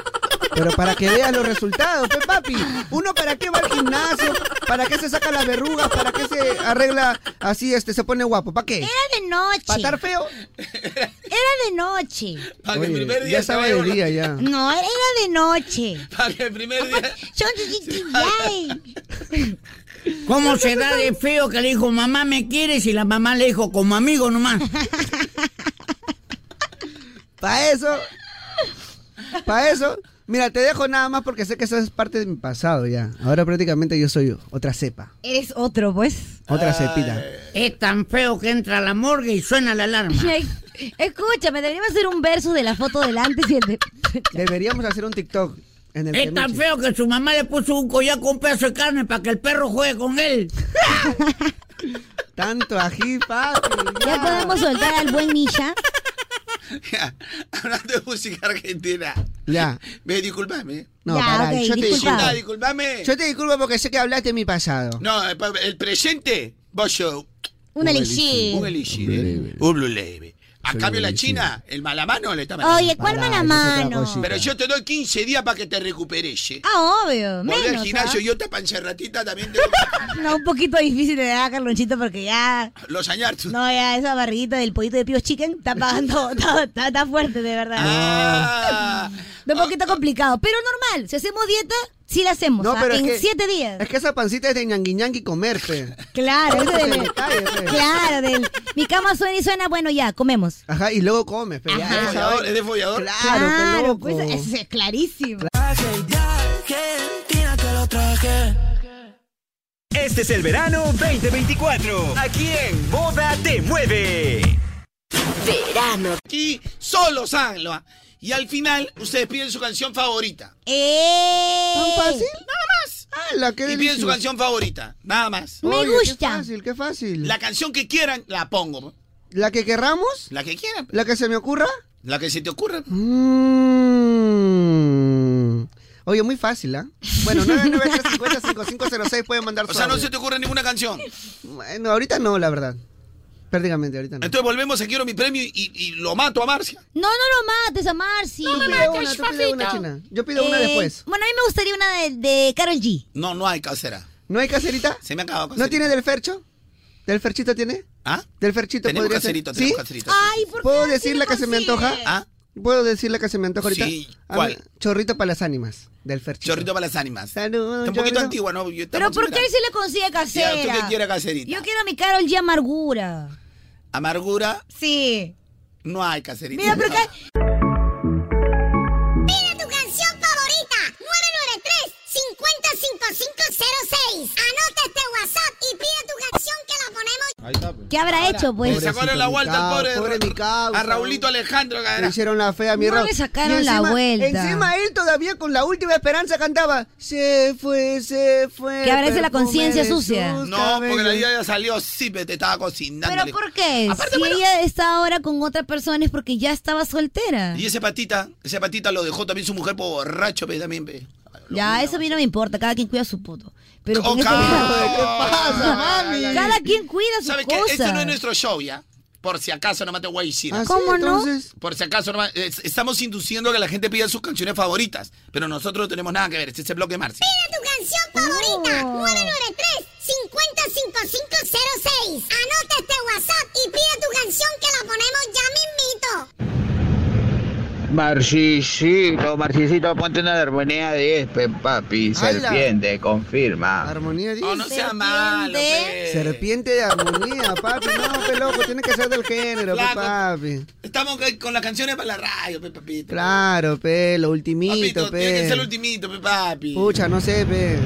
Speaker 1: Pero para que veas los resultados, pues papi. Uno para qué va al gimnasio, para qué se saca las verrugas, para qué se arregla así, este, se pone guapo. ¿Para qué?
Speaker 3: Era de noche.
Speaker 1: ¿Para estar feo?
Speaker 3: Era de noche.
Speaker 5: Para que el
Speaker 1: Oye,
Speaker 5: primer día
Speaker 1: ya
Speaker 5: se
Speaker 1: sabe
Speaker 5: vaya
Speaker 1: de
Speaker 5: Golo
Speaker 1: día ya.
Speaker 3: No, era de noche.
Speaker 5: Para que el primer día.
Speaker 3: Yo chiquiquillay.
Speaker 4: ¿Cómo se da de feo que le dijo, mamá, me quieres? Y la mamá le dijo, como amigo nomás.
Speaker 1: Para eso. Para eso. Mira, te dejo nada más porque sé que eso es parte de mi pasado ya. Ahora prácticamente yo soy otra cepa.
Speaker 3: Eres otro, pues.
Speaker 1: Otra cepita.
Speaker 4: Es tan feo que entra a la morgue y suena la alarma.
Speaker 3: Ay, Escúchame, deberíamos hacer un verso de la foto del antes y el de.
Speaker 1: Deberíamos hacer un TikTok en el
Speaker 4: Es tan
Speaker 1: Kemichi.
Speaker 4: feo que su mamá le puso un collar con pedazo de carne para que el perro juegue con él.
Speaker 1: Tanto ají, papi.
Speaker 3: Ya podemos soltar al buen Misha.
Speaker 5: Hablando de música argentina.
Speaker 1: Ya.
Speaker 5: Ve, disculpame.
Speaker 1: No, pará, yo te
Speaker 5: Disculpa,
Speaker 1: disculpo.
Speaker 5: disculpame.
Speaker 1: Yo te disculpo porque sé que hablaste de mi pasado.
Speaker 5: No, eh, pa- el presente, vos yo.
Speaker 3: Un
Speaker 5: Un
Speaker 3: elixir.
Speaker 5: elixir. eh. Un blue label. A
Speaker 9: Soy
Speaker 5: cambio la
Speaker 9: agradecido.
Speaker 5: China, el malamano le está
Speaker 47: Oye, ¿cuál Pará, malamano? esa es otra cosita.
Speaker 5: Pero yo te doy 15 días para que te recuperes. eh.
Speaker 3: Ah, obvio.
Speaker 5: Volví
Speaker 3: Menos,
Speaker 5: al gimnasio,
Speaker 3: ¿ah?
Speaker 5: yo te pancherratita también te
Speaker 3: No, un poquito difícil de dar, Carlonchito, porque ya.
Speaker 5: los añartos.
Speaker 3: No, ya esa barriguita del pollito de Pío Chicken está pagando. Está, está- está fuerte, de verdad.
Speaker 1: Ah.
Speaker 3: Está un poquito complicado, pero normal. Si hacemos dieta, sí la hacemos.
Speaker 1: No,
Speaker 3: ¿ah?
Speaker 1: pero es
Speaker 3: en
Speaker 1: que-
Speaker 3: siete días.
Speaker 1: Es que esa pancita es de ñangui ñangui comer, pe.
Speaker 3: Claro, eso
Speaker 1: Se
Speaker 3: del-
Speaker 1: le cae, pe.
Speaker 3: claro, del- mi cama suena y suena, bueno, ya, comemos.
Speaker 1: Ajá, y luego comes, pe. ya, esa hora.
Speaker 5: ¿Es de follador?
Speaker 1: Claro, pe, loco.
Speaker 3: pues, eso es clarísimo.
Speaker 48: Este es el verano 2024. Aquí en Moda Te Mueve.
Speaker 5: Verano. Aquí solo Sangloa. Y al final, ustedes piden su canción favorita.
Speaker 3: ¡Eh!
Speaker 1: ¿Tan fácil? Ah,
Speaker 5: Nada más.
Speaker 1: ¡Hala, qué
Speaker 5: y piden su
Speaker 1: delicioso.
Speaker 5: canción favorita. Nada más.
Speaker 1: Oye, Qué fácil, qué fácil.
Speaker 5: La canción que quieran, la pongo.
Speaker 1: ¿La que querramos?
Speaker 5: La que quieran.
Speaker 1: ¿La que se me ocurra?
Speaker 5: La que se te ocurra.
Speaker 1: Mm. Oye, muy fácil, ¿ah? Bueno, 993 pueden mandar
Speaker 5: O
Speaker 1: su
Speaker 5: sea, no
Speaker 1: audio.
Speaker 5: se te ocurre ninguna canción.
Speaker 1: Bueno, ahorita no, la verdad. Prácticamente, ahorita no.
Speaker 5: Entonces volvemos a Quiero mi premio y, y lo mato a Marcia.
Speaker 3: No, no lo mates a Marci.
Speaker 1: Tú pide una, tú pide una, China. Yo pido una después.
Speaker 3: Eh, Bueno, a mí me gustaría una de, de Karol G.
Speaker 5: No, no hay casera.
Speaker 1: ¿No hay caserita?
Speaker 5: Se me ha acabado
Speaker 1: ¿No tiene del Fercho? ¿Del Ferchito tiene?
Speaker 5: ¿Ah?
Speaker 1: ¿Del Ferchito
Speaker 5: Tenemos
Speaker 1: podría ser?
Speaker 5: caserito,
Speaker 1: ¿Sí?
Speaker 5: tenemos caserito.
Speaker 3: Ay, ¿por
Speaker 1: ¿Puedo decir la que se me antoja?
Speaker 5: ¿Ah?
Speaker 1: ¿Puedo decir la que se me antoja ahorita?
Speaker 5: Sí,
Speaker 1: A
Speaker 5: ¿cuál?
Speaker 1: mí, Chorrito para las ánimas, del Ferchito.
Speaker 5: Chorrito para las ánimas.
Speaker 1: Saludos,
Speaker 5: Está un poquito
Speaker 1: Chorrito.
Speaker 5: antigua, ¿no? Yo-
Speaker 3: Pero
Speaker 5: estamos
Speaker 3: ¿por qué
Speaker 5: esperando.
Speaker 3: él se le consigue casera?
Speaker 5: Ya, ¿tú qué quieres, caserita?
Speaker 3: Yo quiero mi Karol G amargura.
Speaker 5: Amargura,
Speaker 3: Sí.
Speaker 5: no hay caserita.
Speaker 3: Mira, pero acá-
Speaker 9: Pide tu canción favorita. 993-505506. Anota este WhatsApp y pide tu canción que la ponemos.
Speaker 3: ¿Qué habrá hecho, pues?
Speaker 5: Le sacaron la vuelta al pobre, a Raulito Alejandro.
Speaker 1: Le
Speaker 5: cara.
Speaker 1: hicieron la fea, mi
Speaker 3: No
Speaker 1: Raúl.
Speaker 3: le sacaron
Speaker 1: Y encima-
Speaker 3: la vuelta.
Speaker 1: Encima él todavía con la última esperanza cantaba Se fue, se fue
Speaker 3: Que habrá hecho la
Speaker 1: perfume
Speaker 3: conciencia
Speaker 1: de
Speaker 3: sucia.
Speaker 1: sus
Speaker 5: No, porque la
Speaker 1: cabellos".
Speaker 5: vida ya salió, sí, pero te estaba cocinando.
Speaker 3: ¿Pero por qué? si ella está ahora con otra persona es porque ya estaba soltera.
Speaker 5: Y ese patita, ese patita lo dejó también su mujer por borracho, pe, también, pe.
Speaker 3: Ya, eso a mí no me importa. Cada quien cuida su puto. Pero con
Speaker 5: Oh,
Speaker 3: este-
Speaker 5: ca-
Speaker 3: Cada quien cuida su
Speaker 5: ¿Sabes qué?
Speaker 3: cosa.
Speaker 5: Este no es nuestro show, ¿ya? Por si acaso, nomás te voy a decir.
Speaker 3: Ah, sí, ¿Cómo no? entonces.
Speaker 5: Por si acaso, nomás, es- estamos induciendo a que la gente pida sus canciones favoritas. Pero nosotros no tenemos nada que ver. Este es el bloque de Marcia.
Speaker 9: Pide tu canción favorita. 993-505506. Anota este WhatsApp y pide tu canción que la ponemos ya mismito.
Speaker 4: Marcisito, Marcisito, ponte una armonía de 10, papi. Serpiente, confirma.
Speaker 1: Armonía dice.
Speaker 5: No, no sea malo, pues. pe.
Speaker 1: Ah. Serpiente de armonía, papi. No, pe loco, tiene que ser del género, pe,
Speaker 5: Flaco.
Speaker 1: papi.
Speaker 5: Estamos con- con las canciones para la radio, pe, papito.
Speaker 1: Claro, pe, lo
Speaker 5: Papito,
Speaker 1: ultimito,
Speaker 5: tiene que ser el
Speaker 1: pe.
Speaker 5: ultimito, pe, papi.
Speaker 1: Pucha, no sé, pe.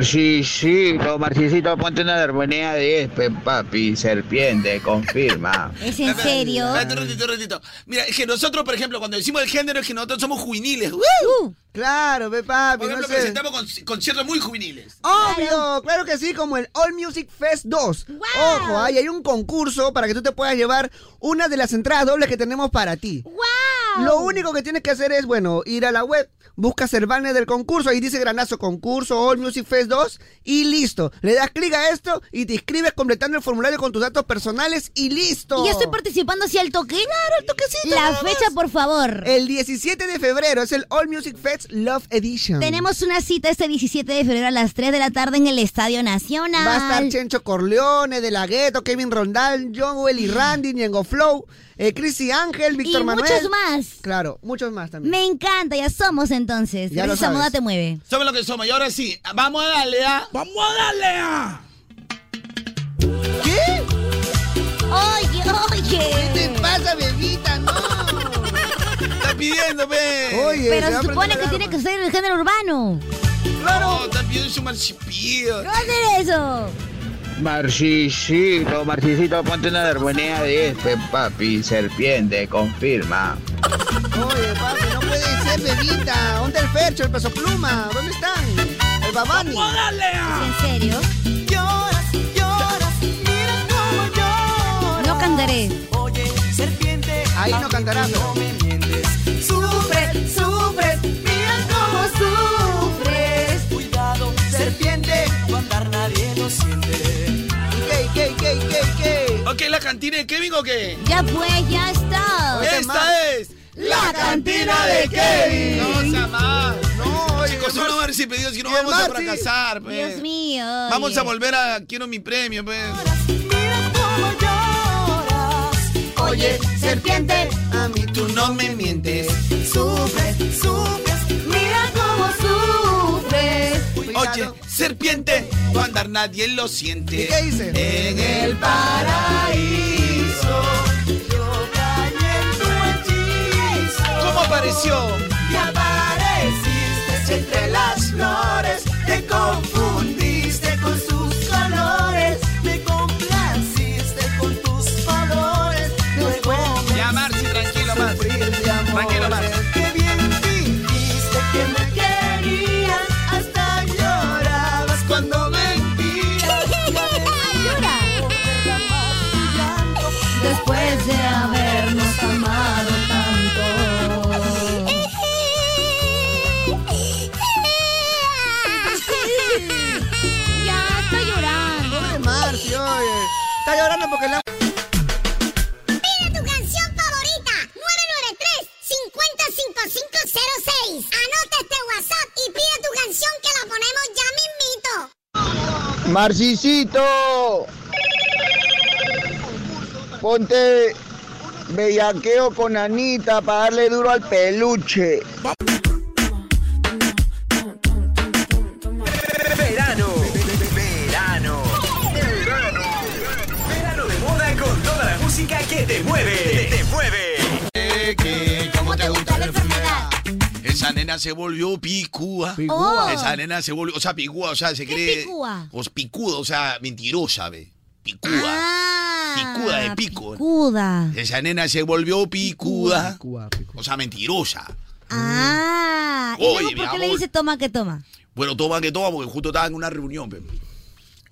Speaker 4: Marcisito, Marcisito, ponte una armonía de 10, papi. Serpiente, confirma.
Speaker 3: ¿Es en serio?
Speaker 5: Espérate un ratito, un ratito. Mira, es que nosotros, por ejemplo, cuando decimos el género, es que nosotros somos juveniles. ¡Uh!
Speaker 1: Claro, pe, papi,
Speaker 5: Por
Speaker 1: no
Speaker 5: ejemplo,
Speaker 1: sé.
Speaker 5: presentamos con- conciertos muy juveniles.
Speaker 1: Obvio, claro que sí, como el All Music Fest 2. Ojo, ahí hay un concurso para que tú te puedas llevar una de las entradas dobles que tenemos para ti. Lo único que tienes que hacer es, bueno, ir a la web, buscas el banner del concurso, ahí dice granazo concurso All Music Fest 2 y listo. Le das clic a esto y te inscribes completando el formulario con tus datos personales y listo.
Speaker 3: Y yo estoy participando hacia el toque.
Speaker 1: Claro, el toquecito.
Speaker 3: La
Speaker 1: nada más.
Speaker 3: fecha, por favor.
Speaker 1: El 17 de febrero es el All Music Fest Love Edition.
Speaker 3: Tenemos una cita este 17 de febrero a las 3 de la tarde en el Estadio Nacional.
Speaker 1: Va a estar Chencho Corleone, De La Ghetto, Kevin Rondal, John Welly Randy, Ñengo Flow, eh, Chrissy Ángel, Víctor
Speaker 3: Y
Speaker 1: Manuel.
Speaker 3: muchos más.
Speaker 1: Claro, muchos más también.
Speaker 3: Me encanta, ya somos entonces.
Speaker 1: Ya lo
Speaker 3: Gracias a Moda
Speaker 1: sabes.
Speaker 3: Te Mueve.
Speaker 5: Somos lo que somos. Y ahora sí, vamos a darle a. ¡Vamos a darle a!
Speaker 1: ¿Qué?
Speaker 3: Oye, oye.
Speaker 1: ¿Qué te pasa, bebita? No.
Speaker 5: Está pidiendo, ve.
Speaker 3: Pero se supone que tiene que ser el género urbano.
Speaker 5: Claro. No, está pidiendo su marchipío.
Speaker 3: ¿Cómo hacer eso?
Speaker 4: Marcisito, Marcisito, ponte una armonía de 10, papi. Serpiente, confirma.
Speaker 1: Oye, papi, no puede ser, bebita. ¿Dónde el Fercho, el Peso Pluma? ¿Dónde están? El Babani.
Speaker 3: ¿En serio?
Speaker 9: Lloras, lloras, mira cómo lloras.
Speaker 3: No cantaré.
Speaker 9: Oye, serpiente.
Speaker 1: Ahí no
Speaker 9: a mí
Speaker 1: cantarás,
Speaker 9: No me mientes. Sufres, sufres, mira cómo sufres. Cuidado, serpiente, tu andar nadie lo siente.
Speaker 1: ¿Qué, qué, qué, qué, qué?
Speaker 5: Ok, la cantina de Kevin o qué?
Speaker 3: Ya pues, ya está.
Speaker 5: Esta es la cantina de Kevin. No, más. No, Chicos,
Speaker 3: oye,
Speaker 5: solo ver si pedidos, si no
Speaker 3: y el
Speaker 5: vamos a
Speaker 3: Maxi.
Speaker 5: fracasar, pues.
Speaker 3: Dios mío.
Speaker 5: Vamos
Speaker 3: oye.
Speaker 5: a volver a quiero mi premio, pues.
Speaker 4: Oye, serpiente, a mí tú no me mientes. Sufres, sufres, mira cómo sufres.
Speaker 5: Oye, serpiente, tu andar nadie lo siente.
Speaker 4: ¿Y qué dice?
Speaker 5: En el
Speaker 4: paraíso, yo caí en tu hechizo.
Speaker 5: ¿Cómo apareció?
Speaker 4: Y apareciste entre las flores, te confundiste con sus colores, me complaciste con tus favores. Luego
Speaker 5: Ya, Marci, tranquilo, Marci. Tranquilo, Marci.
Speaker 4: que bien dijiste que me querías, hasta llorabas cuando mentías. Y además, Después de habernos amado tanto.
Speaker 3: Ya estoy llorando.
Speaker 1: Pobre Marci, oye. Está llorando porque la.
Speaker 23: Pide tu canción favorita 993-505506. Anota este WhatsApp y pide tu canción que la ponemos ya mismito.
Speaker 17: Marcisito, ponte bellaqueo con Anita para darle duro al peluche.
Speaker 8: Verano. Verano. Verano. Verano de moda con toda la música que te mueve. Te, te mueve.
Speaker 5: ¿Cómo te gusta la enfermedad? Esa nena se volvió picúa.
Speaker 3: Picúa. Oh.
Speaker 5: Esa nena se volvió, o sea, picúa, o sea, se
Speaker 3: ¿Qué
Speaker 5: cree.
Speaker 3: picúa?
Speaker 5: O picuda, o sea, mentirosa, ve. Picúa.
Speaker 4: Ah,
Speaker 5: picuda
Speaker 1: Ah,
Speaker 5: de pico. Mm.
Speaker 12: Cuda.
Speaker 5: Esa nena se volvió picuda. O sea, mentirosa.
Speaker 12: Ah. ¿Y
Speaker 5: Oye,
Speaker 12: luego
Speaker 5: mi
Speaker 12: por qué le
Speaker 5: amor.
Speaker 12: dice toma que toma?
Speaker 5: Bueno, toma que toma, porque justo estaba en una reunión. pe.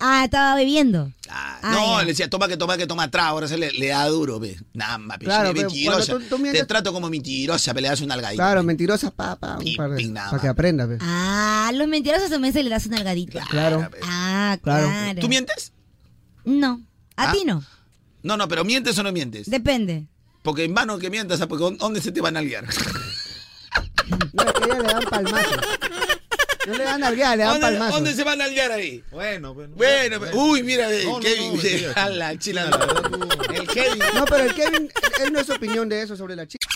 Speaker 12: Ah, estaba bebiendo.
Speaker 5: Ah,
Speaker 1: Ah,
Speaker 5: no, le decía, toma que toma que toma atrás, ahora se le, le da duro. Pe. Nada más, pe,
Speaker 1: Claro,
Speaker 5: es
Speaker 1: pe,
Speaker 5: mentirosa.
Speaker 1: cuando tú- tú
Speaker 5: Te
Speaker 1: mientes-
Speaker 5: trato como mentirosa, pe, le das una algadita.
Speaker 1: Claro, mentirosas, pa, pa, un par de. Para que aprenda, pe.
Speaker 12: Ah, los mentirosos también se le das una algadita.
Speaker 1: Claro.
Speaker 12: Ah,
Speaker 1: Claro.
Speaker 12: claro.
Speaker 5: ¿Tú mientes?
Speaker 12: No. A
Speaker 5: Ah.
Speaker 12: ti no.
Speaker 5: No, no, pero ¿mientes o no mientes?
Speaker 12: Depende.
Speaker 5: Porque en vano que mientas, ah, porque ¿dó- ¿dónde se te van a liar?
Speaker 1: No, es que ella le dan palmazo. No le dan nalgueada, le dan
Speaker 5: ¿Dónde,
Speaker 1: palmazo.
Speaker 5: dónde se van a liar ahí? Bueno, pues, bueno. Bueno, uy, mira, eh, Kevin, a la chila. el Kevin.
Speaker 1: No, pero el Kevin, él no es opinión de eso sobre la chica.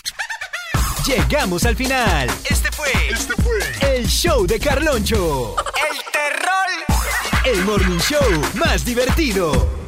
Speaker 8: Llegamos al final. Este fue, este fue el show de Carloncho. El terror. El morning show más divertido.